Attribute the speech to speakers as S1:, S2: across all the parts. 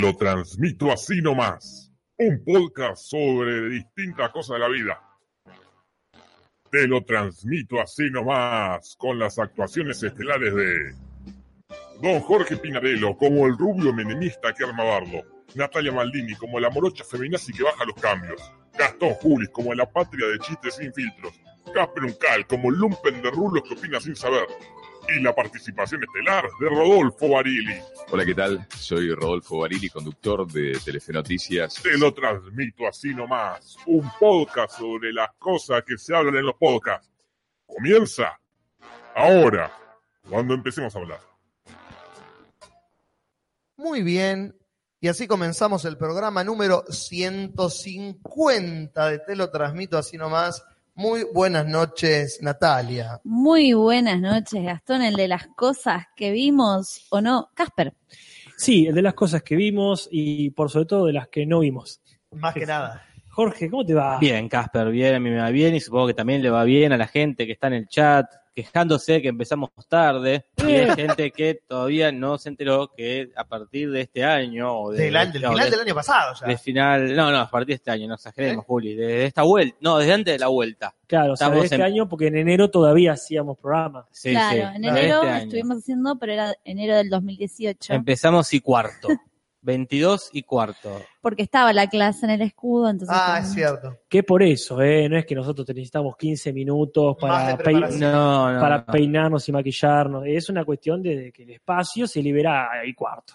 S1: lo transmito así nomás. Un podcast sobre distintas cosas de la vida. Te lo transmito así nomás, con las actuaciones estelares de Don Jorge Pinarello como el rubio menemista que arma bardo, Natalia Maldini como la morocha feminazi que baja los cambios, Gastón Julis como la patria de chistes sin filtros, Casper Uncal como el lumpen de rulos que opina sin saber, y la participación estelar de Rodolfo Barili.
S2: Hola, ¿qué tal? Soy Rodolfo Barili, conductor de Telefe Noticias.
S1: Te lo transmito así nomás. Un podcast sobre las cosas que se hablan en los podcasts. Comienza ahora, cuando empecemos a hablar.
S3: Muy bien. Y así comenzamos el programa número 150 de Te lo transmito así nomás. Muy buenas noches, Natalia.
S4: Muy buenas noches, Gastón, el de las cosas que vimos o no. Casper,
S5: Sí, el de las cosas que vimos y por sobre todo de las que no vimos.
S3: Más que nada.
S5: Jorge, ¿cómo te va?
S6: Bien, Casper, bien, a mí me va bien y supongo que también le va bien a la gente que está en el chat quejándose que empezamos tarde y
S3: Eh.
S6: hay gente que todavía no se enteró que a partir de este año o de-
S3: Del, an- del
S6: no,
S3: final
S6: de-
S3: del año ¿Eh? pasado ya.
S6: de final, no, no, a partir de este año, no exageremos, Juli, desde esta vuelta, no, desde antes de la vuelta.
S5: Claro, o sea,
S6: Estamos
S5: de este
S6: en-
S5: año, porque en enero todavía hacíamos programa.
S6: Sí, sí,
S4: claro, en
S6: desde
S4: enero
S6: este año.
S4: estuvimos haciendo, pero era enero del 2018,
S6: Empezamos y cuarto, 22 y cuarto.
S4: porque estaba la clase en el escudo, entonces...
S3: Ah,
S4: como-
S3: es cierto.
S5: Que por eso, ¿eh? No es que nosotros te necesitamos 15 minutos
S3: Más de
S5: para,
S3: preparación.
S5: pein-
S6: No, no,
S5: para
S6: no.
S5: peinarnos y maquillarnos. Es una cuestión de, de que el espacio se libera al cuarto.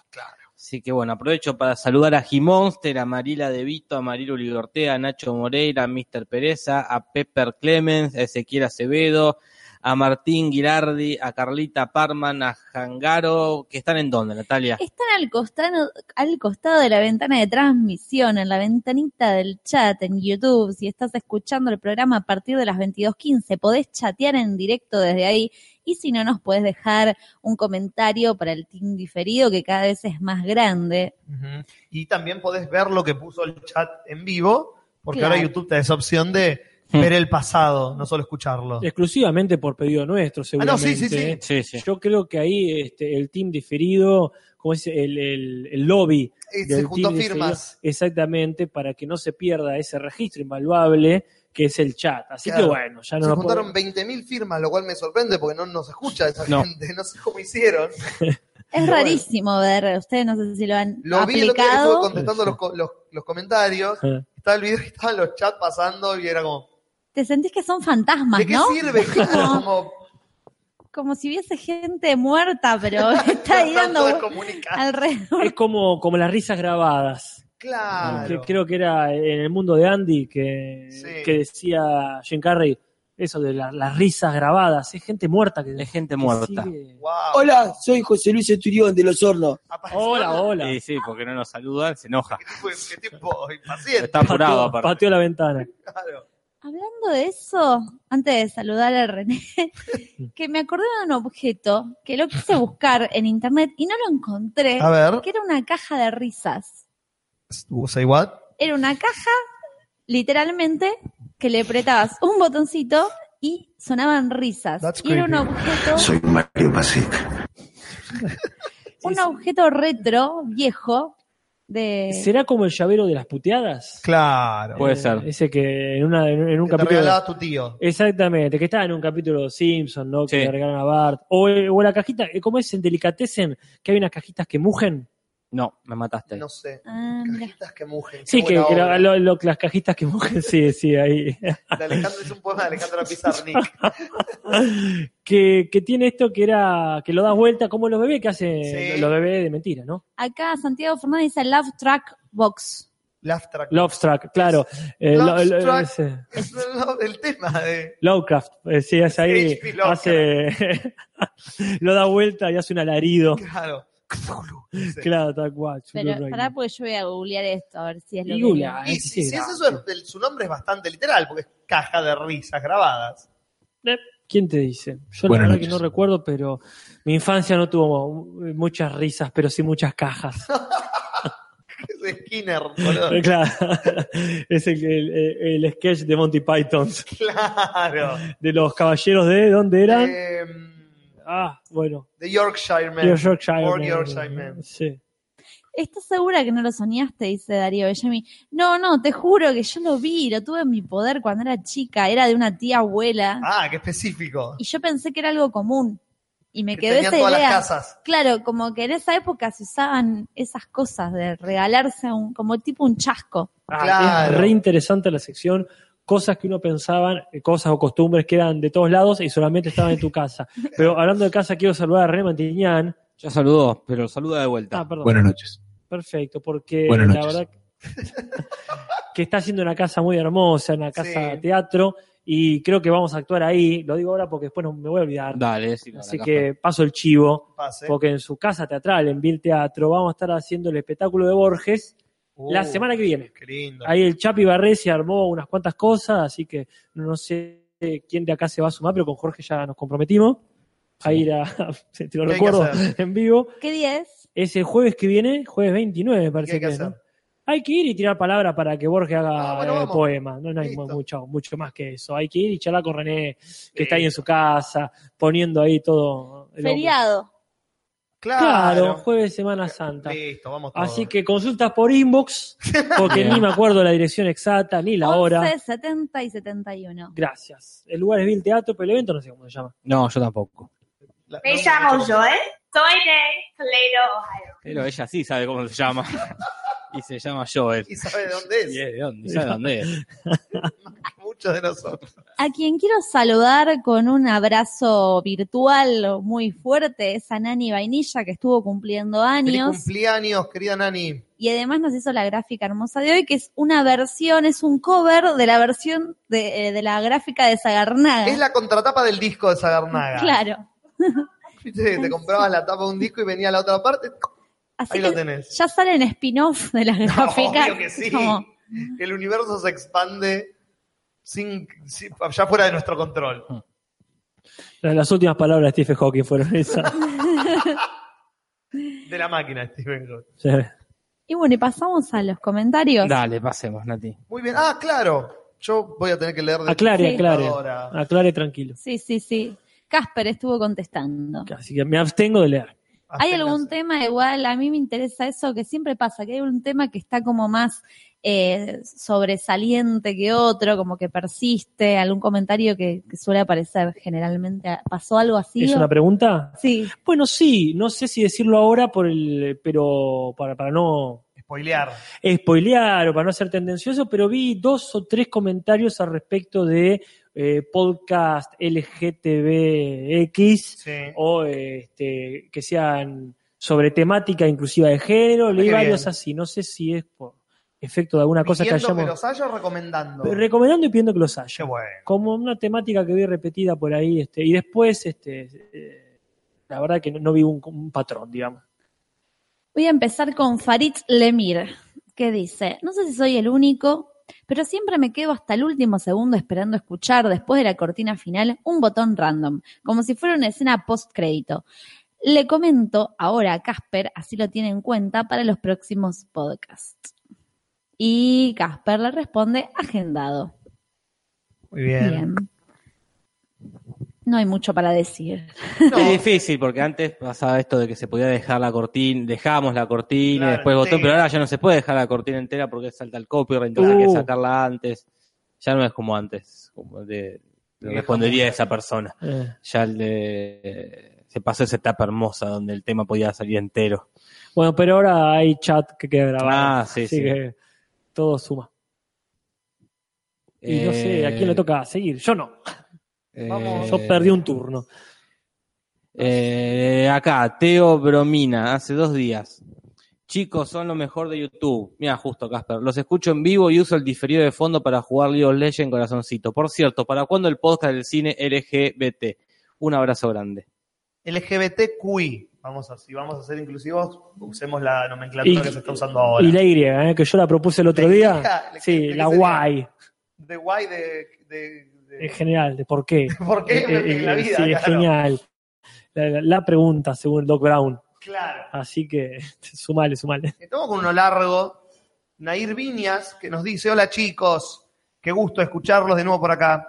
S6: Así que bueno, aprovecho para saludar a G-Monster, a Marila De Vito, a Marilo Ligortea, a Nacho Moreira, a Mr. Pereza, a Pepper Clemens, a Ezequiel Acevedo, a Martín Girardi, a Carlita Parman, a Jangaro, que están en dónde, Natalia?
S4: Están al costado, al costado de la ventana de transmisión, en la ventanita del chat, en YouTube. Si estás escuchando el programa a partir de las 22.15, podés chatear en directo desde ahí. Y si no, nos podés dejar un comentario para el team diferido, que cada vez es más grande.
S3: Ujú. Y también podés ver lo que puso el chat en vivo, porque
S4: Claro.
S3: ahora YouTube te da esa opción de
S6: Hmm.
S3: ver el pasado, no solo
S6: Oh.
S3: escucharlo.
S5: Exclusivamente por pedido nuestro, seguramente.
S3: Ah, sí, sí, sí.
S5: ¿eh?
S6: Sí, sí.
S5: Yo creo que ahí este, el team diferido, como es el, el- el lobby,
S3: Y se
S5: del
S3: juntó
S5: team diferido,
S3: firmas.
S5: exactamente, para que no se pierda ese registro invaluable que es el chat. Así
S3: Claro.
S5: que bueno, ya no
S3: se
S5: nos
S3: juntaron
S5: podemos-
S3: 20.000 firmas, lo cual me sorprende porque no nos escucha esa
S6: No.
S3: gente. No sé cómo hicieron.
S4: Es
S3: Bueno.
S4: rarísimo ver, ustedes no sé si lo han
S3: Lo vi el otro día que estuve
S4: aplicado,
S3: contestando los, co- los, los comentarios.
S5: Ah.
S3: Estaba el video y estaban los chats pasando y era como,
S4: te sentís que son fantasmas,
S3: ¿de qué
S4: ¿no?
S3: sirve? como,
S4: Como si hubiese gente muerta, pero está ahí
S3: están
S4: dando Ah.
S3: todas
S4: vu-
S3: comunicadas.
S4: alrededor.
S5: Es como, como las risas grabadas.
S3: Claro.
S5: Que- creo que era en el mundo de Andy que,
S3: Sí.
S5: que decía Jim Carrey eso de la- las risas grabadas. Es gente muerta que,
S6: Es
S5: que
S6: gente muerta.
S5: sigue.
S3: Wow.
S7: Hola, soy José Luis Esturión de Los Hornos.
S5: Hola, hola.
S6: Sí, sí, porque no nos saludan, se enoja.
S3: Qué tipo, qué tipo impaciente.
S6: Está apurado,
S5: Pateó,
S6: aparte.
S5: pateó la ventana.
S3: Claro.
S4: Hablando de eso, antes de saludar a René, que me acordé de un objeto que lo quise buscar en internet y no lo encontré,
S3: A ver.
S4: que era una caja de risas.
S3: Say what?
S4: Era una caja, literalmente, que le apretabas un botoncito y sonaban risas.
S3: That's
S4: y era un
S3: creepy.
S4: objeto...
S8: Soy Mario Pasic.
S4: un objeto retro, viejo, de...
S5: ¿Será como el llavero de las puteadas?
S3: Claro.
S6: Puede
S5: Eh,
S6: ser.
S5: Ese que en, una, en, en un
S3: Que te
S5: capítulo.
S3: regalaba tu tío.
S5: Exactamente, que estaba en un capítulo de Simpson, ¿no? Que
S6: Sí.
S5: le regalan a Bart. O, eh, o la cajita, eh, ¿cómo es en Delicatessen? Que hay unas cajitas que mugen.
S6: No, me mataste.
S3: No sé.
S4: Ah, mira.
S3: Cajitas que mugen. qué
S5: Sí, que,
S3: buena
S5: que la-
S3: obra.
S5: lo- lo- las cajitas que mugen, sí, sí, ahí.
S3: De Alejandro es un poema de Alejandro Pizarnik.
S5: que, que tiene esto que era que lo das vuelta como los bebés que hacen
S3: Sí.
S5: los bebés de mentira, ¿no?
S4: Acá Santiago Fernández dice Love Track Box.
S3: Laugh track.
S5: Love Struck, claro. Eh,
S3: Love
S5: lo- lo-
S3: Struck.
S5: ese-
S3: Es lo- el tema de.
S5: Lovecraft, eh, sí, hace ahí,
S3: H.P.
S5: hace, lo da vuelta y hace un alarido.
S3: Claro. Cthulhu. Sí.
S5: Claro, tal cual.
S4: Pero
S5: Chulu
S4: pará,
S5: Reina.
S4: porque yo voy a googlear esto, a ver si es lo
S5: Y
S4: que...
S5: Gula,
S3: Y
S5: eh,
S3: si,
S5: sí,
S3: si es
S5: era.
S3: eso, el- su nombre es bastante literal, porque es caja de risas grabadas.
S5: ¿Quién te dice? Yo la
S2: Buenas
S5: verdad que no
S2: noches.
S5: recuerdo, pero mi infancia no tuvo mu- muchas risas, pero sí muchas cajas.
S3: Es Skinner, boludo.
S5: claro. Es el, el- el sketch de Monty Python,
S3: Claro.
S5: de los caballeros de, ¿dónde eran?
S3: Eh,
S5: ah, bueno.
S3: de Yorkshire Man.
S5: Yorkshire
S3: Por
S5: Man.
S3: Yorkshire Man.
S5: Sí.
S4: ¿Estás segura que no lo soñaste? Dice Darío Bellamy. No, no, te juro que yo lo vi, lo tuve en mi poder cuando era chica, era de una tía abuela.
S3: Ah, qué específico.
S4: Y yo pensé que era algo común. Y me
S3: Que
S4: quedó
S3: tenían
S4: esa
S3: todas
S4: idea.
S3: las casas.
S4: Claro, como que en esa época se usaban esas cosas de regalarse un, como tipo un chasco.
S5: Ah,
S3: Claro.
S5: Es re interesante la sección. Cosas que uno pensaba, eh, cosas o costumbres que eran de todos lados y solamente estaban en tu casa. Pero hablando de casa, quiero saludar a René Mantiñán.
S6: Ya saludó, pero saluda de vuelta.
S5: Ah, perdón.
S8: Buenas noches.
S5: Perfecto, porque
S8: Buenas
S5: la
S8: noches.
S5: verdad que, que está haciendo una casa muy hermosa, una casa
S3: Sí.
S5: teatro, y creo que vamos a actuar ahí. Lo digo ahora porque después no me voy a olvidar.
S6: Dale, decilo,
S5: Así
S6: la
S5: que paso el chivo,
S3: Pase.
S5: porque en su casa teatral, en Bill Teatro, vamos a estar haciendo el espectáculo de Borges
S3: Uh,
S5: la semana que viene.
S3: Qué lindo.
S5: Ahí el Chapi Barresi armó unas cuantas cosas, así que no sé quién de acá se va a sumar, pero con Jorge ya nos comprometimos a ir a, te
S3: ¿Qué hay que
S5: lo recuerdo,
S3: hacer?
S5: en vivo.
S4: ¿Qué día es?
S5: Es el jueves que viene, jueves 29 me parece
S3: hay que
S5: que es, ¿no?
S3: hacer?
S5: Hay que ir y tirar palabra para que Borges haga
S3: Ah, bueno,
S5: eh,
S3: vamos.
S5: poema. No, no hay
S3: Listo.
S5: mu- mucho, mucho más que eso. Hay que ir y charlar con René, que está ahí en su casa, poniendo ahí todo. el hombre.
S4: Feriado.
S5: Claro, jueves de Semana Santa.
S3: Listo, vamos todos.
S5: Así que consultas por inbox, porque ni me acuerdo la dirección exacta, ni la hora.
S4: 11, 70 y 71.
S5: Gracias. El lugar es Bill Teatro, pero el evento no sé cómo se llama.
S6: capa. No, yo tampoco.
S3: La-
S9: Me
S3: no,
S9: llamo
S3: mucho-
S9: Joel, soy de Toledo, Ohio.
S6: Pero ella sí sabe cómo se llama. y se llama Joel.
S3: ¿Y sabe de dónde es?
S6: Y es de dónde, sabe dónde es.
S3: Muchos de nosotros.
S4: A quien quiero saludar con un abrazo virtual muy fuerte es a Nani Vainilla, que estuvo cumpliendo
S3: Feliz
S4: años Eh.
S3: cumpleaños, querida Nani.
S4: y además nos hizo la gráfica hermosa de hoy, que es una versión, es un cover de la versión de, eh, de la gráfica de Sagarnaga.
S3: Es la contratapa del disco de Sagarnaga.
S4: Claro.
S3: Viste que Te comprabas la tapa de un disco y venía la otra parte.
S4: Así
S3: Ahí
S4: que
S3: lo tenés.
S4: ya sale en spin-off de las gráficas.
S3: Obvio que sí.
S4: Como,
S3: El universo se expande sin, sin- ya fuera de nuestro control.
S5: Las las últimas palabras de Stephen Hawking fueron esas.
S3: De la máquina, Steven. Gold.
S5: Sí.
S4: y bueno, y pasamos a los comentarios.
S6: Dale, pasemos, Nati.
S3: Muy bien. Ah, claro. Yo voy a tener que leer de
S5: aclare,
S4: Sí.
S5: aclare.
S3: Ahora.
S5: Aclare tranquilo.
S4: Sí, sí, sí. Casper estuvo contestando.
S5: Así que me abstengo de leer.
S4: Hay algún tema igual, a mí me interesa eso que siempre pasa, que hay un tema que está como más eh, sobresaliente que otro, como que persiste, algún comentario que, que suele aparecer generalmente. ¿Pasó algo así?
S5: ¿Es
S4: o-
S5: una pregunta?
S4: Sí,
S5: Bueno, sí, no sé si decirlo ahora por el, pero para, para no
S3: Spoilear.
S5: spoilear o para no ser tendencioso, pero vi dos o tres comentarios al respecto de eh, podcast LGTBX
S3: Sí.
S5: o eh, este, que sean sobre temática inclusiva de género, leí
S3: Ah, qué
S5: varios
S3: bien.
S5: así, no sé si es por efecto de alguna cosa que
S3: Pidiendo que
S5: hayamos
S3: los haya o recomendando.
S5: recomendando y pidiendo que los
S3: Qué
S5: haya.
S3: bueno.
S5: como una temática que vi repetida por ahí, este, y después, este, eh, la verdad que no, no vi un, un patrón, digamos.
S4: Voy a empezar con Farid Lemir, que dice, no sé si soy el único, pero siempre me quedo hasta el último segundo esperando escuchar, después de la cortina final, un botón random, como si fuera una escena post-crédito. Le comento ahora a Casper, así lo tiene en cuenta para los próximos podcasts. Y Casper le responde, agendado.
S3: Muy
S4: Bien. No hay mucho para decir.
S3: No,
S6: Es difícil porque antes pasaba esto de que se podía dejar la cortina, dejamos la cortina
S3: Claro,
S6: y después botón,
S3: sí.
S6: pero ahora ya no se puede dejar la cortina entera porque salta el copyright, entonces hay
S5: Uh.
S6: que sacarla antes. Ya no es como antes, como de, le
S3: Vieja
S6: respondería a
S3: música.
S6: esa persona.
S5: Eh,
S6: Ya el de- se pasó esa etapa hermosa donde el tema podía salir entero.
S5: Bueno, pero ahora hay chat que queda grabado.
S6: Ah, sí,
S5: así
S6: sí.
S5: que todo suma. Y no sé, ¿a quién le
S6: Eh.
S5: toca seguir? Yo no.
S3: Vamos.
S5: Yo perdí un turno.
S6: Eh, acá, Teo Bromina, hace dos días. Chicos, son lo mejor de YouTube. Mira, justo, Casper. Los escucho en vivo y uso el diferido de fondo para jugar League of Legends corazoncito. Por cierto, ¿para cuándo el podcast del cine LGBT? Un abrazo grande.
S3: LGBTQI. Vamos así, vamos a ser inclusivos. Usemos la nomenclatura
S5: Y-
S3: que se está usando ahora.
S5: Y la Y, eh, que yo la propuse el otro
S3: ¿La Y?
S5: día.
S3: ¿La-
S5: sí,
S3: la-
S5: la
S3: qué sería?
S5: Y,
S3: De guay de. de- de-
S5: en general, de por qué.
S3: ¿Por qué?
S5: Eh, eh,
S3: en la
S5: eh,
S3: vida.
S5: sí, es
S3: claro.
S5: genial. La, la- la pregunta, según Doc Brown.
S3: Claro.
S5: Así que, sumale, sumale.
S3: Estamos con uno largo. Nair Viñas, que nos dice: Hola chicos, qué gusto escucharlos de nuevo por acá.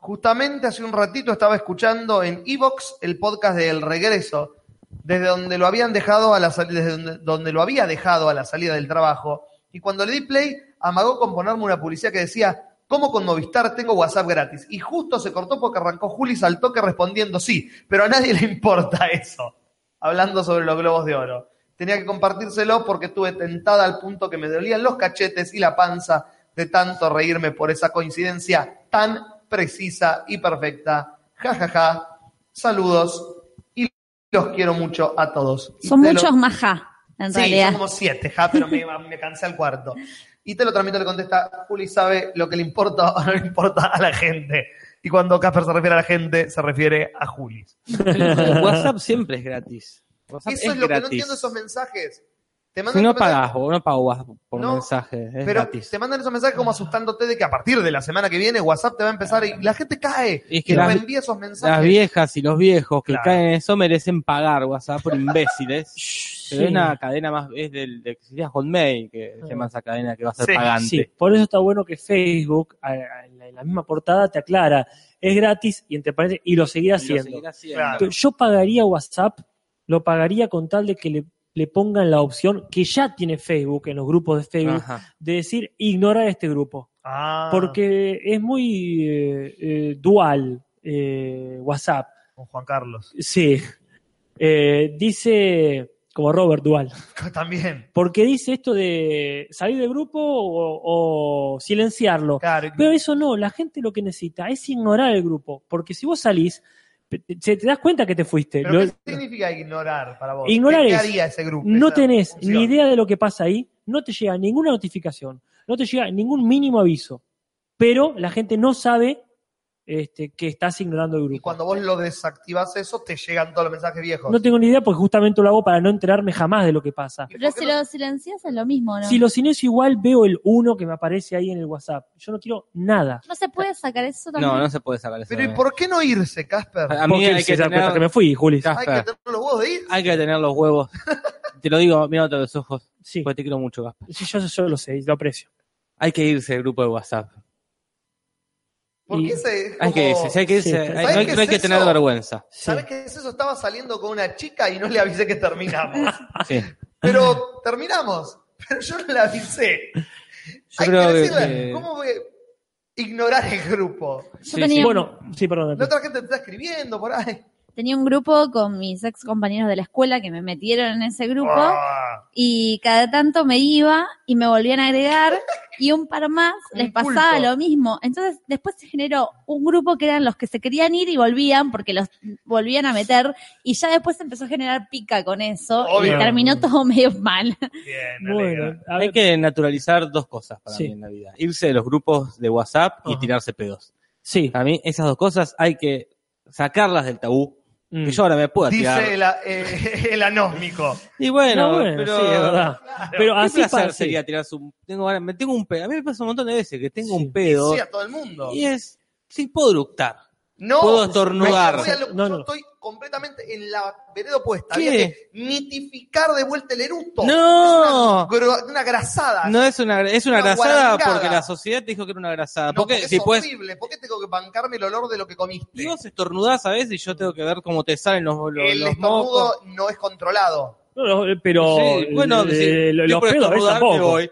S3: Justamente hace un ratito estaba escuchando en Evox el podcast de El Regreso, desde donde lo habían dejado a la sali- desde donde, donde lo había dejado a la salida del trabajo. Y cuando le di play, amagó con ponerme una publicidad que decía, ¿cómo con Movistar tengo WhatsApp gratis? Y justo se cortó porque arrancó Juli saltó que respondiendo sí, pero a nadie le importa eso. Hablando sobre los globos de oro. Tenía que compartírselo porque estuve tentada al punto que me dolían los cachetes y la panza de tanto reírme por esa coincidencia tan precisa y perfecta. Ja, ja, ja. Saludos y los quiero mucho a todos. Y
S4: Son
S3: te lo-
S4: muchos más ja, en
S3: Sí,
S4: realidad.
S3: son como siete, ja, pero me, me cansé al cuarto. Y te lo transmito, le contesta, Juli sabe lo que le importa o no le importa a la gente. Y cuando Casper se refiere a la gente, se refiere a Juli.
S6: El WhatsApp siempre es gratis. WhatsApp
S3: Eso es, lo que no entiendo esos mensajes. Te mandan
S6: Si no
S3: un mensaje-
S6: pagas, no pago WhatsApp por
S3: No,
S6: mensaje, es
S3: pero
S6: gratis.
S3: te mandan esos mensajes como asustándote de que a partir de la semana que viene WhatsApp te va a empezar y la gente cae.
S6: Es que
S3: que no
S6: las-
S3: envía esos
S6: Las
S3: mensajes.
S6: viejas y los viejos que
S3: Claro.
S6: caen en eso merecen pagar WhatsApp por imbéciles. Pero es
S5: Sí.
S6: una cadena más, es del, de que sería Hotmail, que se llama esa cadena que va a ser
S3: Sí,
S6: pagante.
S5: Sí, por eso está bueno que Facebook, a- a- en la- en la misma portada, te aclara, es gratis y entre paréntesis, y lo seguirá
S6: Y lo
S5: haciendo.
S6: seguirá haciendo.
S3: Claro.
S5: Pero Yo pagaría WhatsApp, lo pagaría con tal de que le, le pongan la opción que ya tiene Facebook en los grupos de Facebook,
S6: Ajá.
S5: de decir ignorar este grupo.
S3: Ah,
S5: Porque es muy eh, eh, dual eh, WhatsApp.
S3: con Juan Carlos.
S5: Sí. Eh, dice, como Robert Dual,
S3: También.
S5: porque dice esto de salir del grupo o- o silenciarlo.
S3: Claro.
S5: Pero eso no, la gente lo que necesita es ignorar el grupo, porque si vos salís, pe- te, te das cuenta que te fuiste.
S3: ¿Pero
S5: Lo-
S3: qué significa ignorar para vos?
S5: Ignorar
S3: ¿Qué, qué
S5: es-
S3: haría ese grupo?
S5: no
S3: esa
S5: tenés
S3: función?
S5: ni idea de lo que pasa ahí, no te llega ninguna notificación, no te llega ningún mínimo aviso, pero la gente no sabe este, que estás ignorando el
S3: Y
S5: grupo.
S3: cuando vos lo desactivás eso, te llegan todos los mensajes viejos.
S5: No tengo ni idea porque justamente lo hago para no enterarme jamás de lo que pasa.
S3: ¿Y por
S4: Pero
S3: qué
S4: si
S3: no-
S4: lo silencias es lo mismo, ¿no?
S5: Si lo silencio igual veo el uno que me aparece ahí en el WhatsApp. Yo no quiero nada.
S4: No se puede sacar eso también.
S6: No, no se puede sacar eso.
S3: Pero ¿y
S6: de-
S3: por qué no irse, Casper?
S6: A mí
S5: Porque
S6: hay
S5: se
S6: que,
S5: da cuenta
S6: tener,
S5: que me fui, Juli.
S6: Ya
S3: Hay
S6: está.
S3: que tener los huevos de ir.
S6: hay que tener los huevos. te lo digo, mira los ojos,
S5: Sí,
S6: porque te quiero mucho, Gaspar.
S5: sí, yo, yo lo sé, y lo aprecio.
S6: Hay que irse del grupo de WhatsApp.
S3: ¿Por
S5: Y-
S3: qué se,
S6: Hay que irse, sí, hay que irse.
S5: Sí.
S6: Hay-
S5: ¿Sabés
S6: no hay,
S3: qué
S6: no hay
S3: es
S6: que
S3: eso?
S6: tener vergüenza.
S5: Sí.
S3: ¿Sabes qué es eso? Estaba saliendo con una chica y no le avisé que terminamos.
S6: Sí.
S3: Pero terminamos. Pero yo no la avisé.
S6: Yo
S3: Hay que
S6: creo que-
S3: decirle,
S6: que-
S3: ¿cómo voy a ignorar el grupo?
S4: Yo
S6: Sí,
S4: tenía,
S5: Bueno, sí, perdón.
S3: La otra gente te está escribiendo por ahí.
S4: tenía un grupo con mis ex compañeros de la escuela que me metieron en ese grupo
S3: Ah,
S4: y cada tanto me iba y me volvían a agregar y un par más
S3: Un
S4: les pasaba
S3: culto.
S4: lo mismo. Entonces después se generó un grupo que eran los que se querían ir y volvían porque los volvían a meter y ya después se empezó a generar pica con eso
S3: Obvio.
S4: y
S6: Mm.
S4: terminó todo medio mal.
S3: bien,
S5: Bueno, a
S6: Hay
S5: ver,
S6: que naturalizar dos cosas para
S5: Sí.
S6: mí en la vida. Irse de los grupos de WhatsApp y
S5: Ajá.
S6: tirarse pedos.
S5: sí.
S6: Para mí esas dos cosas hay que sacarlas del tabú.
S5: Mm.
S6: Que yo ahora me pueda tirar.
S3: Dice el, a- eh, el anósmico.
S6: Y bueno,
S5: No, bueno,
S6: pero...
S5: sí, es verdad. Pero
S6: ¿Qué
S5: así
S6: placer
S5: pasa. sí.
S6: sería tirarse un... Tengo, ahora- me tengo un pedo. A mí me pasa un montón de veces que tengo
S5: Sí.
S6: un pedo.
S3: Sí, a todo el mundo.
S6: Y es... Sí, puedo eructar.
S3: No,
S6: puedo
S3: me
S6: estornudar.
S3: voy a lo-
S5: No,
S3: yo
S5: no.
S3: estoy completamente en la vereda opuesta.
S6: ¿Qué?
S3: Había que nitificar de vuelta el eructo.
S6: ¡No!
S3: Es una, gro- una grasada.
S6: No es una, es una,
S3: Una
S6: grasada
S3: guarangada.
S6: porque la sociedad te dijo que era una grasada.
S3: No,
S6: porque
S3: porque
S6: Ah, si
S3: es
S6: puedes,
S3: horrible. ¿Por qué tengo que bancarme el olor de lo que comiste?
S6: y vos estornudás a veces y yo tengo que ver cómo te salen los, los,
S3: el
S6: los
S3: estornudo
S6: mocos.
S3: no es controlado.
S5: No, no, eh, pero
S6: Sí, bueno,
S5: eh,
S6: sí,
S5: eh,
S6: estoy
S5: los
S6: por
S5: pedos es
S6: estornudar, me
S5: tampoco.
S6: voy.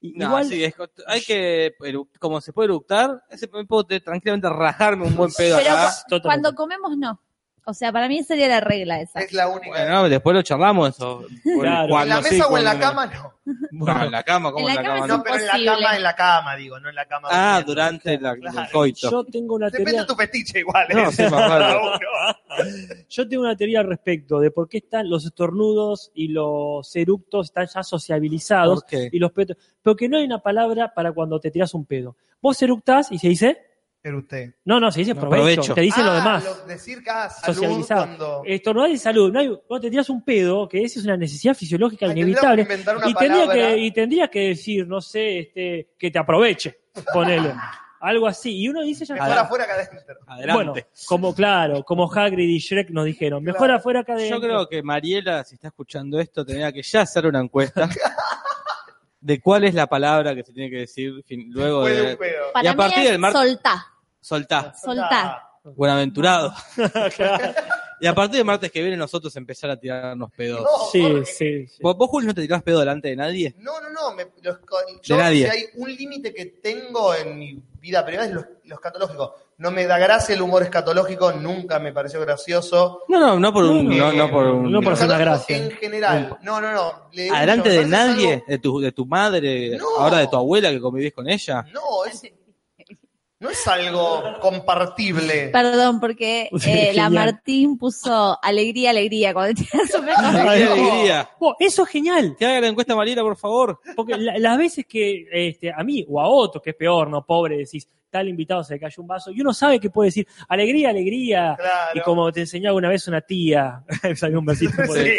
S6: No,
S5: Igual,
S6: sí, es- hay que, eru- como se puede eructar, ese me puedo te- tranquilamente rajarme un buen pedo
S4: Pero
S6: acá.
S4: cu- cuando comemos no. O sea, para mí sería la regla esa.
S3: Es la única.
S6: Bueno, después lo charlamos eso.
S5: Claro.
S3: en la
S6: Cuando
S3: mesa
S6: sí,
S3: o en
S6: cuando
S3: la
S6: no.
S3: cama, no.
S6: No, en la cama, ¿cómo
S4: En
S6: en
S4: la
S6: la
S4: cama
S6: cama?
S4: sí.
S3: No, pero en la
S4: Imposible.
S3: cama, en la cama, digo, no en la cama.
S6: Ah,
S3: durmiendo.
S6: durante la,
S3: Claro.
S6: el coito.
S5: yo tengo una
S3: Depende
S5: teoría,
S3: de tu fetiche igual.
S6: No,
S3: ¿eh?
S6: sí, más
S3: Cada
S6: raro.
S3: uno.
S5: yo tengo una teoría al respecto de por qué están los estornudos y los eructos están ya sociabilizados
S6: ¿Por qué?
S5: y los pedos, porque no hay una palabra para cuando te tiras un pedo. Vos eructás y se dice,
S3: Pero usted.
S5: no, no, se dice
S6: No,
S5: provecho,
S6: provecho.
S5: te dicen lo
S3: Ah,
S5: demás.
S3: lo- decir que ah, salud
S5: sociabilizado.
S3: cuando...
S5: Estornudar y salud, no hay, vos te tiras un pedo, que esa es una necesidad fisiológica
S3: Ay, tendríamos que
S5: inevitable.
S3: inventar una
S5: y tendría
S3: palabra.
S5: que y tendría que decir no sé este que te aproveche ponele algo así y uno dice ya
S3: Mejor
S5: está.
S3: afuera que adentro.
S5: bueno
S6: Adelante.
S5: como claro como Hagrid y Shrek nos dijeron mejor
S3: Claro.
S5: afuera que adentro
S6: Yo creo que Mariela, si está escuchando esto, tendría que ya hacer una encuesta de cuál es la palabra que se tiene que decir fin- luego
S3: Fue de
S6: de
S3: un pedo.
S4: Para
S6: Y a partir
S4: mí es
S6: del mar-
S4: soltá,
S6: soltá,
S4: soltá.
S6: buenaventurado.
S5: Claro.
S6: Y a partir de martes que viene nosotros empezar a tirarnos pedos.
S3: No,
S5: Sí,
S3: Jorge.
S5: sí, sí.
S6: ¿Vos, vos, Juli, no te tirás pedo delante de nadie?
S3: No, no, no. me- los co- yo,
S6: nadie.
S3: Si hay un límite que tengo en mi vida privada es los, los escatológicos. No me da gracia el humor escatológico, nunca me pareció gracioso.
S6: No, no, no por un...
S3: No,
S6: No, no, por un...
S5: no por hacer- una
S3: Escatológico
S5: gracia.
S3: En general. No, no, no. le he
S6: Adelante
S3: dicho,
S6: de
S3: me parece
S6: nadie,
S3: algo-
S6: de, tu, de tu madre,
S3: No.
S6: ahora de tu abuela que convivís con ella.
S3: no, es, no es algo compartible.
S4: Perdón, porque
S5: Sí,
S4: eh, la
S5: genial.
S4: Martín puso alegría, alegría cuando tenía su personaje.
S5: Ay,
S6: ¡Qué
S5: no.
S6: alegría!
S5: Bueno, eso es genial.
S6: Que haga la encuesta Mariela, por favor.
S5: Porque la- las veces que este, a mí o a otro, que es peor, no pobre, decís, tal invitado se le cayó un vaso, y uno sabe que puede decir, alegría, alegría.
S3: Claro.
S5: Y como te enseñaba una vez una tía, salió un versito por
S3: Sí.
S5: ahí.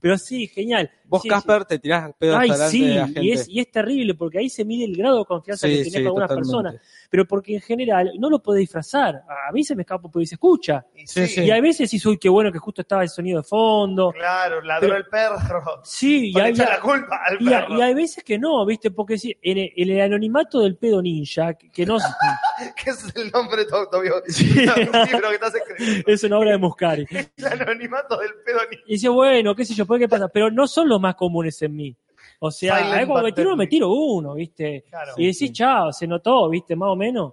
S5: Pero sí, genial.
S6: Vos,
S5: Sí, sí.
S6: Casper, te tirás pedos
S5: Ay,
S6: delante
S5: sí,
S6: de la gente.
S5: y es, y es terrible porque ahí se mide el grado de confianza que tenés con algunas
S6: totalmente.
S5: personas. Pero porque en general no lo podés disfrazar. A mí se me escapa porque se escucha.
S3: Y sí,
S6: Sí, sí.
S5: Y a veces sí, uy, qué bueno que justo estaba el sonido de fondo.
S3: Claro, ladró
S5: Pero-
S3: el perro.
S5: Sí, y
S3: Y
S5: hay,
S3: echa la culpa al
S5: y, hay-
S3: perro.
S5: y hay veces que no, ¿viste? Porque sí, en el, en el anonimato del pedo ninja, que que no
S3: Que es el nombre de tu autobiográfico.
S5: Sí.
S3: libro que estás escribiendo.
S5: es una obra de Muscari.
S3: El anonimato del pedo ni-
S5: Y dice, bueno, qué sé yo, puede que pasa, pero no son los más comunes en mí. O sea,
S3: Silent
S5: ahí cuando me
S3: but
S5: tiro, me
S3: deadly.
S5: tiro uno, ¿viste?
S3: Claro.
S5: Y decís, chao, se notó, ¿viste? Más o menos.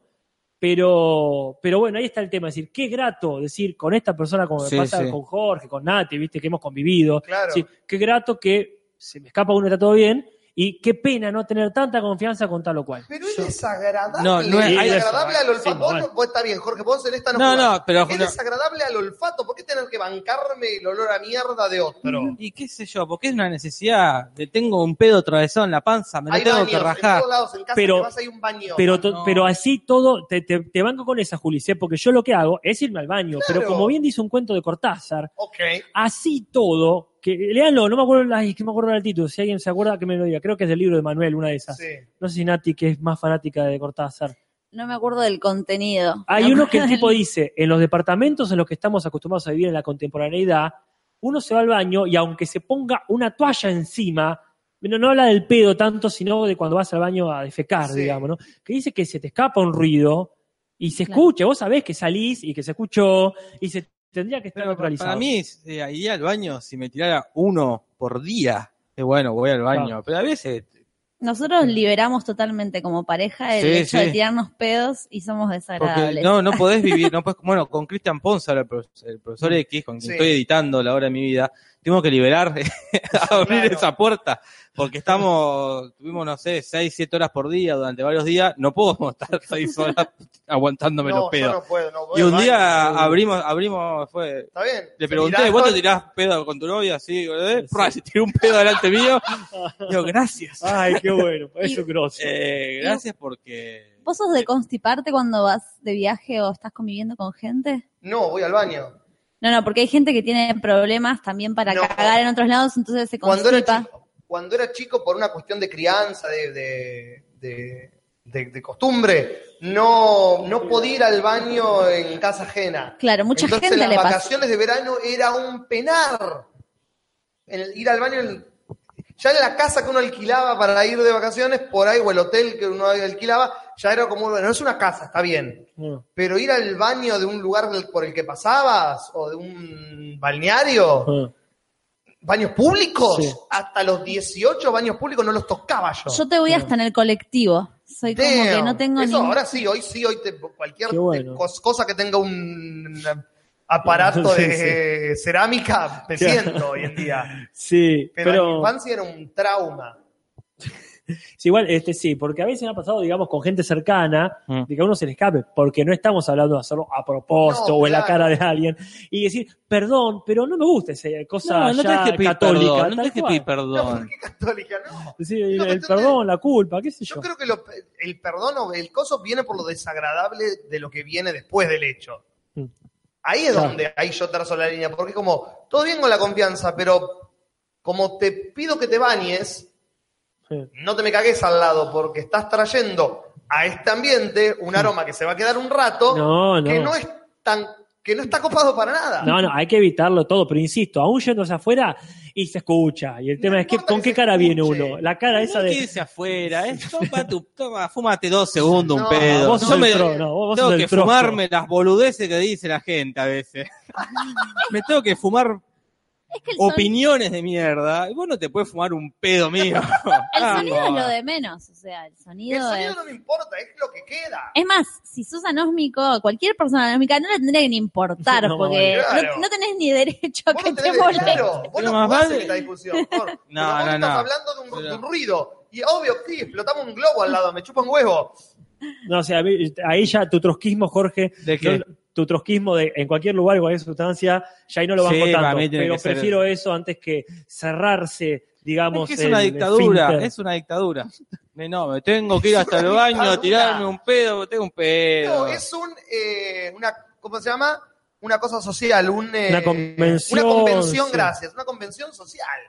S5: Pero, pero bueno, ahí está el tema, es decir, qué grato decir con esta persona como me
S6: Sí,
S5: pasa
S6: sí.
S5: con Jorge, con Nati, ¿viste? Que hemos convivido.
S3: Claro.
S5: Sí, qué grato que se me escapa uno, está todo bien. Y qué pena no tener tanta confianza con tal o cual.
S3: Pero es desagradable.
S6: No, no es-
S3: es desagradable
S6: hay
S3: al
S5: desagradable,
S3: olfato. Vos
S5: sí,
S3: no- vos está bien, Jorge, vos en esta no
S6: No,
S3: jugás.
S6: no, pero...
S3: Es
S6: no.
S3: desagradable al olfato. ¿Por qué tener que bancarme el olor a mierda de otro?
S6: Y qué sé yo, porque es una necesidad. de Tengo un pedo atravesado en la panza, me lo
S3: hay
S6: tengo
S3: baños
S6: que
S3: en
S6: rajar.
S3: todos lados. En casa
S5: Pero-
S3: que vas hay un baño.
S5: Pero, to-
S6: no.
S5: pero así todo, te, te- te banco con esa, Julice, porque yo lo que hago es irme al baño. Pero
S3: Claro.
S5: como bien dice un cuento de Cortázar,
S3: ok.
S5: así todo, que léanlo, no me acuerdo, ay, que me acuerdo del título, si alguien se acuerda que me lo diga, creo que es del libro de Manuel, una de
S6: Ah,
S5: esas.
S3: Sí.
S5: No sé si Nati, que es más fanática de Cortázar.
S4: No me acuerdo del contenido.
S5: Hay
S4: Me
S5: uno que el
S4: acuerdo
S5: tipo
S4: del-
S5: dice, en los departamentos en los que estamos acostumbrados a vivir en la contemporaneidad, uno se va al baño y aunque se ponga una toalla encima, no, no habla del pedo tanto, sino de cuando vas al baño a defecar,
S3: Sí.
S5: digamos, ¿no? Que dice que se te escapa un ruido y se
S4: Claro.
S5: escucha, vos sabés que salís y que se escuchó y se tendría que estar
S6: Pero para,
S5: neutralizado.
S6: para mí eh, iría al baño si me tirara uno por día. Y bueno, voy al baño.
S5: Claro.
S6: Pero a veces
S4: Nosotros liberamos totalmente como pareja el
S6: Sí,
S4: hecho
S6: sí.
S4: de tirarnos pedos y somos
S6: Porque
S4: desagradables.
S6: no, no podés vivir, no podés- bueno, con Cristian Ponza, el profesor, el profesor X, con quien
S3: Mm. Sí.
S6: estoy editando la hora de mi vida, tuvimos que liberar, abrir
S3: Claro.
S6: esa puerta, porque estamos, tuvimos, no sé, seis, siete horas por día durante varios días, no puedo estar seis horas aguantándome los
S3: No, yo
S6: pedos.
S3: no puedo. eh, No voy
S6: y
S3: al
S6: un
S3: baño.
S6: día abrimos, abrimos, fue,
S3: Está bien.
S6: le
S3: Te
S6: pregunté,
S3: mirás
S6: ¿vos te
S3: con-
S6: tirás pedo con tu novia? Sí, ¿eh?
S5: Sí.
S6: Pra, se tiró un pedo delante mío. Digo, gracias.
S5: Ay, qué bueno, eso
S4: Y-
S5: es grosso.
S6: Eh, gracias porque...
S4: ¿Vos sos de constiparte cuando vas de viaje o estás conviviendo con gente?
S3: No, voy al baño.
S4: No, no, porque hay gente que tiene problemas también para
S3: No.
S4: cagar en otros lados, entonces se
S3: Cuando era,
S4: constipa.
S3: chico, cuando era chico, por una cuestión de crianza, de, de, de- de- de costumbre, no, no podía ir al baño en casa ajena.
S4: Claro, mucha
S3: Entonces,
S4: gente
S3: las
S4: le pasa.
S3: vacaciones de verano era un penar. El ir al baño, en- ya en la casa que uno alquilaba para ir de vacaciones, por ahí, o el hotel que uno alquilaba, ya era como, bueno, no es una casa, está bien.
S5: Bueno.
S3: Pero ir al baño de un lugar del- por el que pasabas, o de un balneario,
S5: Ah.
S3: baños públicos,
S5: Sí.
S3: hasta los 18 baños públicos no los tocaba yo.
S4: Yo te voy hasta en el colectivo. Soy como que
S3: Damn.
S4: no tengo
S3: Eso
S4: ni...
S3: ahora sí, hoy sí, hoy te- cualquier
S5: Qué bueno.
S3: cos- cosa que tenga un aparato
S5: Sí,
S3: de cerámica, me
S5: Claro.
S3: siento hoy en día.
S5: Sí,
S3: Pero,
S5: pero...
S3: en mi infancia era un trauma.
S5: Sí, igual, este sí, porque a veces me ha pasado, digamos, con gente cercana,
S6: Mm.
S5: de que a uno se le escape, porque no estamos hablando de hacerlo a propósito
S3: No,
S5: o en la
S3: claro.
S5: cara de alguien, y decir, perdón, pero no me gusta esa cosa
S6: No, no
S5: ya
S6: tenés que pedir
S5: católica.
S6: perdón, no
S5: tal
S6: tenés que
S5: cual.
S6: pedir
S3: No,
S6: perdón.
S3: ¿por qué católica? No.
S5: Sí,
S3: No,
S5: el
S3: entonces-
S5: perdón, la culpa, qué sé yo.
S3: Yo creo que lo- el perdón o el coso viene por lo desagradable de lo que viene después del hecho.
S5: Mm.
S3: Ahí es
S5: Claro.
S3: donde ahí yo trazo la línea, porque como, todo bien con la confianza, pero como te pido que te bañes,
S5: Sí.
S3: no te me cagues al lado porque estás trayendo a este ambiente un aroma que se va a quedar un rato
S5: No, no.
S3: que no es tan que no está copado para nada.
S5: No, no, hay que evitarlo todo, pero insisto, aún yéndose afuera y se escucha. Y el
S3: No
S5: tema es que,
S3: importa
S5: ¿con
S3: que se
S5: qué cara viene
S3: escuche.
S5: uno? La cara esa
S6: no
S5: de.
S6: quédese afuera, eh. Toma tu- toma, fúmate dos segundos un
S3: No,
S6: pedo.
S5: "Ah, Vos
S6: Yo
S5: sos el
S6: me-
S5: tro- no, vos sos
S6: tengo
S5: el
S6: que
S5: trozo.
S6: fumarme las boludeces que dice la gente a veces. Me tengo que fumar
S4: Es que el, son-
S6: opiniones de mierda. Y vos no te puedes fumar un pedo mío.
S4: el sonido
S6: Vamos.
S5: Ah,
S4: es lo de menos, o sea, el sonido,
S3: El sonido
S4: es...
S3: no me importa, es lo que queda.
S4: Es más, si sos anósmico, cualquier persona anósmica no le tendría que ni importar,
S5: No,
S4: porque
S3: claro.
S4: no, no tenés ni derecho a
S3: Vos
S4: que
S3: no
S4: te
S3: tenés-
S4: moleste.
S3: claro, vos
S6: Pero
S3: no
S6: más
S3: jugás en
S6: vale-
S3: esta discusión. Por, pero
S6: No,
S3: vos
S6: no,
S3: estás
S6: no.
S3: hablando de un, ru-
S6: Pero-
S3: de un ruido. Y obvio, sí, explotamos un globo al lado, me chupa un huevo.
S5: No, o sea, a mí- a ella, tu trotskismo, Jorge,
S6: ¿De qué?
S5: no- tu trotskismo de en cualquier lugar, cualquier sustancia, ya ahí no lo van
S6: Sí, para
S5: votando.
S6: mí tiene
S5: Pero
S6: que ser-
S5: prefiero eso antes que cerrarse, digamos.
S6: Es que es una
S5: el
S6: dictadura,
S5: esfínter.
S6: es una dictadura. De No, me tengo que ir hasta el baño a
S3: dictadura.
S6: tirarme un pedo, tengo un pedo.
S3: No, es un, eh, una, ¿cómo se llama? Una cosa social, un, eh,
S5: Una convención,
S3: una convención,
S5: sí.
S3: gracias, una convención social.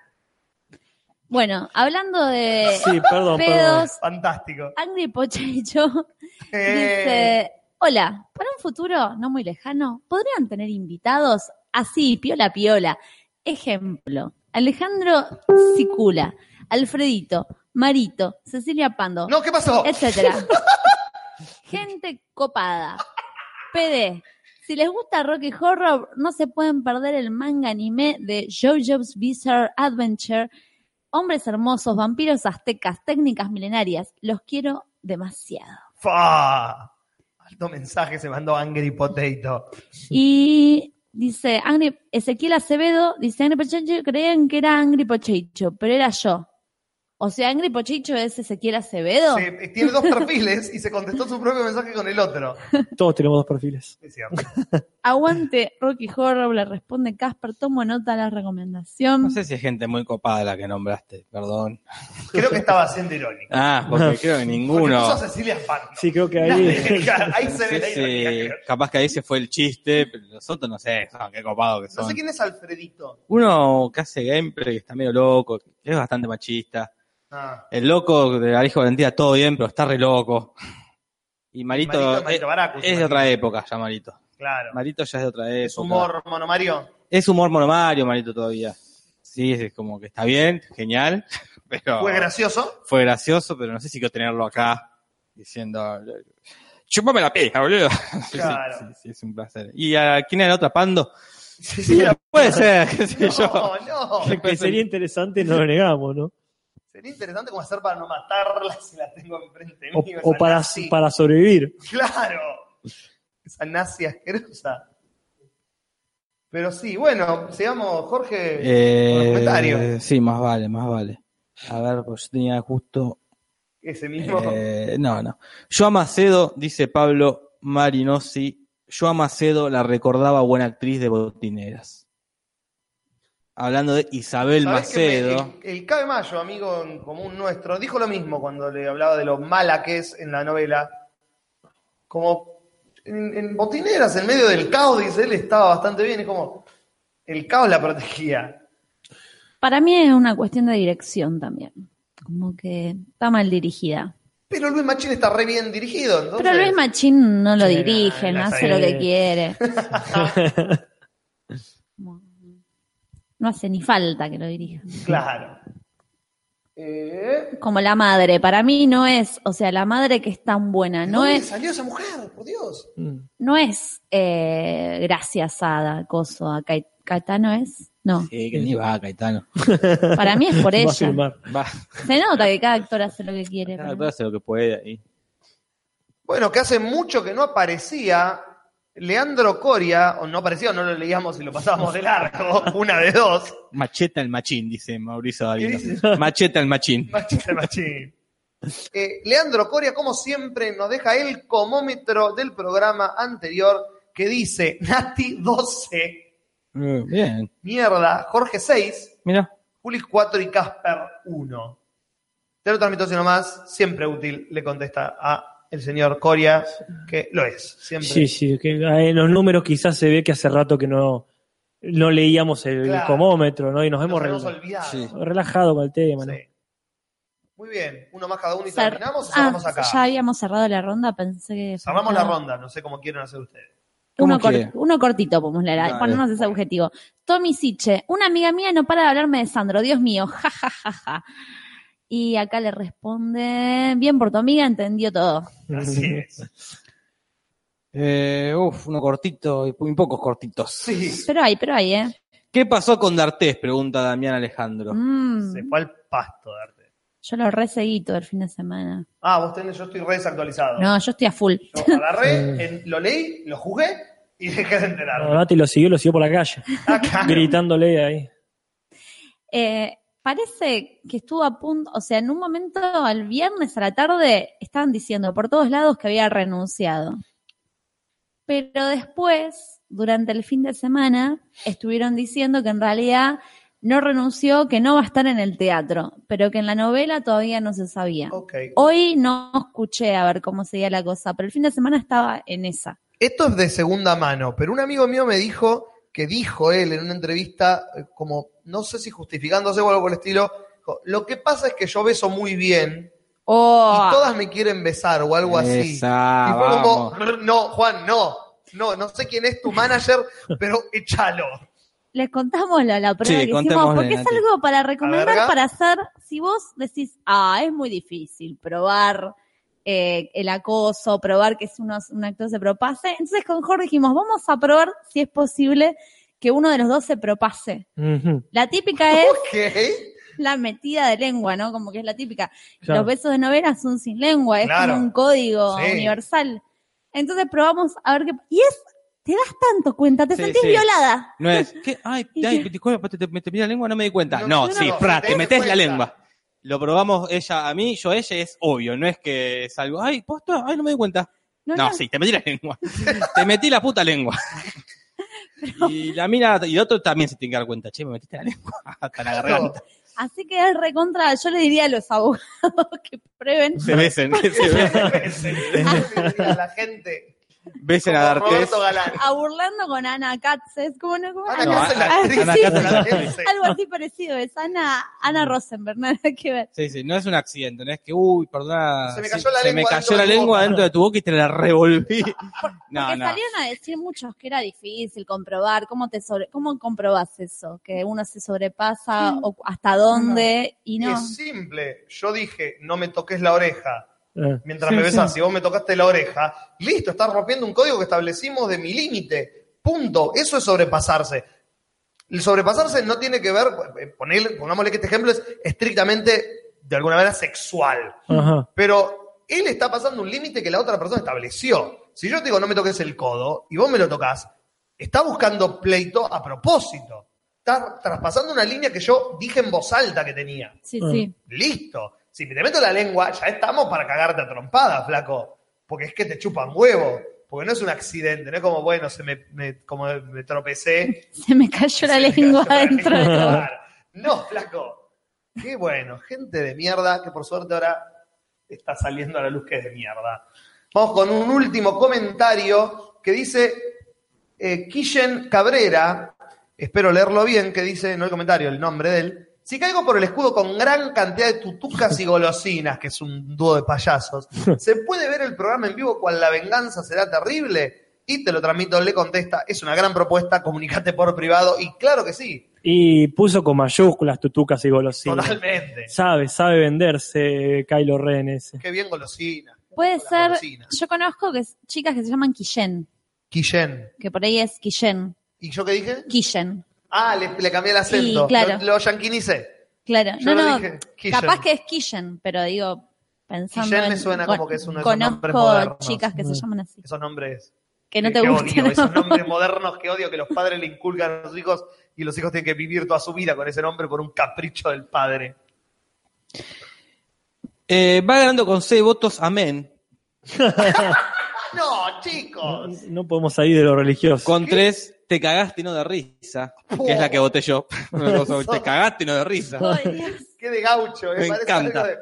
S4: Bueno, hablando de
S5: Sí, perdón, perdón.
S4: pedos,
S3: Fantástico.
S4: Angry Pocha y yo
S3: Eh,
S4: Dice, hola, para un futuro no muy lejano, ¿podrían tener invitados así, piola piola? Ejemplo, Alejandro Sicula, Alfredito, Marito, Cecilia Pando,
S3: no, ¿qué pasó?
S4: etcétera. Gente copada. PD. Si les gusta Rocky Horror, no se pueden perder el manga anime de JoJo's Bizarre Adventure. Hombres hermosos, vampiros aztecas, técnicas milenarias. Los quiero demasiado.
S3: Fa. Alto mensaje se mandó Angry Potato.
S4: Y dice Angry, Ezequiel Acevedo, dice Angry Pochicho, creían que era Angry Pochicho, pero era yo. O sea, Angry Pochicho es Ezequiel Acevedo.
S3: Se- eh, tiene dos perfiles y se contestó su propio mensaje con el otro.
S5: Todos tenemos dos perfiles.
S3: Es cierto.
S4: Aguante, Rocky Horror, le responde Casper, tomo nota de la recomendación.
S6: No sé si es gente muy copada la que nombraste, perdón.
S3: Creo que estaba siendo irónico.
S6: Ah, porque creo que
S3: Porque
S6: ninguno.
S3: puso a Cecilia Pando.
S5: Sí, creo que ahí.
S3: Ahí
S6: No
S3: se ve
S6: sé
S3: la
S6: si-
S3: ironía.
S6: capaz que ahí se fue el chiste, pero nosotros no sé, ah, qué copado que
S3: No sé
S6: son.
S3: quién es Alfredito.
S6: Uno que hace gameplay que está medio loco, que es bastante machista.
S3: Ah,
S6: El loco de Alejo Valentía, todo bien, pero está re loco. Y Marito,
S3: Marito,
S6: eh,
S3: Marito Baracus,
S6: es de
S3: imagino.
S6: otra época ya, Marito.
S3: claro.
S6: Marito ya es de otra época.
S3: Es humor monomario.
S6: Es humor monomario, Marito, todavía. Sí, es como que está bien, genial, pero
S3: Fue gracioso.
S6: fue gracioso, pero no sé si quiero tenerlo acá diciendo, chupame la pija, boludo. Sí,
S3: Claro.
S6: Sí, sí, es un placer. ¿Y a quién era el otro? ¿A ¿Pando?
S3: Sí, sí, la-
S6: Puede ser, qué sé yo.
S3: No, no.
S5: Que
S6: Pues, eh,
S5: sería interesante, no lo negamos, ¿no?
S3: Sería interesante cómo hacer para no matarla si la tengo enfrente
S5: O,
S3: mío.
S5: o
S3: esa
S5: para,
S3: nazi.
S5: para sobrevivir.
S3: Claro. Esa nazi asquerosa. Pero sí, bueno, sigamos, Jorge. Con
S6: Eh,
S3: los comentarios.
S6: sí, más vale, más vale. A ver, pues yo tenía justo...
S3: Ese mismo.
S6: eh, no, no. Yo a Macedo, dice Pablo Marinosi, yo a Macedo la recordaba buena actriz de Botineras. Hablando de Isabel
S3: ¿Sabés que me-
S6: Macedo.
S3: el, el Cabe Mayo, amigo en común nuestro, dijo lo mismo cuando le hablaba de lo mala que es en la novela. Como en, en botineras, en medio del caos, dice él, estaba bastante bien. Es como el caos la protegía.
S4: Para mí es una cuestión de dirección también. Como que está mal dirigida.
S3: Pero Luis Machín está re bien dirigido. Entonces,
S4: Pero Luis Machín no lo
S5: Sí,
S3: no,
S4: dirige, no
S3: no sabe.
S4: hace lo que quiere. No hace ni falta que lo dirija.
S3: Claro. Eh,
S4: Como la madre, para mí no es, o sea, la madre que es tan buena,
S3: ¿de
S4: no
S3: dónde
S4: es,
S3: salió esa mujer? Por Dios.
S5: Mm.
S4: no es eh, gracias a Coso, a Cai- Caetano es. No,
S6: Sí, eh, que ni va, Caetano.
S4: para mí es por
S5: Va a
S4: ella.
S5: firmar.
S6: Va.
S4: Se nota que cada actor hace lo que quiere.
S6: Cada
S4: para mí.
S6: actor hace lo que puede ahí.
S3: Bueno, que hace mucho que no aparecía Leandro Coria, o no aparecía, o no lo leíamos y lo pasábamos de largo, una de dos.
S6: Macheta el machín, dice Mauricio
S3: ¿Qué
S6: Davino.
S3: dice?
S6: Macheta el machín.
S3: Machín el machín. Eh, Leandro Coria, como siempre, nos deja el comómetro del programa anterior que dice Nati 12,
S6: Eh, Bien,
S3: mierda, Jorge 6,
S6: mira.
S3: Juli 4 y Casper 1. Te lo transmito así nomás, siempre útil, le contesta a el señor Coria, que lo es, siempre.
S5: Sí, sí, que eh, en los números quizás se ve que hace rato que no, no leíamos el
S3: Claro.
S5: comómetro, ¿no? Y nos
S3: Nos
S5: hemos
S3: hemos
S5: rel-
S3: olvidado.
S6: Sí.
S5: relajado con el tema, ¿no?
S3: Sí. Muy bien, uno más cada uno y
S4: Cer-
S3: terminamos o
S4: Ah,
S3: cerramos acá.
S4: ya Ah. habíamos cerrado la ronda, pensé que...
S3: Cerramos la
S4: faltaba.
S3: ronda, no sé cómo quieren hacer ustedes.
S4: Uno,
S6: ¿Cómo que?
S4: cor- uno cortito, podemos leer,
S6: Dale.
S4: ponernos ese objetivo. Tommy Siche, una amiga mía no para de hablarme de Sandro, Dios mío, ja, ja, ja, ja. Y acá le responde, bien por tu amiga, entendió todo.
S3: Así es.
S6: Eh, uf, uno cortito y muy pocos cortitos.
S3: Sí.
S4: Pero hay, pero hay, ¿eh?
S6: ¿Qué pasó con D'Artés? Pregunta Damián Alejandro.
S4: Mm,
S3: Se fue al pasto, Darte.
S4: yo lo reseguí todo el fin de semana.
S3: Ah, vos tenés, yo estoy re desactualizado.
S4: No, yo estoy a full.
S3: Yo agarré, en- lo leí, lo jugué y dejé de
S5: No,
S3: enterarme.
S5: Nati lo siguió, lo siguió por la calle,
S3: Acá.
S5: gritándole ahí.
S4: Eh, parece que estuvo a punto, o sea, en un momento al viernes a la tarde estaban diciendo por todos lados que había renunciado. Pero después, durante el fin de semana, estuvieron diciendo que en realidad no renunció, que no va a estar en el teatro, pero que en la novela todavía no se sabía.
S3: Ok.
S4: Hoy no escuché a ver cómo seguía la cosa, pero el fin de semana estaba en esa.
S3: Esto es de segunda mano, pero un amigo mío me dijo que dijo él en una entrevista, eh, como no sé si justificándose o algo por el estilo, dijo, lo que pasa es que yo beso muy bien
S4: Oh,
S3: y todas me quieren besar o algo así.
S6: Esa,
S3: y fue como,
S6: vamos.
S3: no, Juan, no, no, no sé quién es tu manager, pero échalo.
S4: Les contamos la, la prueba
S6: Sí,
S4: que hicimos,
S6: contémosle,
S4: porque es
S6: Nati.
S4: algo para
S3: A ver,
S4: recomendar,
S3: acá.
S4: para hacer, si vos decís, ah, es muy difícil probar eh, el acoso, probar que es unos- un actor se propase, entonces con Jorge dijimos, vamos a probar si es posible que uno de los dos se propase.
S5: Ujú.
S4: La típica es
S3: Ok.
S4: la metida de lengua, ¿no? Como que es la típica.
S5: Claro.
S4: Los besos de novela son sin lengua, es
S3: Claro.
S4: como un código
S3: Sí.
S4: universal. Entonces probamos a ver qué... Y es, te das tanto cuenta, te
S6: Sí,
S4: sentís
S6: sí.
S4: violada.
S6: No es, ¿qué? Ay, ay, disculpa, te, me te metí la lengua, no me di cuenta.
S3: No,
S6: No,
S3: no,
S6: sí,
S3: no,
S6: fra,
S3: te
S6: te
S3: das
S6: metes
S3: cuenta.
S6: la lengua. Lo probamos ella a mí, yo a ella, es obvio, no es que es algo, ay, posta, ay, no me di cuenta.
S4: No,
S6: No,
S4: no,
S6: sí, te metí la lengua. te metí la puta lengua. Y la mina, y el otro también se tiene que dar cuenta, che, me metiste la lengua hasta la garganta.
S4: Así que es recontra, yo le diría a los abogados que prueben.
S6: Se besen, se besen,
S3: A la gente.
S6: besen a
S3: Como
S6: D'Artés.
S3: Roberto Galán.
S4: A burlando con Ana Katzes, como no, como
S3: Ana
S6: No,
S3: Katz es la
S6: Ana-
S3: actriz,
S6: Ana
S3: sí.
S6: Katz es la actriz.
S3: Sí.
S4: algo así parecido, es Ana, Ana Rosenberg, nada que ver.
S6: Sí, sí, no es un accidente, no es que, uy, perdona.
S3: Se me
S6: sí,
S3: cayó la
S6: se me
S3: lengua dentro
S6: cayó la
S3: de tu
S6: lengua
S3: boca.
S6: dentro de tu boca y te la revolví. No,
S4: Porque
S6: no.
S4: salieron a decir muchos que era difícil comprobar, cómo te sobre, cómo comprobás eso, que uno se sobrepasa o hasta dónde y no.
S3: Es simple. Yo dije, no me toques la oreja.
S5: Eh.
S3: Mientras
S5: Sí,
S3: me
S5: sí.
S3: besas, si vos me tocaste la oreja, listo, estás rompiendo un código que establecimos de mi límite. Punto. Eso es sobrepasarse. El sobrepasarse no tiene que ver, eh, ponele- pongámosle que este ejemplo es estrictamente, de alguna manera, sexual.
S5: Ajá.
S3: Pero él está pasando un límite que la otra persona estableció. Si yo te digo no me toques el codo y vos me lo tocas, está buscando pleito a propósito. Está traspasando una línea que yo dije en voz alta que tenía.
S4: Sí,
S5: Ah.
S4: sí.
S3: Listo. Si te meto la lengua, ya estamos para cagarte a trompada, flaco. Porque es que te chupan huevo. Porque no es un accidente, no es como, bueno, se me, me- como me tropecé.
S4: Se me cayó la
S3: se me
S4: lengua
S3: cayó la
S4: dentro de
S3: lengua.
S4: todo.
S3: No, flaco. Qué bueno, gente de mierda que por suerte ahora está saliendo a la luz que es de mierda. Vamos con un último comentario que dice eh, Kishen Cabrera, espero leerlo bien, que dice, no el comentario, el nombre de él. Si caigo por el escudo con gran cantidad de tutucas y golosinas, que es un dúo de payasos, ¿se puede ver el programa en vivo cual la venganza será terrible? Y te lo transmito, le contesta, es una gran propuesta, comunicate por privado, y claro que sí,
S5: Y puso con mayúsculas tutucas y golosinas.
S3: totalmente.
S5: Sabe, sabe venderse Kylo Ren ese.
S3: Qué bien golosina.
S4: Puede
S3: Las
S4: ser,
S3: golosinas.
S4: yo conozco que, chicas que se llaman Quillén,
S3: Quillén.
S4: que por ahí es Quillén,
S3: ¿Y yo qué dije?
S4: Quillén.
S3: Ah, le, le cambié el acento.
S4: claro.
S3: Lo, lo yanquinicé.
S4: Claro,
S3: Yo
S4: no,
S3: lo
S4: no,
S3: dije, Kishen.
S4: capaz que es Kishen, pero digo, pensando
S3: Kishen me
S4: en-
S3: suena
S4: con-
S3: como que es uno de esos nombres
S4: Conozco
S3: modernos.
S4: chicas que se llaman así,
S3: Esos nombres
S4: que no
S3: que-
S4: te
S3: que
S4: gustan.
S3: odio, esos nombres modernos que odio que los padres le inculcan a los hijos y los hijos tienen que vivir toda su vida con ese nombre por un capricho del padre.
S6: Eh, va ganando con seis votos, amén.
S3: Ah, No,
S5: No,
S3: chicos.
S5: no podemos salir de lo religioso.
S6: Con tres, te cagaste y no de risa, que es la que voté yo. te cagaste y no de risa.
S4: Ay, Dios.
S3: Qué de gaucho, eh,
S6: Me
S3: parece
S6: encanta.
S3: algo de-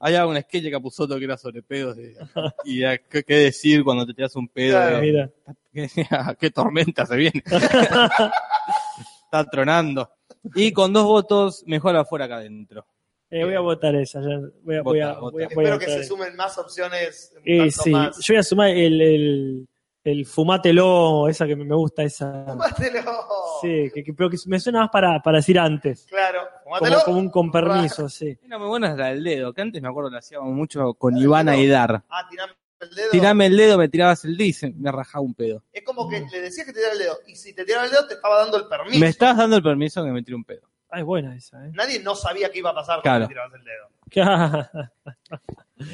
S6: Había un sketch de Capuzoto que era sobre pedos. de- y a- qué, qué decir cuando te tiras un pedo.
S3: Claro.
S6: de-
S5: Mira.
S6: que decía, qué tormenta se viene. Está tronando. Y con dos votos, mejor afuera que adentro.
S5: Eh, voy a votar esa. ya. Voy a, voy a-
S6: Vota, vota.
S5: voy a- voy a
S3: Espero que
S5: votar
S3: se sumen más opciones. un
S5: Eh,
S3: tanto
S5: sí,
S3: más.
S5: yo voy a sumar el, el, el fumatelo, esa que me me gusta, esa.
S3: Fumátelo.
S5: Sí, que, que- pero que me suena más para, para decir antes.
S3: Claro.
S5: Como,
S3: fumátelo.
S5: como un con permiso, sí. Ah,
S6: Una muy buena es la del dedo, que antes me acuerdo la hacíamos mucho con Ivana Idar.
S3: Ah, tirame el dedo.
S6: Tirame el dedo, me tirabas el dedo y se- me rajaba un pedo.
S3: Es como que le decías que te tirara el dedo. Y si te tiraba el dedo, te estaba dando el permiso.
S6: Me estabas dando el permiso que me tire un pedo.
S5: Ah, es buena esa, ¿eh?
S3: Nadie no sabía qué iba a pasar cuando
S6: Claro.
S3: te tirabas el dedo.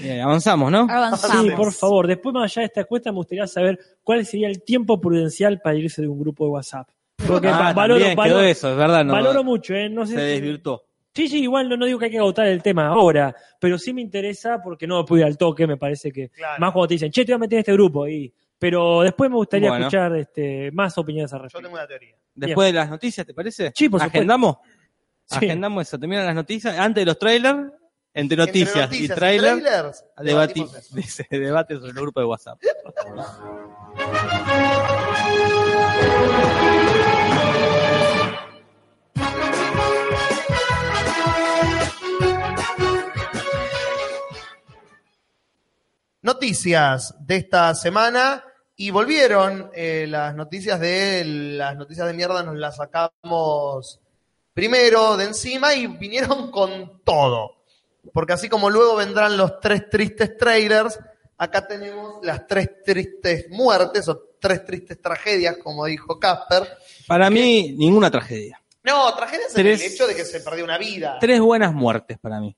S6: Bien, avanzamos, ¿no?
S5: Ah,
S6: Ah,
S4: Avanzamos.
S5: Sí, por favor. Después, más allá de esta encuesta, me gustaría saber cuál sería el tiempo prudencial para irse de un grupo de WhatsApp. Porque
S6: Ah,
S5: va- valoro,
S6: también quedó
S5: valoro-
S6: eso, es verdad. No,
S5: valoro mucho, ¿eh? No sé
S6: se
S5: si-
S6: desvirtuó.
S5: Sí, sí, igual no, no digo que hay que agotar el tema ahora, pero sí me interesa porque no pude ir al toque, me parece que.
S3: Claro.
S5: Más cuando te dicen, che, te voy a meter en este grupo. Y... Pero después me gustaría
S6: Bueno.
S5: escuchar este, más opiniones al respecto.
S3: Yo tengo una teoría.
S6: Después de las noticias, ¿te parece?
S5: Sí, por supuesto.
S6: ¿Agendamos?
S5: Sí.
S6: Agendamos eso. Terminan las noticias. Antes de los trailers, entre noticias,
S3: Entre
S6: y
S3: noticias
S6: trailers,
S3: trailers,
S6: debati-
S3: debatimos eso.
S6: se debate sobre el grupo de WhatsApp.
S3: Noticias de esta semana. Y volvieron eh, las noticias de las noticias de mierda, nos las sacamos primero de encima y vinieron con todo. Porque así como luego vendrán los tres tristes trailers, acá tenemos las tres tristes muertes o tres tristes tragedias, como dijo Casper.
S6: Para mí, ninguna tragedia.
S3: No, tragedias en
S6: Tres-
S3: el hecho de que se perdió una vida.
S6: Tres buenas muertes para mí.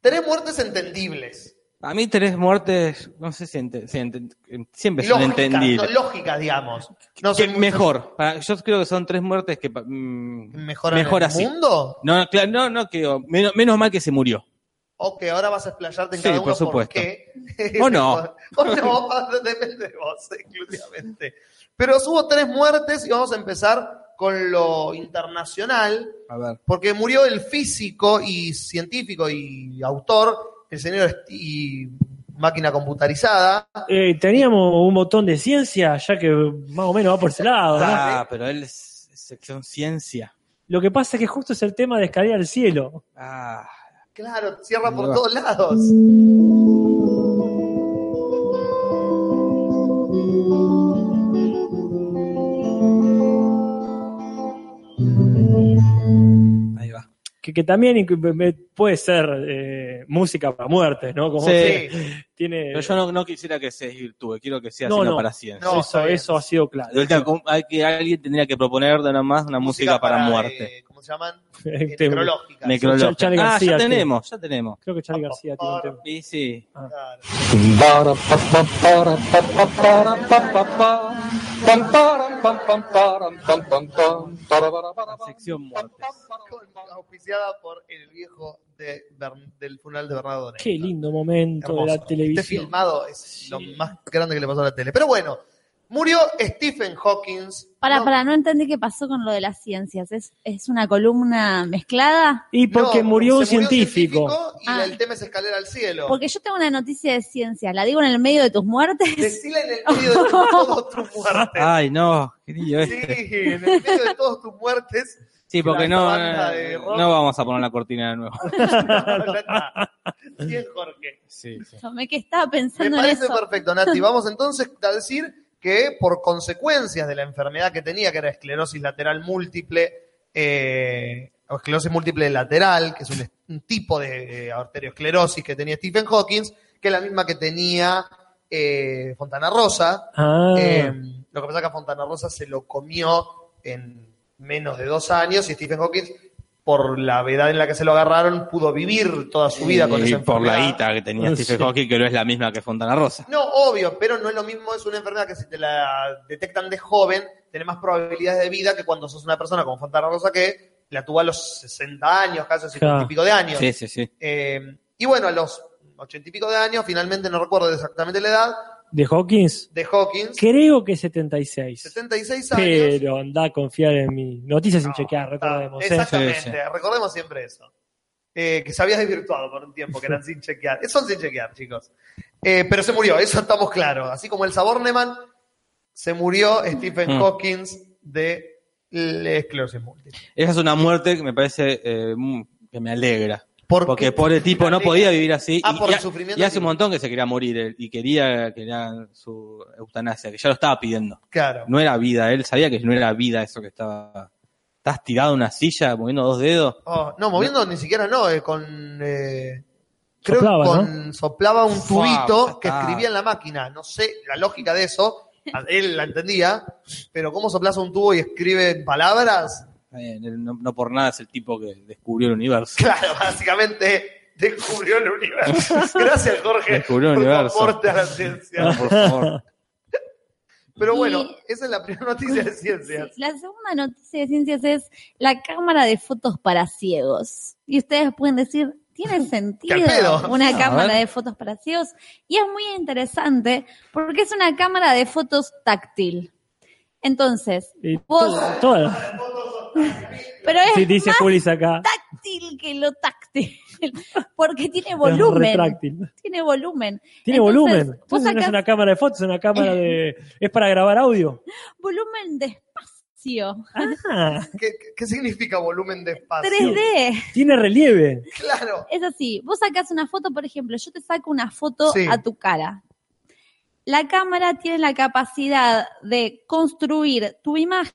S3: Tres muertes entendibles.
S6: A mí tres muertes, no sé si, ente- si ente- siempre son
S3: Lógicas,
S6: entendibles.
S3: no, lógicas, digamos. No
S6: Que
S3: son muy-
S6: mejor. Para- yo creo que son tres muertes que... pa- mm,
S3: ¿Mejoran
S6: Mejor
S3: el
S6: así.
S3: mundo?
S6: no, no, claro, no, no, que, menos, menos mal que se murió.
S3: Ok, ahora vas a explayarte en
S6: Sí,
S3: cada uno
S6: por supuesto.
S3: qué.
S6: O no.
S3: o no, depende de vos, exclusivamente. Pero hubo tres muertes y vamos a empezar con lo internacional,
S6: A ver.
S3: porque murió el físico y científico y autor, el señor St- y máquina computarizada.
S5: Eh, teníamos un montón de ciencia, ya que más o menos va por ese lado. ¿no?
S6: Ah, pero él es sección ciencia.
S5: Lo que pasa es que justo es el tema de escalar al cielo.
S6: Ah,
S3: Claro, cierra por
S6: Ahí va.
S3: todos lados.
S6: ahí va.
S5: Que, que también inc- me- me- puede ser eh, música para muertes, ¿no? Como
S6: Sí.
S5: que tiene.
S6: Pero yo no, no quisiera que se desvirtúe, quiero que sea
S5: No,
S6: sino
S5: no.
S6: para ciencia.
S3: No, está
S5: eso,
S3: bien.
S5: eso ha sido claro.
S6: De última, como- hay que, alguien tendría que proponer de nomás una música, para, muerte.
S3: eh, ¿Cómo se llaman? Eh,
S5: Este,
S3: Necrológicas.
S6: Necrológica.
S5: Char- Charlie
S6: ah,
S5: García,
S6: ya
S5: tío.
S6: tenemos, ya tenemos.
S5: creo que Charlie García tiene un tema.
S6: Y sí.
S3: Claro.
S6: La sección muertes.
S3: Con- auspiciada por el viejo de Bern- del funeral de Bernardo Neira.
S5: Qué lindo momento
S3: Hermoso.
S5: de la televisión.
S3: Este filmado es lo más grande que le pasó a la tele. Pero bueno, murió Stephen Hawking.
S4: Para,
S3: No,
S4: para, no entendí qué pasó con lo de las ciencias. ¿Es, es una columna mezclada?
S5: Y porque
S3: no,
S5: murió
S3: se
S5: un científico.
S3: y
S4: Ah.
S3: el tema es escalera al cielo.
S4: Porque yo tengo una noticia de ciencias. ¿La digo en el medio de tus muertes?
S3: Decila en el medio de todos tus muertes.
S5: Ah,
S6: Ay, no, querido
S3: Sí,
S6: este.
S3: en el medio de todos tus muertes.
S6: Sí, porque
S3: la
S6: no,
S3: banda de rock.
S6: no vamos a poner la cortina de nuevo.
S3: Ya está. Bien, Jorge.
S6: Sí, sí.
S4: Tomé que estaba
S3: Me
S4: pensando en
S3: parece
S4: eso.
S3: perfecto, Nati. Vamos entonces a decir que por consecuencias de la enfermedad que tenía, que era esclerosis lateral múltiple, eh, o esclerosis múltiple lateral, que es un, es- un tipo de eh, arteriosclerosis que tenía Stephen Hawking, que es la misma que tenía eh, Fontana Rosa.
S5: Ah,
S3: Eh, lo que pasa es que a Fontana Rosa se lo comió en menos de dos años y Stephen Hawking, por la edad en la que se lo agarraron, pudo vivir toda su vida con
S6: Y
S3: esa
S6: por
S3: enfermedad.
S6: la guita que tenía
S5: Sí.
S6: Stephen Hawking, que no es la misma que Fontana Rosa.
S3: No, obvio, pero no es lo mismo, es una enfermedad que si te la detectan de joven, tiene más probabilidades de vida que cuando sos una persona como Fontana Rosa que la tuvo a los 60 años, casi 50 y
S5: Claro.
S3: pico de años.
S6: Sí, sí, sí.
S3: Eh, y bueno, a los 80 y pico de años, finalmente no recuerdo exactamente la edad,
S5: de Hawkins,
S3: de Hawkins,
S5: creo que 76.
S3: 76 años.
S5: pero anda a confiar en mi noticia sin
S3: No,
S5: chequear,
S3: está-
S5: recordemos. ¿eh?
S3: Ah, Exactamente,
S6: Sí,
S3: recordemos siempre eso. Eh, que se había desvirtuado por un tiempo, que eran sin chequear. Eh, Son sin chequear, chicos. Eh, pero se murió, eso estamos claros. Así como el Saborneman, se murió Stephen
S6: Mm.
S3: Hawking de la esclerosis múltiple.
S6: Esa es una muerte que me parece eh, mm, que me alegra.
S3: ¿Por
S6: Porque
S3: qué?
S6: pobre tipo no podía vivir así.
S3: Ah,
S6: y,
S3: por
S6: y
S3: el
S6: ha-
S3: sufrimiento
S6: y hace
S3: que-
S6: un montón que se quería morir él, y quería que le hagan su eutanasia, que ya lo estaba pidiendo.
S3: Claro.
S6: No era vida, él sabía que no era vida eso que estaba. Estás tirado a una silla moviendo dos dedos.
S3: Oh, no, moviendo ni siquiera no, eh, con eh, Creo
S5: Soplaba,
S3: que con- soplaba un
S6: Fua,
S3: tubito que
S6: fatal.
S3: escribía en la máquina. No sé la lógica de eso. A- Él la entendía. Pero cómo soplas un tubo y escribe palabras.
S6: Está bien, él No, no por nada es el tipo que descubrió el universo.
S3: Claro, básicamente descubrió el universo. Gracias, Jorge.
S6: Descubrió el
S3: por tu
S6: universo.
S3: aporte a la
S6: No,
S3: ciencia.
S6: por favor.
S3: Pero
S4: Y-
S3: bueno, esa es la primera noticia de
S4: Sí,
S3: ciencias.
S4: La segunda noticia de ciencias es la cámara de fotos para ciegos. Y ustedes pueden decir, ¿tiene sentido
S3: pedo?
S4: una
S6: A
S4: cámara
S6: ver.
S4: de fotos para ciegos? Y es muy interesante porque es una cámara de fotos táctil. Entonces,
S5: Y
S4: Vos-
S5: to- todas.
S4: pero es
S5: Sí, dice
S4: más
S5: Julis acá.
S4: táctil que lo táctil, porque tiene volumen.
S5: Retráctil.
S4: Tiene volumen.
S5: Tiene
S4: Entonces,
S5: volumen.
S4: vos
S5: Entonces no es
S4: sacás-
S5: una cámara de fotos, es una cámara de. es para grabar audio.
S4: Volumen de espacio.
S5: Ah,
S3: ¿Qué, qué significa volumen de espacio?
S4: 3D.
S5: tiene relieve.
S3: Claro.
S4: Es así, vos sacás una foto, por ejemplo, yo te saco una foto
S3: Sí.
S4: a tu cara. La cámara tiene la capacidad de construir tu imagen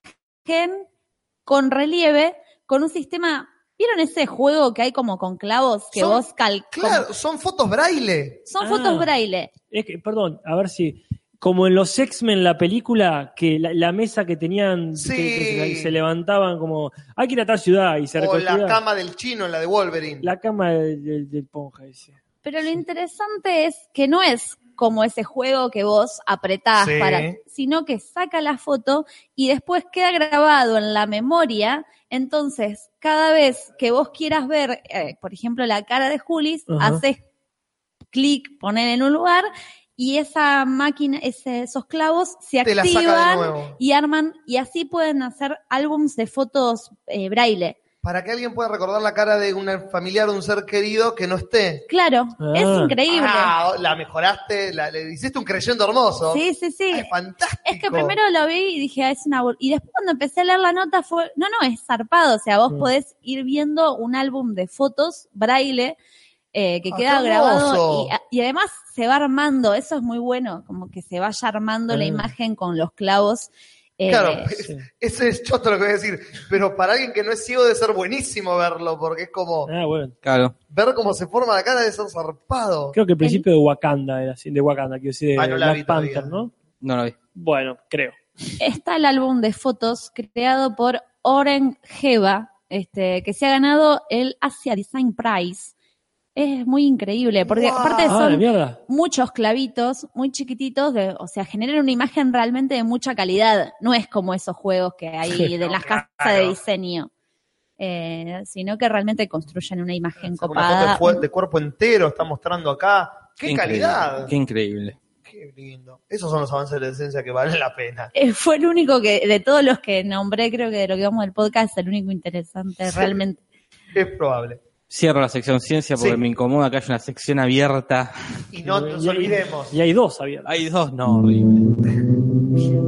S4: con relieve, con un sistema... ¿Vieron ese juego que hay como con clavos que
S3: Son-
S4: vos cal...
S3: Claro, son fotos braille.
S4: como- Son
S5: Ah.
S4: fotos braille.
S5: Es que, perdón, a ver si. Como en los X-Men, la película, que la, la mesa que tenían,
S3: Sí.
S5: que, que se, se levantaban como, hay que ir a tal ciudad y se
S3: O la
S5: reconstruía.
S3: cama del chino, la de Wolverine.
S5: La cama del, del- del Ponja, dice.
S4: Pero lo interesante es que no es como ese juego que vos apretás
S3: Sí.
S4: para, sino que saca la foto y después queda grabado en la memoria. Entonces, cada vez que vos quieras ver, eh, por ejemplo, la cara de Julis,
S5: Ajá.
S4: haces clic, poner en un lugar y esa máquina, ese- esos clavos se
S3: Te la
S4: activan
S3: saca de nuevo.
S4: y arman y así pueden hacer álbums de fotos eh, braille.
S3: Para que alguien pueda recordar la cara de un familiar, de un ser querido que no esté.
S4: Claro, es
S5: Ah.
S4: increíble.
S3: Ah, la mejoraste, la, le hiciste un creyendo hermoso.
S4: sí, sí, sí.
S3: Es fantástico.
S4: Es que primero lo vi y dije, ah, es una... bol-". Y después cuando empecé a leer la nota fue, no, no, es zarpado. O sea, vos
S5: Mm.
S4: podés ir viendo un álbum de fotos, braille, eh, que
S3: Ah,
S4: queda
S3: qué
S4: grabado.
S3: hermoso.
S4: Y, a- y además se va armando, eso es muy bueno, como que se vaya armando la
S5: Ah.
S4: imagen con los clavos. eh,
S3: Claro,
S5: Sí.
S3: ese es choto lo que voy a decir. Pero para alguien que no es ciego debe ser buenísimo verlo, porque es como
S5: Ah, bueno.
S6: Claro.
S3: ver cómo se forma la cara debe ser zarpado.
S5: Creo que el principio de Wakanda era así, de Wakanda, quiero decir, de
S3: Ah, no la vi
S5: Black
S3: todavía.
S5: Panther, ¿no?
S6: No lo vi.
S5: Bueno, creo.
S4: Está el álbum de fotos creado por Oren Geva, este, que se ha ganado el Asia Design Prize. Es muy increíble, porque
S3: Guau.
S4: aparte
S5: Ah,
S4: son
S5: la mierda.
S4: muchos clavitos, muy chiquititos, de, o sea, generan una imagen realmente de mucha calidad. No es como esos juegos que hay de
S3: No,
S4: las
S3: claro.
S4: casas de diseño, eh, sino que realmente construyen una imagen
S3: Una foto de
S4: copada.
S3: fue- de, cuerpo entero está mostrando acá. ¡Qué
S6: increíble,
S3: calidad!
S6: Qué increíble.
S3: Qué lindo. Esos son los avances de la ciencia que valen la pena.
S4: Eh, fue el único que, de todos los que nombré, creo que de lo que vamos del podcast, el único interesante
S3: Sí.
S4: realmente.
S3: Es probable.
S6: Cierro la sección ciencia porque
S3: Sí.
S6: me incomoda que haya una sección abierta.
S3: Y no nos
S5: Y hay-
S3: olvidemos.
S5: Y hay dos abiertos.
S6: Hay dos, no, horrible.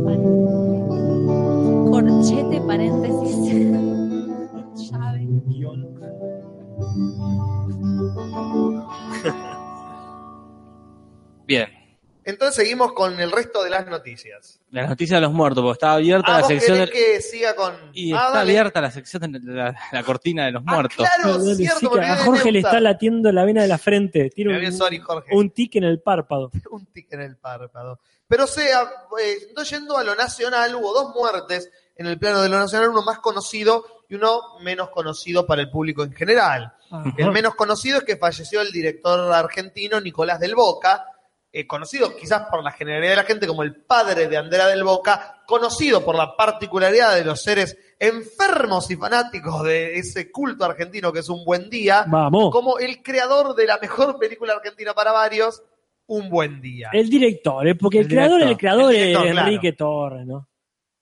S4: Bueno. Corchete, paréntesis. Llave.
S6: Bien.
S3: Entonces seguimos con el resto de las noticias.
S6: La noticia de los muertos, porque estaba abierta
S3: Ah,
S6: la
S3: vos
S6: sección
S3: querés
S6: del-
S3: que siga con.
S6: y
S3: Ah,
S6: está
S3: dale.
S6: abierta la sección de la, la cortina de los
S3: Ah,
S6: muertos.
S3: claro,
S5: Dale,
S3: cierto,
S5: chica,
S3: me olvidé
S5: a
S3: de
S5: Jorge le
S3: Neustadt.
S5: está latiendo la vena de la frente. Tiene
S3: Me había-
S5: un,
S3: sorry, Jorge.
S5: un tic en el párpado.
S3: un tic en el párpado. Pero sea, eh, no yendo a lo nacional, hubo dos muertes en el plano de lo nacional, uno más conocido y uno menos conocido para el público en general. El menos conocido es que falleció el director argentino Nicolás del Boca, eh, conocido quizás por la generalidad de la gente como el padre de Andrea del Boca, conocido por la particularidad de los seres enfermos y fanáticos de ese culto argentino que es un buen día,
S5: Ah, Vamos.
S3: como el creador de la mejor película argentina para varios, Un Buen Día.
S5: El director, eh, porque el,
S6: El
S5: creador es el
S6: director.
S5: creador
S3: El director,
S5: de
S3: claro.
S5: Enrique Torres, ¿no?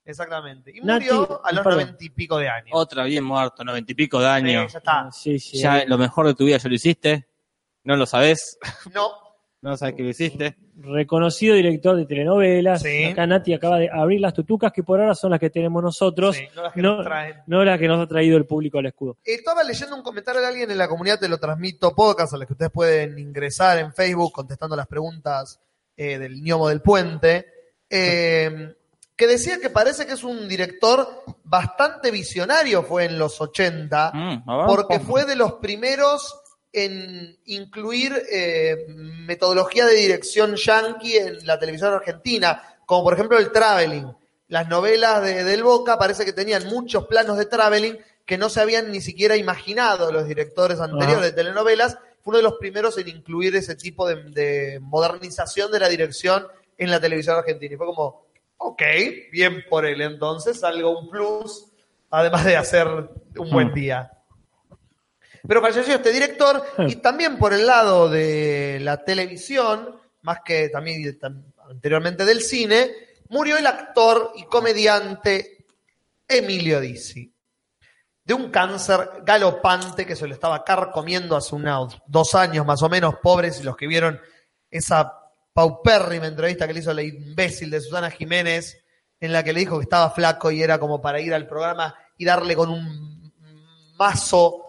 S3: Exactamente. Y
S5: Nati,
S3: murió a los
S5: perdón.
S3: noventa y pico de años.
S6: Otra bien muerto, noventa y pico de
S3: Sí,
S6: años.
S3: ya está.
S5: Ah, Sí, sí.
S6: Ya lo mejor de tu vida ya lo hiciste. No lo sabés.
S3: No,
S6: No sabés que lo hiciste.
S5: Reconocido director de telenovelas.
S3: Sí.
S5: Acá Nati acaba de abrir las tutucas que por ahora son las que tenemos nosotros,
S3: sí, no las que
S5: no-
S3: nos traen.
S5: no las que nos ha traído el público al escudo.
S3: Estaba leyendo un comentario de alguien en la comunidad, te lo transmito, podcast, a los que ustedes pueden ingresar en Facebook contestando las preguntas eh, del ñomo del puente, eh, que decía que parece que es un director bastante visionario, fue en los 80,
S6: Mm, a ver,
S3: porque
S6: pum.
S3: fue de los primeros en incluir eh, metodología de dirección yankee en la televisión argentina, como por ejemplo el traveling. Las novelas de, del Boca parece que tenían muchos planos de traveling que no se habían ni siquiera imaginado los directores
S6: Ah.
S3: anteriores
S5: Ajá.
S3: de telenovelas. Fue uno de los primeros en incluir ese tipo de, de modernización de la dirección en la televisión argentina. Y fue como, ok, bien por él entonces, algo un plus, además de hacer un buen
S5: Mm.
S3: día. Pero falleció este director y también por el lado de la televisión, más que también de- tam- anteriormente del cine, murió el actor y comediante Emilio Dizzi de un cáncer galopante que se lo estaba carcomiendo hace unos dos años más o menos, pobres y los que vieron esa paupérrima entrevista que le hizo la imbécil de Susana Jiménez, en la que le dijo que estaba flaco y era como para ir al programa y darle con un mazo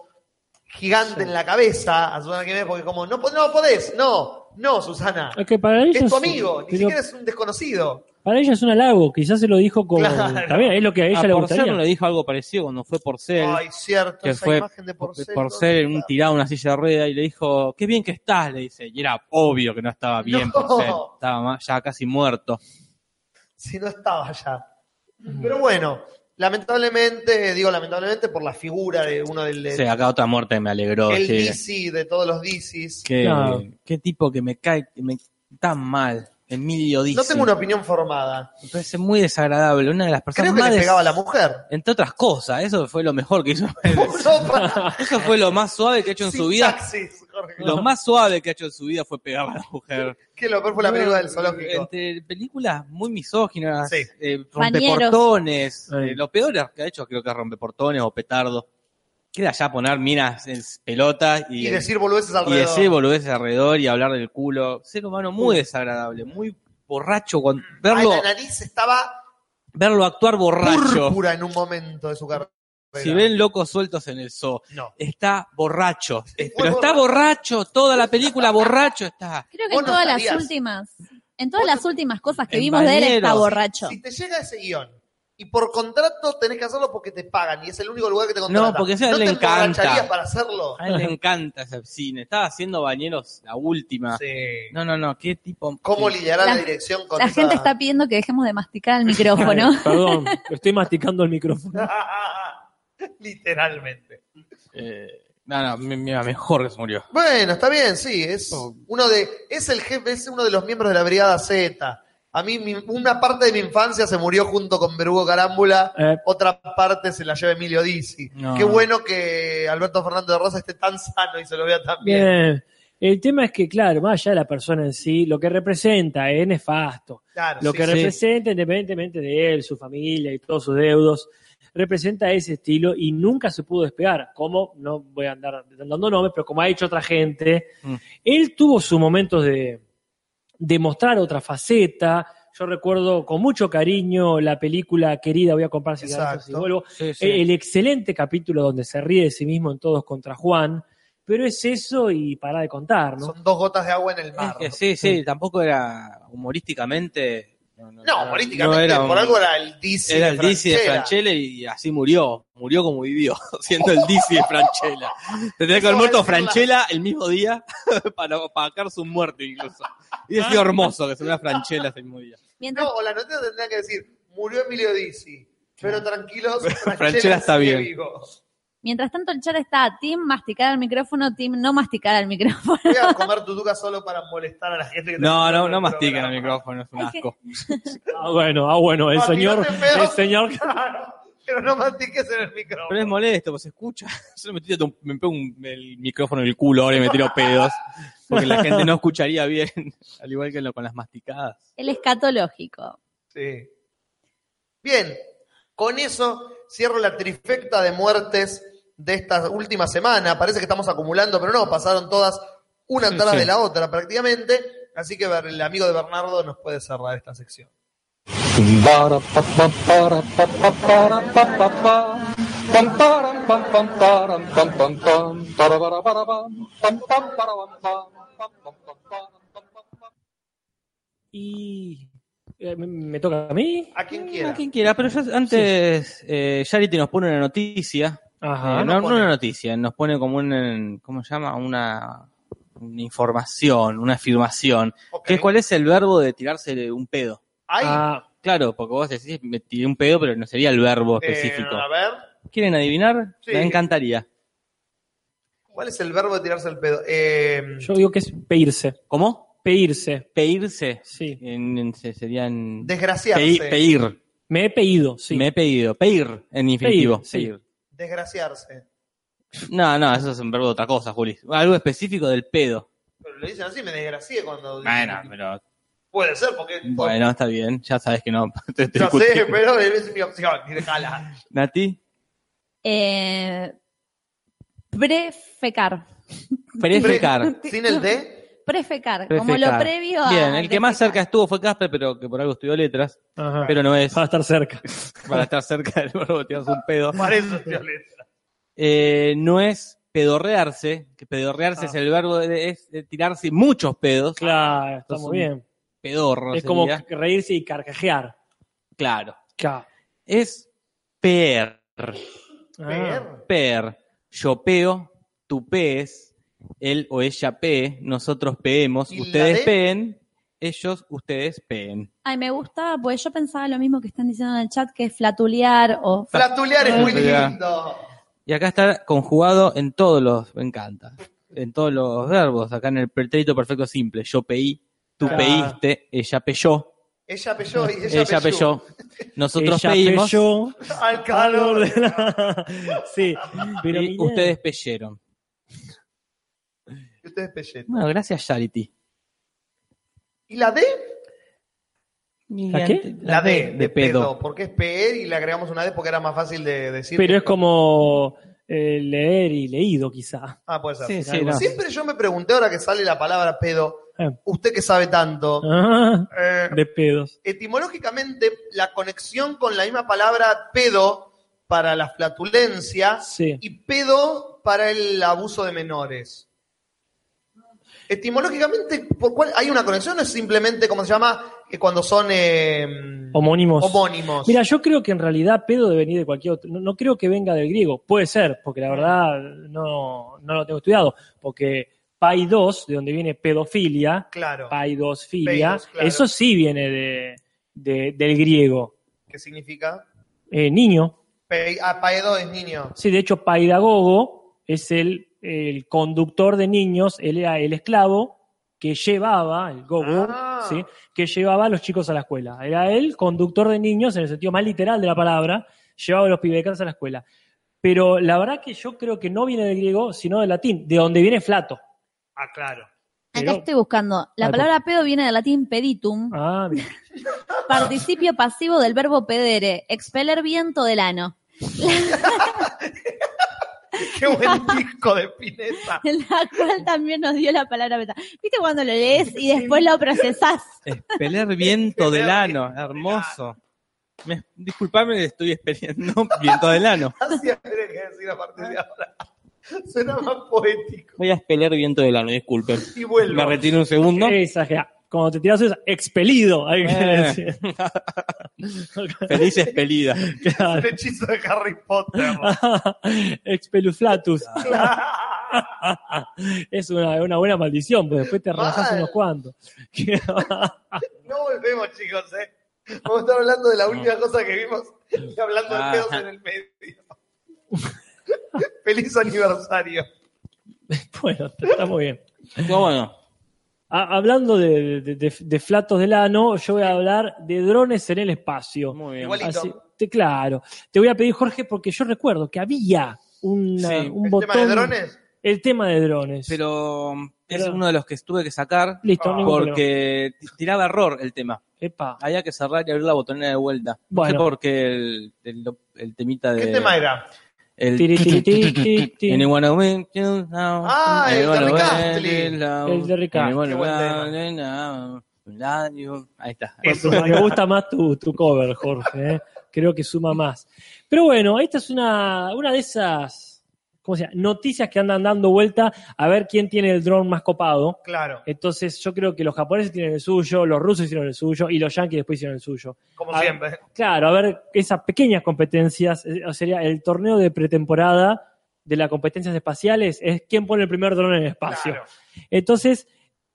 S3: gigante en la cabeza a Susana Jiménez, porque como, no, po- no podés, no, no, Susana.
S5: Es que para ella
S3: Es tu
S5: un-
S3: amigo, ni
S5: pero
S3: siquiera es un desconocido.
S5: Para ella es un halago, quizás se lo dijo con...
S3: Claro.
S5: También es lo que a ella
S6: a
S5: le
S6: Porcel
S5: gustaría.
S6: Ah, no le dijo algo parecido cuando fue Porcel.
S3: Ay, cierto,
S6: que
S3: esa
S6: fue
S3: imagen de
S6: por,
S3: Porcel.
S6: por
S3: ¿dónde
S6: ser un
S3: está?
S6: tirado a una silla de rueda y le dijo, qué bien que estás, le dice. Y era obvio que no estaba bien
S3: No.
S6: por estaba ma- ya casi muerto.
S3: si no estaba ya. Pero bueno, lamentablemente, digo lamentablemente por la figura de uno del
S6: Sí, acá otra muerte me alegró.
S3: el
S6: sí.
S3: DC de todos los DCs.
S6: Qué,
S5: Claro.
S6: qué tipo que me cae me, tan mal. Emilio dice.
S3: No tengo una opinión formada.
S6: Me parece muy desagradable. Una de las personas
S3: Creo que
S6: más
S3: le
S6: des-
S3: pegaba a la mujer.
S6: Entre otras cosas, eso fue lo mejor que hizo.
S3: No, para-
S6: eso fue lo más suave que ha hecho en su vida.
S3: Sintaxis, Jorge.
S6: Lo más suave que ha hecho en su vida fue pegar a la mujer.
S3: Que lo peor fue la película del zoológico.
S6: Entre películas muy misóginas,
S3: Sí.
S6: eh,
S4: Bañeros.
S6: rompeportones,
S5: Ay.
S6: eh, lo peor que ha hecho creo que es rompeportones o petardo. Queda ya poner minas en pelotas y,
S3: Y decir boludeces
S6: y
S3: alrededor.
S6: decir boludeces alrededor y hablar del culo. Ser humano muy desagradable, muy borracho. cuan-
S3: Ay,
S6: verlo,
S3: la nariz estaba
S6: verlo actuar borracho.
S3: púrpura en un momento de su carrera.
S6: Si ven locos sueltos en el zoo,
S3: No.
S6: está borracho. Eh,
S3: fue
S6: Pero está borracho, toda la película borracho está.
S4: Creo que
S3: Vos
S4: en
S3: no
S4: todas las
S3: sabías.
S4: últimas, en todas
S3: Vos no-
S4: las últimas cosas que
S6: En
S4: vimos de él está
S6: Bañeros.
S4: borracho.
S3: Si te llega ese guión y por contrato tenés que hacerlo porque te pagan y es el único lugar que te contratan.
S6: porque eso a él le
S3: te
S6: encanta.
S3: emborracharías para hacerlo?
S6: A él le encanta ese cine. Estaba haciendo bañeros la última.
S3: Sí.
S6: No, no, no, qué tipo.
S3: ¿Cómo
S6: qué-
S3: lidiará la,
S4: La-
S3: dirección con
S4: La
S3: esa-
S4: gente está pidiendo que dejemos de masticar el micrófono.
S5: Ay, Perdón, estoy masticando el micrófono.
S3: Literalmente.
S6: eh, no, no, me- me- mejor que se murió.
S3: Bueno, está bien, sí. Es
S6: Oh.
S3: uno de. Es el jefe, es uno de los miembros de la Brigada Z. A mí, mi- una parte de mi infancia se murió junto con Berugo Carámbula,
S5: Eh.
S3: otra parte se la lleva Emilio Dizzi.
S6: No.
S3: Qué bueno que Alberto Fernando de Rosa esté tan sano y se lo vea tan bien.
S5: Bien. El tema es que, claro, más allá de la persona en sí, lo que representa eh, es nefasto.
S3: Claro,
S5: Lo
S3: sí,
S5: que
S3: sí.
S5: representa, independientemente de él, su familia y todos sus deudos, representa ese estilo y nunca se pudo despegar. Como, no voy a andar dando nombres, pero como ha hecho otra gente,
S6: Mm.
S5: él tuvo sus momentos de, de mostrar otra faceta. Yo recuerdo con mucho cariño la película Querida, voy a comprar cigarrillos y
S3: Exacto.
S5: vuelvo.
S6: Sí, sí.
S5: El, el excelente capítulo donde se ríe de sí mismo en todos contra Juan, pero es eso y para de contar, ¿no?
S3: Son dos gotas de agua en el
S6: Es
S3: mar.
S6: que sí, sí, tampoco era humorísticamente. No, no,
S3: No,
S6: no,
S3: políticamente,
S6: no era un-
S3: por algo era el Dizzy.
S6: Era
S3: de
S6: el Dizzy de
S3: Franchella.
S6: Franchella y así murió. Murió como vivió, siendo el Dizzy de Franchella. Tendría que haber muerto Franchella el mismo día para pagar su muerte incluso. Y es hermoso que se muera Franchella ese mismo día.
S4: Mientras
S3: No, o la nota tendría que decir, murió Emilio Dizzi. Pero tranquilos, Franchella,
S6: Franchella está
S3: sigue
S6: bien.
S3: vivo.
S4: Mientras tanto, el chat está Tim masticar el micrófono, Tim no masticar el micrófono.
S3: Voy a comer tutuca solo para molestar a la gente que está
S6: No, no,
S3: escuchando
S6: no
S3: el
S6: mastiquen el
S3: programa.
S6: micrófono, es un
S4: Es que-
S6: asco.
S5: Ah, bueno, ah, bueno, el
S3: Ah,
S5: señor,
S3: tirate pedo.
S5: el señor,
S3: Claro, pero no mastiques en el micrófono.
S6: Pero es molesto, pues se escucha. Yo me, tiro un- me pego un- el micrófono en el culo ahora y me tiro pedos. Porque la gente no escucharía bien, al igual que lo, con las masticadas.
S4: El escatológico.
S3: Sí. Bien, con eso cierro la trifecta de muertes de esta última semana. Parece que estamos acumulando, pero no, pasaron todas una
S6: Sí,
S3: atrás
S6: sí.
S3: de la otra prácticamente. Así que el amigo de Bernardo nos puede cerrar esta sección.
S5: y eh, me, me toca a mí.
S3: A quien
S6: Mm, A
S3: quiera.
S6: quien quiera, pero yo antes eh, Yarity nos pone una noticia
S5: Ajá.
S6: Eh, no,
S3: nos
S6: no una
S3: pone.
S6: noticia, nos pone como un, ¿cómo se llama? Una, una información, una afirmación.
S3: Ok.
S6: ¿Qué, ¿Cuál es el verbo de tirarse de un pedo?
S3: Ahí,
S5: Ah,
S6: Claro, porque vos decís, me tiré un pedo, pero no sería el verbo
S3: eh,
S6: específico.
S3: a ver,
S6: ¿Quieren adivinar?
S3: Sí.
S6: Me encantaría.
S3: ¿cuál es el verbo de tirarse el pedo? Eh,
S5: yo digo que es peirse.
S6: ¿Cómo?
S5: Peirse,
S6: Pedirse.
S5: sí.
S6: En, en- se- serían...
S3: desgraciarse.
S6: Pe- peir.
S5: Me he pedido, sí.
S6: Me he pedido. Peir, en infinitivo.
S5: sí.
S3: Desgraciarse.
S6: No, no, eso es un verbo de otra cosa, Juli. Algo específico del pedo.
S3: Pero lo dicen así, me desgracié cuando.
S6: Bueno, pero...
S3: Puede ser, porque.
S6: Bueno, está bien. Ya sabes que no. Te- te
S3: Ya sé,
S6: discutimos.
S3: pero es mi opción. y déjala.
S6: Nati,
S4: Eh, prefecar.
S6: prefecar.
S3: Sin el D.
S4: Prefecar, como lo
S6: Prefecar.
S4: previo a.
S6: Bien, el que más cerca
S4: defecar.
S6: estuvo fue Casper, pero que por algo estudió letras,
S5: Ajá.
S6: pero no es
S5: Va a estar cerca.
S6: para estar cerca del verbo tirarse un pedo.
S3: Para eso, Violeta.
S6: Eh, no es pedorrearse, que pedorrearse
S5: Ah.
S6: es el verbo de, es de tirarse muchos pedos,
S5: Claro, está
S6: Sos
S5: muy
S6: un
S5: bien.
S6: pedorro
S5: es como
S6: sería.
S5: reírse y carcajear.
S6: claro.
S5: Ca-
S6: Es per,
S5: Ah.
S3: Ver.
S6: per, yo peo, tú pees, él o ella pee, nosotros peemos,
S3: ¿Y la
S6: ustedes
S3: D?
S6: peen, ellos, ustedes peen.
S4: Ay, me gusta, pues yo pensaba lo mismo que están diciendo en el chat, que es flatulear o.
S3: Flatulear es muy
S6: Flatulear.
S3: lindo.
S6: Y acá está conjugado en todos los, me encanta, en todos los verbos, acá en el pretérito perfecto simple, yo peí, tú
S5: Ah.
S6: peíste, ella peyó,
S3: Ella pelló y ella,
S6: ella
S3: pelló.
S6: peyó, nosotros
S5: Ella
S6: peímos
S5: pelló.
S3: Al calor. de la-
S5: sí, pero
S6: y
S5: mirá.
S6: ustedes peyeron.
S3: Y ustedes pellet.
S6: Bueno, gracias Charity.
S3: ¿Y la D?
S5: ¿La qué?
S3: La, D.
S6: de pedo.
S3: Porque es PE y le agregamos una D porque era más fácil de decir.
S5: Pero es como eh, leer y leído, quizá.
S3: Ah, puede ser.
S6: Sí, sí,
S5: Algo
S6: no.
S5: así.
S3: Siempre yo me pregunté ahora que sale la palabra pedo,
S5: Eh.
S3: usted que sabe tanto,
S5: Ah,
S3: eh,
S5: de pedos.
S3: etimológicamente la conexión con la misma palabra pedo para la flatulencia
S5: Sí.
S3: y pedo para el abuso de menores. Etimológicamente, ¿por cuál hay una conexión o es simplemente como se llama que cuando son eh,
S5: Homónimos.
S3: homónimos?
S5: Mira, yo creo que en realidad pedo debe venir de cualquier otro. No, no creo que venga del griego. Puede ser, porque la verdad no, no lo tengo estudiado. Porque paidos, de donde viene pedofilia,
S3: claro,
S5: paidosfilia,
S3: Peidos, claro.
S5: eso sí viene de, de- del griego.
S3: ¿qué significa?
S5: Eh, niño.
S3: Pe- ah, pedo es niño.
S5: Sí, de hecho, Paidagogo es el, el conductor de niños, él era el esclavo que llevaba, el gogo,
S3: Ah.
S5: ¿sí? que llevaba a los chicos a la escuela. Era el conductor de niños, en el sentido más literal de la palabra, llevaba a los pibes de casa a la escuela. Pero la verdad que yo creo que no viene del griego, sino del latín, de donde viene flato.
S3: Ah, claro.
S4: Acá
S5: Pero-
S4: estoy buscando. La
S5: Ay,
S4: palabra pedo viene del latín peditum,
S5: Ah, bien.
S4: participio pasivo del verbo pedere, expeler viento del ano.
S3: Qué buen disco de Pineta.
S4: La cual también nos dio la palabra beta. ¿Viste cuando lo lees y después lo procesás?
S6: Espeler viento del
S3: Espeler
S6: ano,
S3: viento
S6: hermoso. Me- disculpame, estoy espelando viento del ano.
S3: Gracias, tenés que decir a partir de ahora. Suena más poético.
S6: Voy a espeler viento del ano, disculpen.
S3: Y vuelvo.
S6: Me retiro un segundo.
S5: Eh, Exagerá. Cuando te tiras eso, expelido. Hay que
S6: Eh.
S5: decir.
S6: Feliz espelida.
S5: Claro.
S3: El hechizo de Harry Potter.
S5: Ah, Expeluflatus.
S3: Claro.
S5: es una, una buena maldición, pues después te rajás
S3: Mal.
S5: unos cuantos.
S3: No volvemos, chicos, ¿eh? Vamos a estar hablando de la última cosa que vimos y hablando de pedos en el medio. Feliz aniversario.
S5: bueno, está muy bien.
S6: Bueno, bueno,
S5: Ha- hablando de, de- de- de flatos del ano, yo voy a hablar de drones en el espacio.
S6: muy bien.
S3: Igualito.
S5: Así- te, claro. Te voy a pedir, Jorge, porque yo recuerdo que había una-
S6: Sí,
S5: un
S3: ¿El
S5: botón.
S3: tema de drones?
S5: El tema de drones.
S6: Pero um, es
S5: Pero-
S6: uno de los que tuve que sacar
S5: Listo, ningún problema.
S6: porque t- tiraba error el tema.
S5: Epa.
S6: Había que cerrar y abrir la botonera de vuelta. No sé
S5: Bueno.
S6: por qué el, el- el temita de.
S3: ¿Qué tema era?
S6: El
S5: Tiri, tiri, tiri, tiri, tiri.
S6: Anyone win, you know.
S3: Ah, el
S6: Anyone
S3: de
S6: win,
S3: Ricastli.
S6: you know.
S5: El de Ricastli.
S6: Anyone
S3: Qué buen tema.
S6: win, you know. Love you. Ahí está.
S3: Eso.
S5: Me gusta más tu, tu cover, Jorge. ¿eh? Creo que suma más. Pero bueno, esta es una, una de esas ¿cómo se llama? noticias que andan dando vuelta a ver quién tiene el dron más copado.
S3: Claro,
S5: Entonces yo creo que los japoneses tienen el suyo, los rusos hicieron el suyo y los yanquis después hicieron el suyo.
S3: como
S5: A ver,
S3: siempre.
S5: Claro, a ver, esas pequeñas competencias, eh, o sería el torneo de pretemporada de las competencias espaciales, es quién pone el primer dron en el espacio.
S3: Claro.
S5: Entonces,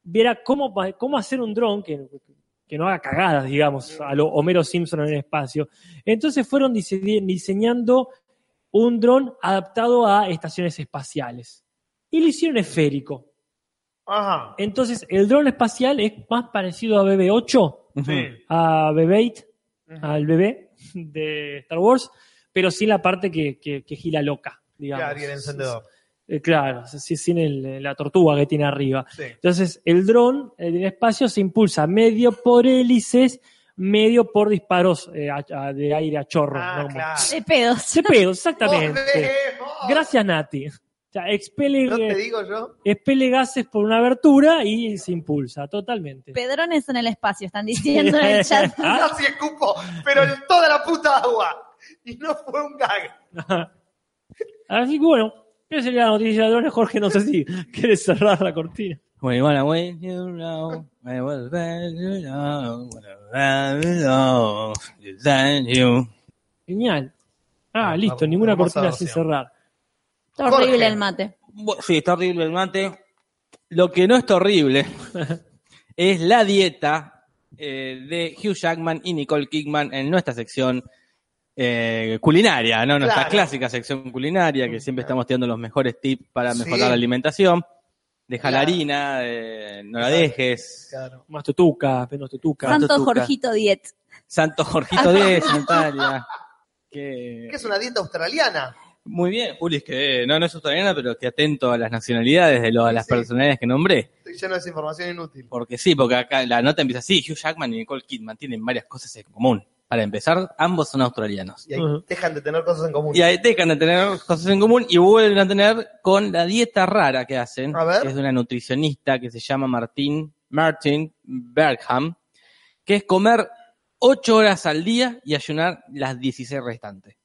S5: viera cómo, pa- cómo hacer un dron que, que no haga cagadas, digamos, a lo Homero Simpson en el espacio. Entonces fueron dise- diseñando un dron adaptado a estaciones espaciales. Y lo hicieron esférico.
S3: Ajá.
S5: Entonces, el dron espacial es más parecido a BB-8,
S3: Sí.
S5: a BB-8,
S3: Ujú.
S5: al bebé de Star Wars, pero sin la parte que, que, que gira loca, digamos.
S3: Claro, y el encendedor.
S5: Eh, claro, sí, sin el- la tortuga que tiene arriba.
S3: Sí.
S5: Entonces, el dron eh, en el espacio se impulsa medio por hélices, medio por disparos eh, a- a- de aire a chorro.
S3: Ah,
S5: ¿no? Como-
S3: claro.
S4: De pedos.
S5: Se pedo, exactamente.
S3: Volvemos.
S5: Gracias, Nati. O sea, expele,
S3: ¿No te digo yo?
S5: expele gases por una abertura y se impulsa, totalmente.
S4: Pedrones en el espacio, están diciendo en el chat.
S5: Ah.
S3: Casi escupo, pero en toda la puta agua. Y no fue un gag.
S5: Así que bueno, esa sería la noticia de drones. Jorge, no sé si quieres cerrar la cortina.
S6: When you wanna win, you know. When you wanna win, you know. When you wanna win, you know. You then you.
S5: Genial. Ah,
S3: Ah,
S5: listo,
S3: vamos,
S5: ninguna
S3: hermosa
S5: cortina sin
S3: versión.
S5: cerrar.
S4: Está horrible
S3: Jorge.
S4: el mate.
S6: Bu- Sí, está horrible el mate. Lo que no es horrible es la dieta eh, de Hugh Jackman y Nicole Kidman en nuestra sección eh, culinaria, ¿no? Nuestra
S3: Claro.
S6: clásica sección culinaria, que siempre estamos tirando los mejores tips para
S3: Sí.
S6: mejorar la alimentación. Deja la
S3: Claro.
S6: harina, eh, no la dejes.
S3: Claro.
S5: Más tutuca, menos tutuca.
S6: San-
S4: Santo
S6: Tuca.
S4: Jorgito Diet.
S6: Santo Jorgito de Santaria. Que...
S3: Que es una dieta australiana.
S6: Muy bien, Juli, es que eh, no, no es australiana, pero que atento a las nacionalidades de, lo- a las
S3: Sí.
S6: personalidades que nombré.
S3: Estoy lleno de esa información inútil.
S6: Porque sí, porque acá la nota empieza así, Hugh Jackman y Nicole Kidman tienen varias cosas en común. Para empezar, ambos son australianos.
S3: Y ahí
S5: Ujú.
S3: dejan de tener cosas en común.
S6: Y ahí dejan de tener cosas en común y vuelven a tener con la dieta rara que hacen,
S3: A ver.
S6: que es de una nutricionista que se llama Martín, Martin Bergham, que es comer 8 horas al día y ayunar las 16 restantes.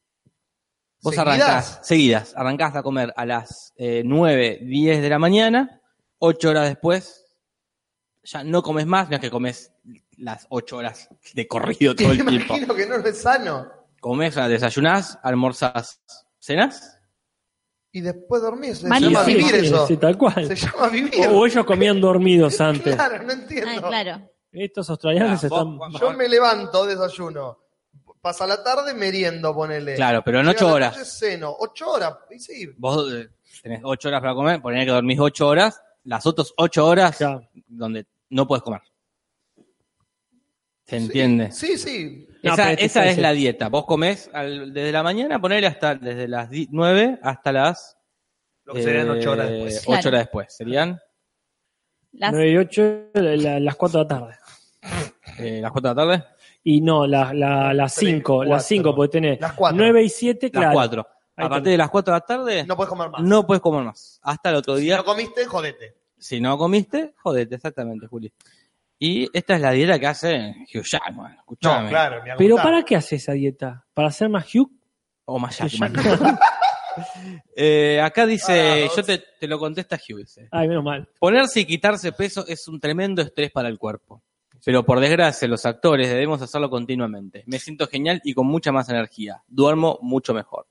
S6: Vos
S3: ¿Seguidas?
S6: arrancás, seguidas, arrancás a comer a las eh, 9, 10 de la mañana, 8 horas después, ya no comes más, no es que comes las 8 horas de corrido
S3: Que
S6: todo
S3: me
S6: el tiempo.
S3: imagino que no es sano.
S6: Comes, ah, desayunás, almorzás, cenas,
S3: Y después dormir. Se
S4: Malísimo.
S3: llama
S5: Ah, Sí,
S3: vivir
S5: sí,
S3: eso.
S5: sí, tal cual.
S3: Se llama vivir.
S5: O, o ellos comían dormidos antes.
S3: Claro, no
S4: Ah,
S3: entiendo.
S4: claro.
S5: Estos australianos
S6: Ah,
S5: están.
S6: vos,
S3: Yo me levanto, desayuno. Pasa la tarde, meriendo, ponele.
S6: claro, pero en
S3: Llega
S6: 8
S3: la
S6: horas.
S3: noche, Ceno. Ocho horas. Y sí.
S6: Vos eh, tenés 8 horas para comer, ponés que dormís 8 horas, las otras 8 horas
S5: Claro.
S6: donde no puedes comer. ¿Se entiende?
S3: Sí, sí.
S5: No,
S6: esa
S5: pero te
S6: esa es
S5: parece-
S6: la dieta. Vos comés al- desde la mañana, ponele hasta desde las 9 hasta las.
S3: Lo que serían ocho horas
S6: eh,
S3: después.
S6: ocho
S4: Claro.
S6: horas después. Serían
S4: Las-
S5: 9 y 8, la- las 4 de la tarde.
S6: eh, las 4 de la tarde.
S5: Y no, la- la- las
S3: Tres,
S5: 5,
S3: cuatro.
S5: las 5, porque tenés
S3: Las cuatro.
S5: 9 y 7, claro.
S6: Las 4.
S5: Ahí
S6: A partir
S5: tenés.
S6: de las 4 de la tarde,
S3: No puedes comer más.
S6: no puedes comer más. Hasta el otro
S3: Si
S6: día.
S3: no comiste, jodete.
S6: Si no comiste, jodete, exactamente, Juli. Y esta es la dieta que hace Hugh Jackman. Escuchame.
S3: No, claro. me va a
S5: Pero
S3: gustar.
S5: ¿para qué hace esa dieta? ¿Para hacer más Hugh?
S6: O más
S5: Hugh
S6: Jackman.
S5: Jackman.
S6: Eh, acá dice,
S3: Ah,
S6: yo te, te lo contesta Hugh. dice,
S5: Ay, menos mal.
S6: Ponerse y quitarse peso es un tremendo estrés para el cuerpo. Pero por desgracia, los actores debemos hacerlo continuamente. Me siento genial y con mucha más energía. Duermo mucho mejor.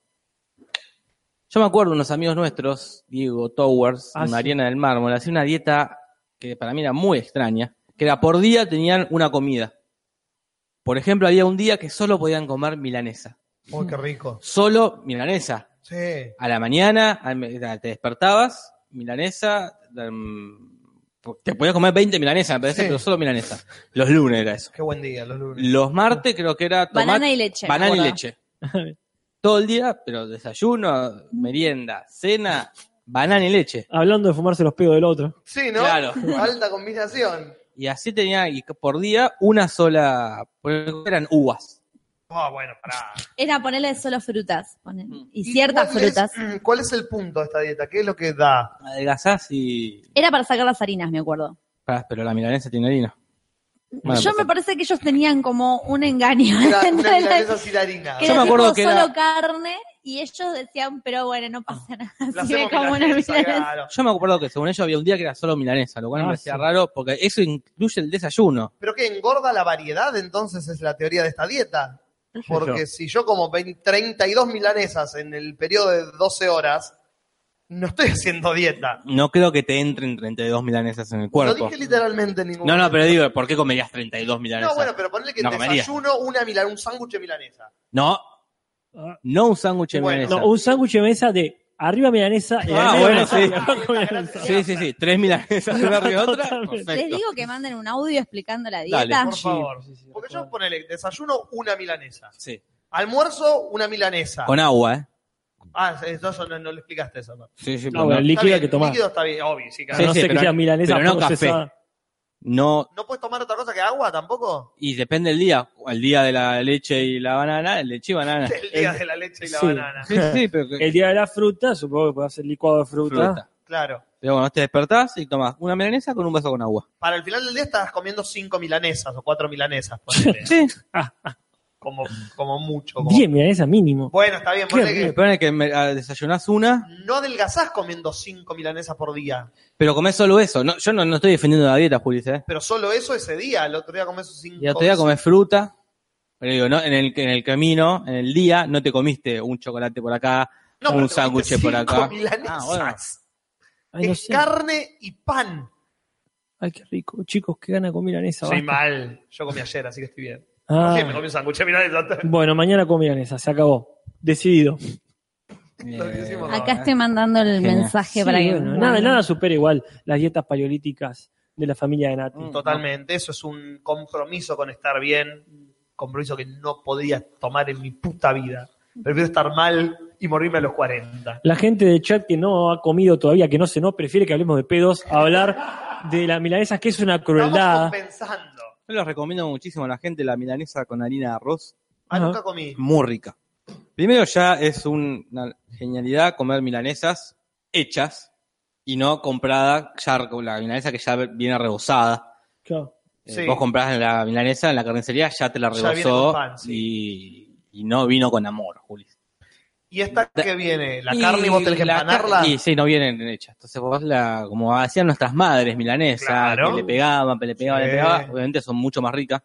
S6: Yo me acuerdo unos amigos nuestros, Diego Towers
S5: Ah,
S6: y
S5: sí.
S6: Mariana del Mármol, hacían una dieta que para mí era muy extraña, que era por día tenían una comida. Por ejemplo, había un día que solo podían comer milanesa.
S3: Uy, qué rico.
S6: Solo milanesa
S3: Sí.
S6: a la mañana, al me- a- te despertabas, milanesa, em, te podías comer 20 milanesas, me parece,
S3: Sí.
S6: pero solo milanesa. Los lunes era eso.
S3: Qué buen día, los lunes.
S6: Los martes creo que era tomate,
S4: Banana y leche.
S6: banana
S4: me
S6: y
S4: acuerdo.
S6: leche. Todo el día, pero desayuno, merienda, cena, banana y leche.
S5: Hablando de fumarse los pedos del otro.
S3: Sí, ¿no?
S6: Claro.
S3: Alta combinación.
S6: Y así tenía y por día una sola, porque eran uvas.
S3: Ah, bueno, pará.
S4: Era ponerle solo frutas. poner- Y
S3: Mm. ¿Y
S4: ciertas
S3: cuál es-
S4: frutas.
S3: mm, ¿Cuál es el punto de esta dieta? ¿Qué es lo que da?
S6: Adelgazás y...
S4: Era para sacar las harinas, me acuerdo.
S6: Ah, pero la milanesa tiene harina. Bueno,
S4: Yo me parece que ellos tenían como un engaño.
S3: Era una
S4: Entonces,
S3: milanesa sin harina.
S4: que
S6: Yo
S4: era
S6: me acuerdo
S4: tipo
S6: que
S4: solo
S6: era-
S4: carne y ellos decían, pero bueno, no pasa nada.
S3: La
S4: Así
S3: hacemos
S4: como una
S3: milanesa,
S4: milanesa.
S3: claro.
S6: Yo me acuerdo que según ellos había un día que era solo milanesa, lo cual
S5: Ah,
S6: me parecía
S5: sí.
S6: raro porque eso incluye el desayuno.
S3: Pero que engorda la variedad, entonces es la teoría de esta dieta. Porque si yo como 20 32 milanesas en el periodo de 12 horas, no estoy haciendo dieta.
S6: No creo que te entren 32 milanesas en el
S3: Lo
S6: cuerpo.
S3: dije literalmente en ningún
S6: No, no,
S3: momento.
S6: pero digo, ¿por qué comerías 32 milanesas?
S3: No, bueno, pero ponle que
S6: No comería.
S3: desayuno una milan un sándwich de milanesa.
S6: No,
S5: Ah.
S6: no un sándwich de
S3: Bueno,
S6: milanesa.
S5: No, un sándwich de mesa de arriba milanesa y arriba
S6: Ah, bueno,
S5: milanesa
S6: sí.
S5: y abajo milanesa.
S6: Sí, sí, sí, tres milanesas una arriba de otra.
S5: Totalmente.
S4: Les
S6: Perfecto.
S4: digo que manden un audio explicando la
S6: Dale.
S4: dieta.
S3: Por favor.
S5: Sí, sí, sí,
S3: Porque
S5: recuerdo.
S3: yo ponele desayuno una milanesa.
S6: Sí.
S3: Almuerzo una milanesa.
S6: Con agua, ¿eh?
S3: Ah, eso, eso no, no le explicaste eso. No.
S6: Sí, sí,
S5: No, Ah, bueno,
S6: no,
S5: líquido
S3: Está bien,
S5: que tomás.
S3: Líquido está bien, obvio, sí,
S5: A
S3: claro.
S6: Sí,
S5: no
S6: sí,
S5: sé que
S6: pero-
S5: sea milanesa
S6: pero no
S5: procesada.
S6: no.
S3: ¿No puedes tomar otra cosa que agua tampoco?
S6: Y depende del día. El día de la leche y la banana, el leche y banana.
S3: El día de la leche y la
S5: sí.
S3: banana.
S6: Sí, sí, pero que-
S5: El día de la fruta, supongo que puede hacer licuado de fruta.
S6: fruta.
S3: Claro.
S6: Pero bueno, te despertás y tomás una milanesa con un vaso con agua.
S3: Para el final del día estás comiendo cinco milanesas o cuatro milanesas, ponele.
S6: Sí,
S3: como, como mucho. como-
S5: Bien, milanesa mínimo.
S3: Bueno, está bien, ponele
S6: me
S3: que
S6: pone que me- ah, desayunás una,
S3: no adelgazás comiendo cinco milanesas por día,
S6: pero comés solo eso. No, yo no, no estoy defendiendo la dieta, Juli, ¿eh?
S3: pero solo eso ese día, el otro día comés esos cinco.
S6: Y otro día comés fruta, pero digo, ¿no? en, el, en el camino, en el día, no te comiste un chocolate por acá,
S3: No, pero
S6: un
S3: te comiste
S6: sándwich por
S3: cinco
S6: acá.
S3: milanesas.
S6: Ah, bueno.
S5: Ay, no
S3: es
S5: sé.
S3: carne y pan.
S5: Ay, qué rico. Chicos, qué gana con milanesa.
S3: Soy
S5: basta.
S3: mal. Yo comí ayer, así que estoy bien.
S5: Ah.
S3: Sí, me comí un sándwich de milanesa.
S5: Bueno, mañana con milanesa, se acabó. Decidido.
S3: Lo que decimos,
S6: Eh,
S3: no,
S4: Acá estoy mandando el
S6: Genial.
S4: mensaje
S5: Sí,
S4: para que
S5: bueno,
S4: me
S5: nada,
S4: manden.
S5: nada supera igual las dietas paleolíticas de la familia de
S3: Mm,
S5: Nati.
S3: Totalmente, eso es un compromiso con estar bien, compromiso que no podía tomar en mi puta vida. Prefiero estar mal y morirme a los 40.
S5: La gente de chat que no ha comido todavía, que no se no, prefiere que hablemos de pedos a hablar de las milanesas, que es una
S3: Estamos
S5: crueldad.
S3: compensando.
S6: Yo les recomiendo muchísimo a la gente la milanesa con harina de arroz,
S3: Ah,
S5: Ajá.
S3: nunca comí.
S6: muy rica. Primero ya es un- una genialidad comer milanesas hechas y no comprada, ya con la milanesa que ya viene rebozada.
S5: Claro.
S6: Eh,
S3: Sí.
S6: Vos comprás la milanesa en la carnicería, ya te la
S3: Ya viene
S6: rebozó
S3: con pan, sí.
S6: y, y no vino con amor, Juli.
S3: ¿Y esta que viene? ¿La
S6: Y
S3: carne vos tenés que
S6: la
S3: empanarla?
S6: car- Y sí, no vienen hechas. Entonces vos la, como hacían nuestras madres milanesas,
S3: Claro.
S6: que le pegaban, que le pegaban,
S3: Sí.
S6: le pegaban, obviamente son mucho más ricas.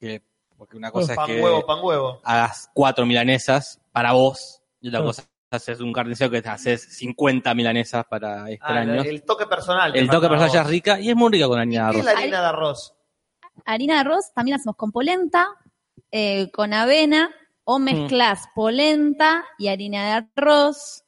S6: que- porque una cosa
S3: pan
S6: es que
S3: huevo, pan huevo.
S6: hagas cuatro milanesas para vos, y
S3: Mm.
S6: otra
S5: Ah.
S6: cosa haces un carnicero que te haces 50 milanesas para
S3: Ah, la-
S6: extraños.
S3: el toque personal. te
S6: el toque
S3: faltaba
S6: personal ya es
S3: vos.
S6: rica y es muy rica con harina de
S3: ¿Qué es
S6: arroz.
S3: la harina de arroz?
S4: harina de arroz, también hacemos con polenta, eh, con avena, o mezclas polenta y harina de arroz,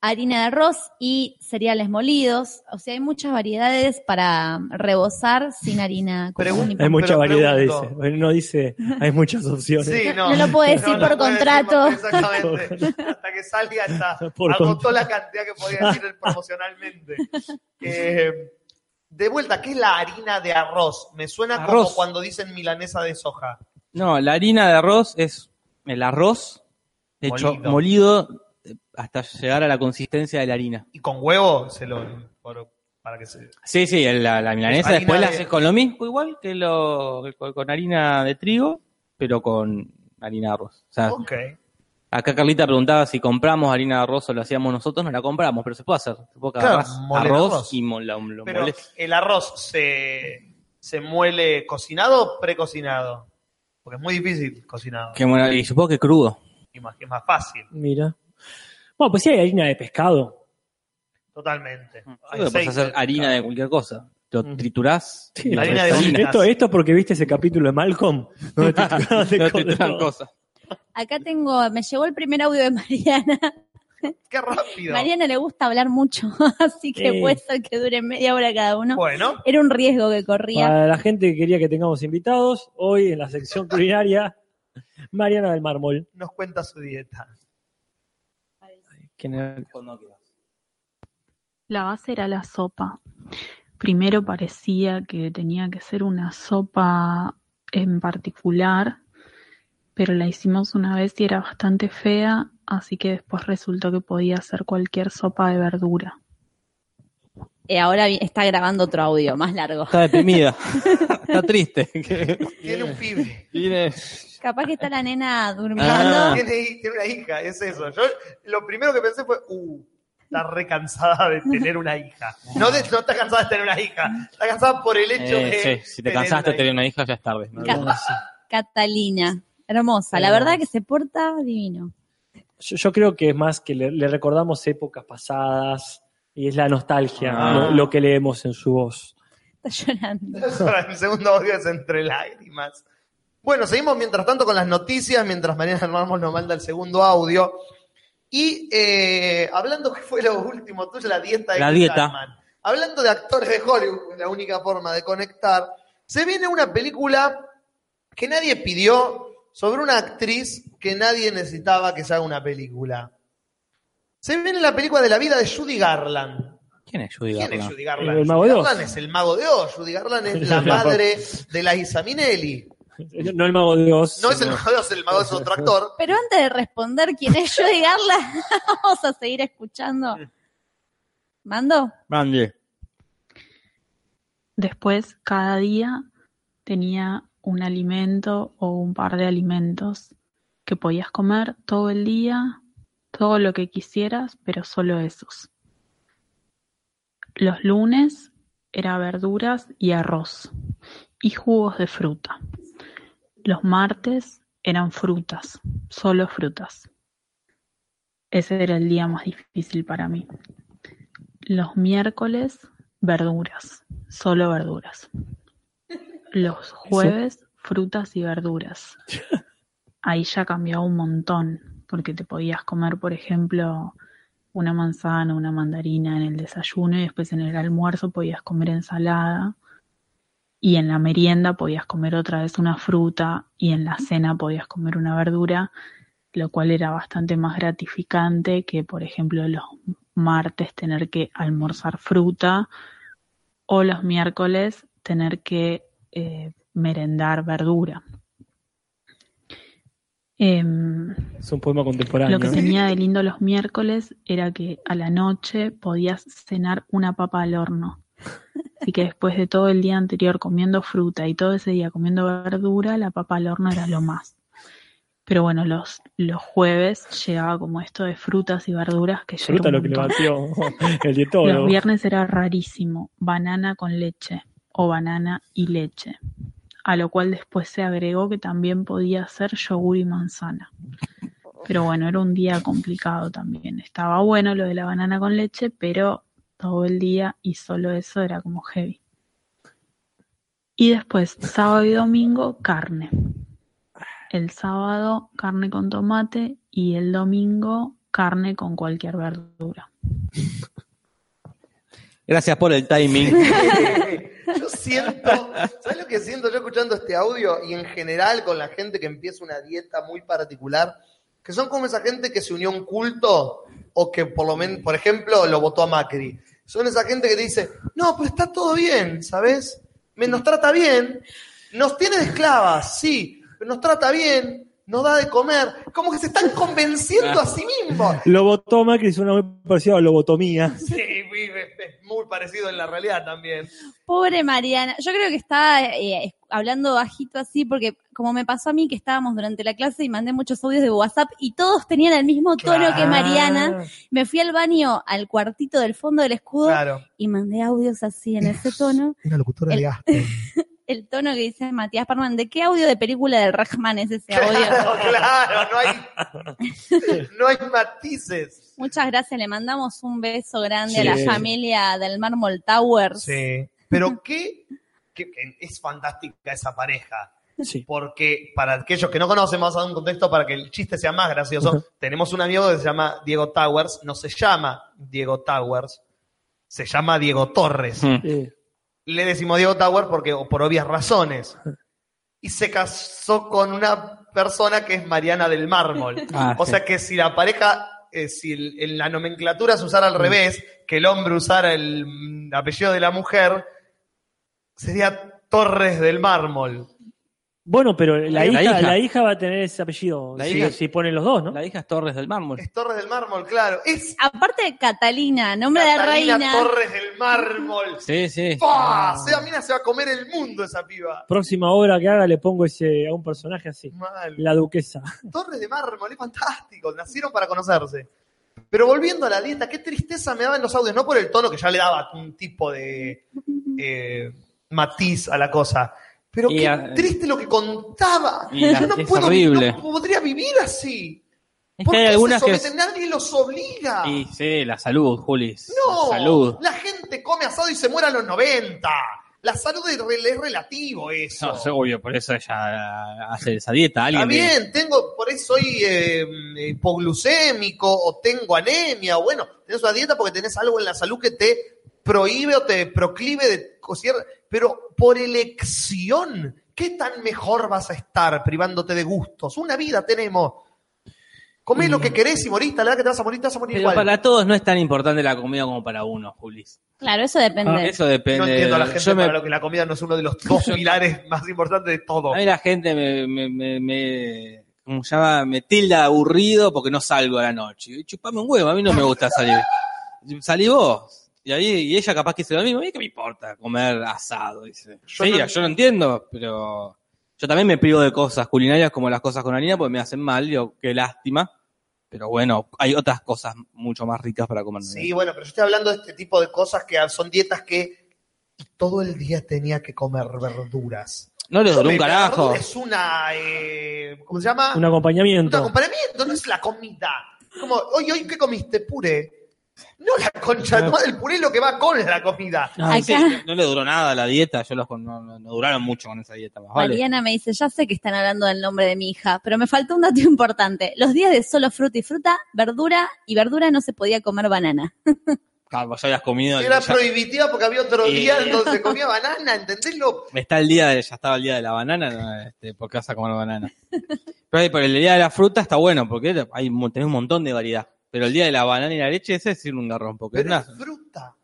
S4: harina de arroz y cereales molidos. O sea, hay muchas variedades para rebozar sin harina. común
S3: Pregun-
S4: ni
S5: Hay
S4: pan.
S5: mucha
S3: Pero
S5: variedad,
S3: pregunto.
S5: dice. Bueno, No dice, hay muchas opciones.
S3: Sí,
S4: No- no lo puedo decir
S3: lo
S4: por
S3: puedo decir
S4: contrato.
S3: porque exactamente. Hasta que salga hasta
S5: Por
S3: agotó
S5: contrato.
S3: la cantidad que podía decir él promocionalmente. Eh, de vuelta, ¿qué es la harina de arroz? Me suena
S6: Arroz.
S3: como cuando dicen milanesa de soja.
S6: No, la harina de arroz es el arroz hecho
S3: Molido.
S6: molido, eh, hasta llegar a la consistencia de la harina.
S3: Y con huevo se lo por- para que se.
S6: Sí, sí, el- la, la milanesa
S3: Harina
S6: después la
S3: de-
S6: haces con lo mismo, igual que lo, con, con harina de trigo, pero con harina de arroz. O sea,
S3: Ok.
S6: acá Carlita preguntaba si compramos harina de arroz o lo hacíamos nosotros, no la compramos, pero se puede hacer. Se puede
S3: Claro,
S6: agarrás
S3: moler
S6: arroz,
S3: arroz.
S6: y mo- la- lo
S3: Pero
S6: molés.
S3: el arroz se, se muele cocinado o precocinado. Porque es muy difícil cocinado.
S6: Qué bueno, y supongo que crudo.
S3: Y más, es más fácil,
S5: Mira. Bueno, pues sí, hay harina de pescado.
S3: totalmente.
S6: Creo que puedes hacer harina de cualquier cosa. Lo
S5: Mm.
S6: triturás
S5: Sí,
S6: y lo
S3: la harina de
S6: triturás.
S3: harina.
S5: Esto, esto porque viste ese capítulo de Malcolm. donde te trataban de
S6: Lo
S5: comer
S6: trituran
S5: todo.
S6: cosas.
S4: Acá tengo, me llegó el primer audio de Mariana.
S3: Qué rápido.
S4: Mariana le gusta hablar mucho, así que
S5: Sí.
S4: puede ser que dure media hora cada uno.
S3: Bueno.
S4: Era un riesgo que corría.
S5: Para la gente que quería que tengamos invitados, hoy en la sección culinaria, Mariana del Mármol.
S3: nos cuenta su dieta.
S8: La base era la sopa. Primero parecía que tenía que ser una sopa en particular, pero la hicimos una vez y era bastante fea, así que después resultó que podía ser cualquier sopa de verdura.
S4: eh, ahora vi- está grabando otro audio más largo.
S6: Está deprimida. está triste. Que-
S3: Tiene un pibe.
S6: Tiene-
S4: Capaz que está la nena durmiendo.
S6: Ah.
S3: Tiene, hi- tiene una hija, es eso. Yo lo primero que pensé fue, uh, está recansada de tener una hija. No, de- no está cansada de tener una hija, está cansada por el hecho
S6: Eh,
S3: de.
S6: sí, si te cansaste de tener una hija, ya es tarde.
S4: Capaz. Catalina. Hermosa. La verdad que se porta divino.
S5: Yo, yo creo que es más que le, le recordamos épocas pasadas y es la nostalgia
S6: Ah.
S5: lo, lo que leemos en su voz.
S4: Está llorando.
S3: Ahora, El segundo audio es entre lágrimas. Bueno, seguimos mientras tanto con las noticias, mientras Mariana Hermanos nos manda el segundo audio. Y eh, hablando que fue lo último tuyo, la dieta de
S6: La
S3: Hugh
S6: dieta.
S3: Jackman. Hablando de actores de Hollywood, la única forma de conectar, se viene una película que nadie pidió sobre una actriz que nadie necesitaba que se haga una película. Se viene la película de la vida de Judy Garland.
S6: ¿Quién es Judy
S3: ¿Quién es
S6: Garland?
S3: Judy Garland?
S5: El mago
S3: Judy
S5: de Oz.
S3: Garland es el mago de Oz. Judy Garland es la
S5: La papa.
S3: madre de la Isa Minelli.
S5: No el mago de Dios.
S3: No es el mago de Oz, el mago de Oz es otro actor.
S4: Pero antes de responder quién es Judy Garland, vamos a seguir escuchando. ¿Mando?
S6: Mandy.
S8: Después, cada día tenía un alimento o un par de alimentos que podías comer todo el día, todo lo que quisieras, pero solo esos. Los lunes era verduras y arroz y jugos de fruta. Los martes eran frutas, solo frutas. Ese era el día más difícil para mí. Los miércoles, verduras, solo verduras. Los jueves, frutas y verduras. Ahí ya cambió un montón, porque te podías comer, por ejemplo, una manzana, una mandarina en el desayuno y después en el almuerzo podías comer ensalada y en la merienda podías comer otra vez una fruta y en la cena podías comer una verdura, lo cual era bastante más gratificante que, por ejemplo, los martes tener que almorzar fruta o los miércoles tener que eh, merendar verdura. Em,
S5: Es un poema contemporáneo.
S8: lo que tenía de lindo los miércoles era que a la noche podías cenar una papa al horno. Así que después de todo el día anterior comiendo fruta y todo ese día comiendo verdura, la papa al horno era lo más. Pero bueno, los, los jueves llegaba como esto de frutas y verduras que ya era
S5: Fruta
S8: un
S5: lo que le
S8: montón.
S5: batió el
S8: Los
S5: dietólogo.
S8: viernes era rarísimo, banana con leche o banana y leche, a lo cual después se agregó que también podía ser yogur y manzana. Pero bueno, era un día complicado también. Estaba bueno lo de la banana con leche, pero todo el día y solo eso era como heavy. Y después, sábado y domingo, carne. El sábado, carne con tomate y el domingo, carne con cualquier verdura.
S6: Gracias por el timing.
S3: Yo siento, ¿sabes lo que siento yo escuchando este audio y en general con la gente que empieza una dieta muy particular? Que son como esa gente que se unió a un culto o que por lo menos, por ejemplo, lo votó a Macri. Son esa gente que te dice, no, pero está todo bien, ¿sabes? Me, nos trata bien, nos tiene de esclavas, sí, pero nos trata bien, nos da de comer, como que se están convenciendo a sí mismos.
S5: Lobotoma, que es una muy parecida a lobotomía.
S3: Sí, muy- es muy parecido en la realidad también.
S4: Pobre Mariana. Yo creo que está eh, es- hablando bajito así porque como me pasó a mí que estábamos durante la clase y mandé muchos audios de WhatsApp y todos tenían el mismo tono que Mariana. Me fui al baño, al cuartito del fondo del escudo
S3: Claro.
S4: y mandé audios así en ese tono.
S3: Una locutora
S4: de
S3: Aspen.
S4: El tono que dice Matías Parman, ¿de qué audio de película del Rahman es ese audio?
S3: Claro, claro, no hay, no hay matices.
S4: Muchas gracias, le mandamos un beso grande a
S5: Sí.
S4: la familia del Marmol Towers.
S3: Sí. Pero qué, qué- qué- es fantástica esa pareja.
S5: Sí.
S3: Porque para aquellos que no conocen, vamos a dar un contexto para que el chiste sea más gracioso. Tenemos un amigo que se llama Diego Towers, no se llama Diego Towers, se llama Diego Torres.
S5: Eh,
S3: le decimos Diego Tower porque o por obvias razones.
S6: Ah.
S3: Y se casó con una persona que es Mariana del Mármol.
S6: Ah,
S3: o
S6: sí.
S3: sea que si la pareja, eh, si el- en la nomenclatura se usara al
S6: Mm.
S3: revés, que el hombre usara el mm, apellido de la mujer, sería Torres del Mármol.
S5: Bueno, pero la,
S6: La
S5: hija,
S6: hija.
S5: la hija va a tener ese apellido.
S6: La
S5: si,
S6: hija.
S5: si ponen los dos, ¿no?
S6: La hija es Torres del Mármol.
S3: Es Torres del Mármol, claro. Es
S4: Aparte de Catalina, nombre
S3: Catalina
S4: de reina.
S3: Torres del Mármol.
S6: Sí, Ah. sí.
S3: ¡Pah! Seba Mina se va a comer el mundo esa piba.
S5: Próxima obra que haga le pongo ese a un personaje así.
S3: Mal.
S5: La duquesa.
S3: Torres de mármol, es fantástico, nacieron para conocerse. Pero volviendo a la dieta, qué tristeza me daban los audios, no por el tono que ya le daba un tipo de eh, matiz a la cosa, pero
S6: Y
S3: qué
S6: a-
S3: triste lo que contaba.
S6: y la-
S3: Yo no
S6: es
S3: puedo,
S6: horrible.
S3: no podría vivir así.
S6: Es
S3: ¿Por
S6: que hay
S3: qué se
S6: algunas que.
S3: someten? Nadie los obliga.
S6: Y sí, la salud, Juli.
S3: No,
S6: La salud.
S3: la gente come asado y se muere a los 90. La salud es, rel- es relativo eso.
S6: No, es obvio, por eso ella hace esa dieta. Alguien
S3: Está
S6: le-
S3: bien, tengo, por eso soy eh, hipoglucémico o tengo anemia, o bueno, tenés una dieta porque tenés algo en la salud que te prohíbe o te proclive de cocier, pero por elección, ¿qué tan mejor vas a estar privándote de gustos? Una vida tenemos. Comé lo que querés y morís, la verdad que te vas a morir, te vas a morir
S6: Mm. Pero
S3: igual.
S6: para todos no es tan importante la comida como para uno, Julis.
S4: Claro, eso depende.
S5: Ah,
S6: Eso depende.
S3: No entiendo a la gente
S6: Yo me-
S3: para lo que la comida no es uno de los dos pilares más importantes de todo.
S6: a mí la gente me, me, me, me- ¿cómo se llama? Me tilda de aburrido porque no salgo a la noche. Y Chupame un huevo, a mí no me gusta salir. Salí vos. Y ahí y ella capaz que hizo lo mismo. A mí qué me importa comer asado, dice.
S3: Yo
S6: sí,
S3: no-
S6: yo no entiendo, pero yo también me privo de cosas culinarias como las cosas con harina porque me hacen mal. Digo, qué lástima. Pero bueno, hay otras cosas mucho más ricas para comer.
S3: Sí, bueno, pero yo estoy hablando de este tipo de cosas que son dietas que todo el día tenía que comer verduras.
S6: No le duró un
S3: La
S6: carajo.
S3: verdura Es una, eh, ¿cómo se llama?
S5: Un
S3: Un
S5: acompañamiento.
S3: acompañamiento, no es la comida. Como, hoy, hoy, ¿qué comiste? Puré. No la concha, no, el puré es lo que va con la comida.
S5: Ah,
S4: Acá
S6: Sí, no le duró nada la dieta, yo los con- no, no- no duraron mucho con esa dieta, más vale.
S4: Mariana me dice, ya sé que están hablando del nombre de mi hija, pero me faltó un dato importante. Los días de solo fruta y fruta, verdura y verdura no se podía comer banana.
S6: Ah, vos ya habías comido.
S3: Era
S6: ya- Eh.
S3: prohibitiva porque había otro
S6: Sí.
S3: día donde se comía banana, ¿entendés? Lo-
S6: está el día de, ya estaba el día de la banana, no, este, ¿por qué vas a comer banana? Pero, ahí, pero el día de la fruta está bueno, porque hay, mo- tenés un montón de variedad. Pero el día de la banana y la leche, ese es ir un garrón, porque es
S3: Pero
S6: una...
S3: es fruta.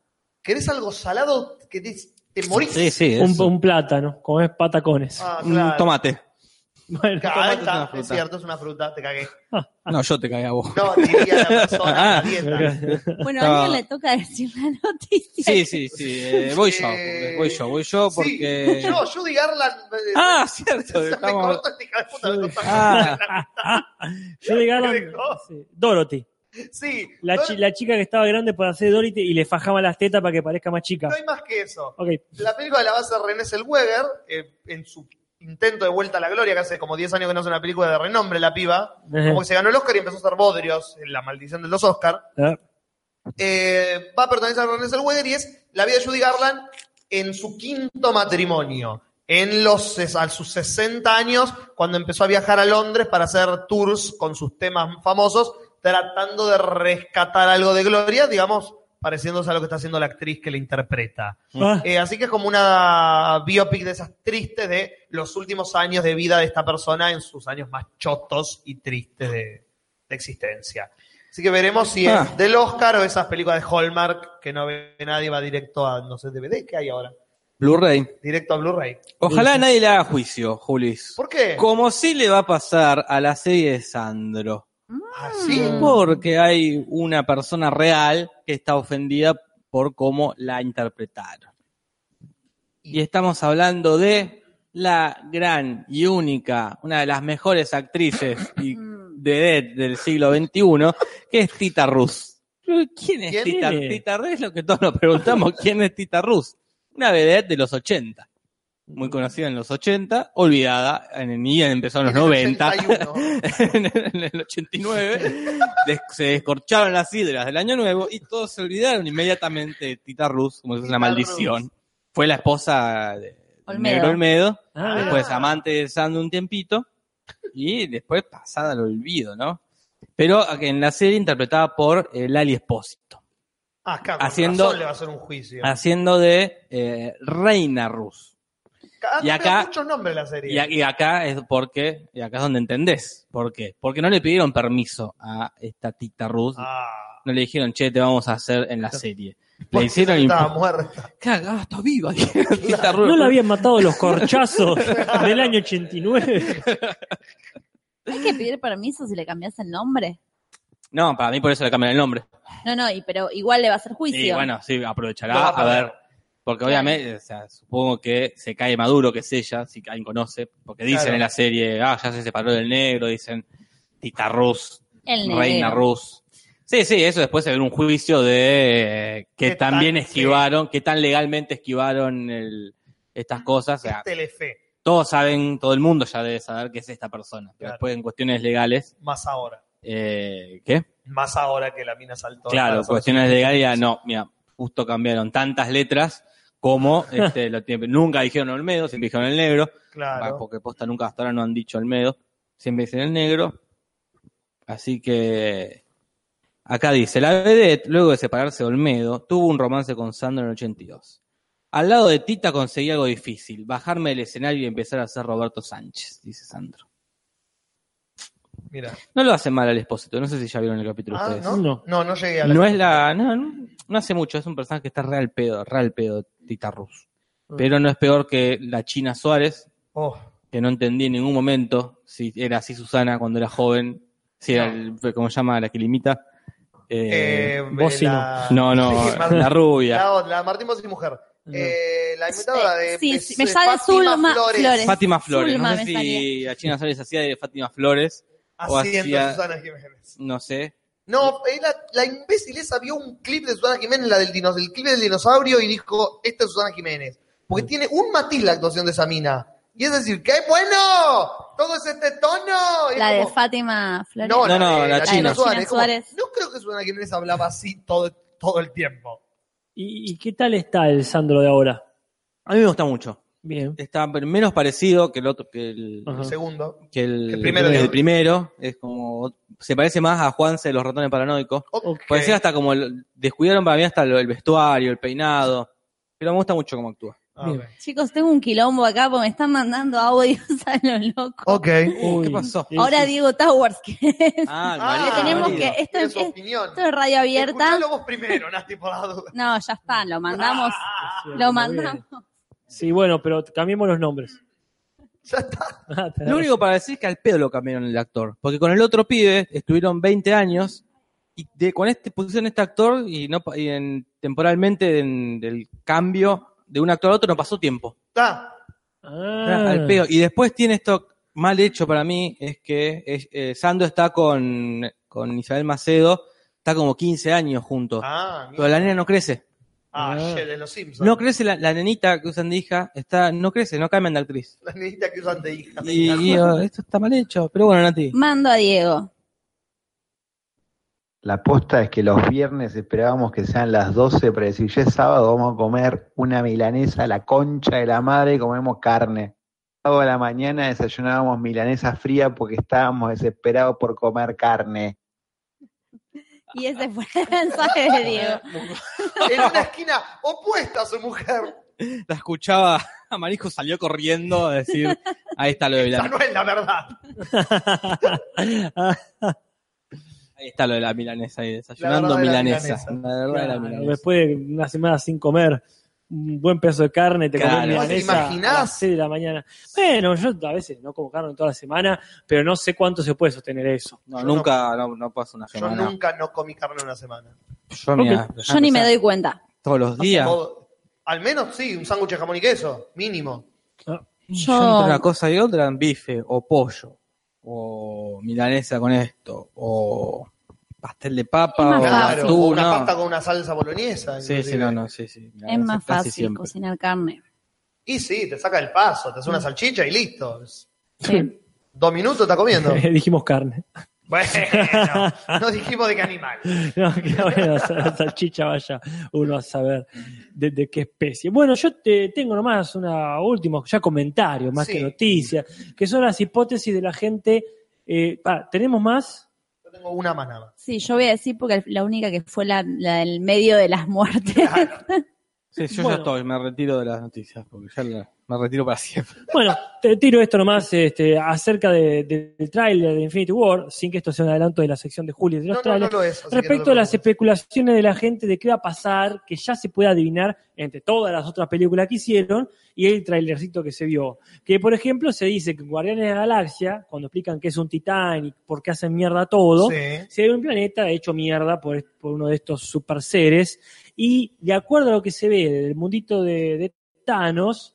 S3: ¿Querés algo salado? que te, te morís?
S6: Sí, Mm, sí, es
S5: Un,
S6: un,
S5: un plátano, como es patacones.
S3: Ah, claro.
S6: tomate.
S5: Bueno,
S3: Claro,
S6: tomate
S3: ahí
S6: es
S3: está,
S6: una
S3: es
S6: fruta.
S3: cierto, es una fruta, te cagué.
S6: No, yo te caí a vos.
S3: No, diría la persona,
S6: Ah,
S3: la dieta.
S4: Bueno,
S6: Estaba-
S4: a alguien le toca decir la noticia.
S6: Ah. Sí, sí, sí, eh, voy yo,
S3: Eh,
S6: voy yo, voy yo, porque...
S3: Sí, yo, Judy Garland. eh,
S6: Ah,
S3: se
S6: cierto,
S3: me
S6: estamos...
S3: corta este hija de puta, me corta.
S6: Ah,
S5: Yo de Garland- sí, Dorothy.
S3: Sí,
S5: La,
S3: no,
S5: chi- la chica que estaba grande para hacer Dorothy y le fajaba las tetas para que parezca más chica.
S3: no hay más que eso.
S5: Ok.
S3: La película la va a hacer René Zellweger eh, en su intento de vuelta a la gloria, que hace como 10 años que no hace una película de renombre la piba.
S5: Ajá.
S3: Como que se ganó el Oscar y empezó a hacer bodrios en La Maldición de los Oscar.
S5: Ah,
S3: Eh, va a protagonizar René Zellweger y es la vida de Judy Garland en su quinto matrimonio. En los, a sus 60 años, cuando empezó a viajar a Londres para hacer tours con sus temas famosos, tratando de rescatar algo de gloria, digamos, pareciéndose a lo que está haciendo la actriz que le interpreta.
S5: ah,
S3: Eh, así que es como una biopic de esas tristes de los últimos años de vida de esta persona en sus años más chotos y tristes de, de existencia. Así que veremos si
S6: Ah.
S3: es del Oscar o esas películas de Hallmark que no ve nadie, va directo a, no sé, DVD, ¿qué hay ahora?
S6: Blu-ray.
S3: Directo a Blu-ray.
S6: Ojalá nadie le haga juicio, Julis.
S3: ¿Por qué?
S6: Como sí le va a pasar a la serie de Sandro.
S3: Así.
S6: Mm. Porque hay una persona real que está ofendida por cómo la interpretaron. Y estamos hablando de la gran y única, una de las mejores actrices y
S4: Mm.
S6: de del siglo XXI, que es Tita Rus. ¿Quién es
S3: ¿Quién?
S6: Tita,
S5: ¿Quién es?
S6: Tita Rus? Es lo que todos nos preguntamos, ¿quién es Tita Rus? Una vedette de los 80, muy conocida en los 80, olvidada, en, ni empezó en los 90 en, el- en el 89, des- se descorcharon las sidras del año nuevo y todos se olvidaron inmediatamente de Tita Rus, como si fuese una
S3: Tita
S6: maldición. Fue la esposa de
S4: Olmedo.
S6: Negro Olmedo,
S5: ah, mira.
S6: después amante de Sandro un tiempito y después pasada al olvido, ¿no? Pero en la serie interpretada por eh, Lali Espósito,
S3: Ah, claro, con
S6: Haciendo-
S3: razón le va a hacer un juicio.
S6: haciendo de eh, Reina Rus.
S3: Ah,
S6: y
S3: cambió
S6: acá-
S3: muchos nombres la serie.
S6: Y, a- y acá es porque, y acá es donde entendés. ¿Por qué? Porque no le pidieron permiso a esta Tita Ruth.
S3: Ah,
S6: No le dijeron, che, te vamos a hacer en la serie. Le
S3: Porque
S6: hicieron
S3: Estaba
S6: inf-
S3: muerta.
S6: Claro, ah, está viva. Está
S5: No
S6: ruda.
S5: la habían matado los corchazos del año 89.
S4: ¿Hay que pedir permiso si le cambias el nombre?
S6: No, para mí por eso le cambian el nombre.
S4: No, no, y, pero igual le va a hacer juicio.
S6: Y bueno, sí, aprovechará
S3: Lo va a
S6: a
S3: pagar.
S6: ver. Porque obviamente, o sea, supongo que se cae Maduro, que es ella, si alguien conoce, porque dicen
S3: Claro.
S6: en la serie, ah, ya se separó del negro, dicen Tita Rus,
S4: el
S6: Reina
S4: negro.
S6: Rus. Sí, sí, eso después se ve en un juicio de eh, que
S3: ¿Qué
S6: tan
S3: tan-
S6: bien esquivaron, que tan legalmente esquivaron el- estas cosas. O sea,
S3: Telefe,
S6: todos saben, todo el mundo ya debe saber que es esta persona. Pero
S3: Claro.
S6: después en cuestiones legales,
S3: más ahora.
S6: eh, ¿qué?
S3: Más ahora que la mina saltó.
S6: Claro,
S3: Para
S6: cuestiones
S3: saber-
S6: legales, ya no, mira, justo cambiaron tantas letras como este, lo tiene- nunca dijeron Olmedo, siempre dijeron el negro, Ah,
S3: Claro.
S6: porque posta nunca hasta ahora no han dicho Olmedo, siempre dicen el negro. Así que acá dice, la vedette, luego de separarse de Olmedo, tuvo un romance con Sandro en el 82. Al lado de Tita conseguí algo difícil, bajarme del escenario y empezar a ser Roberto Sánchez, dice Sandro.
S3: Mira.
S6: No lo hace mal al expósito, no sé si ya vieron el capítulo
S3: Ah,
S6: ustedes.
S3: ¿no?
S5: No.
S3: no, no llegué a la.
S6: No es la. No, no, no hace mucho, es un personaje que está real pedo, real pedo, Tita Rus.
S3: Ah.
S6: Pero no es peor que la China Suárez,
S3: Oh,
S6: que no entendí en ningún momento si era así Susana cuando era joven, si era, el, ¿cómo se llama? La que limita. Eh,
S3: eh,
S5: vos sí
S3: la-
S6: no, no,
S3: Sí, Mar-
S6: la rubia.
S3: la, la Martín Bossi mujer. Eh, la invitada de.
S4: Sí,
S3: de-
S4: sí, me sale
S3: Fátima
S4: Zulma Flores.
S6: Fátima Flores.
S4: Zulma
S6: no sé
S4: me
S6: si
S4: salía.
S6: la China Suárez hacía de Fátima Flores, o
S3: Haciendo
S6: hacía-
S3: Susana Jiménez.
S6: no sé.
S3: No, eh, la, la imbécil esa vio un clip de Susana Jiménez, la del dinos, el clip del dinosaurio, y dijo, esta es Susana Jiménez. Porque
S6: Mm.
S3: tiene un matiz la actuación de esa mina. Y es decir, ¡qué bueno! Todo es este tono. Y
S4: La
S3: es
S4: de
S3: como-
S4: Fátima Flores.
S3: No,
S6: No, no,
S3: de-
S6: la
S3: de
S6: China.
S3: Suárez.
S4: China
S3: Es como,
S4: Suárez.
S3: No creo que Susana Jiménez hablaba así todo, todo el tiempo.
S5: ¿Y, y qué tal está el Sandro de ahora?
S6: A mí me gusta mucho.
S5: Bien.
S6: Está menos parecido que el otro, que el,
S5: Ajá.
S3: El segundo.
S6: que el,
S3: El primero,
S6: el
S3: digamos.
S6: primero es como se parece más a Juanse de los ratones paranoicos
S3: Ok.
S6: parecía hasta como el- descuidaron para mí hasta lo- el vestuario el peinado pero me gusta mucho cómo actúa
S3: Ah, ok.
S4: Chicos, tengo un quilombo acá porque me están mandando audios a lo loco.
S3: Ok.
S6: Uh, ¿qué pasó?
S5: es-
S4: Ahora
S5: es-
S4: Diego Towers, que es-
S6: ah, el
S3: Ah,
S6: marido,
S4: que tenemos
S6: el
S4: que.
S6: marido.
S4: Esto
S3: Tiene
S4: es,
S3: su opinión.
S4: esto es radio abierta.
S3: Escuchalo vos primero, Nati, por la duda.
S4: No, ya está, lo
S3: Ah,
S4: mandamos.
S5: es cierto,
S4: Lo
S5: muy bien.
S4: mandamos.
S5: Sí, bueno, pero cambiemos los nombres. Ah,
S3: Ya está.
S6: lo único para decir es que al pedo lo cambiaron el actor porque con el otro pibe estuvieron 20 años y de, con este pusieron este actor y no pa- y en- temporalmente en, del cambio de un actor a otro no pasó tiempo
S3: Está.
S5: Ah.
S6: al peo. Y después tiene esto mal hecho para mí, es que es- eh, Sando está con, con Isabel Macedo, está como 15 años juntos.
S3: Ah,
S6: Pero la nena no crece.
S3: Ah,
S5: Ah.
S3: shit, de los Simpsons.
S6: No crece la, la nenita que usan de hija, está, no crece, no cambian de actriz.
S3: La niñita que usan de hija. me
S6: Y,
S3: encanta.
S6: y, oh, esto está mal hecho, pero bueno, Nati.
S4: Mando a Diego.
S10: La posta es que los viernes esperábamos que sean las 12 para decir, ya es sábado, vamos a comer una milanesa a la concha de la madre y comemos carne. Sábado a la mañana desayunábamos milanesa fría porque estábamos desesperados por comer carne.
S4: Y ese fue el mensaje de Diego.
S3: En una esquina opuesta a su mujer.
S6: La escuchaba, a Marisco salió corriendo a decir, ahí está lo de
S3: Esa
S6: la,
S3: no es la verdad.
S6: ahí está lo de la milanesa, ahí
S3: La
S6: desayunando
S3: verdad de la milanesa.
S6: milanesa. La verdad de la
S5: Claro,
S6: milanesa.
S5: Después de una semana sin comer, un buen pedazo de carne, te
S6: Claro.
S5: comes milanesa
S3: ¿Te imaginás?
S5: a las seis de la mañana. Bueno, yo a veces no como carne toda la semana, pero no sé cuánto se puede sostener eso.
S6: No,
S3: Yo
S6: nunca, no, no pasa una
S3: Yo
S6: semana.
S3: nunca no comí carne en una semana.
S6: Yo, mira,
S4: Yo ni me doy cuenta.
S6: Todos los días.
S3: Todo- Al menos sí, un sándwich de jamón y queso, mínimo.
S6: Yo
S4: Yo-
S6: entre una cosa y otra, bife o pollo, o milanesa con esto, o pastel de
S4: Es
S6: papa,
S4: más
S6: o
S4: fácil.
S3: Claro, o
S6: atún,
S3: una
S6: no.
S3: pasta con una salsa boloñesa.
S6: Sí, sí,
S3: inclusive.
S6: no, no, sí, sí.
S4: Es
S6: milanesa
S4: más
S6: casi
S4: fácil
S6: siempre.
S4: cocinar carne.
S3: Y sí, te saca el paso, te hace una salchicha y listo. Es-
S4: Sí.
S3: Dos minutos está comiendo.
S5: Dijimos carne.
S3: bueno, no dijimos de qué animal.
S5: No, que bueno, la salchicha vaya uno a saber de, de qué especie. Bueno, yo te, tengo nomás una última, ya comentario, más
S3: Sí.
S5: que noticia, que son las hipótesis de la gente. eh, ah, ¿Tenemos más?
S3: Yo tengo una más nada más.
S4: Sí, yo voy a decir porque la única que fue la, la del medio de las muertes.
S6: Sí, yo
S5: Bueno.
S6: ya estoy, me retiro de las noticias, porque ya la- me retiro para siempre.
S5: Bueno, te tiro esto nomás este, acerca de- del tráiler de Infinity War, sin que esto sea un adelanto de la sección de Julio y de los
S3: No, no, no
S5: trailers.
S3: lo es. así que no
S5: Respecto
S3: te
S5: a las
S3: preocupes.
S5: especulaciones de la gente de qué va a pasar, que ya se puede adivinar entre todas las otras películas que hicieron y el trailercito que se vio. Que, por ejemplo, se dice que en Guardianes de la Galaxia, cuando explican que es un Titanic, por qué hacen mierda todo,
S3: Sí.
S5: se ve un planeta hecho mierda por, por uno de estos super seres. Y de acuerdo a lo que se ve del mundito de, de Thanos,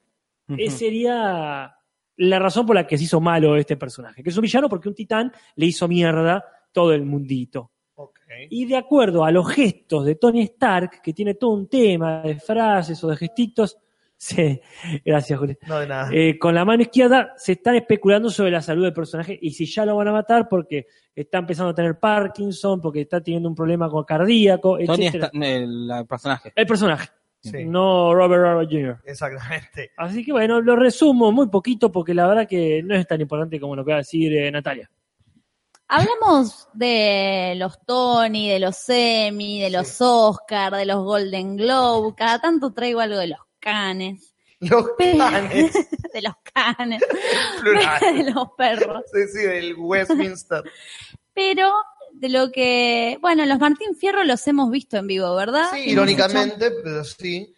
S5: eh, sería la razón por la que se hizo malo este personaje. Que es un villano porque un titán le hizo mierda todo el mundito.
S3: Ok.
S5: Y de acuerdo a los gestos de Tony Stark, que tiene todo un tema de frases o de gestitos, se- gracias, Julio.
S3: No, de nada.
S5: Eh, con la mano izquierda se están especulando sobre la salud del personaje y si ya lo van a matar porque está empezando a tener Parkinson, porque está teniendo un problema con cardíaco,
S6: Tony
S5: etcétera.
S6: está, el, la- personaje.
S5: El personaje,
S3: Sí,
S5: no Robert Downey Jr.
S3: exactamente.
S5: Así que bueno, lo resumo muy poquito porque la verdad que no es tan importante como lo que va a decir eh, Natalia.
S4: Hablamos de los Tony, de los Emmy, de los
S3: Sí.
S4: Oscar, de los Golden Globe. Cada tanto traigo algo de los canes.
S3: Los canes,
S4: de los canes.
S3: plural.
S4: de los perros.
S3: Sí, sí, del Westminster.
S4: Pero de lo que. Bueno, los Martín Fierro los hemos visto en vivo,
S5: Ah,
S4: ¿verdad?
S3: Sí,
S4: Hemos
S3: irónicamente, pero sí.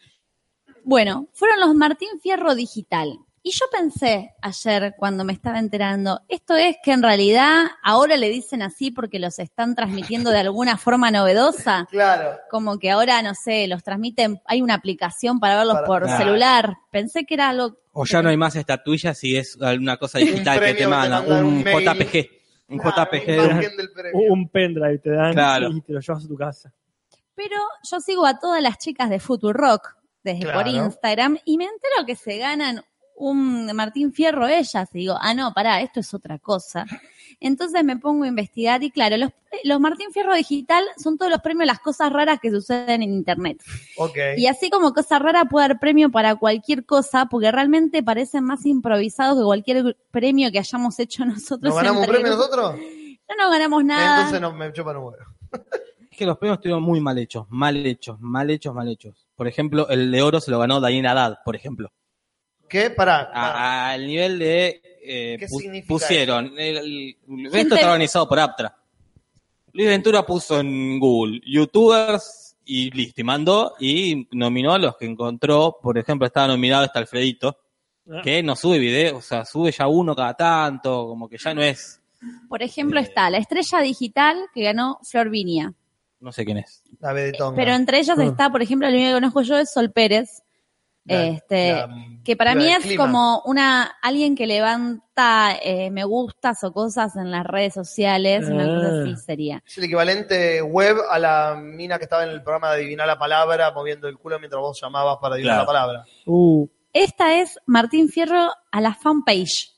S4: Bueno, fueron los Martín Fierro Digital. Y yo pensé ayer cuando me estaba enterando, esto es que en realidad ahora le dicen así porque los están transmitiendo de alguna forma novedosa,
S3: Claro.
S4: como que ahora, no sé, los transmiten, hay una aplicación para verlos
S3: Para-
S4: por
S6: Claro.
S4: celular. Pensé que era algo...
S6: O ya no hay más estatuillas si es alguna cosa
S3: premio
S6: digital que
S3: que te
S6: te mandan.
S3: mandan, un
S6: Un,
S3: mail. Ah,
S6: JPG. Un
S3: Claro,
S6: JPG.
S3: imagen del premio.
S5: Un pendrive te dan
S6: Claro.
S5: y te lo llevas a tu casa.
S4: Pero yo sigo a todas las chicas de Futurock desde por
S3: Claro.
S4: Instagram y me entero que se ganan un Martín Fierro ellas y digo, ah, no, pará, esto es otra cosa. Entonces me pongo a investigar y claro, los, eh, los Martín Fierro Digital son todos los premios a las cosas raras que suceden en Internet.
S3: Ok.
S4: Y así como cosa rara puede dar premio para cualquier cosa, porque realmente parecen más improvisados que cualquier premio que hayamos hecho nosotros.
S3: ¿Nos ganamos un
S4: entre
S3: premio
S4: grupos.
S3: nosotros?
S4: No nos ganamos nada.
S3: Entonces no, me chupan un huevo.
S6: Es que los premios estuvieron muy mal hechos. Mal hechos, mal hechos, mal hechos. Por ejemplo, el de oro se lo ganó Dayana Haddad, por ejemplo.
S3: ¿Qué?
S6: Ah,
S3: Pará. pará.
S6: A- Al nivel de. eh,
S3: Ah. ¿Qué
S6: pu-
S3: significa
S6: pusieron. el- el-
S4: Gente-
S6: esto está organizado por Aptra. Luis Ventura puso en Google YouTubers y listo. Y mandó y nominó a los que encontró. Por ejemplo, estaba nominado este Alfredito. que no sube video, o sea, sube ya uno cada tanto, como que ya no es,
S4: Por ejemplo, está la estrella digital que ganó Flor Vinia.
S6: no sé quién es.
S3: La Bedetonga.
S4: Pero entre ellas
S5: Ah.
S4: está, por ejemplo, la única que conozco yo es Sol Pérez.
S3: La-
S4: este,
S3: la-
S4: que para
S3: la
S4: mí
S3: del
S4: es
S3: clima.
S4: como una alguien que levanta eh, me gustas o cosas en las redes sociales, una cosa
S5: Ah.
S4: así sería.
S3: Es el equivalente web a la mina que estaba en el programa de Adivinar la Palabra, moviendo el culo mientras vos llamabas para adivinar
S6: Claro.
S3: la palabra.
S5: Uh,
S4: Esta es Martín Fierro a la fanpage.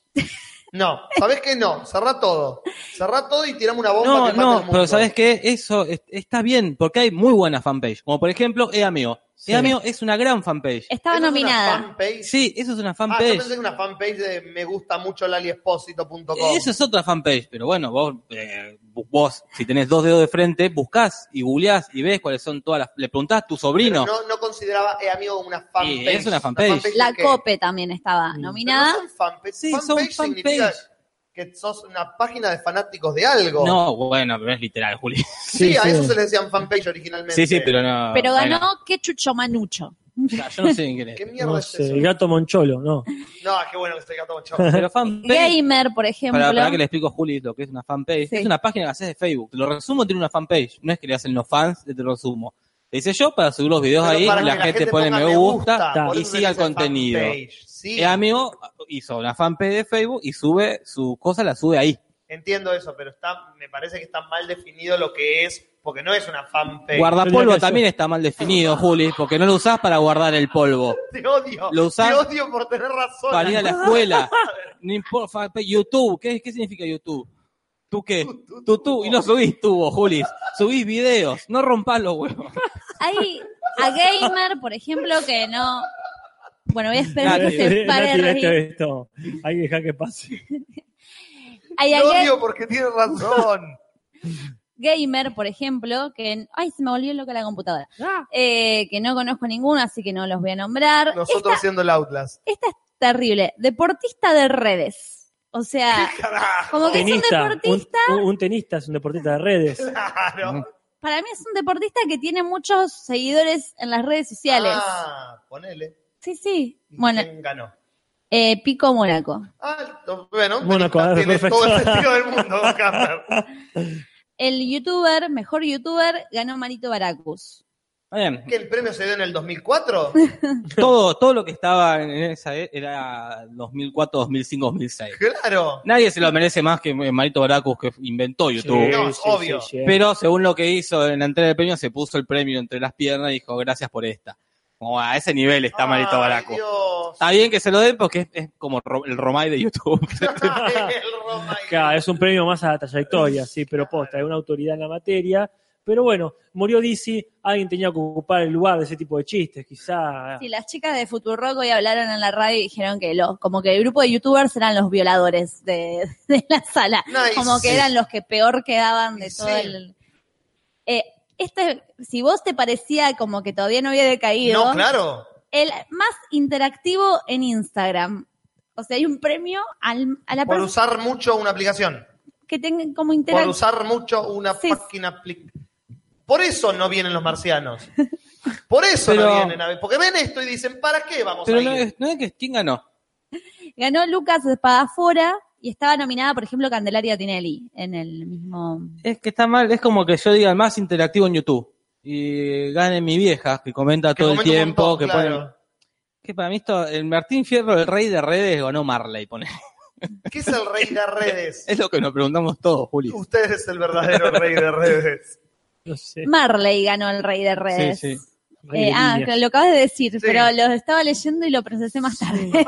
S3: No, ¿sabés qué? No, cerrá todo. Cerrá todo y tirame una bomba
S6: No,
S3: que mate el
S6: no,
S3: mundo.
S6: pero ¿sabes qué? Eso es- está bien, porque hay muy buenas fanpage, como por ejemplo E Amigo. E Amigo es una gran fanpage.
S4: Estaba
S3: ¿Eso es una
S4: nominada.
S3: fanpage?
S6: Sí, eso es una
S3: Ah, yo pensé
S6: fanpage.
S3: que una fanpage de me gusta mucho laliespósito.com.
S6: Eso es otra fanpage, pero bueno, vos, eh, bu- vos, si tenés dos dedos de frente, buscás y googleás y ves cuáles son todas las... Le preguntás a tu
S3: Pero
S6: sobrino.
S3: No, no consideraba, eh, amigo, una fanpage.
S6: Sí, es una
S3: ¿La
S6: fanpage.
S3: es
S4: La
S3: qué?
S4: COPE también estaba
S3: Pero no
S4: nominada.
S3: son fanpage.
S6: Sí, son
S3: fanpage significa
S6: fanpage.
S3: que sos una página de fanáticos de algo.
S6: No, bueno, pero es literal, Juli.
S3: sí,
S5: Sí,
S3: a
S5: sí.
S3: eso se le decían fanpage originalmente.
S6: Sí, sí, pero no...
S4: pero ganó
S6: Ah, bueno,
S4: que Chucho Manucho.
S6: yo no sé quién es.
S3: ¿Qué mierda
S5: no
S3: es
S5: sé,
S3: eso?
S5: el gato moncholo, no.
S3: No, qué bueno que estoy gato chavo.
S6: Pero fanpage...
S4: Gamer, por ejemplo.
S6: Para, para que le explico, Juli, lo que es una fanpage.
S4: Sí.
S6: Es una página que haces de Facebook. Te lo resumo, tiene una fanpage. No es que le hacen los fans, eh, te lo resumo. Te hice yo para subir los videos ahí y la, gente, pone
S3: ponga
S6: me gusta,
S5: gusta,
S3: por
S6: y
S3: eso se
S6: siga el
S3: dice
S6: contenido.
S3: fanpage. Sí,
S6: El amigo hizo una fanpage de Facebook y sube su cosa, la sube ahí.
S3: entiendo eso, pero está, me parece que está mal definido lo que es, porque no es una fanpage.
S5: Tendría que
S6: Guardapolvo
S5: hacer-
S6: también está mal definido, Juli, porque no lo usás para guardar el polvo.
S3: Te odio.
S6: Lo usás-
S3: Te odio por tener razón.
S6: Para ir a la escuela. No importa, fanpage. YouTube, ¿qué, qué significa YouTube? ¿Tú qué? Tú, tú, y no subís tubo, Juli. Subís videos, no rompás los huevos.
S4: Hay a Gamer, por ejemplo, que no. Bueno, voy a esperar
S6: Nati,
S4: que se pare de
S5: Nati,
S4: reír.
S5: esto, esto. Hay que dejar que pase.
S4: Hay
S3: Te
S4: a Ga-
S3: odio porque tienes razón.
S4: gamer, por ejemplo, que... Ay, se me volvió loca la computadora.
S3: Ah.
S4: Eh, que no conozco ninguno, así que no los voy a nombrar.
S3: Nosotros siendo el Outlast.
S4: Esta es terrible. Deportista de redes. O sea, como que es un
S5: Tenista, un,
S4: deportista,
S5: un- un tenista es un deportista de redes.
S3: Claro.
S4: para mí es un deportista que tiene muchos seguidores en las redes sociales.
S3: Ah, ponele.
S4: Sí, sí.
S3: ¿Y
S4: Bueno,
S3: ¿Quién ganó?
S4: eh, Pico Mónaco.
S3: Ah, lo- bueno, tenista,
S5: Bueno, claro,
S3: tiene
S5: perfecto.
S3: todo el sentido del mundo, Hammer.
S4: El youtuber, mejor youtuber, ganó Manito Baracus.
S6: Está bien.
S3: ¿Que el premio se dio en el 2004?
S6: Todo, todo lo que estaba en esa e- era 2004, 2005, 2006.
S3: Claro.
S6: Nadie se lo merece más que eh, Marito Baracus que inventó YouTube.
S3: No, es obvio.
S5: eh.
S6: Pero según lo que hizo en la entrega del premio, se puso el premio entre las piernas y dijo, gracias por esta. Como a ese nivel está Marito
S3: Ay,
S6: Baracus.
S3: Dios.
S6: Está bien que se lo den porque es, es como ro- el Romay de YouTube.
S3: El Roma y-
S5: Claro, es un premio más a la trayectoria, sí, pero posta, es una autoridad en la materia. Pero bueno, murió Dizzy, alguien tenía que ocupar el lugar de ese tipo de chistes,
S3: Ah.
S5: quizá.
S4: Sí, las chicas de Futurock hoy hablaron en la radio y dijeron que lo, como que el grupo de youtubers eran los violadores de, de la sala.
S3: Nice.
S4: Como que eran los que peor quedaban de
S3: Sí.
S4: todo el... Eh, este, si vos te parecía como que todavía no había decaído,
S3: No, claro.
S4: el más interactivo en Instagram. O sea, hay un premio al- a la
S3: Por
S4: persona
S3: usar mucho una aplicación.
S4: que tenga como
S3: Por
S4: interactivo.
S3: usar mucho una
S4: Sí.
S3: fucking aplicación. Por eso no vienen los marcianos. Por eso
S6: Pero-
S3: no vienen a ver. Porque ven esto y dicen, ¿para qué vamos
S6: Pero
S3: a ir?
S6: no es, no es que Stinga no.
S4: Ganó Lucas Espadafora y estaba nominada, por ejemplo, Candelaria Tinelli en el mismo...
S6: Es que está mal, es como que yo diga el más interactivo en YouTube. Y gane mi vieja, que comenta
S3: Que
S6: todo el
S3: comenta un
S6: tiempo,
S3: montón,
S6: que
S3: claro.
S6: pone... Que para mí esto, el Martín Fierro, el rey de redes, ganó Marley, pone.
S3: ¿Qué es el rey de redes?
S6: Es lo que nos preguntamos todos, Juli.
S3: Usted es el verdadero rey de redes.
S5: No sé.
S4: Marley ganó el Rey de Redes.
S6: Sí, sí.
S5: Rey
S4: Eh,
S5: de
S4: ah,
S5: líneas.
S4: claro, lo acabas de decir,
S3: Sí.
S4: pero lo estaba leyendo y lo procesé más tarde.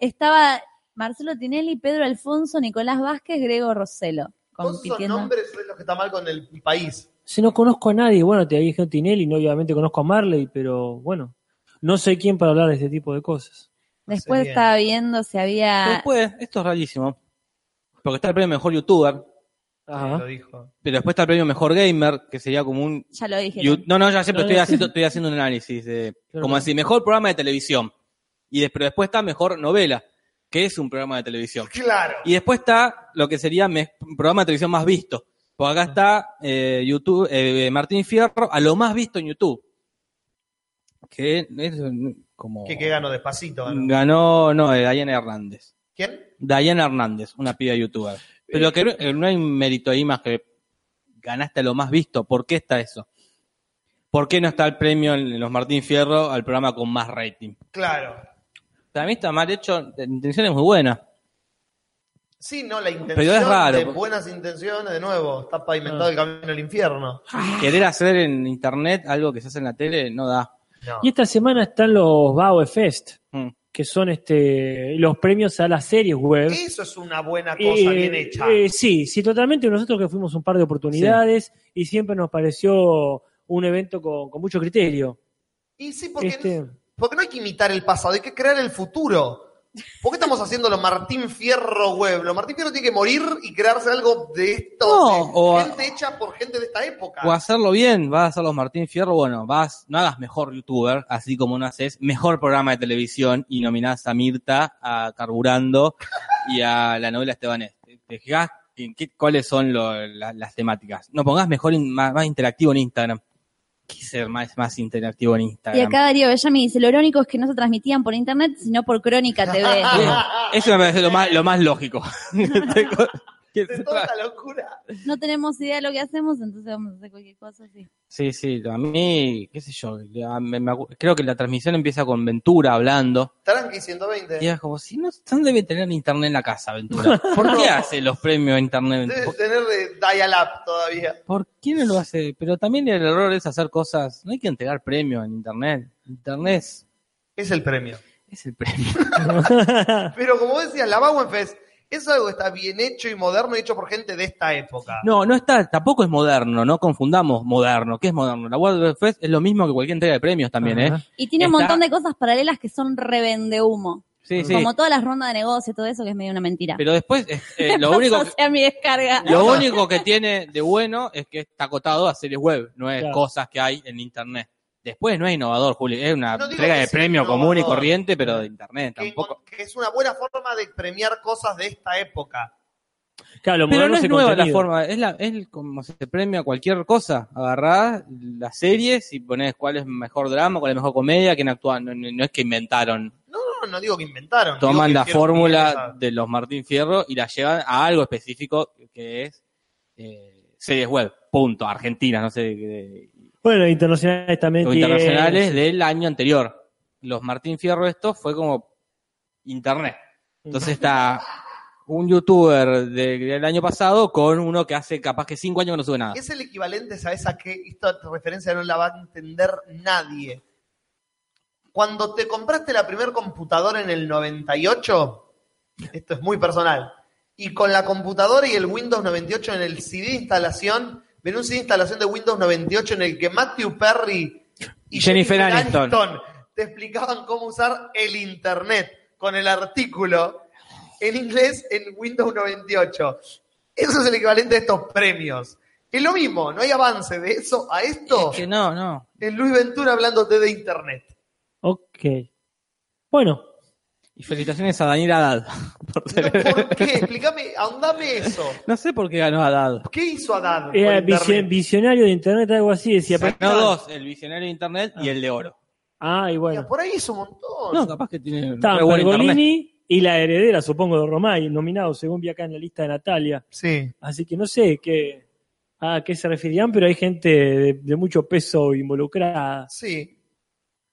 S4: estaba Marcelo Tinelli, Pedro Alfonso, Nicolás Vázquez, Grego Roselo
S3: Todos esos
S4: compitiendo.
S3: nombres es lo que está mal con el país.
S5: Si no conozco a nadie, bueno, te dije a Tinelli, no obviamente conozco a Marley, pero bueno, no soy quién para hablar de este tipo de cosas.
S4: Después
S3: Bien.
S4: estaba viendo si había.
S6: Después, esto es rarísimo. Porque está el premio mejor youtuber,
S3: Lo
S5: Ajá.
S3: dijo.
S6: pero después está el premio mejor gamer, que sería como un...
S4: Ya lo dije.
S6: you- No, no, ya siempre
S5: No,
S6: estoy,
S5: no,
S6: haciendo, estoy haciendo un análisis. De,
S5: Claro.
S6: como así, mejor programa de televisión. Y des- pero después está mejor novela, que es un programa de televisión.
S3: Claro.
S6: Y después está lo que sería me- programa de televisión más visto. Pues acá está eh, YouTube, eh, Martín Fierro, a lo más visto en YouTube. Que es mm, como...
S3: Que, que ganó despacito. ganó.
S6: Ganó, no, eh, Diana Hernández.
S3: ¿Quién?
S6: Diana Hernández, una piba youtuber. Pero que no- no hay mérito ahí más que ganaste lo más visto. ¿Por qué está eso? ¿Por qué no está el premio en los Martín Fierro al programa con más rating?
S3: Claro.
S6: Para mí está mal hecho, la intención es muy buena.
S3: Sí, no, la intención
S6: Pero es raro,
S3: de
S6: porque- Ah.
S3: buenas intenciones, de nuevo, está pavimentado el camino al infierno.
S6: Querer hacer en internet algo que se hace en la tele no da.
S3: No.
S5: Y esta semana están los Baue Fest,
S6: Mm.
S5: que son este los premios a las series web.
S6: este
S3: Eso es una buena cosa
S5: Eh,
S3: bien hecha.
S5: eh, sí, sí, totalmente. Nosotros que fuimos un par de oportunidades y siempre nos pareció un evento con, con mucho criterio.
S3: y sí, porque,
S5: este-
S3: porque no hay que imitar el pasado, hay que crear el futuro. ¿Por qué estamos haciendo lo Martín Fierro web? Lo Martín Fierro tiene que morir y crearse algo de esto.
S6: No,
S3: de
S6: o-
S3: gente hecha por gente de esta época.
S6: O hacerlo bien, vas a hacer los Martín Fierro, bueno, vas, no hagas mejor youtuber, así como no haces mejor programa de televisión y nominás a Mirta, a Carburando y a la novela Estebanés. Te te fijás en qué- cuáles son lo- la- las temáticas. No pongas mejor, in- más, más interactivo en Instagram. ¿Qué ser más, más interactivo en
S4: Y
S6: Instagram?
S4: acá Darío Bellamy dice: Lo irónico es que no se transmitían por internet, sino por Crónica TV.
S6: Eso me parece lo más, lo más lógico. ¿Qué
S3: De
S6: ser
S3: toda
S6: más-
S3: esta locura.
S4: no tenemos idea de lo que hacemos, entonces vamos a hacer cualquier cosa así.
S6: Sí, sí, a mí, qué sé yo, a- me- me acu- creo que la transmisión empieza con Ventura hablando.
S3: Tranqui 120.
S6: Y era como, si no, ¿dónde debe tener internet en la casa, Ventura? ¿Por qué hace los premios a internet?
S3: Debe
S6: ¿Por,
S3: tener eh, dial-up todavía.
S6: por qué no lo hace? Pero también el error es hacer cosas, no hay que entregar premios en internet. Internet es,
S3: Es el premio.
S6: es el premio.
S3: Pero como decías, la Bauenfest es algo que está bien hecho y moderno y hecho por gente de esta época.
S6: No, no está, tampoco es moderno, no confundamos moderno. ¿Qué es moderno? La World Fest es lo mismo que cualquier entrega de premios también, ¿eh?
S5: Ajá.
S4: Y tiene un
S6: Está-
S4: montón de cosas paralelas que son revende humo.
S6: Sí, sí.
S4: Como todas las rondas de negocio, todo eso que es medio una mentira.
S6: Pero después, eh, eh, lo, único,
S4: o sea, mi descarga.
S6: lo único que tiene de bueno es que está acotado a series web, no es
S5: Claro.
S6: cosas que hay en Internet. Después no es innovador, Juli, es una
S3: No digo
S6: entrega
S3: que
S6: de
S3: sea
S6: premio común y
S3: innovador.
S6: corriente, pero de Internet
S3: que,
S6: tampoco.
S3: que es una buena forma de premiar cosas de esta época.
S5: Claro, lo moderno
S6: Pero no
S5: es
S6: es
S5: el
S6: nueva la
S5: contenido.
S6: forma, es, la, es como se premia cualquier cosa. Agarrás las series y ponés cuál es mejor drama, cuál es mejor comedia, quién actúa. No, no- no es que inventaron.
S3: No, no, no digo que inventaron. digo
S6: Toman
S3: que
S6: la
S3: hicieron bien
S6: fórmula
S3: esa-
S6: de los Martín Fierro y la llevan a algo específico que es eh, series web, punto, argentinas, no sé, de-
S5: Bueno, internacionales también.
S6: o
S5: tienen-
S6: internacionales del año anterior. Los Martín Fierro esto fue como internet. Entonces está un youtuber de- del año pasado con uno que hace capaz que cinco años que no sube nada.
S3: Es el equivalente, ¿sabes a qué? Esta referencia no la va a entender nadie. Cuando te compraste la primer computadora en el 98, esto es muy personal, y con la computadora y el Windows 98 en el CD de instalación, ven un CD de instalación de Windows 98 en el que Matthew Perry y
S6: Jennifer Aniston.
S3: te explicaban cómo usar el Internet con el artículo en inglés en Windows 98. Eso es el equivalente de estos premios. Es lo mismo, no hay avance de eso a esto.
S6: Es que no, no.
S3: En Luis Ventura hablándote de internet.
S5: Ok. Bueno,
S6: Y felicitaciones a Daniel Haddad. por
S3: No,
S6: tener-
S3: ¿Por qué? Explícame, ahondame eso.
S6: No sé por qué ganó Haddad.
S3: ¿Qué hizo Adán? por
S5: era
S3: internet?
S5: visio- visionario de internet, algo así, decía. pero-
S6: Ganó dos, el visionario de internet y el de oro.
S5: Ah, y bueno.
S3: Mira, Por ahí hizo un montón.
S6: No, capaz que tiene
S5: Estaban
S6: re buen internet.
S5: Pergolini y la heredera, supongo, de Romay, nominado, según vi acá en la lista de Natalia.
S3: Sí.
S5: Así que no sé qué, a qué se referirán, pero hay gente de, de mucho peso involucrada.
S3: Sí.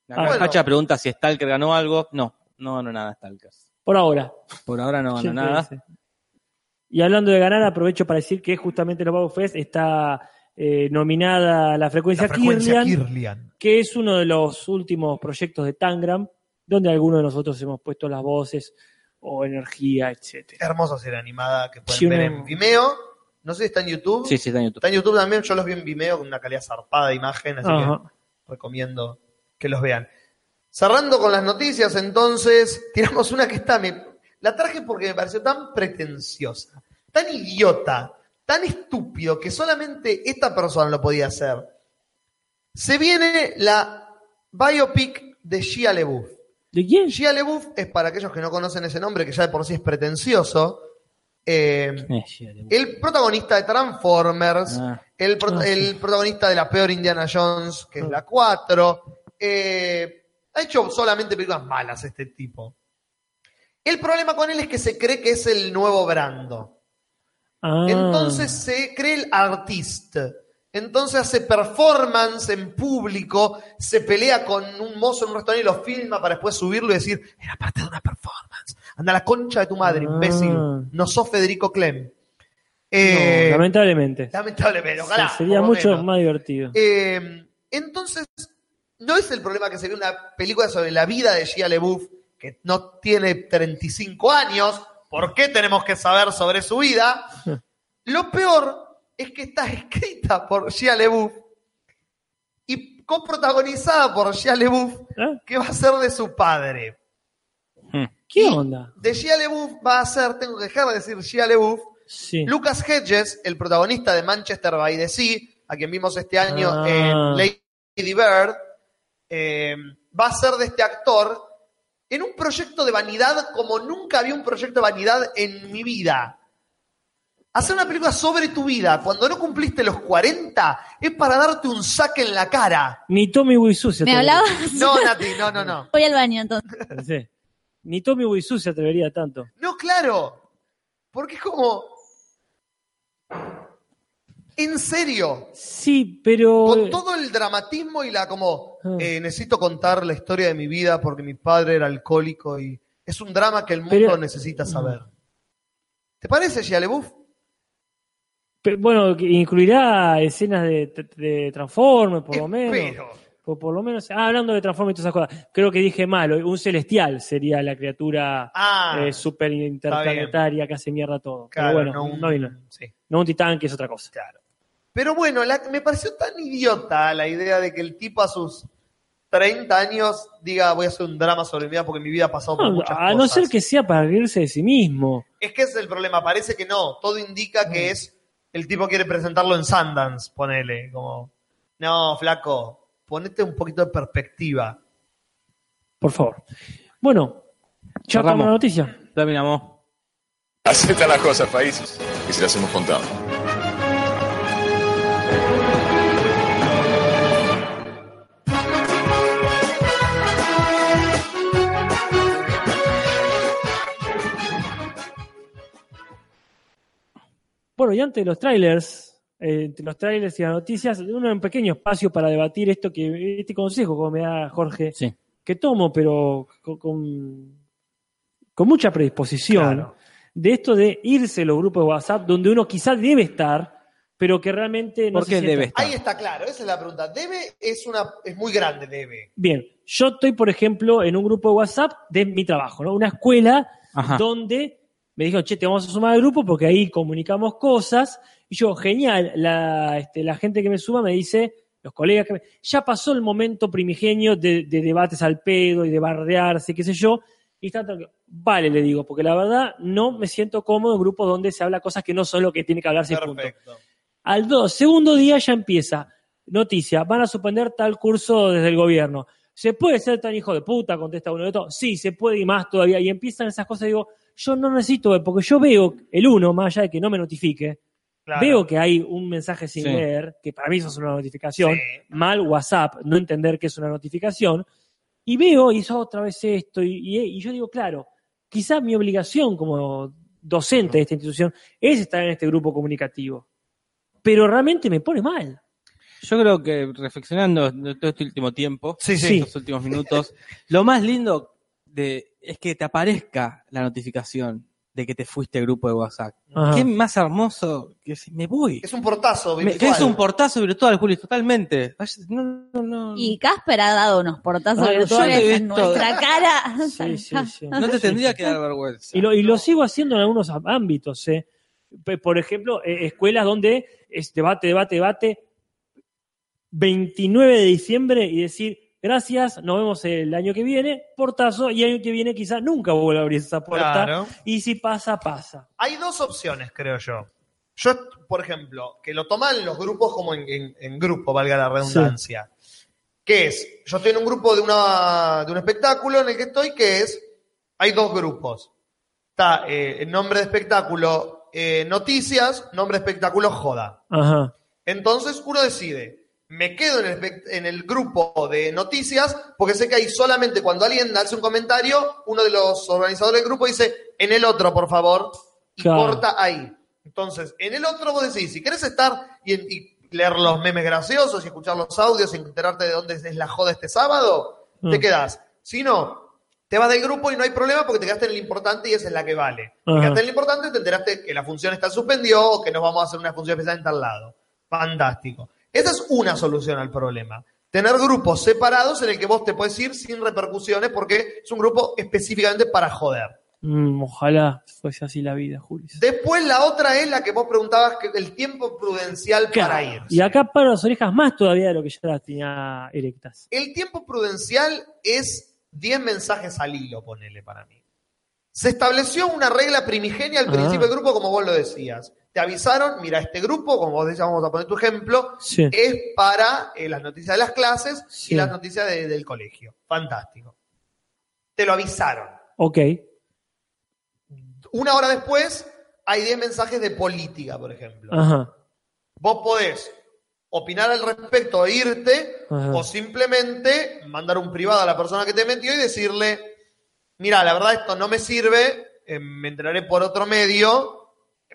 S6: La
S5: Ah,
S6: Capacha
S3: bueno.
S6: pregunta si Stalker ganó algo. No, no ganó nada Stalker.
S5: Por ahora.
S6: Por ahora no ganó
S5: Siempre
S6: nada.
S5: dice. Y hablando de ganar, aprovecho para decir que justamente los Bago Fest está eh, nominada a la frecuencia, Kirlian,
S3: Kirlian.
S5: que es uno de los últimos proyectos de Tangram, donde algunos de nosotros hemos puesto las voces o energía, etcétera.
S3: Hermosa serie animada que pueden
S5: Sí,
S3: ver
S5: una-
S3: en Vimeo. No sé si está en YouTube.
S6: Sí, sí, está en YouTube.
S3: Está en YouTube también. Yo los vi en Vimeo con una calidad zarpada de imagen, así que
S5: Ajá.
S3: recomiendo que los vean. Cerrando con las noticias, entonces, tiramos una que está. me- la traje porque me pareció tan pretenciosa, tan idiota, tan estúpido que solamente esta persona lo podía hacer. Se viene la biopic de Shia LeBouf.
S5: ¿De quién?
S3: Shia LeBouf es para aquellos que no conocen ese nombre, que ya de por sí es pretencioso. eh,
S6: Eh, yeah, de-
S3: el protagonista de Transformers,
S6: Ah.
S3: el, pro-
S5: Ah, sí.
S3: el protagonista de la peor Indiana Jones, que es la 4. eh, ha hecho solamente películas malas este tipo. El problema con él es que se cree que es el nuevo Brando.
S5: Ah.
S3: Entonces se cree el artista. Entonces hace performance en público, se pelea con un mozo en un restaurante y lo filma para después subirlo y decir, era parte de una performance. Anda a la concha de tu madre,
S5: Ah.
S3: imbécil. No sos Federico Clem.
S5: No,
S3: Eh,
S5: lamentablemente.
S3: lamentablemente, ojalá.
S5: Sí, sería
S3: por lo
S5: mucho
S3: menos.
S5: más divertido.
S3: Eh, entonces, no es el problema que se ve una película sobre la vida de Shia LeBouf, que no tiene 35 años. ¿Por qué tenemos que saber sobre su vida? Lo peor es que está escrita por Shia LeBouf y coprotagonizada por Shia LeBouf,
S5: ¿Eh?
S3: que va a ser de su padre.
S5: ¿Qué
S3: Y
S5: onda?
S3: De Shia LeBouf va a ser, tengo que dejar de decir Shia LeBouf,
S5: Sí.
S3: Lucas Hedges, el protagonista de Manchester by the Sea, a quien vimos este año
S5: Ah.
S3: en Lady Bird, eh, va a ser de este actor en un proyecto de vanidad como nunca había un proyecto de vanidad en mi vida. Hacer una película sobre tu vida cuando no cumpliste los 40 es para darte un saque en la cara.
S5: Ni Tommy Wiseau se
S4: ¿Me
S5: atrevería.
S4: hablabas?
S3: No, Nati, no, no, no.
S4: Voy al baño entonces.
S5: Sí. Ni Tommy Wiseau se atrevería tanto.
S3: No, claro. Porque es como... En serio,
S5: Sí, pero.
S3: con todo el dramatismo y la como
S5: Pues- Ah.
S3: eh, necesito contar la historia de mi vida porque mi padre era alcohólico y es un drama que el mundo
S5: Pero- Mm.
S3: necesita saber. ¿Te parece, Shia LaBeouf?
S5: Pe- bueno, que incluirá escenas de, de Transformers,
S3: Eh,
S5: por lo menos.
S3: Espero.
S5: Por, por lo menos. Ah, hablando de Transformers y todas esas cosas. Creo que dije mal. Un celestial sería la criatura
S3: Ah,
S5: eh, super interplanetaria que hace mierda todo.
S3: claro,
S5: pero bueno,
S3: no, un-
S5: no, vino.
S3: sí,
S5: No un titán, que es otra cosa.
S3: claro. Pero bueno, la- me pareció tan idiota la idea de que el tipo a sus 30 años diga voy a hacer un drama sobre mi vida porque mi vida ha pasado por
S5: No,
S3: muchas
S5: Ah, a
S3: cosas.
S5: no ser que sea para reírse de sí mismo.
S3: Es que ese es el problema, parece que no. Todo indica que es el tipo quiere presentarlo en Sundance, ponele, como no, flaco, ponete un poquito de perspectiva.
S5: Por favor. Bueno, ya
S6: Cerramos.
S5: tengo una noticia.
S6: Terminamos.
S2: Aceptan las cosas, países, que se las hemos contado.
S5: Bueno, y antes de los trailers, eh, entre los trailers y las noticias, un pequeño espacio para debatir esto que este consejo como me da Jorge,
S6: Sí.
S5: que tomo, pero co- con, con mucha predisposición,
S3: Claro.
S5: de esto de irse los grupos de WhatsApp donde uno quizás debe estar, pero que realmente no
S6: ¿Por
S5: se
S6: qué
S5: siente-
S6: debe estar?
S3: Ahí está claro, esa es la pregunta. Debe es una es muy grande debe.
S5: Bien, yo estoy, por ejemplo, en un grupo de WhatsApp de mi trabajo, ¿no? Una escuela
S6: Ajá.
S5: donde me dijeron, che, te vamos a sumar al grupo porque ahí comunicamos cosas. Y yo, genial, la, este, la gente que me suma me dice, los colegas que me... Ya pasó el momento primigenio de, de debates al pedo y de bardearse, qué sé yo. Y están tranquilos. Vale, le digo, porque la verdad no me siento cómodo en grupos donde se habla cosas que no son lo que tiene que hablarse. y punto.
S3: Perfecto.
S5: Al dos, segundo día ya empieza. Noticia, van a suspender tal curso desde el gobierno. ¿Se puede ser tan hijo de puta? Contesta uno de otro. Sí, se puede y más todavía. Y empiezan esas cosas. Digo, yo no necesito ver, porque yo veo el uno, más allá de que no me notifique,
S3: Claro.
S5: veo que hay un mensaje sin
S6: Sí.
S5: leer, que para mí eso es una notificación
S3: Sí.
S5: mal WhatsApp, no entender que es una notificación, y veo, hizo otra vez esto, y, y- y yo digo, claro, quizás mi obligación como docente de esta institución es estar en este grupo comunicativo, pero realmente me pone mal.
S6: Yo creo que reflexionando de todo este último tiempo,
S3: Sí, sí.
S6: estos últimos minutos, lo más lindo de, es que te aparezca la notificación de que te fuiste al grupo de WhatsApp.
S5: Ajá.
S6: Qué más hermoso que si me voy.
S3: Es un portazo
S6: Me- que
S3: virtual.
S6: es un portazo virtual, Juli, totalmente. Ay, No, no, no.
S4: Y Casper ha dado unos portazos
S5: Ah, yo
S4: virtuales
S6: te he
S4: en
S6: visto.
S4: nuestra cara.
S5: Sí, sí, sí.
S6: No te tendría que dar vergüenza.
S5: Y lo, y lo sigo haciendo en algunos ámbitos. ¿eh? Pe- Por ejemplo, eh, escuelas donde es debate, debate, debate, 29 de diciembre y decir, gracias, nos vemos el año que viene, portazo, y el año que viene quizás nunca vuelva a abrir esa puerta.
S3: Claro.
S5: Y si pasa, pasa.
S3: Hay dos opciones, creo yo. Yo, por ejemplo, que lo toman los grupos como en, en- en grupo, valga la redundancia. Que es, yo estoy en un grupo de, una, de un espectáculo en el que estoy, que es, hay dos grupos. Está eh, el nombre de espectáculo eh, noticias, nombre de espectáculo joda.
S5: Ajá.
S3: Entonces uno decide, me quedo en el, espect- en el grupo de noticias porque sé que ahí solamente cuando alguien hace un comentario, uno de los organizadores del grupo dice, en el otro, por favor, y
S5: Claro.
S3: corta ahí. Entonces, en el otro vos decís, si querés estar y, y leer los memes graciosos y escuchar los audios y enterarte de dónde es la joda este sábado, te
S5: Mm.
S3: quedás. Si no, te vas del grupo y no hay problema porque te quedaste en el importante y esa es la que vale. Te
S5: Ajá.
S3: quedaste en el importante y te enteraste que la función está suspendió o que nos vamos a hacer una función especial en tal lado. Fantástico. Esa es una solución al problema. Tener grupos separados en el que vos te puedes ir sin repercusiones porque es un grupo específicamente para joder.
S5: Mm, ojalá fuese así la vida, Julis.
S3: Después la otra es la que vos preguntabas, que el tiempo prudencial para ir.
S5: Y acá paro las orejas más todavía de lo que ya las tenía erectas.
S3: El tiempo prudencial es 10 mensajes al hilo, ponele para mí. Se estableció una regla primigenia al
S5: Ah.
S3: principio del grupo, como vos lo decías. Te avisaron, mira, este grupo, como vos decías, vamos a poner tu ejemplo,
S5: Sí.
S3: es para eh, las noticias de las clases
S5: Sí.
S3: y las noticias de- del colegio. Fantástico. Te lo avisaron.
S5: Ok.
S3: Una hora después hay 10 mensajes de política, por ejemplo.
S5: Ajá.
S3: Vos podés opinar al respecto e irte
S5: Ajá.
S3: o simplemente mandar un privado a la persona que te metió y decirle, mira, la verdad esto no me sirve, eh, me enteraré por otro medio,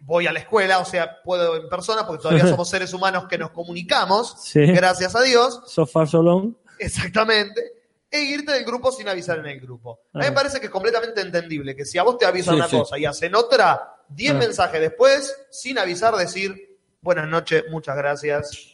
S3: voy a la escuela, o sea, puedo en persona porque todavía somos seres humanos que nos comunicamos,
S5: Sí.
S3: gracias a Dios,
S5: So far, so long.
S3: exactamente, e irte del grupo sin avisar en el grupo. A mí
S5: Ah.
S3: me parece que es completamente entendible que si a vos te avisan
S6: Sí,
S3: una
S6: sí.
S3: cosa y hacen otra, 10
S5: Ah.
S3: mensajes después, sin avisar, decir, buenas noches, muchas gracias.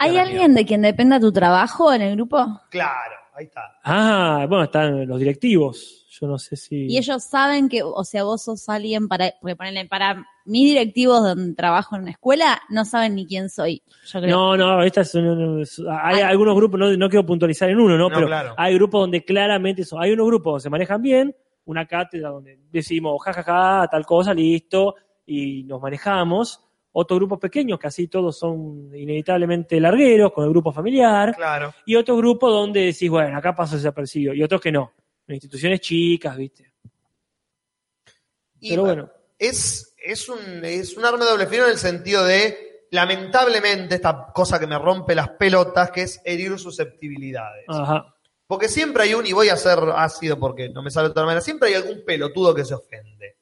S4: ¿Hay alguien de quien dependa tu trabajo en el grupo?
S3: Claro, Ahí está.
S5: Ah, bueno, están los directivos. Yo no sé si.
S4: Y ellos saben que, o sea, vos sos alguien para, porque ponele, para mis directivos donde trabajo en una escuela, no saben ni quién soy. Yo creo.
S5: No, no, estas son, un- un- hay algunos grupos, no, no quiero puntualizar en uno, ¿no?
S3: No,
S5: Pero
S3: claro.
S5: hay grupos donde claramente son, hay unos grupos donde se manejan bien, una cátedra donde decimos jajaja, tal cosa, listo, y nos manejamos. Otros grupos pequeños, casi todos son inevitablemente largueros, con el grupo familiar.
S3: Claro.
S5: Y otro grupo donde decís, bueno, acá paso desapercibido. Y otros que no. En instituciones chicas, ¿viste?
S3: Y
S5: Pero bueno.
S3: es, es, un, es un arma de doble filo en el sentido de, lamentablemente, esta cosa que me rompe las pelotas, que es herir susceptibilidades.
S5: Ajá.
S3: Porque siempre hay un, y voy a ser ácido porque no me sale de otra manera, siempre hay algún pelotudo que se ofende.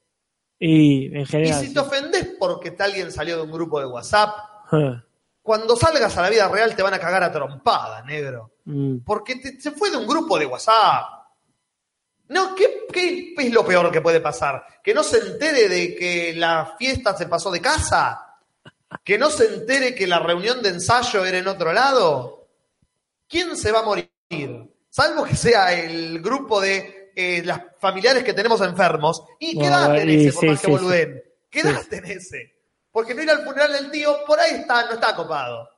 S5: Y en
S3: Y
S5: general.
S3: si te ofendes porque te- alguien salió de un grupo de WhatsApp,
S5: Ah,
S3: cuando salgas a la vida real te van a cagar a trompada, negro.
S5: mm.
S3: Porque te- se fue de un grupo de WhatsApp. No, ¿qué, qué es lo peor que puede pasar? ¿Que no se entere de que la fiesta se pasó de casa? ¿Que no se entere que la reunión de ensayo era en otro lado? ¿Quién se va a morir? Salvo que sea el grupo de eh, las familiares que tenemos enfermos. Y
S5: No,
S3: quedate en
S5: Ah, y
S3: ese, por
S5: sí,
S3: más que
S5: sí,
S3: boludeen. Quedate en ese. Porque no ir al funeral del tío, por ahí está, no está copado.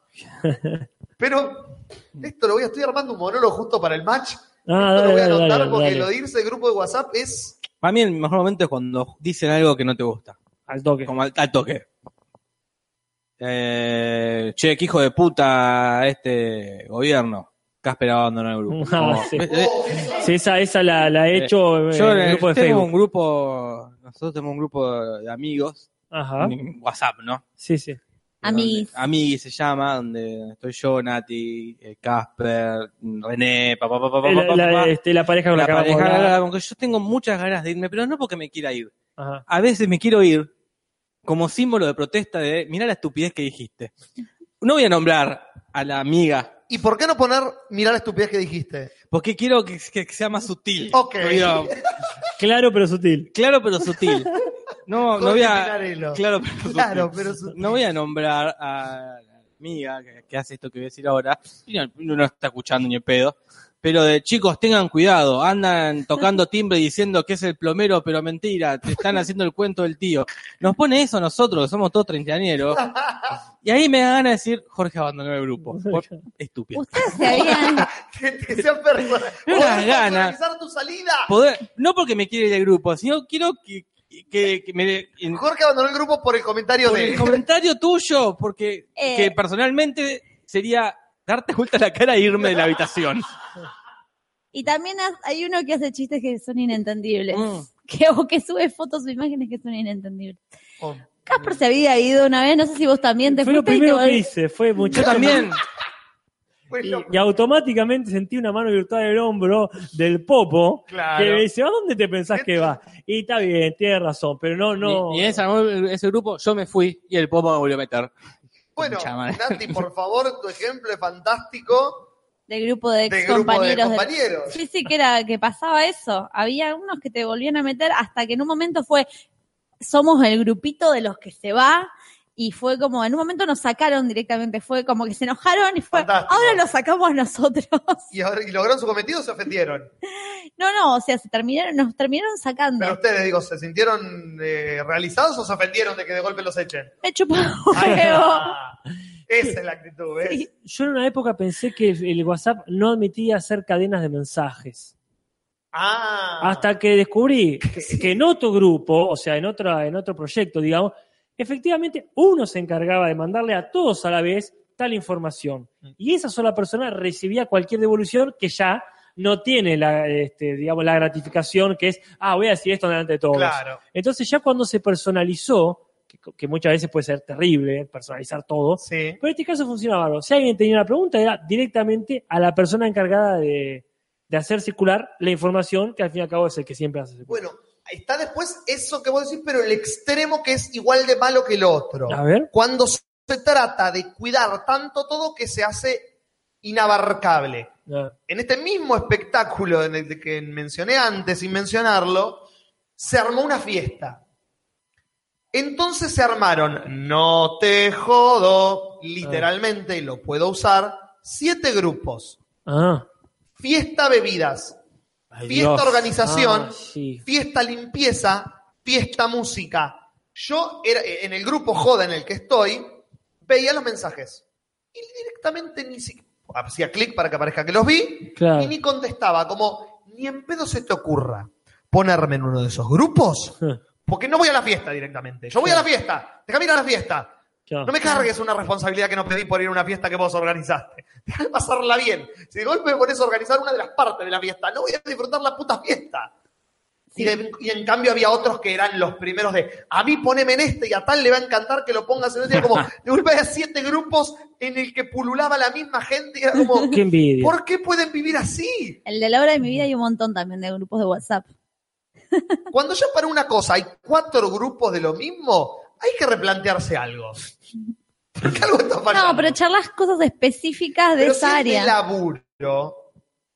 S3: Pero esto lo voy a estoy armando un monólogo justo para el match.
S5: Ah,
S3: Esto lo voy
S5: dale,
S3: a
S5: dale,
S3: anotar
S5: dale,
S3: porque
S5: dale.
S3: lo de irse de grupo de WhatsApp es.
S6: Para mí el mejor momento es cuando dicen algo que no te gusta.
S5: Al toque.
S6: Como al, al toque. Eh, che, qué hijo de puta este gobierno. Que ha esperado abandonar el grupo.
S5: Ah,
S6: Como-
S5: sí.
S6: Eh, eh,
S5: Sí, esa, esa la, la he
S6: Eh,
S5: hecho
S6: yo
S5: en el grupo de
S6: tengo
S5: Facebook.
S6: un grupo, nosotros tenemos un grupo de amigos,
S5: Ajá.
S6: en WhatsApp, ¿no?
S5: Sí, sí.
S4: Amiguis.
S6: Donde- Amiguis se llama, donde estoy yo, Nati, eh, Casper, René, papá, papá, papá,
S5: La, la- este, la pareja con la, que acabamos de hablar.
S6: Aunque yo tengo muchas ganas de irme, pero no porque me quiera ir.
S5: Ajá.
S6: A veces me quiero ir como símbolo de protesta de, mirá la estupidez que dijiste. No voy a nombrar a la amiga,
S3: ¿Y por qué no poner mirar la estupidez que dijiste?
S6: porque quiero que, que sea más sutil.
S3: Ok.
S6: Digo,
S5: Claro, pero sutil.
S6: claro, pero sutil. No, no
S3: Jorge
S6: voy a...
S3: Pinarello.
S6: Claro, pero sutil.
S3: Claro, pero su-
S6: No voy a nombrar a la amiga que, que hace esto que voy a decir ahora. Y No, no está escuchando ni en pedo. Pero de chicos, tengan cuidado. Andan tocando timbre diciendo que es el plomero, pero mentira. Te están haciendo el cuento del tío. Nos pone eso nosotros, que somos todos treintañeros. Y ahí me da ganas de decir, Jorge abandonó el grupo. Por- Estúpido.
S4: Ustedes se habían.
S3: que te sea persona.
S6: Unas
S3: Podés
S6: ganas.
S3: personalizar tu salida.
S6: Poder- no porque me quiere ir del grupo, sino quiero que, que- que me...
S3: Jorge abandonó el grupo por el comentario
S6: Por
S3: de.
S6: el comentario tuyo, porque
S4: Eh.
S6: que personalmente sería darte vuelta la cara e irme de la habitación.
S4: Y también has- hay uno que hace chistes que son inentendibles.
S6: Mm.
S4: Que, o que sube fotos o imágenes que son inentendibles.
S3: Oh.
S4: Casper se había ido una vez, no sé si vos también te eh.
S5: Fue lo
S4: fuiste y te
S5: primero que
S4: volviste.
S5: hice. Fue mucho.
S6: Yo también.
S3: Bueno,
S5: Y automáticamente sentí una mano virtual en el hombro del popo
S3: Claro.
S5: que me dice, ¿a dónde te pensás que vas? Y está bien, tienes razón, pero no, no.
S6: Y, en esa- ese grupo yo me fui y el popo me volvió a meter.
S3: bueno,
S6: Concha madre.
S3: Nati, por favor, tu ejemplo es fantástico
S4: Del grupo de
S3: de
S4: ex
S3: grupo de
S4: compañeros.
S3: compañeros.
S4: Sí, sí, que era que pasaba eso. Había unos que te volvían a meter hasta que en un momento fue, somos el grupito de los que se va. Y fue como, en un momento nos sacaron directamente, fue como que se enojaron y fue,
S3: Fantástico.
S4: ahora lo sacamos nosotros.
S3: Y, ahora- y lograron su cometido, se ofendieron.
S4: No, no, o sea, se terminaron, nos terminaron sacando.
S3: Pero ustedes, digo, ¿se sintieron eh, realizados o se ofendieron de que de golpe los echen?
S4: Me chupa un huevo.
S3: Ah, esa es la actitud, ¿ves?
S5: Yo en una época pensé que el WhatsApp no admitía hacer cadenas de mensajes.
S3: Ah.
S5: Hasta que descubrí que, que en otro grupo, o sea, en, otra, en otro proyecto, digamos, efectivamente uno se encargaba de mandarle a todos a la vez tal información. Y esa sola persona recibía cualquier devolución que ya no tiene la, este, digamos, la gratificación que es, ah, voy a decir esto delante de todos.
S3: Claro.
S5: Entonces ya cuando se personalizó, que, que muchas veces puede ser terrible eh, personalizar todo,
S3: Sí.
S5: pero en este caso funcionaba algo. Si alguien tenía una pregunta, era directamente a la persona encargada de, de hacer circular la información, que al fin y al cabo es el que siempre hace circular.
S3: Bueno, está después eso que vos decís, pero el extremo que es igual de malo que el otro.
S5: A ver.
S3: Cuando se trata de cuidar tanto todo que se hace inabarcable.
S5: Ah,
S3: En este mismo espectáculo en el que mencioné antes, sin mencionarlo, se armó una fiesta. Entonces se armaron, no te jodo, literalmente, y lo puedo usar, siete grupos.
S5: ah,
S3: Fiesta bebidas,
S6: Ay,
S3: fiesta
S6: Dios.
S3: organización,
S5: Ah, sí.
S3: fiesta limpieza, fiesta música. Yo era, en el grupo Joda en el que estoy, veía los mensajes. Y directamente ni si- hacía clic para que aparezca que los vi
S5: Claro.
S3: y ni contestaba, como ni en pedo se te ocurra ponerme en uno de esos grupos,
S5: Ah,
S3: porque no voy a la fiesta directamente. Yo voy a la fiesta, déjame ir a la fiesta.
S5: Claro.
S3: No me cargues una responsabilidad que no pedí por ir a una fiesta que vos organizaste. Déjame pasarla bien. Si de golpe me pones a organizar una de las partes de la fiesta, no voy a disfrutar la puta fiesta. Y, de- y en cambio había otros que eran los primeros de, a mí poneme en este y a tal le va a encantar que lo pongas en este. Como, de golpe había siete grupos en el que pululaba la misma gente. y era como,
S5: Qué envidia.
S3: ¿por qué pueden vivir así?
S4: El de la hora de mi vida hay un montón también de grupos de WhatsApp.
S3: Cuando ya para una cosa hay cuatro grupos de lo mismo, hay que replantearse algo. Porque algo está fallando.
S4: No, pero charlas cosas específicas de
S3: Pero si
S4: esa
S3: es
S4: área.
S3: De laburo,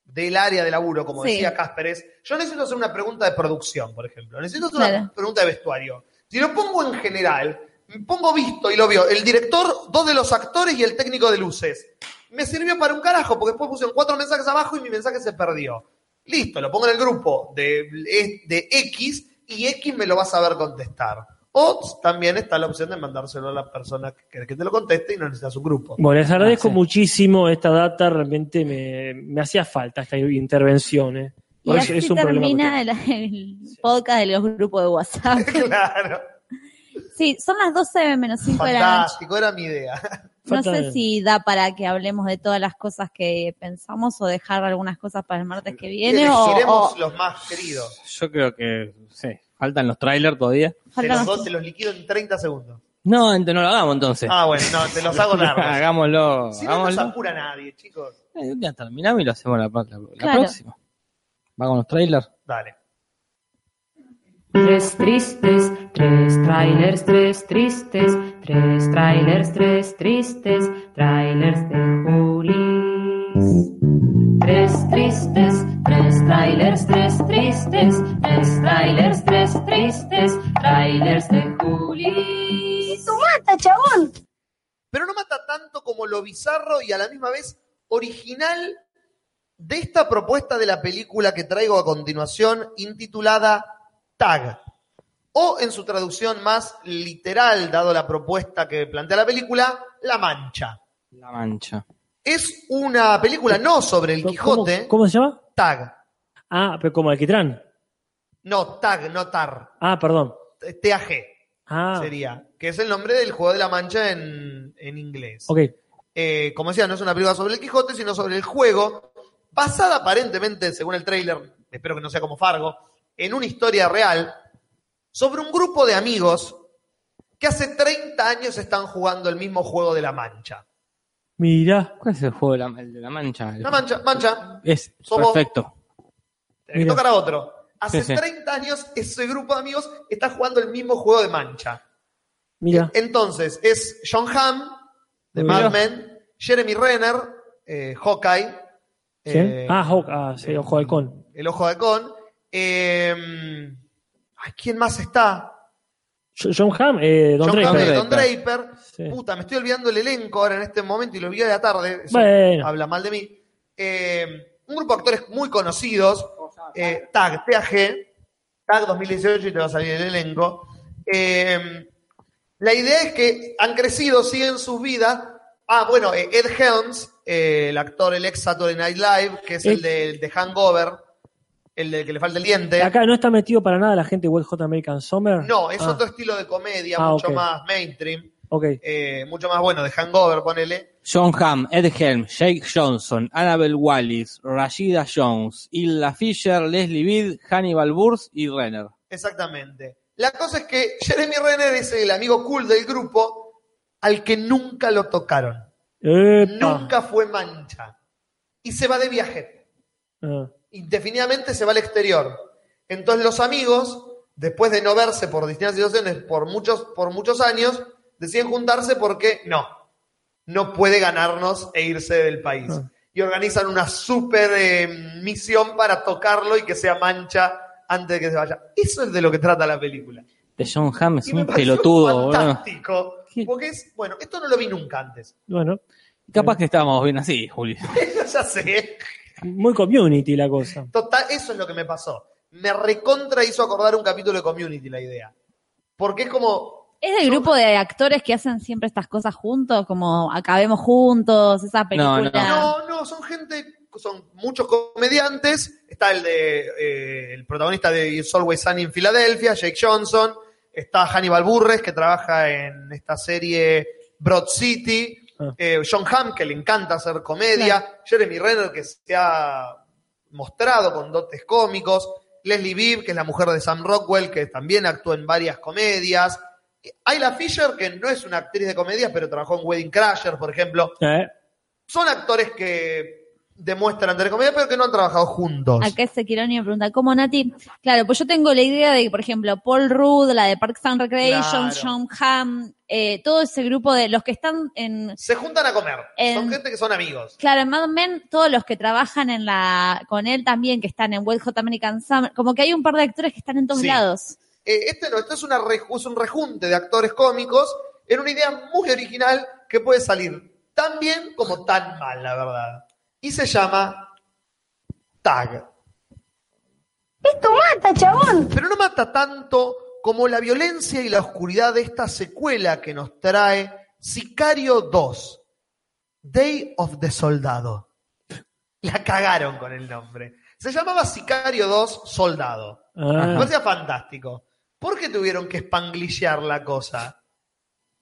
S3: del área de laburo, como
S4: Sí.
S3: decía Cásperes, yo necesito hacer una pregunta de producción, por ejemplo. Necesito hacer
S4: Claro.
S3: una pregunta de vestuario. Si lo pongo en general, pongo visto y lo veo, el director, dos de los actores y el técnico de luces. Me sirvió para un carajo, porque después pusieron cuatro mensajes abajo y mi mensaje se perdió. Listo, lo pongo en el grupo de, de X y X me lo va a saber contestar. O también está la opción de mandárselo a la persona que querés que te lo conteste y no necesitas un grupo.
S5: Bueno, les agradezco
S6: Ah, sí.
S5: muchísimo esta data, realmente me, me hacía falta esta intervención. ¿eh?
S4: Y
S5: Es-
S4: así
S5: es un problema que tengo.
S4: termina el, el podcast de los grupos de WhatsApp.
S3: claro.
S4: Sí, son las 12 menos 5 de la noche.
S3: Fantástico, era mi idea.
S4: No
S5: Falta-
S4: sé si da para que hablemos de todas las cosas que pensamos o dejar algunas cosas para el martes que viene o,
S3: Elegiremos
S4: o
S3: los más queridos.
S6: Yo creo que, sí, faltan los trailers todavía.
S3: Te
S4: faltan
S3: los,
S4: los-
S3: do- te los liquido en 30 segundos.
S6: No, ent- no lo hagamos entonces.
S3: Ah, bueno, no, te los hago largos.
S6: hagámoslo.
S3: Si no nos
S6: hagámoslo.
S3: apura nadie, chicos.
S6: Eh, un día terminamos y lo hacemos la, la- la
S4: Claro.
S6: próxima. Va con los trailers.
S3: Dale.
S11: Tres tristes, tres trailers, tres tristes, tres trailers, tres tristes, trailers de Julis. Tres tristes, tres trailers, tres tristes, tres trailers, tres tristes, trailers de Julis.
S4: Este
S3: Pero no mata tanto como lo bizarro y a la misma vez original de esta propuesta de la película que traigo a continuación, intitulada Tag. O en su traducción más literal, dado la propuesta que plantea la película, La Mancha.
S6: La mancha.
S3: Es una película no sobre el
S5: ¿Cómo-
S3: Quijote,
S5: ¿Cómo se llama?
S3: Tag.
S5: Ah, pero como alquitrán.
S3: No, Tag, no Tar.
S5: Ah, perdón.
S3: TAG
S5: Ah,
S3: sería. Que es el nombre del juego de la mancha en, en inglés.
S5: ok.
S3: Eh, como decía, no es una película sobre el Quijote, sino sobre el juego. Basada aparentemente, según el tráiler, espero que no sea como Fargo, en una historia real sobre un grupo de amigos que hace 30 años están jugando el mismo juego de la mancha.
S5: Mirá.
S6: ¿Cuál es el juego de la, el de la mancha? El-
S3: La mancha, mancha,
S6: Es
S3: Somos-
S6: perfecto.
S3: tenés que
S5: Mira.
S3: tocar a otro. Hace
S6: Sí, sí.
S3: 30 años ese grupo de amigos está jugando el mismo juego de mancha.
S5: Mira,
S3: Eh, Entonces, es John Hamm, de
S5: Mirá.
S3: Mad Men, Jeremy Renner, eh, Hawkeye.
S5: ¿quién?
S3: eh,
S5: ah, Hawk, ah, sí, ojo de halcón.
S3: El Ojo de Halcón. eh, ay, ¿Quién más está?
S5: Jo- John Hamm, eh, Don
S3: John
S5: Draper.
S3: Hamm,
S6: Draper.
S3: Don Draper.
S5: Sí.
S3: Puta, me estoy olvidando el elenco ahora en este momento y lo vi de la tarde. Eso
S5: Bueno.
S3: Habla mal de mí. Eh, un grupo de actores muy conocidos. eh, TAG, TAG. TAG 2018 y te va a salir el elenco. Eh, la idea es que han crecido, siguen sus vidas. Ah, bueno, eh, Ed Helms, eh, el actor, el ex Saturday Night Live, que es el
S5: Eh.
S3: de, de Hangover, el de que le falta el diente.
S5: Acá no está metido para nada la gente de Wet Hot American Summer.
S3: No, es
S5: Ah,
S3: otro estilo de comedia,
S5: Ah,
S3: mucho
S5: ok.
S3: más mainstream,
S5: Ok,
S3: eh, mucho más bueno, de Hangover, ponele.
S6: John Hamm, Ed Helm, Jake Johnson, Annabel Wallis, Rashida Jones, Hilda Fisher, Leslie Bibb, Hannibal Burns y Renner.
S3: Exactamente. La cosa es que Jeremy Renner es el amigo cool del grupo al que nunca lo tocaron.
S5: Epa.
S3: Nunca fue mancha. Y se va de viaje.
S5: Ah,
S3: Indefinidamente se va al exterior. Entonces los amigos, después de no verse por distintas situaciones por muchos, por muchos años, deciden juntarse porque no, no puede ganarnos e irse del país.
S5: Ah.
S3: Y organizan una super eh, misión para tocarlo y que sea mancha antes de que se vaya. Eso es de lo que trata la película.
S6: De John Hamm es
S3: Y me
S6: un
S3: pareció
S6: pelotudo, boludo.
S3: fantástico.
S6: ¿Qué?
S3: Porque es, bueno, esto no lo vi nunca antes.
S5: bueno,
S6: Capaz que estábamos bien así, Juli.
S3: ya sé.
S5: Muy community la cosa.
S3: Total, eso es lo que me pasó. Me recontra hizo acordar un capítulo de community la idea. Porque es como.
S4: ¿Es del grupo de actores que hacen siempre estas cosas juntos? Como Acabemos Juntos, esa película.
S3: No, no, son gente. Son muchos comediantes. Está el de. eh, el protagonista de It's Always Sunny en Filadelfia, Jake Johnson. Está Hannibal Burres, que trabaja en esta serie Broad City. Eh, John Hamm, que le encanta hacer comedia. Jeremy Renner, que se ha mostrado con dotes cómicos. Leslie Bibb, que es la mujer de Sam Rockwell, que también actuó en varias comedias. Eh, Ayla Fisher, que no es una actriz de comedias, pero trabajó en Wedding Crashers, por ejemplo.
S5: Eh,
S3: Son actores que demuestran tener comedia, pero que no han trabajado juntos.
S4: Acá este Quironi me pregunta, ¿cómo Nati? Claro, pues yo tengo la idea de que, por ejemplo, Paul Rudd, la de Parks and Recreation,
S3: Claro.
S4: John Hamm, eh, todo ese grupo de los que están en...
S3: Se juntan a comer. Son
S4: En-
S3: gente que son amigos.
S4: Claro, en Mad Men, todos los que trabajan en la, con él también, que están en Wet Hot American Summer, como que hay un par de actores que están en todos
S3: Sí.
S4: lados.
S3: Eh, este no, esto es, una re- es un rejunte de actores cómicos en una idea muy original que puede salir tan bien como tan mal, la verdad. Y se llama Tag. Esto mata, chabón. Pero no mata tanto como la violencia y la oscuridad de esta secuela que nos trae Sicario 2, Day of the Soldado. La cagaron con el nombre. Se llamaba Sicario 2 Soldado.
S5: Ah.
S3: O sea, fantástico. ¿Por qué tuvieron que spanglillear la cosa?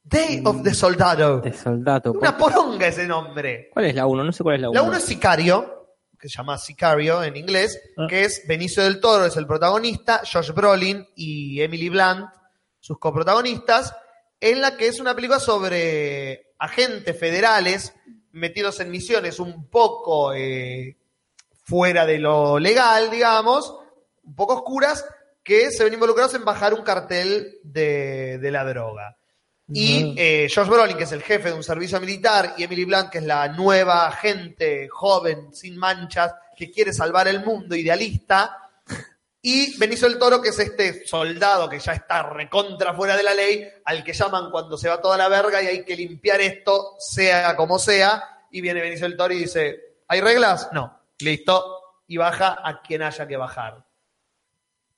S3: Day of the Soldado.
S6: De Este soldado.
S3: Una poronga ese nombre.
S6: ¿Cuál es la 1? No sé cuál es la 1.
S3: La uno es Sicario, que se llama Sicario en inglés, que es Benicio del Toro, es el protagonista, Josh Brolin y Emily Blunt, sus coprotagonistas, en la que es una película sobre agentes federales metidos en misiones un poco eh, fuera de lo legal, digamos, un poco oscuras, que se ven involucrados en bajar un cartel de, de la droga. Y eh, George Brolin, que es el jefe de un servicio militar, y Emily Blunt, que es la nueva agente joven, sin manchas, que quiere salvar el mundo, idealista. Y Benicio del Toro, que es este soldado que ya está recontra fuera de la ley, al que llaman cuando se va toda la verga y hay que limpiar esto, sea como sea. Y viene Benicio del Toro y dice, ¿hay reglas? No. Listo. Y baja a quien haya que bajar.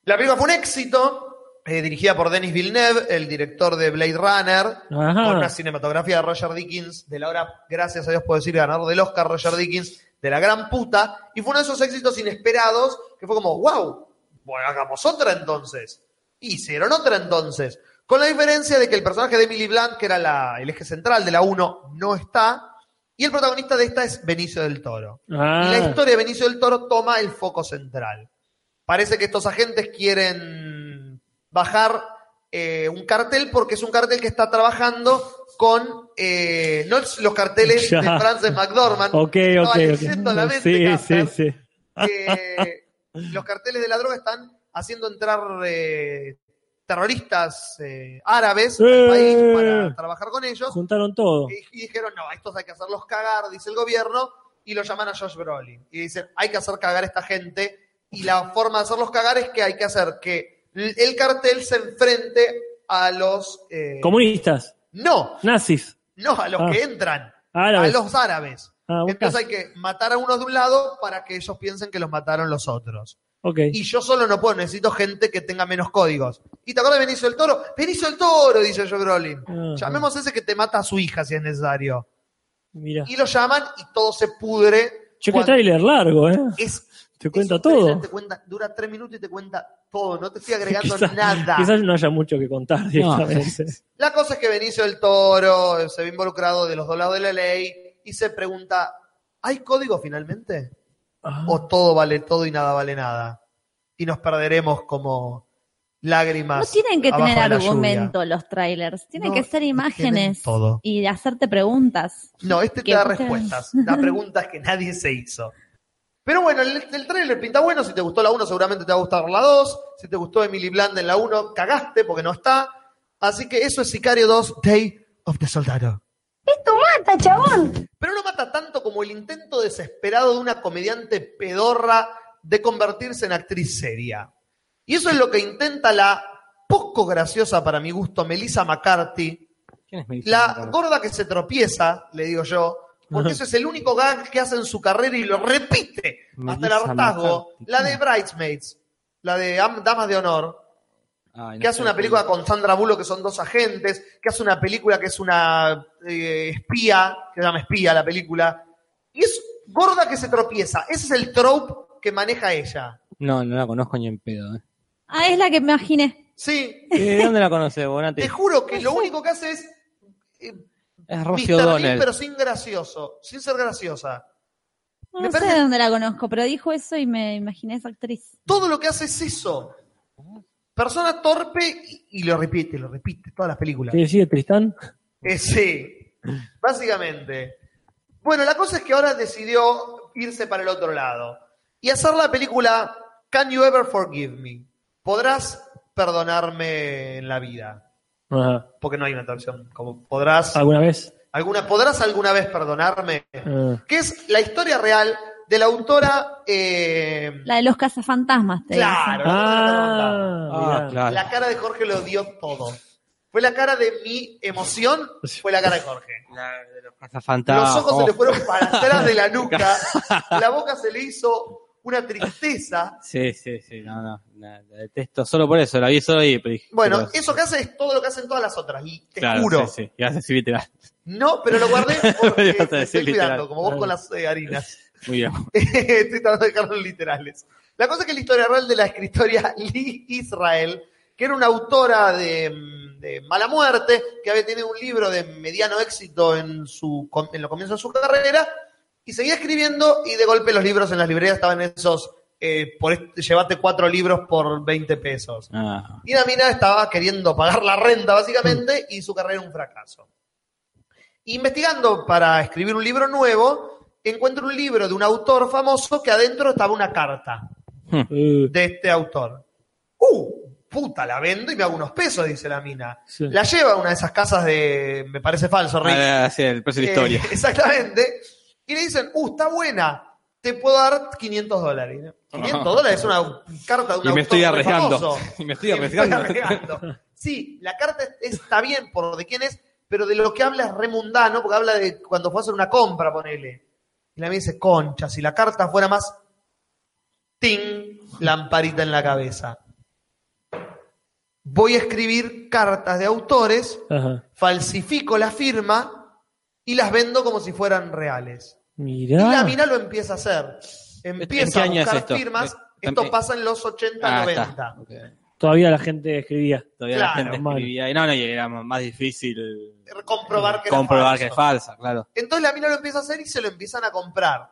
S3: La película fue un éxito, eh, dirigida por Denis Villeneuve, el director de Blade Runner,
S5: Ajá.
S3: con una cinematografía de Roger Dickens, de la hora, gracias a Dios puedo decir, ganador del Oscar Roger Dickens, de la gran puta, y fue uno de esos éxitos inesperados que fue como, wow, bueno, hagamos otra entonces. Hicieron otra entonces. Con la diferencia de que el personaje de Emily Blunt, que era la- el eje central de la 1, no está, y el protagonista de esta es Benicio del Toro.
S5: Ah.
S3: Y la historia de Benicio del Toro toma el foco central. Parece que estos agentes quieren bajar eh, un cartel porque es un cartel que está trabajando con eh, no es- los carteles
S5: Ya.
S3: de Frances McDormand.
S5: Ok,
S3: Estaba
S5: ok,
S3: leyendo la
S5: ok.
S3: mente,
S5: Sí, sí,
S3: Casper,
S5: sí.
S3: que los carteles de la droga están haciendo entrar eh, terroristas eh, árabes al
S5: Eh.
S3: país para trabajar con ellos.
S5: Juntaron todo.
S3: Y, y dijeron, no, a estos hay que hacerlos cagar, dice el gobierno, y lo llaman a Josh Brolin. Y dicen, hay que hacer cagar a esta gente, y la forma de hacerlos cagar es que hay que hacer que l- el cartel se enfrente a los... eh,
S5: Comunistas,
S3: no,
S5: nazis.
S3: no, a los
S5: Ah.
S3: que entran,
S5: Árabes.
S3: a los árabes.
S5: Ah, buscás.
S3: Entonces hay que matar a unos de un lado para que ellos piensen que los mataron los otros.
S5: Ok.
S3: Y yo solo no puedo, necesito gente que tenga menos códigos. ¿Y te acuerdas de Benicio el Toro? Benicio el Toro, dice Josh Brolin.
S5: Ajá.
S3: Llamemos a ese que te mata a su hija si es necesario
S5: Mira.
S3: y lo llaman y todo se pudre.
S5: Che, qué
S3: Cuando-
S5: tráiler largo, ¿eh?
S3: Es,
S5: Te cuenta
S3: es un trailer,
S5: todo.
S3: te cuenta- dura tres minutos y te cuenta todo. No te estoy agregando
S5: Quizás-
S3: nada.
S5: Quizás no haya mucho que contar directamente.
S3: La cosa es que Benicio del Toro eh, se ve involucrado de los dos lados de la ley y se pregunta: ¿hay código finalmente?
S5: Ah.
S3: ¿O todo vale todo y nada vale nada? Y nos perderemos como lágrimas.
S4: No tienen que
S3: abajo
S4: tener
S3: de la lluvia.
S4: argumento los trailers, tienen
S3: No,
S4: que ser imágenes
S3: todo.
S4: y hacerte preguntas.
S3: No, este te
S4: Que
S3: da
S4: muchas-
S3: respuestas. Da preguntas que nadie se hizo. Pero bueno, el, el trailer pinta bueno. Si te gustó la 1, seguramente te va a gustar la 2. Si te gustó Emily Bland en la 1, cagaste porque no está. Así que eso es Sicario 2, Day of the Soldado.
S12: Esto mata, chabón.
S3: Pero no mata tanto como el intento desesperado de una comediante pedorra de convertirse en actriz seria. Y eso es lo que intenta la poco graciosa para mi gusto Melissa McCarthy,
S6: ¿Quién es Melissa
S3: la
S6: McCarthy?
S3: gorda que se tropieza, le digo yo, porque eso es el único gag que hace en su carrera y lo repite hasta el
S6: Melissa
S3: hartazgo. La de Bridesmaids, la de Am- Damas de Honor,
S6: Ay, no
S3: que hace
S6: sé,
S3: una película con Sandra Bullock que son dos agentes, que hace una película que es una eh, espía, que se llama espía la película, y es gorda que se tropieza. Ese es el trope que maneja ella.
S6: No, no la conozco ni en pedo. ¿eh?
S4: Ah, es la que me imaginé.
S3: Sí,
S6: ¿De dónde la conoces, Bonati?
S3: te juro que lo único que hace es eh,
S6: Es
S3: Mr.
S6: Rocío
S3: Bean,
S6: O'Donnell.
S3: pero sin gracioso, sin ser graciosa.
S4: No,
S3: Me
S4: sé
S3: parece-
S4: de dónde la conozco, pero dijo eso y me imaginé a esa actriz.
S3: Todo lo que hace es eso. Persona torpe y, y lo repite, lo repite, todas las películas.
S5: ¿Qué decide Tristán?
S3: Eh, sí, básicamente. Bueno, la cosa es que ahora decidió irse para el otro lado y hacer la película Can You Ever Forgive Me? ¿Podrás perdonarme en la vida?
S5: Ajá.
S3: Porque no hay una traducción como podrás
S5: ¿Alguna vez?
S3: alguna podrás alguna vez perdonarme,
S5: Ah.
S3: que es la historia real de la autora eh,
S4: La de los cazafantasmas, te
S3: Claro,
S4: dicen.
S5: Ah,
S6: Ah,
S5: mirá.
S6: claro.
S3: La cara de Jorge lo dio todo. Fue la cara de mi emoción, fue la cara de Jorge.
S6: La de los
S3: Los
S6: cazafantasmas.
S3: ojos se le fueron para atrás de la nuca,
S6: Oh.
S3: la boca se le hizo una tristeza.
S6: Sí, sí, sí, no, no, no, la detesto solo por eso, la vi solo y pero dije,
S3: Bueno,
S6: pero-
S3: eso que hace es todo lo que hacen todas las otras, y te
S6: claro,
S3: juro.
S6: Sí, sí, y hace así literal.
S3: No, pero lo guardé porque
S6: Ibas a
S3: me
S6: decir
S3: estoy cuidando,
S6: literal.
S3: como vos con las eh, harinas.
S6: Muy bien.
S3: Estoy tratando de dejarlos literales. La cosa es que la historia real de la escritora Lee Israel, que era una autora de, mm, de Mala Muerte, que había tenido un libro de mediano éxito en, su, com- en los comienzos de su carrera, y seguía escribiendo y de golpe los libros en las librerías estaban esos, eh, por este- llevate cuatro libros por 20 pesos.
S6: Ah,
S3: Y la mina estaba queriendo pagar la renta, básicamente, y su carrera era un fracaso. Investigando para escribir un libro nuevo, encuentro un libro de un autor famoso que adentro estaba una carta
S6: Ah,
S5: Eh,
S3: de este autor. ¡Uh! Puta, la vendo y me hago unos pesos, dice la mina.
S5: sí.
S3: La lleva a una de esas casas de. Me parece falso, Rick.
S6: ah, sí, el precio de la historia.
S3: Eh, exactamente. Y le dicen, uh, está buena, te puedo dar 500 dólares. 500 dólares es una carta de un
S6: Ah. Y me
S3: autor
S6: estoy
S3: muy
S6: arriesgando.
S3: famoso.
S6: Y me estoy
S3: Y me estoy
S6: arriesgando.
S3: arriesgando. Sí, la carta es- está bien por de quién es, pero de lo que habla es re mundano, porque habla de cuando fue a hacer una compra, ponele. Y la mía dice, concha, si la carta fuera más ting, lamparita en la cabeza. Voy a escribir cartas de autores
S5: Ajá.
S3: falsifico la firma y las vendo como si fueran reales. Y la
S5: Mirá.
S3: mina lo empieza a hacer.
S6: ¿En qué
S3: Empieza a
S6: año es
S3: buscar
S6: esto?
S3: firmas.
S6: Eh,
S3: Esto
S6: eh,
S3: pasa en los 80,
S6: Ah,
S3: 90.
S6: está. Ok.
S5: Todavía la gente escribía.
S6: Todavía
S3: Claro,
S6: la gente
S5: mal.
S6: escribía. Y no, no, y era más difícil eh,
S3: Comprobar que era
S6: comprobar que es
S3: falso.
S6: falsa, claro.
S3: Entonces la mina lo empieza a hacer y se lo empiezan a comprar.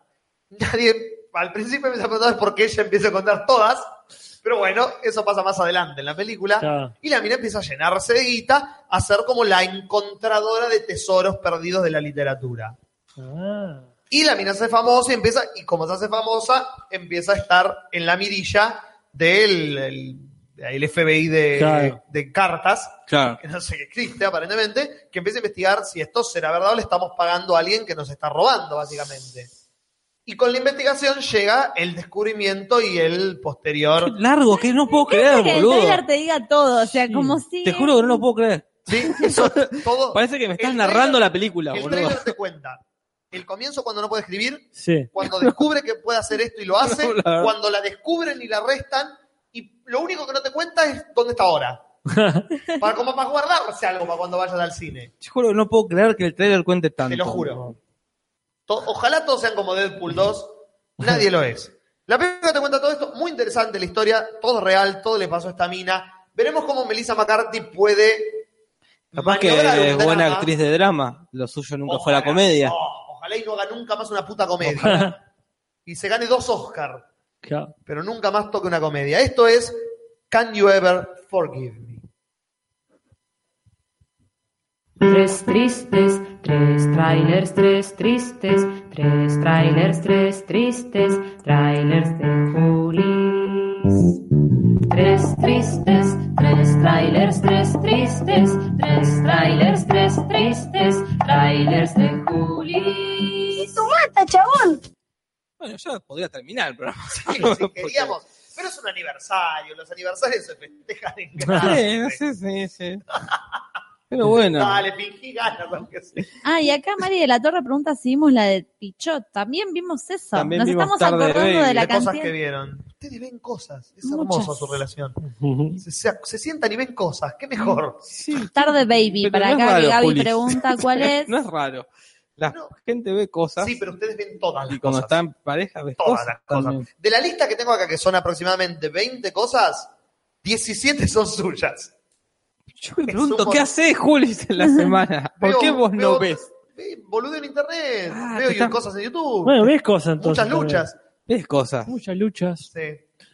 S3: Nadie, al principio empieza a contar porque ella empieza a contar todas, pero bueno, eso pasa más adelante en la película.
S5: Claro.
S3: Y la mina empieza a llenarse de guita, a ser como la encontradora de tesoros perdidos de la literatura.
S5: Ah.
S3: Y la mina se hace famosa y empieza, y como se hace famosa, empieza a estar en la mirilla del el- el FBI de,
S5: Claro.
S3: de cartas,
S6: Claro.
S3: que no sé qué existe aparentemente, que empieza a investigar si esto será verdad o le estamos pagando a alguien que nos está robando, básicamente. Y con la investigación llega el descubrimiento y el posterior.
S6: Largo, que no puedo
S4: Creo
S6: creer,
S4: que el
S6: boludo.
S4: trailer te diga todo, o sea,
S5: Sí.
S4: como si...
S6: Te juro que no lo puedo creer.
S3: Sí, eso es todo.
S6: Parece que me estás
S3: El
S6: narrando
S3: trailer-
S6: la película,
S3: el
S6: boludo.
S3: trailer te cuenta. El comienzo cuando no puede escribir,
S5: Sí.
S3: cuando descubre que puede hacer esto y lo hace,
S6: No, la verdad.
S3: cuando la descubren y la arrestan, y lo único que no te cuenta es dónde está ahora. para como para guardarse algo para cuando vayas al cine.
S6: Te juro que no puedo creer que el trailer cuente tanto.
S3: Te lo juro. To- ojalá todos sean como Deadpool 2, nadie lo es. La película te cuenta todo esto, muy interesante la historia, todo real, todo le pasó a esta mina. Veremos cómo Melissa McCarthy puede.
S6: Capaz que
S3: maniobrar un
S6: es buena
S3: drama.
S6: actriz de drama. Lo suyo nunca fue la
S3: Ojalá.
S6: comedia.
S3: Oh, ojalá y no haga nunca más una puta comedia. y se gane dos Oscar
S5: Claro.
S3: pero nunca más toque una comedia. Esto es Can You Ever Forgive Me?
S11: Tres tristes, tres trailers, tres tristes, tres trailers, tres tristes, trailers de Julis. Tres tristes, tres trailers, tres tristes, tres trailers, tres tristes, trailers de Julis.
S12: ¡Tu mata, chabón!
S6: Bueno, ya podría terminar el programa.
S3: Sí, sí, queríamos. Pero es un aniversario, los aniversarios se festejan en
S6: Sí,
S3: grande.
S6: sí, sí, sí. Pero bueno.
S3: Dale, fingí ganas, aunque sea.
S4: Ah, y acá Mari de la Torre pregunta si vimos la de Pichot. También vimos eso.
S6: También
S4: Nos
S6: vimos
S4: estamos
S6: Tarde de
S4: acordando
S6: Baby.
S4: de la
S3: De cosas
S4: cantidad.
S3: que vieron. Ustedes ven cosas. Es hermosa
S4: Muchas.
S3: su relación. Se, se- se sientan y ven cosas. Qué mejor.
S4: Tarde Baby,
S6: Pero
S4: para
S6: no es
S4: acá que
S6: raro,
S4: Gaby
S6: Juli.
S4: pregunta cuál es.
S6: No es raro. La gente ve cosas
S3: Sí, pero ustedes ven todas las
S6: y cuando
S3: cosas.
S6: está en pareja ves
S3: Todas
S6: cosas.
S3: las cosas.
S6: también.
S3: De la lista que tengo acá, que son aproximadamente 20 cosas, 17 son suyas.
S6: Yo me
S3: Es
S6: pregunto,
S3: un
S6: ¿qué
S3: mon-
S6: haces, Juli, en la semana? ¿Por
S3: Veo-
S6: qué vos
S3: veo-
S6: no ves?
S3: Ve- Boludo en internet.
S6: Ah,
S3: veo
S6: te estás-
S3: cosas en YouTube.
S5: Bueno, ves cosas entonces.
S3: muchas luchas.
S6: Ves cosas.
S5: también. Muchas luchas.
S3: Sí.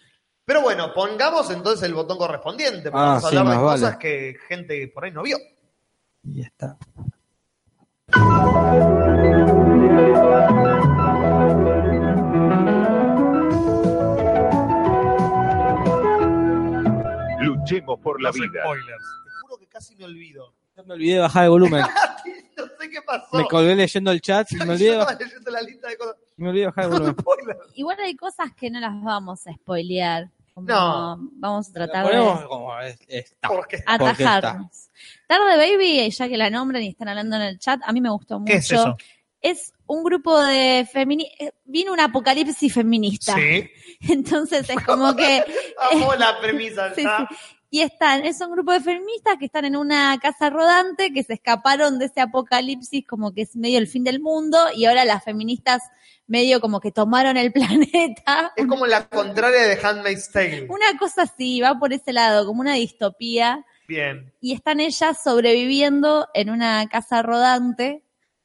S3: Pero bueno, pongamos entonces el botón correspondiente. porque
S6: Ah,
S3: vamos a
S6: sí,
S3: hablar de
S6: más
S3: cosas
S6: vale.
S3: que gente por ahí no vio.
S6: Y ya está.
S2: Luchemos por la
S3: Los
S2: vida.
S3: spoilers. Te juro que casi me olvido.
S6: Yo me olvidé de bajar el volumen.
S3: no sé qué pasó.
S6: Me colgué leyendo el chat y me
S3: Yo
S6: olvidé, Ah, de
S3: estaba
S6: baj-
S3: leyendo la lista de cosas.
S6: me olvidé de bajar el volumen.
S3: Spoiler.
S4: Igual hay cosas que no las vamos a spoilear. Como
S3: No.
S4: Vamos a
S6: La
S4: tratar
S6: ponemos
S4: de
S6: como es- está.
S3: Porque
S6: Porque está.
S4: atajarnos. Tarde Baby, ya que la nombran y están hablando en el chat, a mí me gustó mucho.
S3: ¿Qué es eso?
S4: Es un grupo de feministas. Vino un apocalipsis feminista.
S3: Sí.
S4: Entonces es como que.
S3: Amo la premisa
S4: Sí,
S3: ya.
S4: sí. Y están, es un grupo de feministas que están en una casa rodante, que se escaparon de ese apocalipsis como que es medio el fin del mundo y ahora las feministas medio como que tomaron el planeta.
S3: Es como la contraria de Handmaid's Tale.
S4: Una cosa así, va por ese lado, como una distopía.
S3: Bien.
S4: Y están ellas sobreviviendo en una casa rodante.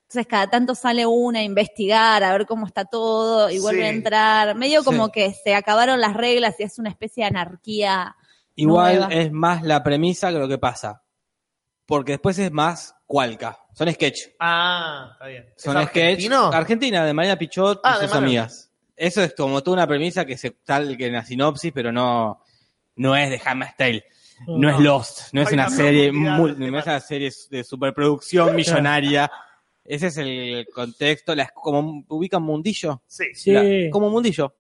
S4: Entonces cada tanto sale una a investigar, a ver cómo está todo, y vuelve
S3: Sí.
S4: a entrar. Medio como
S6: Sí.
S4: que se acabaron las reglas y es una especie de anarquía.
S6: Igual
S4: Nueva.
S6: es más la premisa que lo que pasa. Porque después es más cualca. Son sketch.
S3: Ah, está bien.
S6: Son
S3: ¿Es argentino?
S6: sketch. Argentina, de María Pichot
S3: Ah,
S6: y
S3: de
S6: sus
S3: Mariana.
S6: amigas. Eso es como toda una premisa que se tal que en la sinopsis, pero no, no es de Handmaid's Tale. No, es
S5: Ah.
S6: Lost, no es
S3: Hay
S6: una
S3: una
S6: serie
S3: profundidad
S6: mul-
S3: del
S6: no es
S3: tema.
S6: una serie de superproducción millonaria. Ese es el contexto, la, como ubican mundillo,
S3: Sí,
S5: Sí.
S6: La- como mundillo.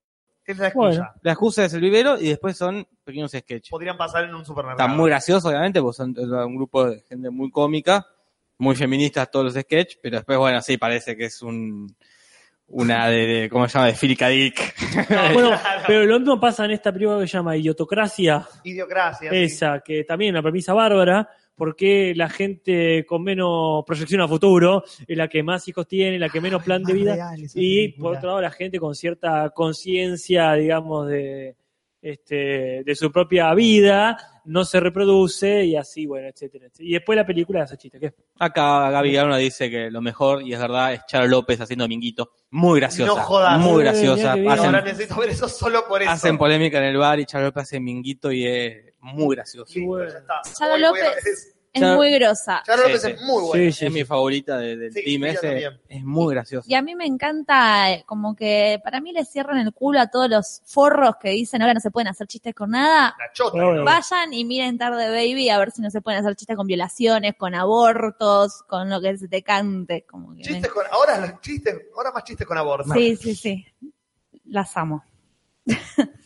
S3: es la excusa.
S5: Bueno.
S6: La excusa es el vivero y después son pequeños sketches.
S3: Podrían pasar en un
S6: Está
S3: supermercado.
S6: muy gracioso, obviamente, porque son un grupo de gente muy cómica, muy feministas todos los sketches, pero después, bueno, sí, parece que es un, una de, de- ¿cómo se llama? De Philip K. Dick.
S5: Bueno,
S3: Claro.
S5: pero lo mismo pasa en esta película que se llama Idiotocracia,
S3: Idiocracia. sí.
S5: esa, que también es una premisa bárbara, porque la gente con menos proyección a futuro es la que más hijos tiene, la que menos plan de
S3: Más
S5: vida.
S3: Ah, real esa
S5: Y
S3: película.
S5: por otro lado, la gente con cierta conciencia, digamos, de, este, de su propia vida, no se reproduce y así, bueno, etcétera. etcétera. Y después la película de Sachita, que es
S6: Acá Gaby Garona dice que lo mejor, y es verdad, es Charo López haciendo Minguito. Muy graciosa.
S3: No jodas.
S6: Muy
S5: Eh, mirá
S6: graciosa.
S5: que bien.
S6: Hacen,
S3: Ahora necesito ver eso solo por eso.
S6: hacen polémica en el bar y Charo López hace Minguito y es muy gracioso.
S3: Listo, ya está.
S4: Charo
S3: Hoy voy a ver
S4: López.
S3: eso.
S4: Es
S6: Ya-
S4: muy grosa.
S3: Charo
S6: Sí,
S3: López
S6: sí.
S3: es muy bueno.
S5: Sí, sí,
S6: es mi favorita de- del
S3: Sí,
S6: team
S3: sí, yo
S6: ese.
S3: también.
S6: Es muy graciosa.
S4: Y a mí me encanta, eh, como que para mí le cierran el culo a todos los forros que dicen ahora no se pueden hacer chistes con nada.
S3: La chota.
S5: Bueno,
S3: ¿no?
S4: Vayan y miren Tarde Baby a ver si no se pueden hacer chistes con violaciones, con abortos, con lo que se te cante. Como que
S3: Chistes con, ahora los chistes, ahora más chistes con aborto.
S4: me- Sí, sí, sí. Las amo.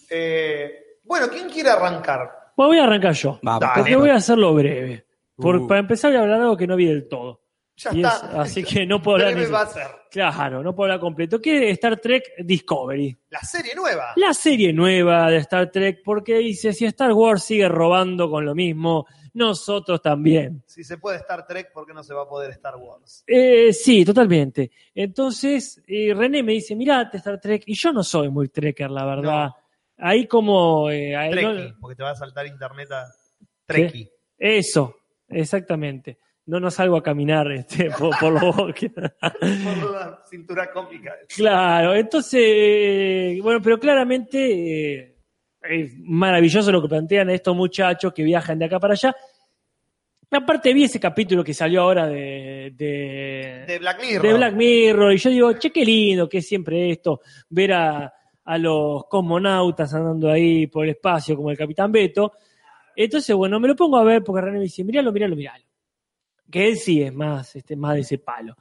S3: Eh, bueno, ¿quién quiere arrancar?
S5: Bueno, voy a arrancar yo.
S6: Vamos,
S3: Dale.
S5: Porque voy a hacerlo breve. Por-
S6: Uh.
S5: Para empezar voy a hablar algo que no vi del todo.
S3: Ya
S5: Y
S3: está.
S5: es- así que no puedo
S3: ¿Qué
S5: hablar ni
S3: me
S5: eso.
S3: va a hacer?
S5: Claro, no puedo hablar completo. ¿Qué es Star Trek Discovery?
S3: La serie nueva.
S5: La serie nueva de Star Trek, porque dice, si Star Wars sigue robando con lo mismo, nosotros también.
S3: Si se puede Star Trek, ¿por qué no se va a poder Star Wars?
S5: Eh, sí, totalmente. Entonces, eh, René me dice, mirá Star Trek, y yo no soy muy trekker, la verdad.
S3: No.
S5: Ahí como... eh, ahí no-
S3: Trekkie, porque te va a saltar internet a Trekkie.
S5: Eso, exactamente. No nos salgo a caminar este, por, por los bosques.
S3: Por la cintura cómica.
S5: Claro, entonces, eh, bueno, pero claramente eh, es maravilloso lo que plantean estos muchachos que viajan de acá para allá. Aparte vi ese capítulo que salió ahora de, de,
S3: De Black Mirror.
S5: de Black Mirror y yo digo, che, qué lindo que es siempre esto, ver a, a los cosmonautas andando ahí por el espacio como el Capitán Beto. Entonces, bueno, me lo pongo a ver porque René me dice, miralo, miralo, miralo. Que él sí es más, este, más de ese palo.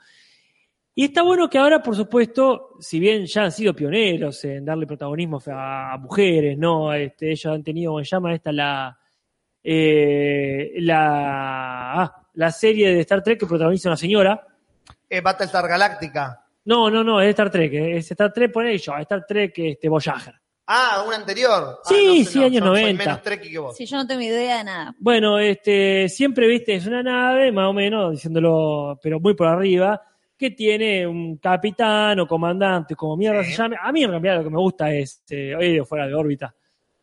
S5: Y está bueno que ahora, por supuesto, si bien ya han sido pioneros en darle protagonismo a, a mujeres, ¿no? Este, ellos han tenido, ¿cómo se llama esta la... eh, la... ah, la serie de Star Trek que protagoniza una señora.
S3: Eh, Battlestar Galáctica.
S5: No, no, no, es Star Trek. eh, Es Star Trek, por yo, Star Trek este, Voyager.
S3: Ah, una anterior. Ah,
S5: Sí,
S3: no sé,
S5: sí,
S3: no,
S5: años
S3: yo soy
S5: 90.
S3: menos treki que vos.
S4: Sí, yo no tengo idea de nada.
S5: Bueno, este, siempre viste, es una nave, más o menos, diciéndolo, pero muy por arriba, que tiene un capitán o comandante, como mierda se llame. A mí en realidad lo que me gusta es eh, Oye, fuera de órbita,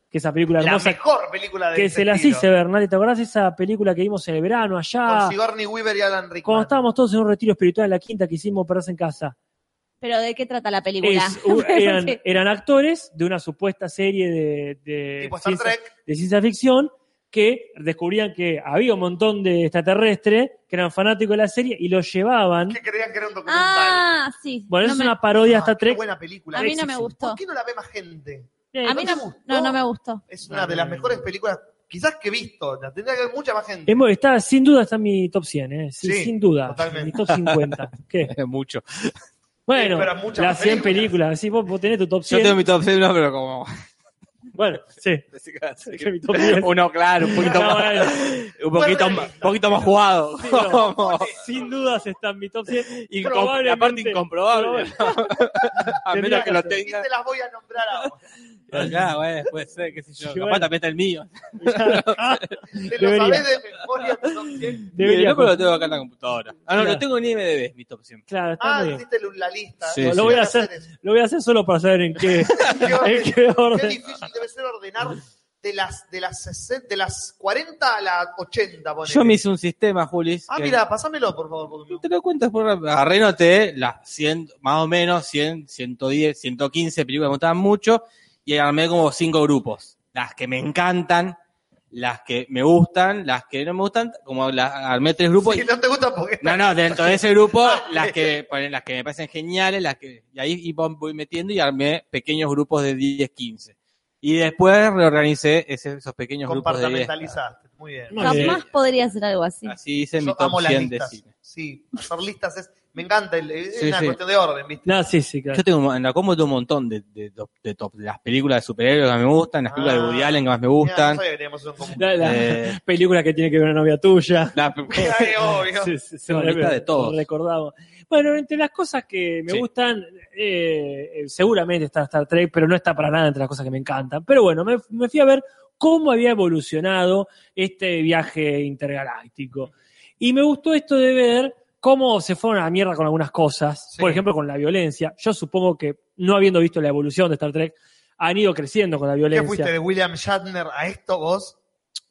S5: que esa película
S3: La
S5: hermosa
S3: mejor película de
S5: que
S3: ese
S5: se las
S3: estilo.
S5: hice ah. ver, Nati, ¿te acordás de esa película que vimos en el verano allá?
S3: Con Sigourney Weaver y Alan Rickman.
S5: Cuando estábamos todos en un retiro espiritual en la quinta que hicimos Perderse en Casa.
S4: Pero ¿de qué trata la película?
S5: Es- u- eran,
S4: Porque-
S5: eran actores de una supuesta serie de, de
S3: Tipo Star
S5: ciencia-
S3: Trek.
S5: de ciencia ficción que descubrían que había un montón de extraterrestres que eran fanáticos de la serie y los llevaban.
S3: Que creían que era un documental.
S4: Ah, sí.
S5: Bueno,
S4: No
S5: eso
S4: me-
S5: es una parodia de
S3: Ah,
S5: Star
S3: qué
S5: Trek.
S3: buena película.
S4: A mí no me
S5: Exorcist.
S4: gustó.
S3: ¿Por qué no la ve más gente?
S4: A mí
S3: ¿No te
S4: no,
S3: gustó?
S4: no, no me gustó.
S3: Es una de las mejores películas quizás que he visto. La tendría que ver mucha más gente.
S5: Es muy- Está, sin duda está en mi top 100, ¿eh? Sí,
S3: Sí,
S5: sin duda.
S3: totalmente.
S5: Mi top 50. ¿Qué?
S6: Mucho.
S5: Bueno,
S3: pero muchas
S5: las
S3: más
S5: 100
S3: películas.
S5: películas. Sí, vos, vos tenés tu top
S6: Yo
S5: 100.
S6: tengo mi top 6, no, pero como.
S5: Bueno, sí.
S6: Así que- así
S5: Tenés mi
S6: que-
S5: top 10.
S6: Uno, claro, un poquito
S5: No,
S6: más. Un poquito,
S3: Fue
S6: más- poquito más jugado.
S5: Sí, no.
S6: Como-
S5: Sin dudas están mi top 100.
S6: Incom-
S5: Probablemente-
S6: la parte incomprobable. a menos
S5: Tendría
S6: que lo
S5: que
S3: ¿Quién
S6: tenga.
S3: te las voy a nombrar ahora?
S6: Ya, bueno, puede ser, qué sé yo.
S5: Sí,
S6: Capaz
S5: bueno.
S6: también está el mío.
S3: Te lo
S5: Debería.
S3: sabés de memoria. tu top 100.
S5: Ah, Debería,
S6: Y el otro
S5: pues.
S6: lo tengo acá en la computadora. Ah, no,
S5: Claro.
S6: lo tengo en IMDB, mi top 100.
S5: Claro, está
S3: Ah,
S5: muy bien.
S3: hiciste la lista.
S6: Sí,
S5: Lo,
S6: sí.
S5: lo voy a
S3: Tenés que
S5: hacer,
S3: eso.
S5: lo voy a hacer solo para saber en qué, en qué
S3: Qué
S5: orden.
S3: difícil debe ser ordenar de las, de las, 60 de las 40 a las 80. ponele.
S6: Yo me hice un sistema, Julis.
S3: Ah,
S6: que-
S3: mira, pasámelo, por favor. porque me-
S6: No te lo cuentas por agarré noté las 100, más o menos 100, 110, 115 películas que me gustaban mucho y armé como cinco grupos. Las que me encantan, las que me gustan, las que no me gustan, como las armé tres grupos.
S3: Si
S6: y-
S3: no te gusta porque
S6: no,
S3: está-
S6: no, dentro de ese grupo,
S3: Vale.
S6: las que, ponen, las que me parecen geniales, las que, y ahí iba- voy metiendo y armé pequeños grupos de 10, 15. Y después reorganicé ese- esos pequeños grupos de 10.
S3: compartamentalizaste. Muy bien.
S5: Muy bien.
S4: Capaz podría ser algo así.
S6: Así hice mi
S3: Yo
S6: top
S3: amo las
S6: 100 de
S3: listas.
S6: cine.
S3: Sí, hacer listas es. Me encanta, el- es
S6: Sí,
S3: una
S6: sí.
S3: cuestión de orden, ¿viste?
S5: No, sí, sí, claro.
S6: Yo tengo un- en la combo tengo un montón de, de top, de top, de las películas de superhéroes que me gustan, las películas
S3: Ah.
S6: de Woody Allen que más me
S3: Mira, no
S6: gustan.
S3: sabía que teníamos eso en común.
S5: La, la
S6: eh,
S5: película que tiene que ver una novia tuya.
S6: la-
S3: Ay, obvio.
S5: Sí, sí, se
S6: Tengo
S5: re-
S6: lista de todos.
S5: Recordamos. Bueno, entre las cosas que me
S6: Sí.
S5: gustan, eh, eh, seguramente está Star Trek, pero no está para nada entre las cosas que me encantan. Pero bueno, me, me fui a ver cómo había evolucionado este viaje intergaláctico. Y me gustó esto de ver cómo se fueron a la mierda con algunas cosas.
S3: Sí.
S5: Por ejemplo, con la violencia. Yo supongo que, no habiendo visto la evolución de Star Trek, han ido creciendo con la
S3: ¿Qué
S5: violencia.
S3: fuiste de William Shatner a esto vos?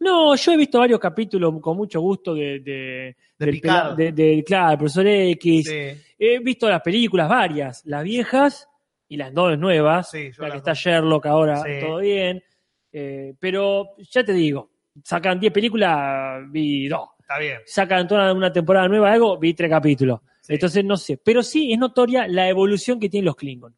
S5: No, yo he visto varios capítulos con mucho gusto de, de,
S3: De
S5: del
S3: Picard.
S5: pela- de- del- claro, del profesor X.
S3: Sí.
S5: He visto las películas varias, las viejas y las dos nuevas.
S3: Sí, yo
S5: la
S3: las
S5: que está
S3: dos.
S5: Sherlock ahora,
S3: Sí.
S5: todo bien. Eh, pero ya te digo, sacan 10 películas, vi dos.
S3: Está bien.
S5: Sacan toda una temporada nueva, algo, vi tres capítulos.
S3: Sí.
S5: Entonces no sé. Pero sí es notoria la evolución que tienen los Klingon.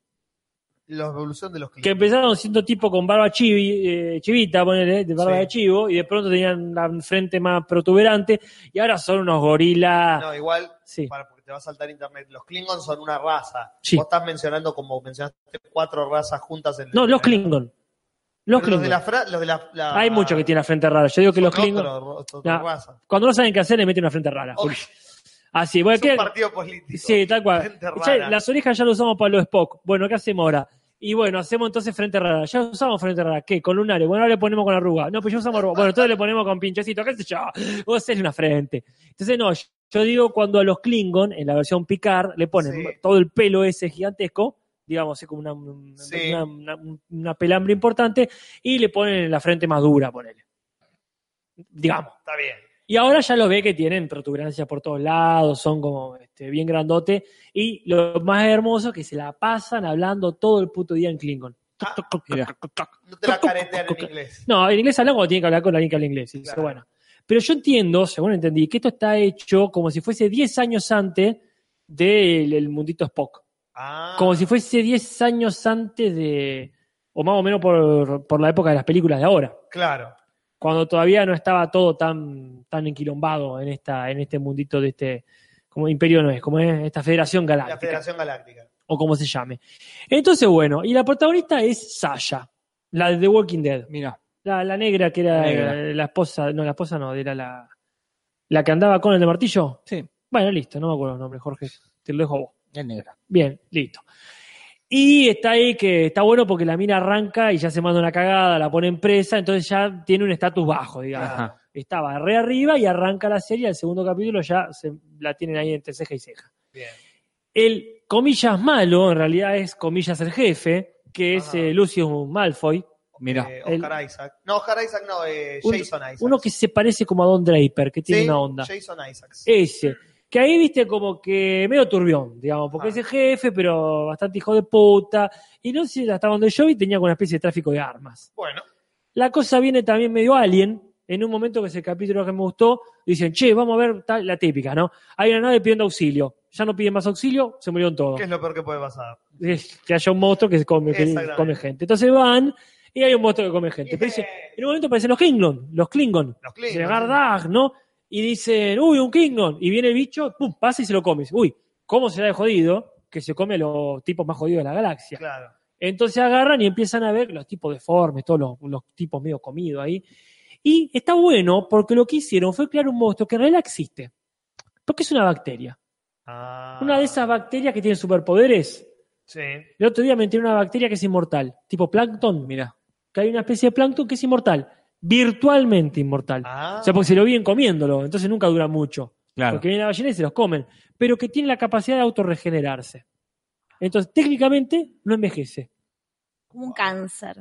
S3: La evolución de los
S5: Que
S3: clientes.
S5: empezaron siendo tipo con barba chivi, eh, chivita, ponele, de barba
S3: Sí.
S5: de chivo, y de pronto tenían la frente más protuberante, y ahora son unos gorilas.
S3: No, igual,
S5: Sí.
S3: para, porque te va a saltar internet. Los Klingons son una raza.
S5: Sí.
S3: Vos estás mencionando como mencionaste cuatro razas juntas en
S5: No, los
S3: Pero
S5: Klingon. Los
S3: Los de
S5: Klingon.
S3: la, fra- los de la, la- Ah.
S5: Hay muchos que tienen la frente rara. Yo digo que
S3: son
S5: los Klingon,
S3: otro- otro- otra
S5: No.
S3: raza.
S5: cuando no saben qué hacer, le meten una frente rara.
S3: Obvio,
S5: Así, bueno,
S3: es un
S5: ¿qué?
S3: partido político.
S5: Sí, tal cual.
S3: Gente
S5: Ya,
S3: rara.
S5: las orejas ya lo usamos para los Spock. Bueno, ¿qué hacemos ahora? Y bueno, hacemos entonces frente rara. Ya usamos frente rara. ¿Qué? Con lunares. Bueno, ahora le ponemos con arruga. No, pues ya usamos arruga. Bueno, entonces le ponemos con pinchecito. ¿Qué sé yo? Vos hacerle una frente. Entonces, no, yo- yo digo cuando a los Klingon, en la versión Picard, le ponen
S3: Sí.
S5: todo el pelo ese gigantesco, digamos, es como una, un-
S3: Sí.
S5: una, una- una pelambre importante, y le ponen la frente más dura, ponele. Digamos.
S3: Está bien.
S5: Y ahora ya lo ve que tienen protuberancias por todos lados, son como este, bien grandote. Y lo más hermoso es que se la pasan hablando todo el puto día en Klingon.
S3: Ah,
S6: Mira.
S3: no te la caretean en inglés.
S5: No, en inglés hablan cuando tienen que hablar con alguien que habla inglés. Y dice,
S3: Claro.
S5: bueno. Pero yo entiendo, según entendí, que esto está hecho como si fuese 10 años antes del el mundito Spock.
S3: Ah,
S5: Como si fuese 10 años antes de. O más o menos por, por la época de las películas de ahora
S3: claro.
S5: cuando todavía no estaba todo tan, tan enquilombado en esta, en este mundito de este, como imperio no es, como es esta federación
S3: La
S5: galáctica,
S3: Federación Galáctica.
S5: o como se llame. Entonces, bueno, y la protagonista es Sasha, la de The Walking Dead,
S6: Mira,
S5: la, la negra que era
S6: La negra.
S5: eh, la esposa, no, la esposa no, era la, ¿La que andaba con el de martillo?
S6: Sí.
S5: Bueno, listo, no me acuerdo el nombre, Jorge. Te lo dejo a vos.
S6: Es negra.
S5: Bien, listo. Y está ahí que está bueno porque la mina arranca y ya se manda una cagada, la pone en presa, entonces ya tiene un estatus bajo, digamos.
S6: Ajá.
S5: Estaba re arriba y arranca la serie, el segundo capítulo ya se, la tienen ahí entre ceja y ceja.
S3: Bien.
S5: El comillas malo, en realidad es comillas el jefe, que es eh, Lucius Malfoy.
S6: Mira.
S3: Eh,
S5: El-
S3: Oscar Isaac. No, Oscar Isaac no, eh,
S5: Un-
S3: Jason Isaac.
S5: Uno que se parece como a Don Draper, que tiene
S3: Sí,
S5: una onda. Eh.
S3: Jason Isaacs.
S5: Ese. Que ahí viste como que medio turbión, digamos,
S3: Ah.
S5: porque es el jefe, pero bastante hijo de puta. Y no sé hasta donde yo vi, tenía como una especie de tráfico de armas.
S3: Bueno,
S5: La cosa viene también medio alien. En un momento que es el capítulo que me gustó, dicen, che, vamos a ver tal- la típica, ¿no? Hay una nave pidiendo auxilio. Ya no piden más auxilio, se murieron todos.
S3: ¿qué es lo peor que puede pasar?
S5: Es que haya un monstruo que se come, que
S3: Exactamente. eh,
S5: come gente. Entonces van y hay un monstruo que come gente. Pero dice, en un momento aparecen los Klingon, los Klingon.
S3: Los
S5: Se
S3: Klingons.
S5: agarra, ¿no? Y dicen, uy, un Klingon. Y viene el bicho, pum, pasa y se lo come. Dice, Uy, ¿cómo será de jodido que se come a los tipos más jodidos de la galaxia?
S3: Claro.
S5: Entonces agarran y empiezan a ver los tipos deformes, todos los, los tipos medio comidos ahí. Y está bueno porque lo que hicieron fue crear un monstruo que en realidad existe. Porque es una bacteria.
S3: Ah,
S5: Una de esas bacterias que tienen superpoderes.
S3: Sí.
S5: El otro día me enteré de una bacteria que es inmortal, tipo plancton.
S6: Mira.
S5: Que hay una especie de plancton que es inmortal, virtualmente inmortal.
S3: Ah,
S5: O sea, porque se lo viven comiéndolo, entonces nunca dura mucho.
S6: Claro.
S5: Porque viene la ballena y se los comen. Pero que tiene la capacidad de autorregenerarse. Entonces, técnicamente, no envejece.
S4: Como un cáncer.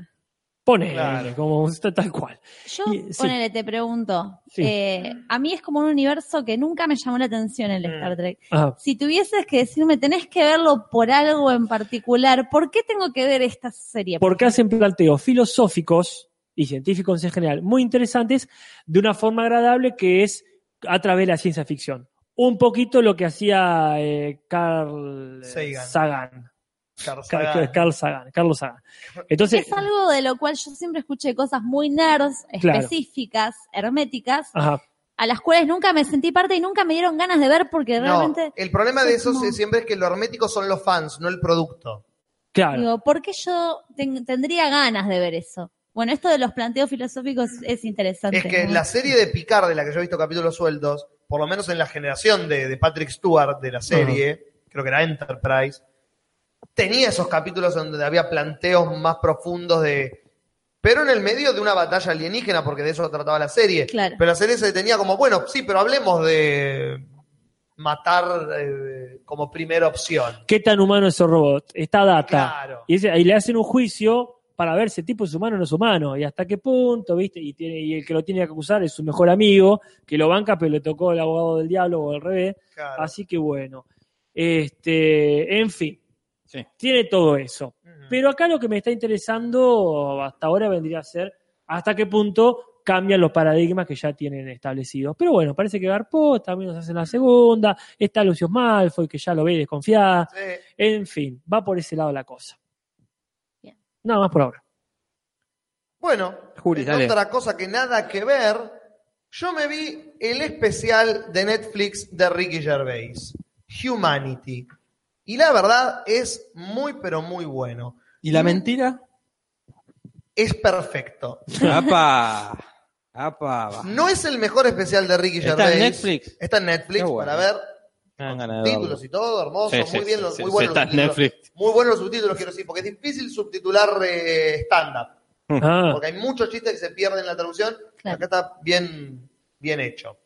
S5: Ponele,
S3: Claro.
S5: como está tal cual.
S4: Yo,
S5: Y- sí.
S4: ponele, te pregunto.
S5: Sí.
S4: eh, a mí es como un universo que nunca me llamó la atención
S3: Mm.
S4: el Star Trek.
S5: Ajá.
S4: Si tuvieses que decirme, tenés que verlo por algo en particular, ¿por qué tengo que ver esta serie?
S5: Porque hacen planteos filosóficos y científicos en general muy interesantes de una forma agradable que es a través de la ciencia ficción. Un poquito lo que hacía eh, Carl eh,
S3: Sagan.
S5: Sagan.
S3: Carl
S5: Ca-
S3: Sagan.
S5: Ca- Carl Sagan, Carlos Sagan. Entonces,
S4: es algo de lo cual yo siempre escuché cosas muy nerds,
S5: Claro.
S4: específicas, herméticas,
S5: ajá,
S4: a las cuales nunca me sentí parte y nunca me dieron ganas de ver porque
S3: No,
S4: realmente
S3: el problema de
S4: es
S3: eso
S4: como-
S3: es siempre es que lo hermético son los fans, no el producto.
S5: claro.
S4: digo, ¿por qué yo ten- tendría ganas de ver eso? Bueno, esto de los planteos filosóficos es interesante.
S3: Es que
S4: ¿no?
S3: la serie de Picard, de la que yo he visto capítulos sueltos, por lo menos en la generación de, de Patrick Stewart de la serie, creo que era Enterprise, tenía esos capítulos donde había planteos más profundos de... Pero en el medio de una batalla alienígena, porque de eso trataba la serie.
S4: Claro.
S3: Pero la serie se detenía como, bueno, sí, pero hablemos de matar eh, como primera opción.
S5: ¿Qué tan humano es el robot? Está data.
S3: Claro.
S5: Y, ese- y le hacen un juicio para ver si el tipo es humano o no es humano y hasta qué punto, ¿viste? Y, tiene, y el que lo tiene que acusar es su mejor amigo, que lo banca, pero le tocó el abogado del diablo o al revés.
S3: Claro.
S5: Así que bueno. Este, en fin.
S6: Sí.
S5: Tiene todo eso.
S3: Ujú.
S5: Pero acá lo que me está interesando hasta ahora vendría a ser hasta qué punto cambian los paradigmas que ya tienen establecidos. Pero bueno, parece que Garpó también nos hace la segunda, está Lucio Malfoy, que ya lo ve desconfiada.
S3: Sí.
S5: En fin, va por ese lado la cosa.
S4: Bien.
S5: Nada más por ahora.
S3: Bueno,
S6: Juli,
S3: en
S6: dale.
S3: otra cosa que nada que ver, yo me vi el especial de Netflix de Ricky Gervais, Humanity. Y la verdad es muy, pero muy bueno.
S6: ¿Y la mentira?
S3: Es perfecto.
S6: ¡Apa! ¡Apa! va.
S3: No es el mejor especial de Ricky
S6: Ah. ¿Está en
S3: Gervais.
S6: Netflix?
S3: Está en Netflix
S6: Qué bueno.
S3: para ver
S6: Me dan ganas de verlo.
S3: títulos y todo, hermoso,
S6: Sí, sí,
S3: muy bien,
S6: sí,
S3: los,
S6: sí,
S3: muy
S6: sí,
S3: buenos
S6: está en
S3: los subtítulos.
S6: Netflix.
S3: Muy buenos los subtítulos, quiero decir, porque es difícil subtitular eh, stand-up.
S5: Ah,
S3: porque hay muchos chistes que se pierden en la traducción.
S4: Claro.
S3: Acá está bien, bien hecho.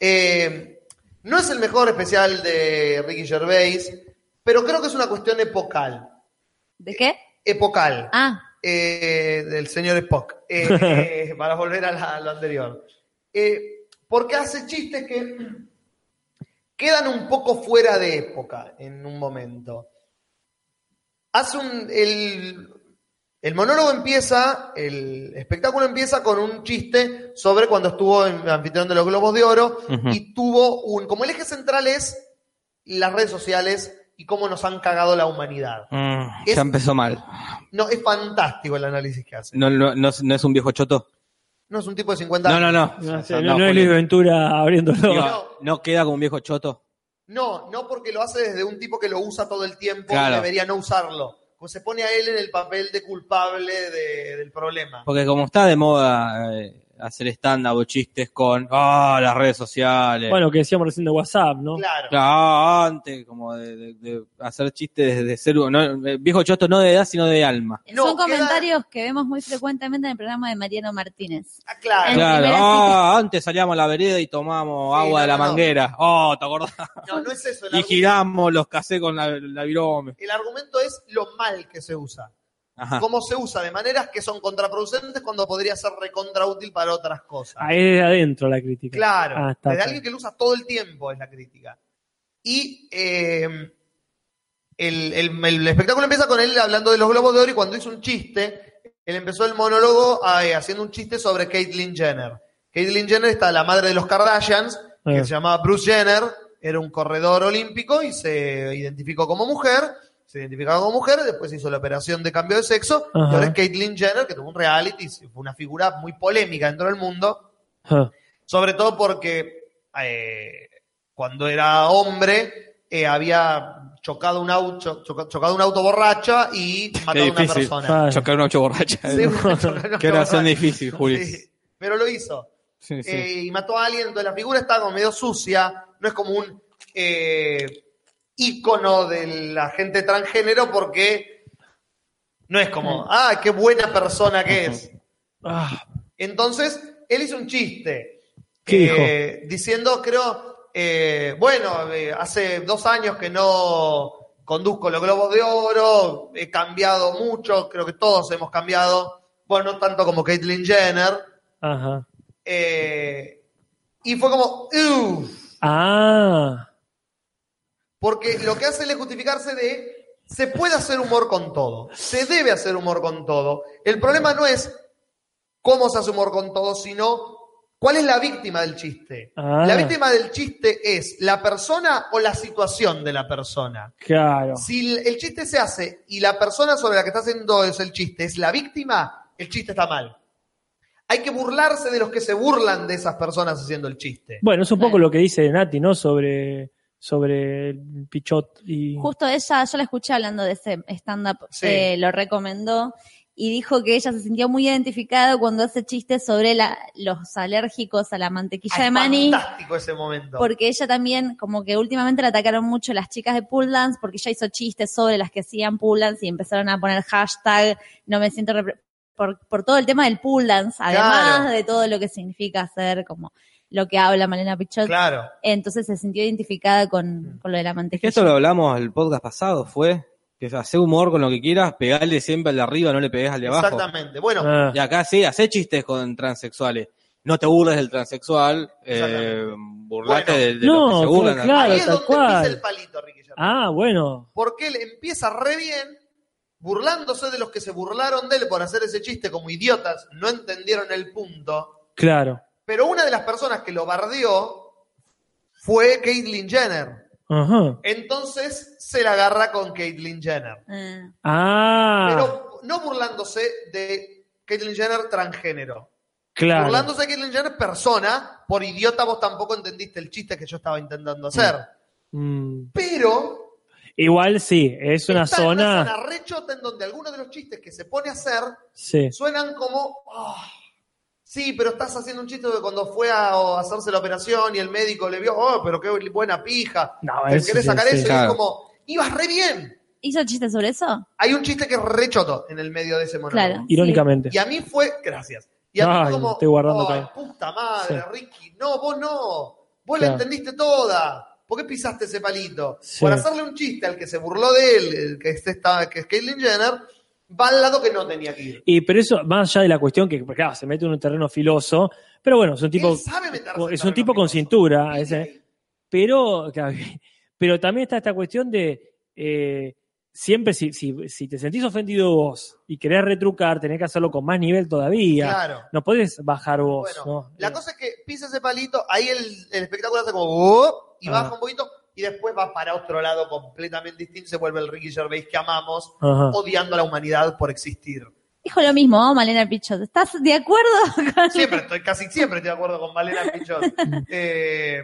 S3: Eh, no es el mejor especial de Ricky Gervais, pero creo que es una cuestión epocal.
S4: ¿De qué?
S3: Epocal.
S4: Ah,
S3: Eh, del señor Spock. Eh, eh, para volver a, la- a lo anterior. Eh, porque hace chistes que quedan un poco fuera de época en un momento. Hace un. El, el monólogo empieza, el espectáculo empieza con un chiste sobre cuando estuvo en anfitrión de los Globos de Oro
S6: Ujú.
S3: y tuvo un. Como el eje central es las redes sociales y cómo nos han cagado la humanidad.
S6: Mm,
S3: Es-
S6: ya empezó mal.
S3: No, es fantástico el análisis que hace.
S6: No, no, no, es- no es un viejo choto.
S3: No es un tipo de 50
S6: No,
S3: años.
S6: no, no.
S5: no, sé,
S6: No,
S5: no- no es
S6: Juli.
S5: Luis Ventura abriéndolo.
S6: Digo,
S3: No.
S6: no queda como un viejo choto.
S3: No, no porque lo hace desde un tipo que lo usa todo el tiempo
S6: Claro.
S3: y debería no usarlo. Pues se pone a él en el papel de culpable de- del problema.
S6: Porque como está de moda eh, hacer stand-up o chistes con ah, las redes sociales.
S5: Bueno, que decíamos recién de WhatsApp, ¿no?
S3: Claro.
S6: Ah, antes, como de, de- de hacer chistes de ser no, eh, viejo choto, no de edad, sino de alma.
S4: Son comentarios que vemos muy frecuentemente en el programa de Mariano Martínez.
S3: Ah, claro.
S4: En
S6: Claro,
S4: primera
S6: ah, antes salíamos a la vereda y tomábamos
S3: Sí, no,
S6: agua de la
S3: no, no.
S6: manguera. Oh, ¿te acordás?
S3: No, no es eso. El,
S6: Y
S3: argu-
S6: giramos los casés con la, la virome.
S3: el argumento es lo mal que se usa.
S6: Ajá.
S3: Cómo se usa de maneras que son contraproducentes cuando podría ser recontraútil para otras cosas.
S5: Ahí desde Ah, adentro la crítica.
S3: Claro,
S5: Ah, está,
S3: desde
S5: está.
S3: alguien que lo usa todo el tiempo es la crítica. Y eh, el, el- el espectáculo empieza con él hablando de los globos de oro y cuando hizo un chiste, él empezó el monólogo eh, haciendo un chiste sobre Caitlyn Jenner. Caitlyn Jenner está la madre de los Kardashians, que
S5: Ah.
S3: se llamaba Bruce Jenner, era un corredor olímpico y se identificó como mujer, se identificaba como mujer, después hizo la operación de cambio de sexo, y
S5: Ajá.
S3: ahora es Caitlyn Jenner, que tuvo un reality, fue una figura muy polémica dentro del mundo.
S5: Ah.
S3: Sobre todo porque eh, cuando era hombre eh, había chocado un auto, choca- chocado un auto borracha y matado a una
S6: difícil.
S3: persona.
S5: Ah.
S6: Chocar una ocho borracha.
S3: Sí, chocar un auto
S6: Qué oración
S3: borracho.
S6: difícil, Juli.
S3: Sí, pero lo hizo.
S6: Sí, sí.
S3: Eh, y mató a alguien, entonces la figura está como medio sucia, no es como un eh, ícono de la gente transgénero porque no es como, ah, qué buena persona que es.
S5: Ah,
S3: Entonces, él hizo un chiste.
S5: ¿Qué
S3: eh, Diciendo, creo, eh, bueno, eh, hace dos años que no conduzco los Globos de Oro, he cambiado mucho, creo que todos hemos cambiado. Bueno, no tanto como Caitlyn Jenner.
S5: ajá.
S3: eh, y fue como, uff,
S5: Ah,
S3: porque lo que hace él es justificarse de, se puede hacer humor con todo, se debe hacer humor con todo. El problema no es cómo se hace humor con todo, sino cuál es la víctima del chiste.
S5: Ah.
S3: La víctima del chiste es la persona o la situación de la persona.
S5: claro.
S3: Si el el chiste se hace y la persona sobre la que está haciendo es el chiste es la víctima, el chiste está mal. Hay que burlarse de los que se burlan de esas personas haciendo el chiste.
S5: Bueno, es un poco
S4: Claro.
S5: lo que dice Nati, ¿no? Sobre, sobre el Pichot y.
S4: Justo ella, yo la escuché hablando de ese stand-up,
S3: Sí.
S4: eh, lo recomendó y dijo que ella se sintió muy identificada cuando hace chistes sobre la, los alérgicos a la mantequilla
S3: Ah,
S4: de
S3: es
S4: maní.
S3: fantástico ese momento.
S4: Porque ella también, como que últimamente la atacaron mucho las chicas de pull dance, porque ella hizo chistes sobre las que hacían pull dance y empezaron a poner hashtag no me siento repre- por, por todo el tema del pull dance, además
S3: Claro.
S4: de todo lo que significa hacer como lo que habla Malena Pichot.
S3: Claro.
S4: Entonces se sintió identificada con, con lo de la
S6: Es
S4: mantequilla.
S6: que esto lo hablamos el podcast pasado, fue que hace humor con lo que quieras, pegale siempre al de arriba, no le pegues al de abajo.
S3: Exactamente. Bueno,
S5: Ah,
S6: Y acá sí, hace chistes con transexuales. No te burles del transexual, eh,
S3: Exactamente.
S6: burlate
S3: Bueno.
S6: de, de
S5: No,
S6: los que se
S4: pues,
S6: burlan.
S5: claro,
S3: ahí es
S5: tal
S3: donde
S5: cual.
S3: pisa el palito, Ricky Gervais.
S5: Ah, bueno.
S3: Porque él empieza re bien, burlándose de los que se burlaron de él por hacer ese chiste como idiotas, no entendieron el punto.
S5: Claro.
S3: Pero una de las personas que lo bardeó fue Caitlyn Jenner.
S5: Ajá.
S3: Entonces se la agarra con Caitlyn Jenner.
S4: Ah,
S5: Ah,
S3: Pero no burlándose de Caitlyn Jenner transgénero.
S5: claro.
S3: Burlándose de Caitlyn Jenner persona, por idiota vos tampoco entendiste el chiste que yo estaba intentando hacer.
S5: Mm.
S3: Pero
S5: Igual sí, es una
S3: Está en
S5: zona.
S3: una zona rechota en donde algunos de los chistes que se pone a hacer
S5: Sí.
S3: suenan como. "Ah, sí, pero estás haciendo un chiste de cuando fue a, o, hacerse la operación y el médico le vio, oh, pero qué buena pija.
S5: No,
S3: Te
S5: eso
S3: querés
S5: sí,
S3: sacar
S5: sí.
S3: eso y es
S6: Claro.
S3: como, ibas re bien.
S4: ¿Hizo chistes sobre eso?
S3: Hay un chiste que es rechoto en el medio de ese monólogo.
S4: Claro.
S5: Irónicamente.
S3: Y a mí fue, gracias. Y a mí fue
S5: Ay,
S3: como,
S5: estoy guardando
S3: "Ay,
S5: acá".
S3: puta madre,
S5: Sí.
S3: Ricky, no, vos no. Vos la
S5: Claro.
S3: entendiste toda. ¿Por qué pisaste ese palito?
S5: Sí.
S3: Por hacerle un chiste al que se burló de él, el que, es esta- que es Caitlyn Jenner, va al lado que no tenía que ir.
S5: Y pero eso, más allá de la cuestión que, claro, se mete en un terreno filoso, pero bueno, es un tipo,
S3: Él sabe meterse en
S5: es un
S3: terreno
S5: tipo con
S3: filoso.
S5: cintura,
S3: Sí,
S5: ese,
S3: sí.
S5: pero, claro, pero también está esta cuestión de eh, siempre si, si, si te sentís ofendido vos y querés retrucar, tenés que hacerlo con más nivel todavía.
S3: Claro.
S5: No podés bajar vos,
S3: Bueno,
S5: ¿no?
S3: la
S5: Eh,
S3: cosa es que pisa ese palito, ahí el, el espectáculo hace como "Oh", y
S5: Ah.
S3: baja un poquito y después va para otro lado completamente distinto, se vuelve el Ricky Gervais que amamos,
S5: Ajá.
S3: odiando a la humanidad por existir.
S4: Dijo lo mismo, ¿no, Malena Pichot. ¿Estás de acuerdo con
S3: Siempre estoy, casi siempre estoy de acuerdo con Valera Pichón.
S5: Mm,
S3: Eh,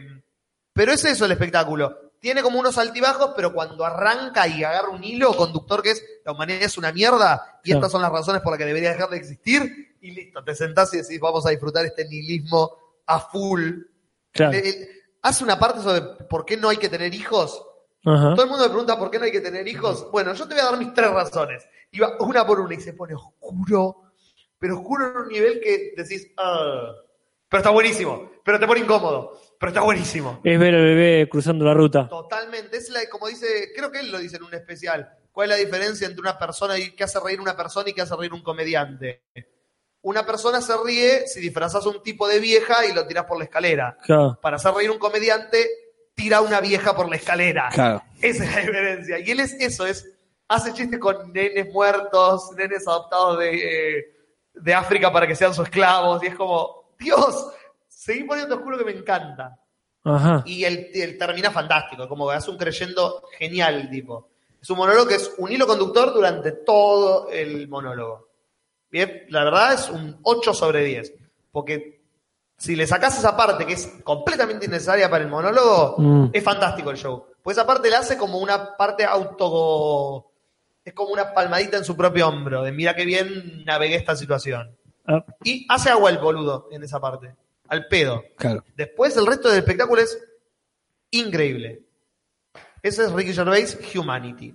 S3: pero es eso el espectáculo. Tiene como unos altibajos, pero cuando arranca y agarra un hilo conductor que es la humanidad es una mierda y
S5: Claro.
S3: estas son las razones por las que debería dejar de existir, y listo, te sentás y decís, vamos a disfrutar este nihilismo a full.
S5: Claro.
S3: Le- le- Hace una parte sobre por qué no hay que tener hijos.
S5: Ajá.
S3: Todo el mundo me pregunta por qué no hay que tener hijos. Bueno, yo te voy a dar mis tres razones. Y va una por una y se pone oscuro, pero oscuro en un nivel que decís, "Ah". pero está buenísimo, pero te pone incómodo, pero está buenísimo.
S5: Es ver al bebé cruzando la ruta.
S3: Totalmente, es la, como dice, creo que él lo dice en un especial. ¿Cuál es la diferencia entre una persona y que hace reír una persona y que hace reír un comediante? Una persona se ríe si disfrazas a un tipo de vieja y lo tiras por la escalera.
S5: Claro.
S3: Para hacer reír un comediante, tira a una vieja por la escalera.
S6: Claro.
S3: Esa es la diferencia. Y él es eso, es hace chistes con nenes muertos, nenes adoptados de, eh, de África para que sean sus esclavos. Y es como, Dios, seguí poniendo oscuro que me encanta.
S5: Ajá.
S3: Y él, él termina fantástico, como que hace un creyendo genial, tipo. Es un monólogo que es un hilo conductor durante todo el monólogo. Bien, la verdad es un 8 sobre 10. Porque si le sacás esa parte que es completamente innecesaria para el monólogo,
S5: Mm.
S3: es fantástico el show. Pues esa parte la hace como una parte auto. Es como una palmadita en su propio hombro, de mira qué bien navegué esta situación.
S5: Ah,
S3: Y hace agua el boludo en esa parte, al pedo.
S6: Claro.
S3: Después el resto del espectáculo es increíble. Ese es Ricky Gervais Humanity.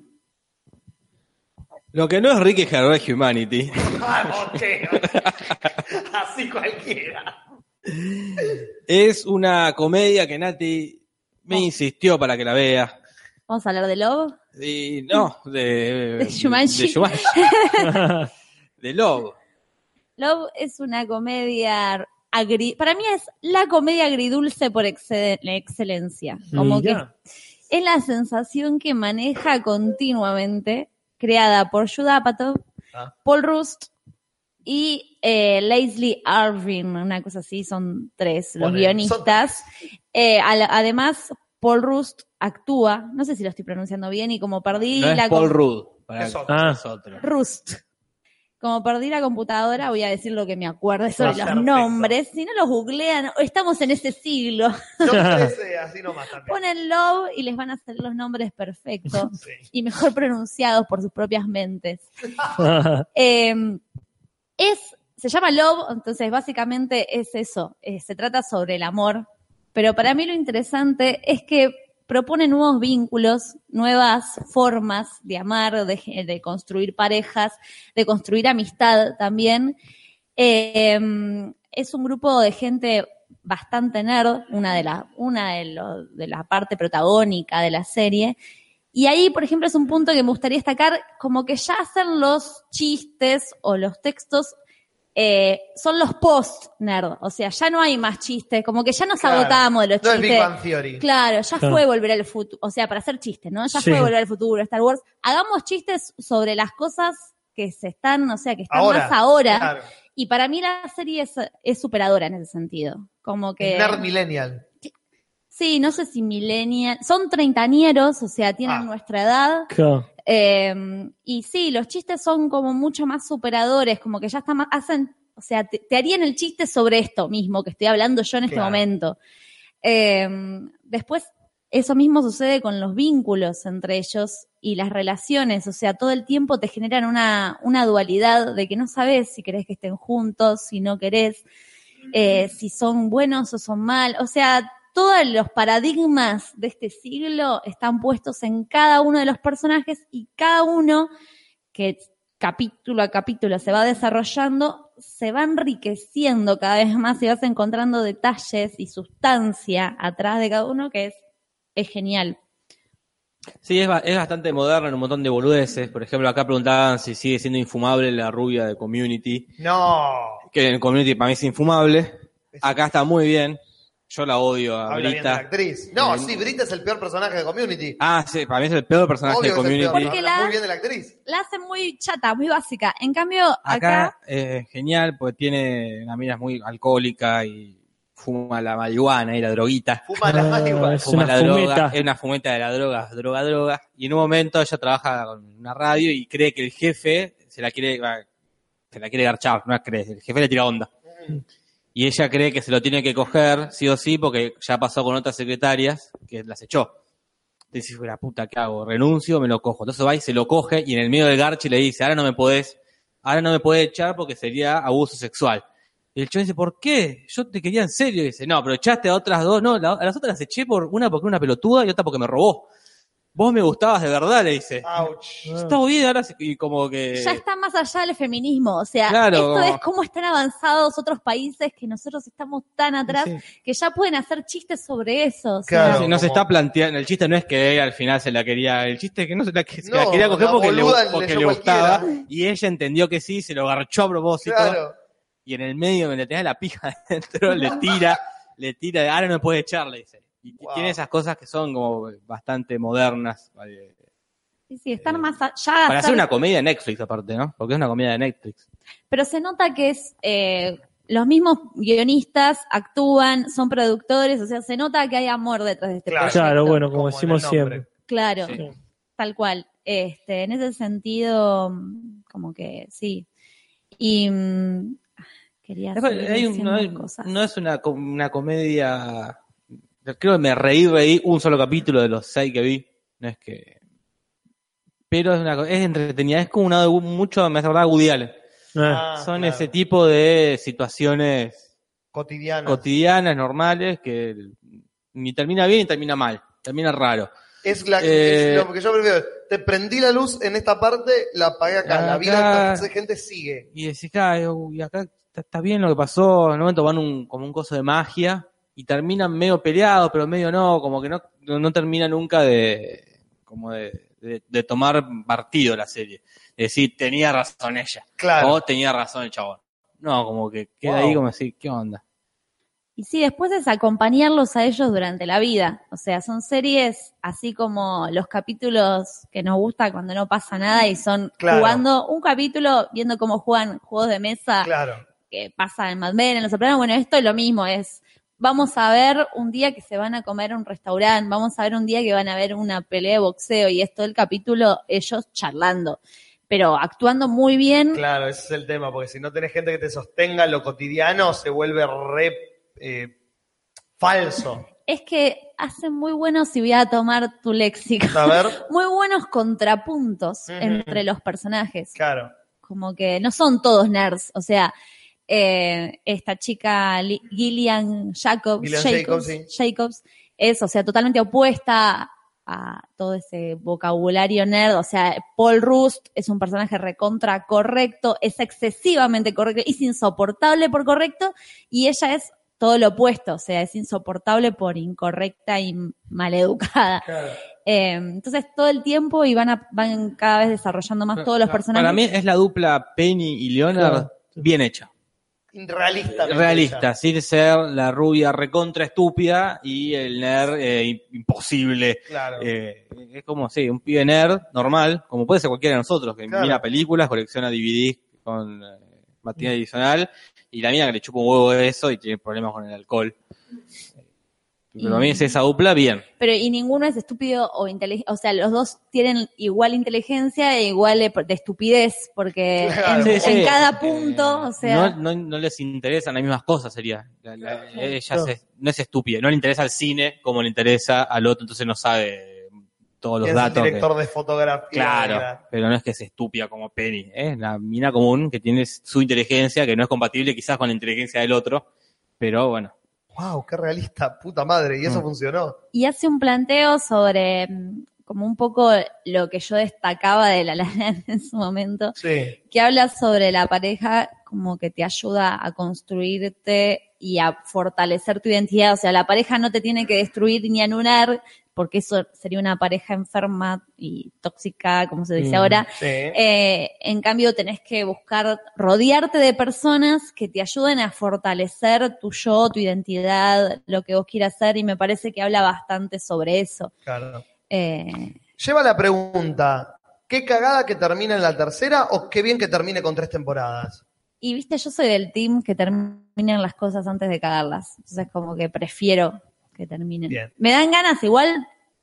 S6: Lo que no es Ricky Gervais Humanity.
S3: ¡Vamos, che! Así cualquiera.
S6: Es una comedia que Nati
S4: Ah.
S6: me insistió para que la vea.
S4: Vamos a hablar de Love.
S6: Y no, de,
S4: De Shumanji.
S6: De, Shumanji. De Love.
S4: Love es una comedia agri para mí es la comedia agridulce por excede- excelencia. Como que
S5: mirá.
S4: es la sensación que maneja continuamente, creada por Judapato,
S3: Ah.
S4: Paul Rust y eh, Leslie Arvin, una cosa así, son tres los
S3: Ponele.
S4: guionistas. Eh, al- además, Paul Rust actúa, no sé si lo estoy pronunciando bien y como perdí
S6: No es
S4: la
S6: Paul
S4: com-
S6: Rudd. Para-
S3: Es otro.
S5: Ah.
S6: es otro.
S4: Rust. Como perdí la computadora, voy a decir lo que me acuerde sobre los
S3: Perfecto.
S4: nombres. Si no los googlean, estamos en ese siglo.
S3: Yo parece así nomás también.
S4: Ponen love y les van a salir los nombres perfectos
S3: Sí.
S4: y mejor pronunciados por sus propias mentes.
S5: Ah,
S4: Eh, es, se llama Love, entonces básicamente es eso, eh, se trata sobre el amor, pero para mí lo interesante es que propone nuevos vínculos, nuevas formas de amar, de, ge- de construir parejas, de construir amistad también. Eh, es un grupo de gente bastante nerd, una de las, una de, lo- de la parte protagónica de la serie, y ahí, por ejemplo, es un punto que me gustaría destacar, como que ya hacen los chistes o los textos, eh, son los post-nerd, o sea, ya no hay más chistes, como que ya nos
S3: Claro.
S4: agotamos de los
S3: No es Big
S4: chistes.
S3: Bang Theory.
S4: Claro, ya
S5: Claro.
S4: fue volver al futuro, o sea, para hacer chistes, ¿no? Ya
S5: Sí.
S4: fue volver al futuro, Star Wars. Hagamos chistes sobre las cosas que se están, o sea, que están
S3: Ahora.
S4: más ahora.
S3: Claro.
S4: Y para mí la serie es, es superadora en ese sentido. Como que...
S3: Nerd Millennial.
S4: Sí, no sé si millennial, son treintañeros, o sea, tienen
S3: Ah.
S4: nuestra edad.
S5: claro.
S4: Eh, y sí, los chistes son como mucho más superadores, como que ya están más, hacen, o sea, te, te harían el chiste sobre esto mismo que estoy hablando yo en este
S3: Claro.
S4: momento. Eh, después, eso mismo sucede con los vínculos entre ellos y las relaciones, o sea, todo el tiempo te generan una, una dualidad de que no sabes si querés que estén juntos, si no querés, eh, si son buenos o son mal, o sea, todos los paradigmas de este siglo están puestos en cada uno de los personajes y cada uno que capítulo a capítulo se va desarrollando, se va enriqueciendo cada vez más y vas encontrando detalles y sustancia atrás de cada uno que es, es genial.
S6: Sí, es, ba- es bastante moderno en un montón de boludeces. Por ejemplo, acá preguntaban si sigue siendo infumable la rubia de Community.
S3: No.
S6: Que en Community para mí es infumable. Acá está muy bien. Yo la odio a
S3: Habla bien de la
S6: Brita.
S3: actriz. No,
S6: Eh,
S3: sí, Brita es el peor personaje de Community.
S6: Ah, sí, para mí es el peor personaje
S3: Obvio
S6: de
S3: que es el peor.
S6: Community.
S4: Porque
S3: habla
S4: la-
S3: muy bien de la actriz.
S4: La hace muy chata, muy básica. En cambio,
S6: Acá,
S4: acá,
S6: eh, genial, porque tiene una mina muy alcohólica y fuma la marihuana y la droguita.
S3: Fuma la
S5: Ah,
S3: igual.
S5: es
S6: Fuma
S5: una
S6: la droga,
S5: fumeta.
S6: es una fumeta de la droga, droga, droga. Y en un momento ella trabaja con una radio y cree que el jefe se la quiere, va, se la quiere garchar, no la cree, el jefe le tira onda. Y ella cree que se lo tiene que coger, sí o sí, porque ya pasó con otras secretarias que las echó. Dice, "Hijo de la puta, ¿qué hago? ¿Renuncio o me lo cojo? Entonces va y se lo coge y en el medio del garche le dice, ahora no me podés ahora no me puede echar porque sería abuso sexual. Y el chabón dice, ¿por qué? Yo te quería en serio. Y dice, no, pero echaste a otras dos, no, la- a las otras las eché por una porque era una pelotuda y otra porque me robó. Vos me gustabas de verdad, le dice.
S3: Ah,
S6: Está bien, ahora sí- y como que...
S4: Ya está más allá del feminismo, o sea,
S6: eh, Claro,
S4: esto
S6: como-
S4: es cómo están avanzados otros países que nosotros estamos tan atrás que ya pueden hacer chistes sobre eso. o sea,
S6: no se- no se está planteando, el chiste no es que al final se la quería, el chiste es que no se la, que- se la
S3: No,
S6: quería coger
S3: la
S6: porque le,
S3: boluda
S6: porque
S3: leyó
S6: le
S3: cualquiera.
S6: gustaba y ella entendió que sí, se lo garchó a propósito
S3: Claro.
S6: y en el medio donde tenía la pija adentro le tira, le tira, ahora no me puede echar, le dice. Y tiene esas cosas que son como bastante modernas. vale.
S4: sí, sí, están más allá. de
S6: Eh, Para hacer
S4: hacer-
S6: una comedia de Netflix aparte, ¿no? Porque es una comedia de Netflix.
S4: Pero se nota que es eh, los mismos guionistas actúan, son productores, o sea, se nota que hay amor detrás de este
S5: Claro,
S4: proyecto.
S5: bueno, como, decimos siempre.
S4: Claro,
S5: Sí.
S4: tal cual. Este, en ese sentido, mm, como que sí. Y mm, quería
S6: Es-
S4: seguir
S6: hay un-
S4: diciendo
S6: no, hay-
S4: cosas.
S6: no es una, com- una comedia. Creo que me reí, reí un solo capítulo de los seis que vi. No es que. Pero es, una, co- es entretenida, es como una de mucho, me hace acordar a Woody Allen.
S3: Ah,
S6: Son
S3: claro.
S6: ese tipo de situaciones
S3: Cotidiana.
S6: cotidianas, normales, que ni termina bien ni termina mal, termina raro.
S3: es la
S6: Eh,
S3: es lo que yo prefiero. Te prendí la luz en esta parte, la apagué acá. la vida
S6: Acá.
S3: de esta gente sigue.
S6: Y decís, "Ah, uy, acá está, está bien lo que pasó, en un momento van un, como un coso de magia y terminan medio peleados, pero medio no, como que no, no, no termina nunca de, como de, de- de tomar partido la serie. De decir, tenía razón ella.
S3: Claro.
S6: O tenía razón el chabón. No, como que queda
S4: Wow.
S6: ahí como decir, ¿qué onda?
S4: Y sí, después es acompañarlos a ellos durante la vida. O sea, son series así como los capítulos que nos gusta cuando no pasa nada y son
S13: Claro.
S4: jugando un capítulo, viendo cómo juegan juegos de mesa que pasa en Mad Men, en Los Sopranos. Bueno, esto es lo mismo, es vamos a ver un día que se van a comer a un restaurante, vamos a ver un día que van a ver una pelea de boxeo y es todo el capítulo ellos charlando, pero actuando muy bien.
S3: Claro, ese es el tema, porque si no tenés gente que te sostenga lo cotidiano, se vuelve re eh, falso.
S4: es que hacen muy buenos, y voy a tomar tu léxico,
S3: A ver.
S4: muy buenos contrapuntos
S3: Ujú.
S4: entre los personajes.
S3: Claro.
S4: Como que no son todos nerds, o sea, eh, esta chica Li- Gillian Jacobs,
S3: Gillian
S4: Jacobs,
S3: Jacobs, sí.
S4: Jacobs es, o sea, totalmente opuesta a todo ese vocabulario nerd, o sea, Paul Rust es un personaje recontra correcto, es excesivamente correcto, es insoportable por correcto, y ella es todo lo opuesto, o sea, es insoportable por incorrecta y maleducada. Eh, entonces todo el tiempo y van, a- van cada vez desarrollando más todos los personajes.
S6: Para mí es la dupla Penny y Leonard bien hecha.
S3: Realista.
S6: Realista, sin ser la rubia recontra estúpida y el nerd eh, imposible.
S3: Claro.
S6: Eh, es como, sí, un pibe nerd normal, como puede ser cualquiera de nosotros, que
S3: Claro.
S6: mira películas, colecciona DVDs con eh, material adicional, y la mina que le chupa un huevo de eso y tiene problemas con el alcohol. Eh, Pero a mí es esa dupla, bien.
S4: Pero y ninguno es estúpido o inteligente, o sea, los dos tienen igual inteligencia e igual de, de estupidez, porque
S6: Claro.
S4: en,
S6: Sí,
S4: en
S6: sí.
S4: cada punto,
S3: Eh,
S4: o sea,
S6: no, no, no les interesan las mismas cosas, sería. La- la- eh, ella
S4: No.
S6: se- no es estúpida, no le interesa el cine como le interesa al otro, entonces no sabe todos los
S3: ¿Quién es
S6: datos.
S3: el director
S6: que-
S3: de fotografía?
S6: Claro, pero no es que es estúpida como Penny, es la mina común que tiene su inteligencia, que no es compatible quizás con la inteligencia del otro, pero bueno.
S3: Wow, qué realista, puta madre, y
S6: Mm.
S3: eso funcionó.
S4: y hace un planteo sobre mm, como un poco lo que yo destacaba de la lana en su momento,
S3: Sí.
S4: que habla sobre la pareja como que te ayuda a construirte y a fortalecer tu identidad. O sea, la pareja no te tiene que destruir ni anular, porque eso sería una pareja enferma y tóxica, como se dice
S13: Mm,
S4: ahora.
S13: sí.
S4: Eh, en cambio, tenés que buscar rodearte de personas que te ayuden a fortalecer tu yo, tu identidad, lo que vos quieras hacer, y me parece que habla bastante sobre eso.
S3: Claro.
S4: Eh,
S3: Lleva la pregunta, ¿qué cagada que termina en la tercera o qué bien que termine con tres temporadas?
S4: Y viste, yo soy del team que terminan las cosas antes de cagarlas. Entonces, como que prefiero que terminen.
S3: Bien.
S4: Me dan ganas, igual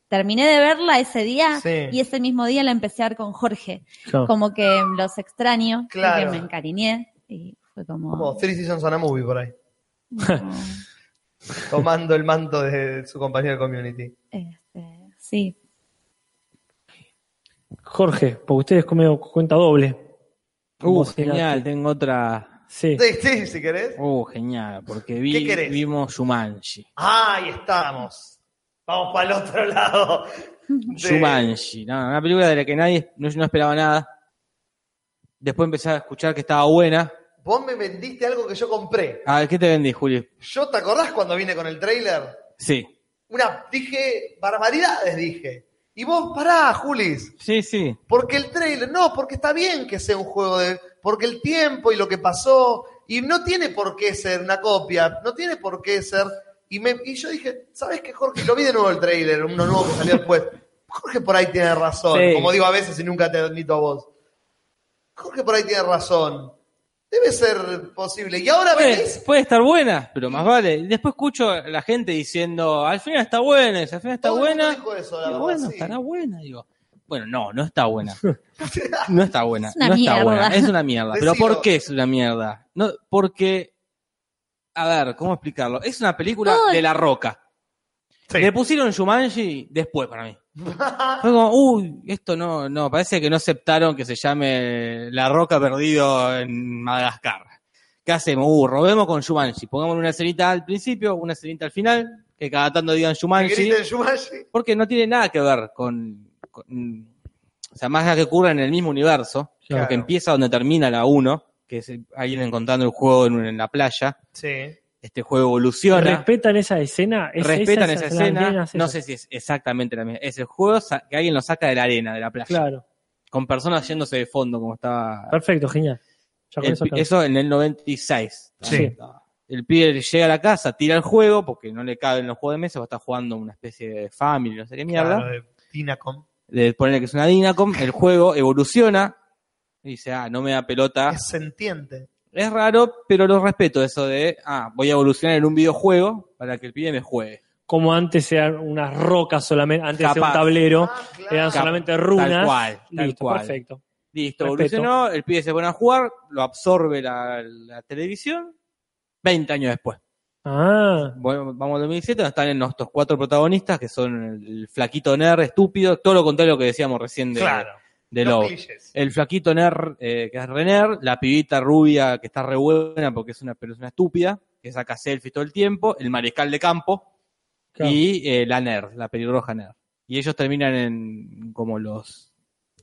S4: terminé de verla ese día
S3: Sí.
S4: y ese mismo día la empecé a ver con Jorge.
S3: Claro.
S4: Como que los extraño, creo
S3: Claro.
S4: que me encariñé y fue como.
S3: Como Three Seasons on a Movie por ahí.
S4: no,
S3: Tomando el manto de su compañero de community.
S4: este, sí.
S5: Jorge, porque usted es como cuenta doble.
S6: Uh,
S5: Emocionante.
S6: genial, tengo otra.
S5: Sí.
S3: Sí, sí, si querés.
S6: Uh, genial, porque
S3: ¿Qué
S6: vi,
S3: querés?
S6: vimos Shumanji.
S3: Ahí estamos. Vamos para el otro lado. de-
S6: Shumanji, no, una película de la que nadie, no, yo no esperaba nada. Después empecé a escuchar que estaba buena.
S3: Vos me vendiste algo que yo compré.
S6: Ah, ¿qué te vendí, Julio?
S3: Yo, ¿te acordás cuando vine con el trailer?
S6: Sí,
S3: Una, dije, barbaridades dije. Y vos, pará, Julis.
S6: sí, sí.
S3: Porque el trailer, no, porque está bien que sea un juego de... Porque el tiempo y lo que pasó, y no tiene por qué ser una copia, no tiene por qué ser... Y, me, y yo dije, ¿sabes qué, Jorge? Lo vi de nuevo el trailer, uno nuevo que salió después. Jorge por ahí tiene razón,
S6: Sí.
S3: como digo a veces y nunca te admito a vos. Jorge por ahí tiene razón. Debe ser posible. Y ahora
S6: Puede,
S3: venís...
S6: puede estar buena, pero más vale. Y Después escucho a la gente diciendo, al final está buena, al final está
S3: Todo el mundo
S6: buena.
S3: dijo eso, la
S6: Digo,
S3: verdad,
S6: bueno,
S3: sí.
S6: estará buena, digo. Bueno, no, no está buena. No está buena.
S4: Es una
S6: no está
S4: mierda.
S6: buena. Es una mierda. Pero
S3: Decilo.
S6: ¿por qué es una mierda? No, porque, a ver, ¿cómo explicarlo? Es una película
S4: Ay.
S6: de la roca.
S3: Sí.
S6: Le pusieron Shumanji después para mí. Fue como, uy, esto no, no, parece que no aceptaron que se llame La Roca Perdido en Madagascar. ¿Qué hacemos? Uh, robemos con Shumanji. Pongamos una escenita al principio, una escenita al final, que cada tanto digan
S3: Que
S6: Shumanji.
S3: griten Shumashi.
S6: Porque no tiene nada que ver con, con- O sea, más allá que ocurra en el mismo universo,
S3: Claro.
S6: porque empieza donde termina la 1, que es el- alguien encontrando el juego en, en la playa.
S3: Sí.
S6: Este juego evoluciona
S5: ¿Respetan esa escena? ¿Es
S6: respetan esa,
S5: esa- las
S6: escena.
S5: antenas
S6: No
S5: esas?
S6: sé si es exactamente la misma. Es el juego sa- que alguien lo saca de la arena, de la playa.
S5: Claro.
S6: Con personas yéndose de fondo, como estaba.
S5: Perfecto, genial. Ya con
S6: El
S5: eso
S6: pi-
S5: acabo.
S6: eso en el 96.
S5: Sí.
S6: El pibe llega a la casa, tira el juego, porque no le cabe en los juegos de mesa, va a estar jugando una especie de family, no sé qué mierda.
S3: Claro, de Tinacom.
S6: De ponerle que es una Dinacom, el juego evoluciona. y Dice, ah, no me da pelota.
S3: Es sentiente.
S6: Es raro, pero lo respeto eso de, ah, voy a evolucionar en un videojuego para que el pibe me juegue.
S5: Como antes eran unas rocas solamente, antes era un
S6: Capaz.
S5: tablero,
S3: Ah, claro.
S5: eran
S6: Capaz.
S5: solamente runas.
S6: Tal cual, tal
S5: Listo,
S6: cual.
S5: perfecto.
S6: Listo,
S5: Respeto.
S6: evolucionó, el pibe se pone a jugar, lo absorbe la, la televisión. 20 años después.
S5: Ah,
S6: Bueno, vamos al 2007, donde están nuestros cuatro protagonistas, que son el flaquito nerd estúpido, todo lo contrario a lo que decíamos recién de,
S3: claro.
S6: de
S3: Los
S6: Lobo.
S3: clichés.
S6: El flaquito nerd, eh, que es Renner, la pibita rubia, que está re buena porque es una persona estúpida, que saca selfies todo el tiempo, el mariscal de campo,
S5: claro.
S6: y eh, la nerd, la pelirroja nerd. Y ellos terminan en como los...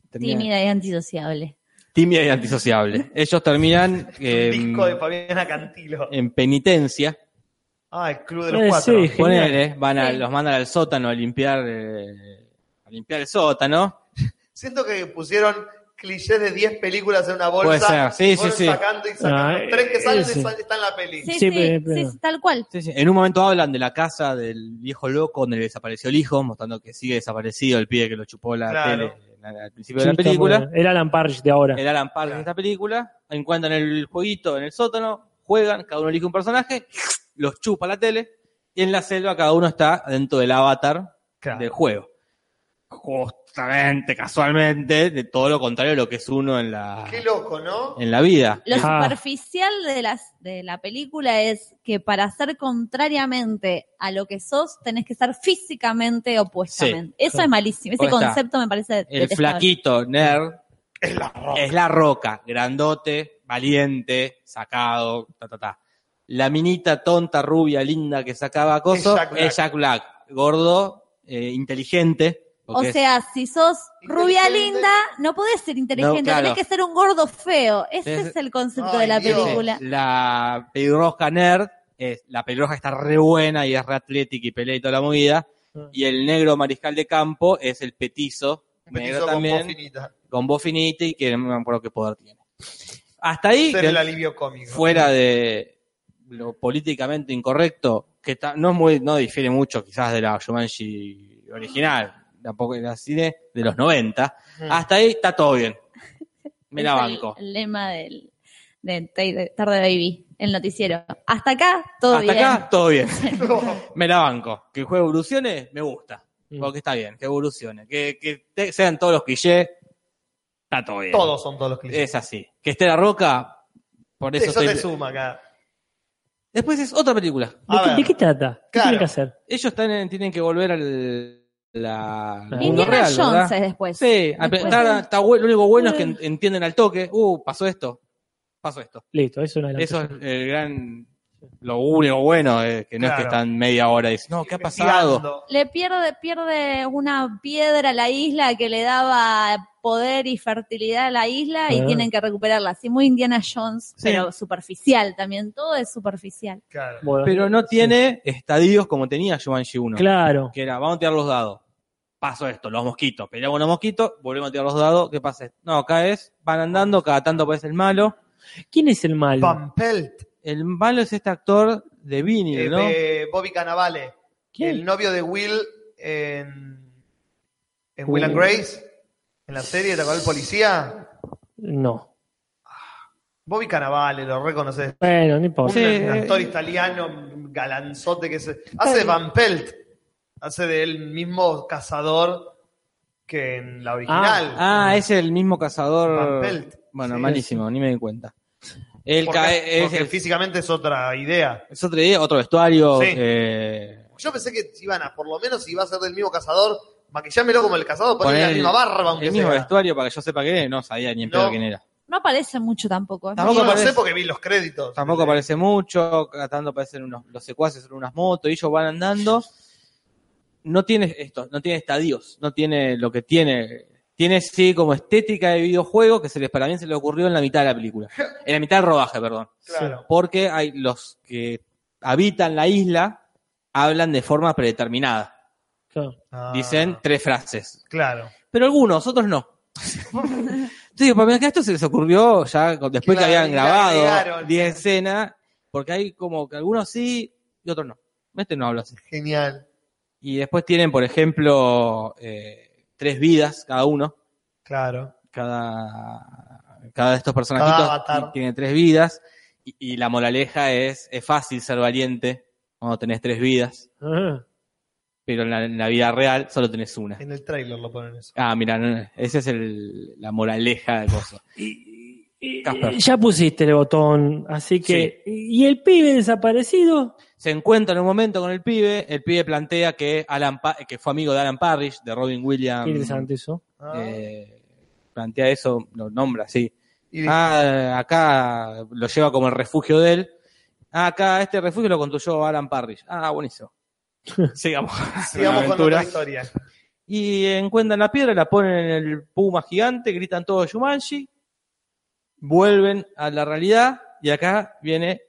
S6: terminan-
S4: Tímida y antisociable.
S6: tímida y antisociable. Ellos terminan eh,
S3: Un disco de Fabiana Cantilo.
S6: en penitencia.
S3: Ah, el Club de los
S5: Eh,
S3: Cuatro.
S5: sí. Genial.
S6: Ponele, van a,
S4: Sí.
S6: los mandan al sótano a limpiar, eh, a limpiar el sótano.
S3: Siento que pusieron clichés de 10 películas en una bolsa.
S6: Puede ser, sí, sí,
S3: fueron
S6: sí. eh,
S3: sacando y sacando.
S5: Ah,
S3: Tres que salen
S5: ese.
S3: y sal- están en la peli.
S4: Sí,
S5: Sí,
S4: sí,
S5: pero-
S4: sí, sí, tal cual.
S6: Sí, sí. En un momento hablan de la casa del viejo loco donde le desapareció el hijo, mostrando que sigue desaparecido el pibe que lo chupó la
S3: Claro.
S6: tele en- al
S5: Sí,
S6: principio de la
S5: está muy
S6: película.
S5: bien. Era Alan Parrish de ahora.
S6: El Alan Park de esta película. Encuentran el jueguito en el sótano, juegan, cada uno elige un personaje, los chupa la tele, y en la selva cada uno está dentro del avatar
S3: Claro.
S6: del juego. Justamente, casualmente, de todo lo contrario de lo que es uno en la,
S3: Qué loco, ¿no?
S6: en la vida.
S4: Lo
S5: Ah.
S4: superficial de, las, de la película es que para ser contrariamente a lo que sos, tenés que ser físicamente opuestamente. Eso
S5: Claro.
S4: es malísimo. Ese
S6: Ahí está.
S4: concepto me parece
S6: El
S4: detestable.
S6: flaquito nerd
S3: Es la roca.
S6: es la roca, grandote, valiente, sacado, ta, ta, ta. La minita tonta, rubia, linda que sacaba cosas
S3: Jack Black.
S6: es Jack Black, gordo, eh, inteligente.
S4: O
S6: porque es-
S4: sea, si sos rubia
S3: Inteligente.
S4: linda, no podés ser inteligente,
S6: No, claro.
S4: tenés que ser un gordo feo. Ese
S6: Es-
S4: es, el concepto
S3: Ay,
S4: de la
S3: Dios.
S4: película.
S6: Este, La pelirroja nerd, es, la pelirroja está re buena y es re atlética y pelea y toda la movida.
S5: Ah.
S6: Y el negro mariscal de campo es el petizo,
S3: Un petizo
S6: negro
S3: con voz
S6: también,
S3: finita.
S6: con voz finita y que no me acuerdo qué poder tiene. Hasta ahí,
S3: Ser
S6: que-
S3: el alivio cómico.
S6: fuera de lo políticamente incorrecto, que ta- no es muy, no difiere mucho quizás de la Shumanji original, tampoco de la cine de los 90,
S3: Mm.
S6: hasta ahí está todo bien. Me
S4: Es
S6: la
S4: el-
S6: banco.
S4: El, lema del, de Tay- de Tarde Baby, el noticiero. Hasta acá, todo
S6: Hasta
S4: bien.
S6: acá, todo bien.
S3: No.
S6: Me la banco. Que el juego evolucione, me gusta.
S5: Mm.
S6: Porque está bien, que evolucione. Que, que te- sean todos los clichés, está todo bien.
S3: Todos son todos los clichés.
S6: Es así. Que esté la roca, por Eh, eso,
S3: Eso, te
S6: estoy-
S3: suma acá.
S6: Después es otra película.
S5: ¿De,
S3: A
S5: qué,
S3: ver.
S5: de qué trata? ¿Qué
S3: Claro.
S5: tiene que hacer?
S6: Ellos están en- tienen que volver al, la
S4: Indiana
S6: el mundo real,
S4: Jones
S6: ¿verdad?
S4: es después.
S6: Sí, a-
S4: Después
S6: está-
S4: es-
S6: está bueno, lo único bueno es que en- entienden al toque, uh, pasó esto, pasó esto.
S5: Listo, eso no es
S6: Eso es el gran, lo único bueno, eh, que no es que
S5: Claro.
S6: están media hora y dicen, no, ¿qué ha pasado?
S4: Le pierde, pierde una piedra a la isla que le daba poder y fertilidad a la isla y
S6: Ah.
S4: tienen que recuperarla. Así muy Indiana Jones, pero superficial también. Todo es superficial.
S6: Pero no tiene estadios como tenía Jumanji 1.
S5: Claro.
S6: Que era, vamos a tirar los dados. Pasó esto, los mosquitos. Peleamos los mosquitos, volvemos a tirar los dados. ¿Qué pasa? No, acá es, van andando, cada tanto aparece el malo.
S5: ¿Quién es el malo?
S3: Pampelt.
S6: El malo es este actor de
S3: Eh,
S6: vinil, ¿no?
S3: de Bobby Cannavale. El novio de Will en, en Will and
S5: Uh.
S3: Grace. En la serie, ¿te acordás el policía?
S5: No.
S3: Bobby Cannavale, lo reconoces.
S5: Bueno, no
S6: Oh,
S5: importa.
S3: Un actor italiano galanzote que se. Hace de Van Pelt. Hace del mismo cazador que en la original.
S6: Ah, ah, es el mismo
S3: Van
S6: cazador.
S3: Pelt.
S6: Bueno,
S3: Sí.
S6: malísimo, ni me di cuenta. Él
S3: porque
S6: cae- es,
S3: porque físicamente es otra idea.
S6: es otra idea, otro vestuario.
S3: Sí.
S6: eh,
S3: Yo pensé que iban a, por lo menos, si iba a ser del mismo cazador, maquillámelo como el cazador, ponerle la
S6: poner
S3: misma barba, aunque
S6: El mismo
S3: sea.
S6: vestuario para que yo sepa quién es, no sabía ni en pedo
S3: No.
S6: quién era.
S4: No aparece mucho tampoco. ¿eh?
S6: Tampoco
S3: Yo no
S6: aparece.
S3: sé porque vi los créditos.
S6: Tampoco aparece mucho, tratando aparecen unos, los secuaces en unas motos, y ellos van andando. No tiene esto, no tiene estadios, no tiene lo que tiene. Tiene sí como estética de videojuego que se les, para mí se les ocurrió en la mitad de la película. En la mitad del rodaje, perdón.
S3: Claro.
S6: Porque hay los que habitan la isla hablan de forma predeterminada.
S5: Claro.
S3: Ah,
S6: Dicen tres frases.
S3: Claro.
S6: Pero algunos, otros no. Entonces, para mí que esto se les ocurrió ya con- después
S3: Claro,
S6: que habían
S3: y
S6: grabado
S3: agregaron.
S6: 10 escenas, porque hay como que algunos sí y otros no. Este no habla así.
S3: Genial.
S6: Y después tienen, por ejemplo, eh, tres vidas cada uno.
S3: Claro.
S6: Cada, cada de estos personajitos
S3: Cada avatar.
S6: ti- tiene tres vidas. Y, y la moraleja es, es fácil ser valiente cuando tenés tres vidas,
S5: Ah,
S6: pero en la, en la vida real solo tenés una.
S3: En el trailer lo ponen eso.
S6: Ah, mira, esa es el- la moraleja del coso. Casper.
S5: eh, Ya pusiste el botón, así que. ¿Y el pibe desaparecido?
S6: se encuentra en un momento con el pibe, el pibe plantea que Alan Pa- que fue amigo de Alan Parrish, de Robin Williams.
S5: Qué interesante eso.
S3: Ah.
S6: eh, plantea eso, lo nombra así.
S3: Y-
S6: Ah, acá lo lleva como el refugio de él. Ah, acá este refugio lo construyó Alan Parrish. Ah, buenísimo. Sigamos.
S3: Sigamos
S6: La
S3: con
S6: aventura.
S3: otra historia.
S6: Y encuentran la piedra, la ponen en el puma gigante, gritan todo Shumanji, vuelven a la realidad y acá viene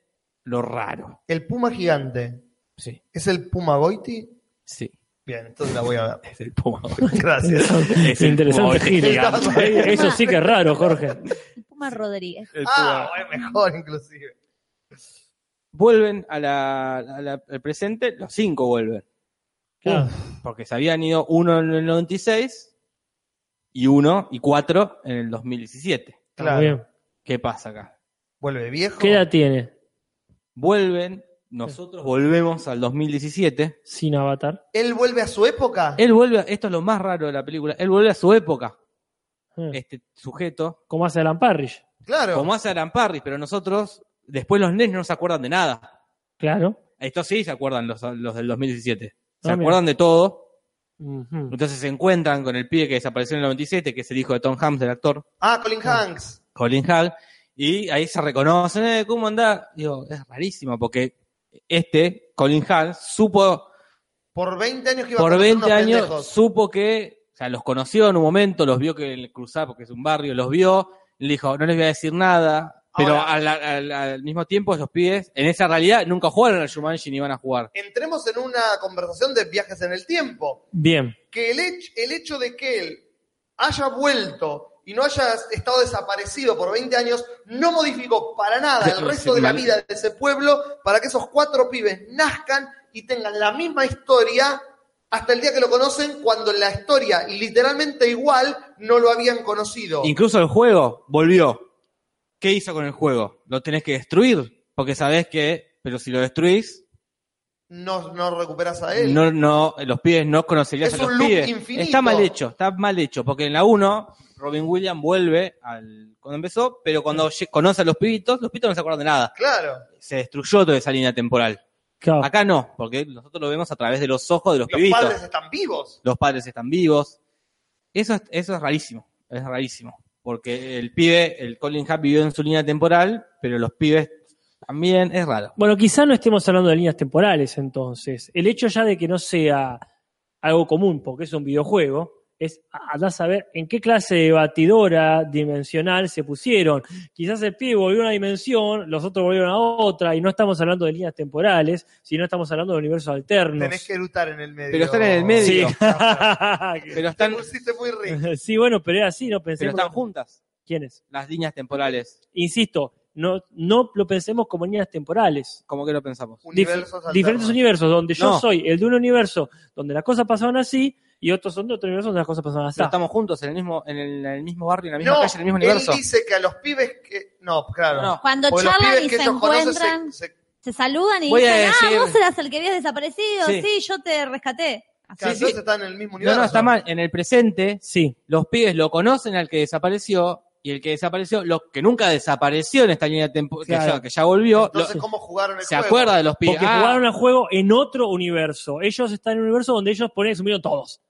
S6: lo raro.
S3: El puma gigante.
S6: Sí,
S3: ¿Es el puma Goiti?
S6: sí.
S3: Bien, entonces la voy a ver.
S6: Es el puma.
S3: Gracias.
S6: Es el
S5: interesante
S6: Puma
S5: giro.
S6: gigante.
S5: Eso sí que es raro, Jorge.
S4: Puma Rodríguez.
S6: El
S3: Ah,
S6: Puma.
S3: bueno, mejor inclusive.
S6: Vuelven a la, a la- al presente, los cinco vuelven.
S5: Claro.
S6: Porque se habían ido uno en el 96 y uno y cuatro en el 2017.
S5: Está
S3: Claro.
S5: muy bien.
S6: ¿Qué pasa acá?
S3: Vuelve viejo.
S5: ¿Qué edad tiene?
S6: Vuelven, nosotros volvemos al 2017.
S5: Sin avatar.
S3: ¿Él vuelve a su época?
S6: Él vuelve, a- esto es lo más raro de la película, él vuelve a su época,
S5: Ah,
S6: este sujeto,
S5: ¿Cómo hace Alan Parrish?
S3: Claro.
S6: como hace Alan Parrish, pero nosotros, después los nenes no se acuerdan de nada.
S5: Claro.
S6: Estos sí se acuerdan los, los del 2017. Se
S5: Ah, mira.
S6: acuerdan de todo.
S5: Ujú.
S6: Entonces se encuentran con el pibe que desapareció en el 97, que es el hijo de Tom Hanks, el actor
S3: Ah, Colin Hanks.
S6: Colin Hall. Y ahí se reconocen, "Eh, ¿cómo andás? Digo, es rarísimo porque este, Colin Hall, supo,
S3: Por 20 años que iba
S6: por
S3: a
S6: 20 años,
S3: pendejos.
S6: supo que, o sea, los conoció en un momento, los vio que cruzaba porque es un barrio, los vio, le dijo, no les voy a decir nada. Pero
S3: Ahora-
S6: al, al- al mismo tiempo, los pibes, en esa realidad, nunca jugaron al Shumanji ni van a jugar.
S3: Entremos en una conversación de viajes en el tiempo.
S5: Bien.
S3: Que el, hech- el hecho de que él haya vuelto y no haya estado desaparecido por 20 años no modificó para nada el resto de la vida de ese pueblo para que esos cuatro pibes nazcan y tengan la misma historia hasta el día que lo conocen cuando en la historia literalmente igual no lo habían conocido.
S6: Incluso el juego volvió. ¿Qué hizo con el juego? Lo tenés que destruir, porque sabés que, pero si lo destruís,
S3: No, no recuperas a él.
S6: no, no, los pibes no conocerías
S3: Es
S6: a los
S3: un loop
S6: pibes.
S3: infinito.
S6: Está mal hecho, está mal hecho, porque en la 1 Robin Williams vuelve al cuando empezó, pero cuando lle- conoce a los pibitos, los pibitos no se acuerdan de nada.
S3: Claro.
S6: Se destruyó toda esa línea temporal.
S5: Claro.
S6: Acá no, porque nosotros lo vemos a través de los ojos de los,
S3: Los
S6: pibitos.
S3: padres están vivos.
S6: Los padres están vivos. Eso es, eso es rarísimo, es rarísimo. Porque el pibe, el Colin Happ vivió en su línea temporal, pero los pibes también es raro.
S5: Bueno, quizá no estemos hablando de líneas temporales entonces. El hecho ya de que no sea algo común, porque es un videojuego, es andar a saber en qué clase de batidora dimensional se pusieron. Quizás el pibe volvió a una dimensión, los otros volvieron a otra, y no estamos hablando de líneas temporales, sino estamos hablando de universos alternos.
S3: Tenés que erutar en el medio.
S6: Pero están en el medio.
S5: Sí.
S6: Pero están,
S3: Pusiste muy rico.
S5: sí, bueno, pero era así, no
S6: pero
S5: pensemos.
S6: están juntas
S5: ¿Quiénes?
S6: las líneas temporales.
S5: Insisto, no, no lo pensemos como líneas temporales.
S6: ¿Cómo que lo pensamos?
S5: Dif-
S3: Universos
S5: diferentes
S3: alternos.
S5: universos, donde yo
S6: No.
S5: soy el de un universo donde las cosas pasaban así y otros son de otro universo donde las cosas pasaban así.
S6: Pero estamos juntos en el mismo, en el, en el mismo barrio, en la misma
S3: No,
S6: calle, en el mismo universo.
S3: él dice que a los pibes que... No, claro.
S6: No.
S4: Cuando
S3: Porque los
S4: charlan
S3: pibes
S4: y
S3: que
S4: se
S3: ellos conocen se-
S4: encuentran,
S3: se-
S4: se saludan y
S6: Voy a
S4: dicen,
S6: decir-
S4: ah, vos eras el que habías desaparecido,
S6: Sí.
S4: sí, yo te rescaté. Así.
S3: Claro,
S6: Sí,
S3: entonces
S6: sí.
S3: están en el mismo
S6: No,
S3: universo.
S6: no, está mal. En el presente,
S5: Sí,
S6: los pibes lo conocen al que desapareció, y el que desapareció, lo que nunca desapareció en esta línea temporal,
S5: Claro.
S6: que, ya, que ya volvió, lo-
S3: Entonces, ¿cómo jugaron el
S6: se
S3: juego?
S6: acuerda de los pibes.
S5: porque
S6: Ah,
S5: jugaron al juego en otro universo. Ellos están en un universo donde ellos ponen, se murieron todos.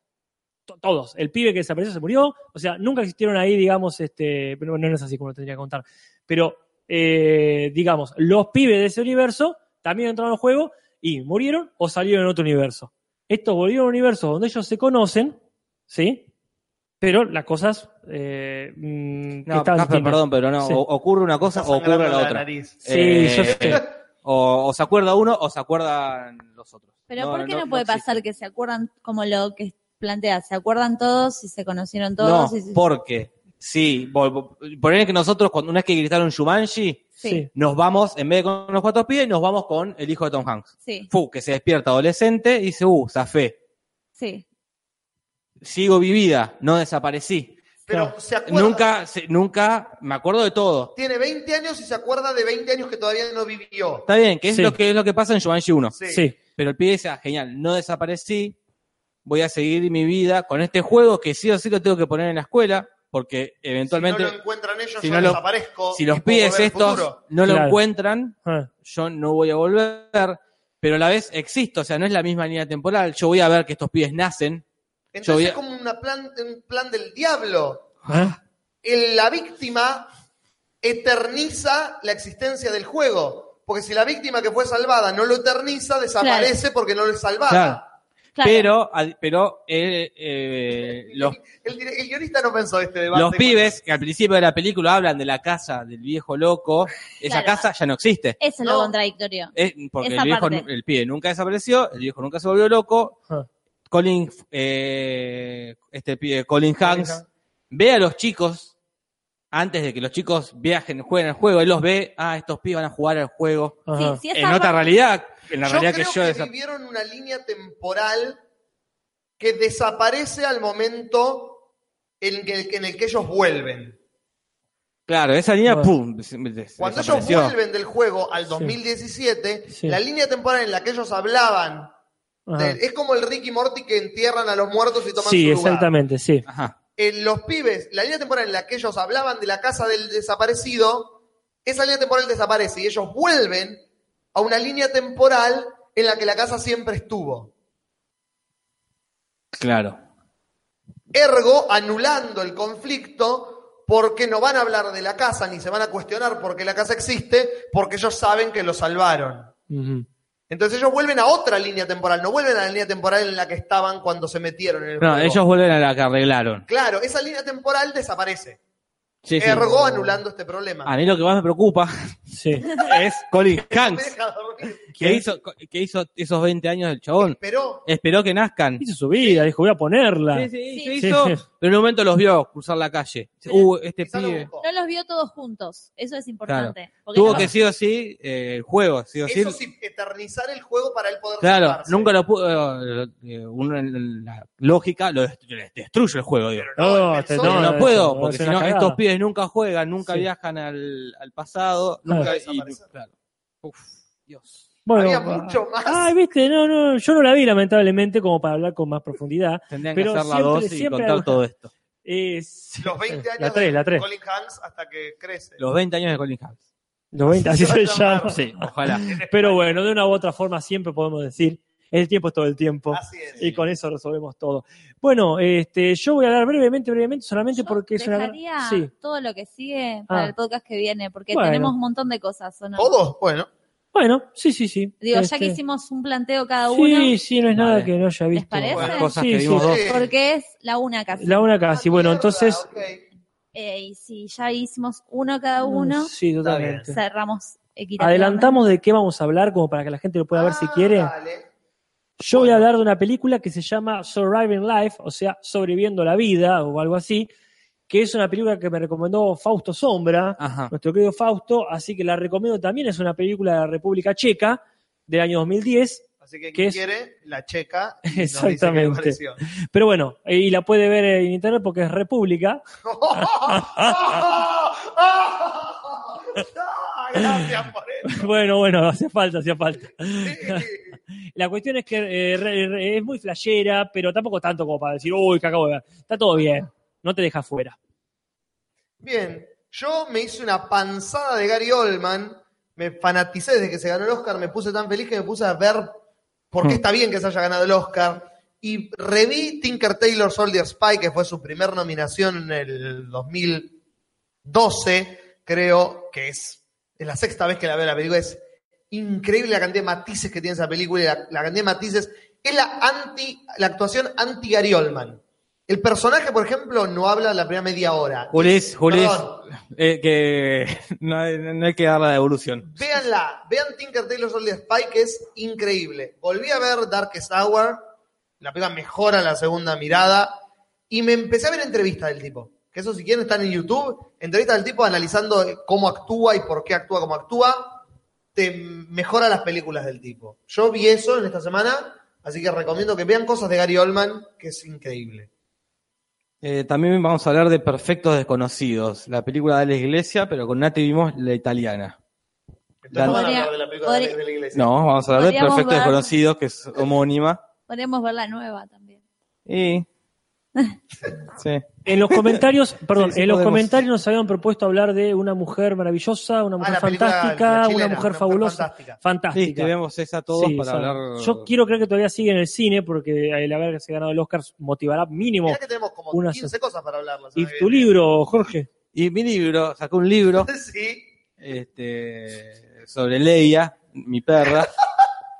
S5: To- Todos. El pibe que desapareció se murió. O sea, nunca existieron ahí, digamos, este. Pero no no es así como lo tendría que contar. Pero, eh, digamos, los pibes de ese universo también entraron al juego y murieron o salieron en otro universo. Estos volvieron a un universo donde ellos se conocen, ¿sí? Pero las cosas. Eh, mm,
S6: no,
S5: estaban
S6: Casper,
S5: distintas.
S6: perdón, pero no,
S5: Sí.
S6: o- ocurre una cosa
S3: Está
S6: o ocurre la
S3: sangrando
S6: otra.
S3: nariz.
S5: Sí,
S6: Eh,
S5: yo sé.
S6: O, o se acuerda uno o se acuerdan los otros.
S4: Pero ¿por qué no, puede
S6: existe.
S4: pasar que se acuerdan como lo que plantea? ¿Se acuerdan todos y se conocieron
S6: No,
S4: todos? y se-
S6: porque sí, vol- vol- poner que nosotros, cuando una vez que gritaron Shumanji,
S4: Sí,
S5: Sí.
S6: nos vamos, en vez de con los cuatro pibes, nos vamos con el hijo de Tom Hanks.
S4: sí,
S6: Fu, que se despierta adolescente y dice, uh, zafé,
S4: sí.
S6: sigo vivida, no desaparecí.
S3: Pero se acuerda.
S6: Nunca, se- nunca, me acuerdo de todo.
S3: Tiene 20 años y se acuerda de 20 años que todavía no vivió.
S6: Está bien, que es
S5: Sí.
S6: lo que es lo que pasa en Shumanji 1.
S3: Sí.
S5: Sí.
S6: Pero el pibe dice, ah, genial, no desaparecí, voy a seguir mi vida con este juego que sí o sí lo tengo que poner en la escuela, porque
S3: si
S6: eventualmente,
S3: no lo encuentran ellos,
S6: si
S3: yo
S6: no lo-
S3: desaparezco.
S6: si
S3: y
S6: los
S3: puedo
S6: pibes
S3: ver el
S6: estos
S3: futuro.
S6: no lo
S5: Claro.
S6: encuentran,
S5: Ah.
S6: yo no voy a volver, pero a la vez existo, o sea, no es la misma línea temporal, yo voy a ver que estos pibes nacen, yo
S3: Entonces
S6: voy a-
S3: es como una plan, un plan del diablo.
S5: Ah.
S3: El- la víctima eterniza la existencia del juego. Porque si la víctima que fue salvada no lo eterniza, desaparece porque no lo es salvada.
S6: Claro.
S4: Claro.
S6: pero, al- pero eh, eh, los,
S3: El, dire- el guionista no pensó este debate.
S6: los pibes que al principio de la película hablan de la casa del viejo loco, esa
S4: Claro.
S6: casa ya no existe.
S4: Eso es
S3: No.
S4: lo contradictorio.
S6: Eh, porque
S4: Esa
S6: el viejo,
S4: parte.
S6: el pibe nunca desapareció, el viejo nunca se volvió loco.
S5: Ah.
S6: Colin, eh, este pibe, Colin Hanks,
S3: Hanks.
S6: ve a los chicos, antes de que los chicos viajen, jueguen al juego, él los ve, ah, estos pibes van a jugar al juego.
S5: Ajá.
S4: Sí, sí,
S6: En
S4: esa
S6: otra
S4: parte-
S6: realidad, en la
S3: yo
S6: realidad que
S3: creo
S6: yo
S3: que,
S6: desa-
S3: vivieron una línea temporal que desaparece al momento en que- en el que, ellos vuelven.
S6: Claro, esa línea,
S5: Bueno.
S6: pum, des- des-
S3: Cuando ellos
S6: desapareció.
S3: vuelven del juego al 2017,
S5: Sí.
S3: la línea temporal en la que ellos hablaban
S5: Ajá.
S3: de- es como el Ricky Morty que entierran a los muertos y toman
S5: Sí,
S3: su lugar.
S5: exactamente, sí.
S6: Ajá.
S3: Eh, los pibes, la línea temporal en la que ellos hablaban de la casa del desaparecido, esa línea temporal desaparece y ellos vuelven a una línea temporal en la que la casa siempre estuvo.
S6: Claro.
S3: Ergo, anulando el conflicto porque no van a hablar de la casa ni se van a cuestionar porque la casa existe, porque ellos saben que lo salvaron.
S5: Ujú.
S3: Entonces ellos vuelven a otra línea temporal, no vuelven a la línea temporal en la que estaban cuando se metieron en el
S6: No,
S3: juego.
S6: ellos vuelven a la que arreglaron.
S3: Claro, esa línea temporal desaparece.
S6: Sí, sí.
S3: Ergo, anulando este problema.
S6: A mí lo que más me preocupa
S5: Sí.
S6: es Colin
S3: No me
S6: Hanks,
S3: deja dormir.
S6: que hizo, que hizo esos 20 años del chabón.
S3: Pero
S6: Esperó que nazcan.
S5: Hizo su vida, dijo, voy a ponerla.
S6: Sí, sí,
S4: Sí.
S6: se hizo,
S5: Sí.
S6: pero en un momento los vio cruzar la calle. Uh, este
S3: quizá lo
S6: pibe.
S3: buscó.
S4: No los vio todos juntos. Eso es importante. Porque
S6: Tuvo
S4: no-
S6: que sí o sí, eh, el juego, sí o sí.
S3: Eso sí, eternizar el juego para él poder
S6: Claro,
S3: salvarse.
S6: nunca lo pudo. eh, uno en la lógica lo dest- le destruye el juego, digo.
S3: Pero no,
S5: No,
S3: él
S5: te-
S3: pensó-
S6: No,
S5: no,
S6: no
S5: eso,
S6: puedo,
S5: no,
S6: porque
S5: es
S6: si
S5: una
S6: no,
S5: cagada.
S6: estos pibes nunca juegan, nunca
S5: Sí.
S6: viajan al, al pasado, nunca. y-
S3: Desaparecer.
S6: claro. Uf, Dios.
S5: Bueno,
S3: Había
S5: ah,
S3: mucho más.
S5: Ay, viste, no, no, yo no la vi, lamentablemente, como para hablar con más profundidad.
S6: Tendrían
S5: Pero
S6: que hacer la
S5: siempre-
S6: 2 y
S5: siempre
S6: contar
S5: alguna-
S6: todo esto.
S5: Es-
S3: Los 20 años
S5: La 3,
S3: de
S5: la 3.
S3: Colin Hanks hasta que crece.
S6: Los 20 años de Colin Hanks.
S5: Los 20, así se llama.
S6: Sí, ojalá.
S5: Pero bueno, de una u otra forma siempre podemos decir, el tiempo es todo el tiempo. Y con eso resolvemos todo. Bueno, este, yo voy a hablar brevemente, brevemente, solamente porque es una... gran-
S4: Dejaría
S5: Sí.
S4: todo lo que sigue para
S5: Ah.
S4: el podcast que viene, porque
S5: Bueno.
S4: tenemos un montón de cosas, ¿o no?
S3: ¿Todos? Bueno.
S5: Bueno, sí, sí, sí.
S4: Digo, ya
S5: Este,
S4: que hicimos un planteo cada uno,
S5: Sí, sí, no es nada
S6: Vale.
S5: que no haya visto.
S4: parece? Las
S6: cosas que vimos dos.
S4: porque es la una casi.
S5: La una
S3: Ah,
S5: casi. Bueno, entonces...
S4: Eh, y si ya hicimos uno cada uno,
S5: Sí, totalmente.
S4: cerramos equitativamente.
S5: Adelantamos de qué vamos a hablar, como para que la gente lo
S3: Ah,
S5: pueda ver si quiere. Yo voy a hablar de una película que se llama Surviving Life, o sea, Sobreviviendo la Vida o algo así, que es una película que me recomendó Fausto Sombra,
S6: Ajá.
S5: nuestro querido Fausto, así que la recomiendo también. Es una película de la República Checa del año 2010.
S3: Así que
S5: ¿Qué
S3: quien
S5: es?
S3: quiere, la checa. y nos dice qué le
S5: Exactamente.
S3: pareció.
S5: Pero bueno, eh, y la puede ver en internet porque es República. ah.
S3: Ah, Gracias por eso.
S5: bueno, bueno, hacía falta, hacía falta.
S3: Sí.
S5: La cuestión es que eh, re- re- es muy flashera, pero tampoco tanto como para decir, uy, que acabo de ver. Está todo bien, no te deja fuera.
S3: Bien, yo me hice una panzada de Gary Oldman, me fanaticé desde que se ganó el Oscar, me puse tan feliz que me puse a ver por qué está bien que se haya ganado el Oscar. Y reví Tinker Taylor Soldier Spy, que fue su primer nominación en el 2012, creo que es, es la sexta vez que la veo la película, es increíble la cantidad de matices que tiene esa película, y la, la cantidad de matices, es la, anti, la actuación anti-Gary Oldman. El personaje, por ejemplo, no habla la primera media hora.
S6: Julis, Julis,
S3: Perdón.
S6: eh, que no hay, no hay que dar la devolución.
S3: Véanla, vean Tinker Taylor Soldier Spy, que es increíble. Volví a ver Darkest Hour, la película mejora la segunda mirada, y me empecé a ver entrevistas del tipo. Que eso, si quieren, están en YouTube. Entrevistas del tipo analizando cómo actúa y por qué actúa como actúa. Te mejora las películas del tipo. Yo vi eso en esta semana, así que recomiendo que vean cosas de Gary Oldman, que es increíble.
S6: Eh, también vamos a hablar de Perfectos Desconocidos, la película de la iglesia, pero con Nati vimos la italiana.
S3: Entonces, no van a
S4: Podría-
S3: hablar de la película de la-
S4: podría-
S3: de la iglesia.
S6: No, vamos a hablar de
S4: Podríamos
S6: Perfectos
S4: ver-
S6: Desconocidos, que es homónima.
S4: Podemos ver la nueva también.
S6: Y. Sí.
S5: En los comentarios, perdón,
S6: Sí, sí
S5: en los
S6: podemos.
S5: comentarios nos habían propuesto hablar de una mujer maravillosa, una
S3: Ah,
S5: mujer
S3: la película, la
S5: fantástica,
S3: chilena,
S5: una mujer fabulosa,
S3: fantástica.
S6: Sí,
S5: fantástica.
S6: que vemos esa todos
S5: Sí,
S6: para
S5: o sea,
S6: hablar.
S5: Yo quiero creer que todavía sigue en el cine porque eh, el haberse ganado el Oscar motivará mínimo.
S3: Mirá que tenemos como
S5: Una
S3: 15 cosas para hablar. la
S5: Y
S3: semana que
S5: tu
S3: viene.
S5: libro, Jorge.
S6: Y mi libro, sacó un libro
S3: Sí.
S6: este, sobre Leia, mi perra.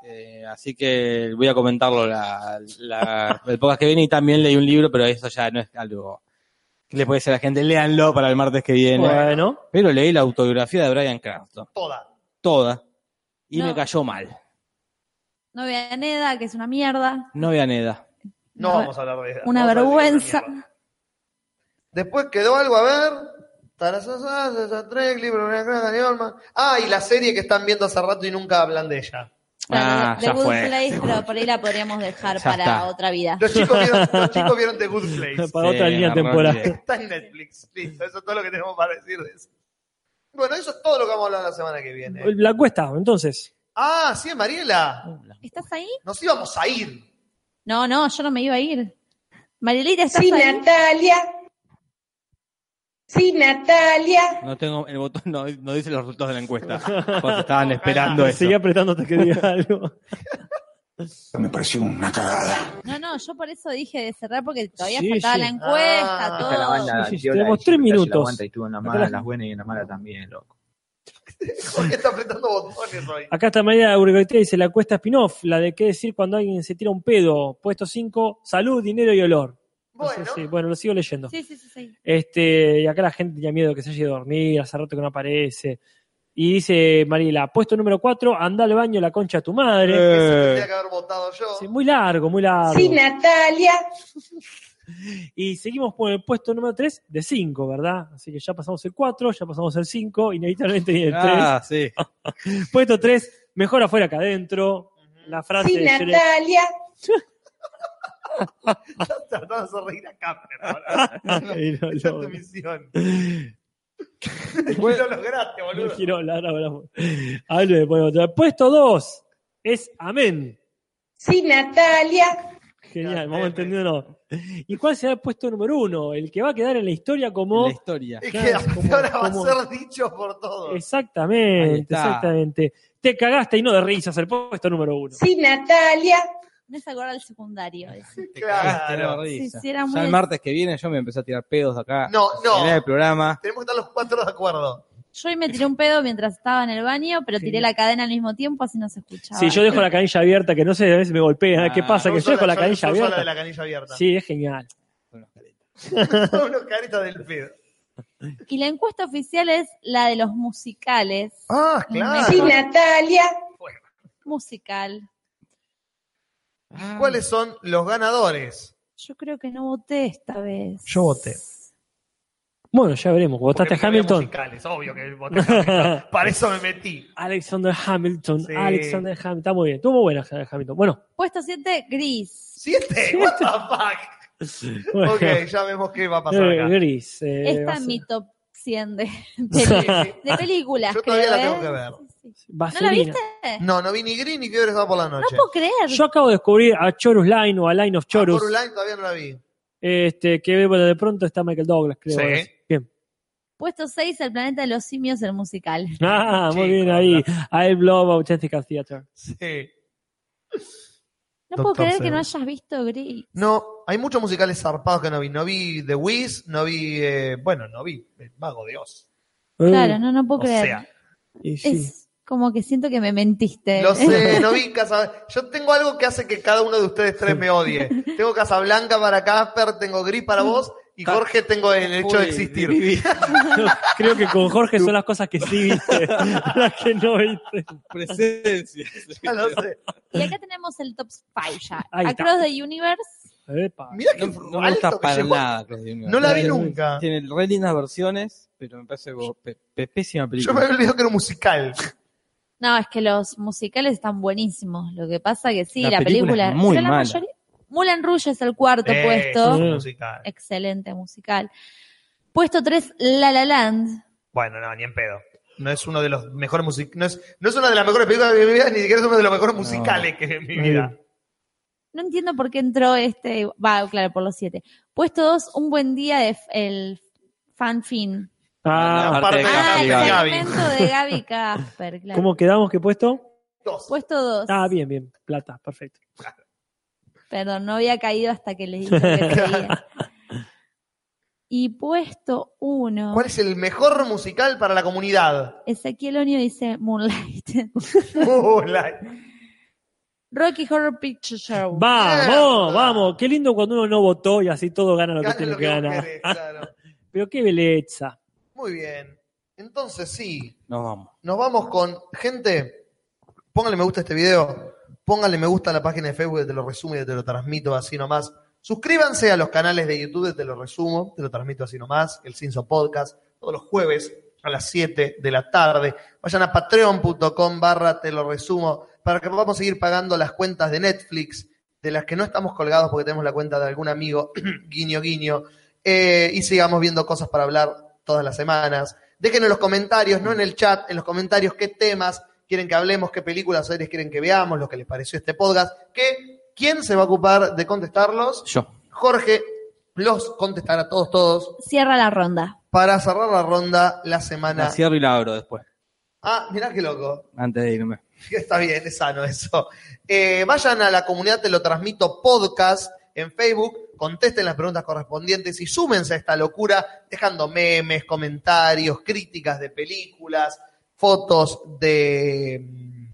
S6: Eh, así que voy a comentarlo la, la- el podcast que viene y también leí un libro, pero eso ya no es algo que le puede decir a la gente. Léanlo para el martes que viene.
S5: Bueno,
S6: Pero leí la autobiografía de Brian Cranston,
S3: Toda.
S6: toda, y
S4: No.
S6: me cayó mal.
S4: No vean Eda, que es una mierda.
S6: No vean Eda.
S3: No,
S4: Una-
S3: vamos a hablar de ella. Vamos
S4: Una
S3: a hablar de
S4: vergüenza.
S3: esa mierda. Después quedó algo a ver. Tarasasá, Sasa Trek, libro de Gran Daniel Olman. Ah, y la serie que están viendo hace rato y nunca hablan de ella.
S6: Ah,
S4: Claro, The
S6: ya
S4: Good
S6: fue.
S4: Place, pero por ahí la podríamos dejar
S6: Ya
S4: para
S6: está.
S4: otra vida.
S3: Los chicos vieron, los chicos vieron The Good Place.
S5: para
S6: Sí,
S5: otra línea
S6: agarró
S5: temporal.
S6: bien.
S3: Está en Netflix. Listo, eso es todo lo que tenemos para decir de eso. Bueno, eso es todo lo que vamos a hablar la semana que viene.
S5: La cuesta, entonces.
S3: Ah, sí, Mariela.
S4: ¿Estás ahí?
S3: Nos íbamos a ir.
S4: No, no, yo no me iba a ir. Marielita, ¿estás
S12: Sí,
S4: ahí?
S12: Natalia. Sí, Natalia.
S6: No tengo el botón, no, no dice los resultados de la encuesta. Pues estaban esperando eso.
S5: Seguí apretándote que diga algo.
S13: Me pareció una cagada.
S4: No, no, yo por eso dije de cerrar porque todavía
S5: Sí,
S4: faltaba
S5: sí.
S4: la encuesta,
S3: Ah.
S10: Esta es la
S4: todo.
S10: banda
S5: Sí, sí, sí,
S10: piola
S5: tenemos
S10: de
S5: tres
S10: Jimmy Calle, la
S5: minutos.
S10: aguanta y tuvo unas malas, las buenas y unas malas también, loco.
S3: Jorge está apretando botones hoy.
S5: Acá está María Urgoitea dice la cuesta spin-off, la de qué decir cuando alguien se tira un pedo. Puesto 5, salud, dinero y olor. No sé
S3: Bueno,
S5: si- bueno, lo sigo leyendo.
S4: Sí, sí, sí, sí.
S5: Este, y acá la gente tenía miedo que se haya ido a dormir, hace rato que no aparece. Y dice Mariela, puesto número 4, anda al baño la concha de tu madre.
S3: eso tendría que haber votado yo.
S5: Sí, muy largo, muy largo.
S12: Sí, Natalia.
S5: Y seguimos por el puesto número 3 de 5, ¿verdad? Así que ya pasamos el 4, ya pasamos el 5, inevitablemente viene el 3.
S6: Ah, sí.
S5: Puesto 3, mejor afuera que adentro. La frase
S12: Sí,
S5: de Jerez-
S12: Natalia.
S3: Estás tratando de hacer reír a Camper. ahora.
S5: Ay, no,
S3: Esa es
S5: no,
S3: tu
S5: no.
S3: misión. Y lo lograste,
S5: No
S3: boludo.
S5: quiero hablar, hablamos. Hablo después de otra. Puesto 2 es amén.
S12: Sí, Natalia.
S5: Genial, vamos entendiendo. no. ¿Y cuál será el puesto número uno? El que va a quedar en la historia como.
S6: La historia.
S3: Es
S5: Claro,
S3: que
S5: como-
S3: ahora va
S5: como-
S3: a ser dicho por todos.
S5: Exactamente,
S6: Ahí está.
S5: exactamente. Te cagaste y no de risas el puesto número uno.
S12: Sí, Natalia.
S4: No se acuerda del secundario. ese.
S5: este
S3: Claro.
S6: Te Este, risa.
S4: Sí, sí, era muy
S6: Ya el
S4: de-
S6: martes que viene yo me empecé a tirar pedos acá.
S3: No, no.
S6: En el programa.
S3: Tenemos que estar los cuatro de acuerdo.
S4: Yo hoy me tiré un pedo mientras estaba en el baño, pero tiré la cadena al mismo tiempo, así no se escuchaba.
S5: Si yo dejo la canilla abierta, que no sé, a veces me golpea, ¿qué
S6: Ah,
S5: pasa? Que
S3: Son
S5: yo dejo la
S3: solas-
S5: canilla
S3: son- son solas
S5: abierta.
S3: de la canilla abierta.
S5: Sí, es genial.
S3: Son unos caritas del pedo.
S4: Y la encuesta oficial es la de los musicales.
S3: Ah, claro.
S12: Sí, Natalia.
S4: Musical.
S3: ¿Cuáles son los ganadores?
S4: Yo creo que no voté esta vez.
S3: Yo voté.
S5: Bueno, ya veremos. Votaste
S3: Porque había
S5: Hamilton.
S3: musicales, obvio que voté Hamilton. Para eso me metí.
S5: Alexander Hamilton.
S3: Sí.
S5: Alexander Hamilton. Está muy bien. Estuvo muy buena Hamilton. Bueno,
S4: Puesto 7, Gris.
S3: ¿Siete? What the fuck?
S5: bueno.
S3: Ok, ya vemos qué va a pasar
S5: Eh,
S3: acá.
S5: Gris. eh, va,
S4: Esta
S5: a
S4: es
S5: ser-
S4: mi top 100 de,
S3: Sí,
S4: de-
S3: sí.
S4: de películas.
S3: Yo todavía
S4: creo,
S3: la tengo
S4: ¿eh?
S3: que ver.
S4: ¿No la
S5: Vaselina.
S4: viste?
S3: No, no vi ni Green ni Fiebres va por la
S4: No
S3: noche.
S4: puedo creer.
S5: Yo acabo de descubrir a Chorus Line o a Line of
S3: Ah,
S5: Chorus.
S3: por un line todavía no la vi.
S5: este, que bueno, de pronto está Michael Douglas, creo.
S3: Sí.
S5: es. Bien.
S4: Puesto 6, El planeta de los simios, el musical.
S5: Ah, muy
S3: Chico,
S5: bien ahí. I Love Authentic Theater.
S3: Sí.
S4: No
S3: Doctor
S4: puedo creer que
S3: Seuss.
S4: no hayas visto Gris.
S3: No, hay muchos musicales zarpados que no vi. No vi The Wiz, no vi. eh, bueno, no vi El Mago de Oz.
S4: Claro, no, no puedo
S3: O
S4: creer.
S3: sea,
S5: Y sí.
S4: Es como que siento que me mentiste.
S3: lo sé, no vi Casa. Yo tengo algo que hace que cada uno de ustedes tres me odie. Tengo Casablanca para Casper, tengo Gris para vos y Jorge tengo el hecho de
S6: Uy,
S3: existir.
S6: viví.
S5: Creo que con Jorge son las cosas que sí viste, las que no viste.
S6: Presencia.
S3: Ya lo sé.
S4: Y acá tenemos el top 5 ya.
S5: Ahí está.
S4: Across the Universe.
S5: Epa.
S3: Mirá que
S6: No, no me
S3: alto
S6: gusta
S3: que
S6: para
S3: llegó.
S6: nada. Cross the Universe.
S3: No la vi
S6: Tiene-
S3: nunca.
S6: Tiene re lindas versiones, pero me parece como pe- pe- pésima
S3: Yo me había
S6: película.
S3: olvidado que era un musical.
S4: No, es que los musicales están buenísimos. Lo que pasa que sí, la,
S6: La
S4: película,
S6: película es muy
S4: pero la
S6: mala.
S4: mayoría- Moulin Rouge es el cuarto
S3: Eh,
S4: puesto.
S3: es un musical.
S4: Excelente musical. Puesto 3, La La Land.
S3: Bueno, no, ni en pedo. No es uno de los mejores musicales. No es, no es una de las mejores películas de mi vida, ni siquiera es uno de los mejores musicales que en mi vida.
S4: No entiendo por qué entró este. Va, claro, por los siete. Puesto 2, Un Buen Día de f- el fan fin.
S5: Ah,
S6: La parte de
S4: Ah,
S6: Gaby,
S4: el
S6: Gaby.
S3: Gaby.
S4: segmento de Gaby Casper, claro.
S5: ¿cómo quedamos? ¿Qué puesto?
S3: Dos.
S4: Puesto 2.
S5: Ah, bien, bien. Plata, perfecto.
S4: Perdón, no había caído hasta que les dije que seguía. Y puesto 1.
S3: ¿Cuál es el mejor musical para la comunidad?
S4: Ezequiel Oño dice Moonlight.
S3: Uh, la-
S4: Rocky Horror Picture Show.
S5: Vamos, vamos. Qué lindo cuando uno no votó y así todo gana lo que
S3: gana
S5: tiene
S3: lo
S5: que
S3: que vos
S5: ganar.
S3: querés, claro.
S5: Pero qué belleza.
S3: Muy bien. Entonces sí,
S6: Nos vamos.
S3: nos vamos con gente. Póngale me gusta a este video. Póngale me gusta a la página de Facebook de Te lo resumo y de Te lo transmito así nomás. Suscríbanse a los canales de YouTube de Te lo resumo, Te lo transmito así nomás, el Cinso Podcast, todos los jueves a las 7 de la tarde. Vayan a patreon.com barra Te lo resumo para que podamos seguir pagando las cuentas de Netflix, de las que no estamos colgados porque tenemos la cuenta de algún amigo, guiño, guiño, Eh, y sigamos viendo cosas para hablar todas las semanas. Dejen en los comentarios, no en el chat, en los comentarios qué temas quieren que hablemos, qué películas, series quieren que veamos, lo que les pareció este podcast, que quién se va a ocupar de contestarlos.
S6: Yo.
S3: Jorge los contestará todos, todos,
S4: Cierra la ronda.
S3: para cerrar la ronda la semana.
S6: La cierro y la abro después,
S3: Ah, mirá qué loco.
S6: antes de irme.
S3: Está bien, es sano eso. Eh, vayan a la comunidad, te lo transmito podcast en Facebook, contesten las preguntas correspondientes y súmense a esta locura dejando memes, comentarios, críticas de películas, fotos de...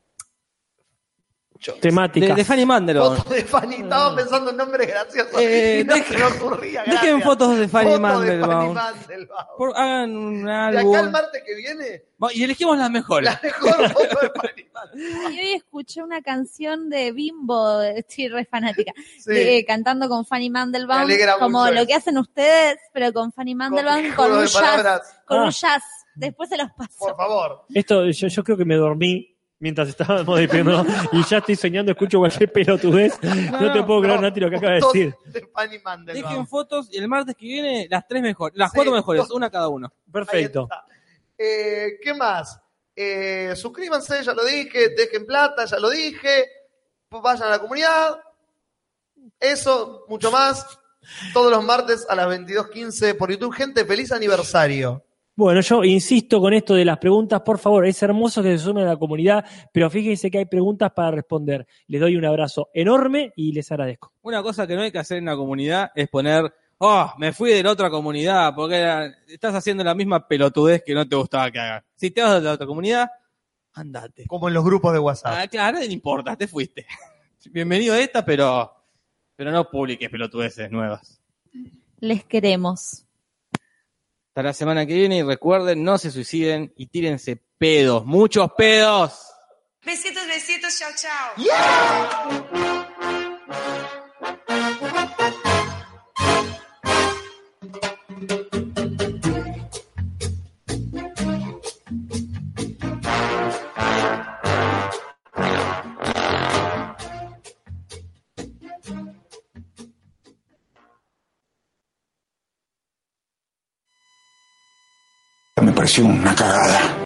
S3: Yo-
S5: Temática.
S6: De, de Fanny Mandelo.
S3: Fotos de Fanny, estaba pensando en nombres graciosos
S6: Ah. Eh,
S3: y no se
S6: dejen-
S3: me ocurría.
S6: Dejen
S3: gracias.
S6: fotos de Fanny
S3: Fotos
S6: Mandelbaum.
S3: Mandelbaum.
S6: Por- hagan un
S3: De acá
S6: álbum.
S3: el martes que viene,
S6: Va, Y elegimos las mejores.
S3: la mejor foto de Fanny Mandelbaum.
S4: Y hoy escuché una canción de Bimbo, estoy re fanática,
S3: Sí.
S4: de- eh, cantando con Fanny
S3: Me
S4: Mandelbaum,
S3: alegra
S4: como
S3: mucho
S4: lo
S3: eso.
S4: que hacen ustedes, pero con Fanny Mandelbaum, con,
S3: juego
S4: un
S3: de
S4: jazz,
S3: palabras.
S4: con
S5: Ah.
S4: un jazz. Después se los
S3: Por
S4: paso.
S3: favor.
S5: Esto, yo, yo creo que me dormí mientras estábamos despidiendo y ya estoy soñando, escucho cualquier pelotudez. No, te puedo creer,
S3: No,
S5: Nati, lo que acaba de
S3: fotos
S5: decir.
S3: De Fanny Mandelbaum.
S6: Dejen fotos y el martes que viene las tres mejores, las
S3: Sí,
S6: cuatro mejores,
S3: dos.
S6: una cada uno.
S3: Ahí
S5: Perfecto.
S3: está. Eh, ¿Qué más? Eh, suscríbanse, ya lo dije. Dejen plata, ya lo dije. Vayan a la comunidad. Eso, mucho más. Todos los martes a las 22.15 por YouTube. Gente, feliz aniversario.
S5: Bueno, yo insisto con esto de las preguntas, por favor, es hermoso que se sumen a la comunidad, pero fíjense que hay preguntas para responder. Les doy un abrazo enorme y les agradezco.
S6: Una cosa que no hay que hacer en la comunidad es poner, oh, me fui de la otra comunidad, porque era- estás haciendo la misma pelotudez que no te gustaba que hagas. Si te vas de la otra comunidad, andate.
S3: Como en los grupos de WhatsApp.
S6: Ah, claro, no importa, te fuiste. Bienvenido a esta, pero, pero no publiques pelotudeces nuevas.
S4: Les queremos.
S6: Hasta la semana que viene y recuerden, no se suiciden y tírense pedos, muchos pedos.
S9: Besitos, besitos, chao, chao.
S13: Me pareció una cagada.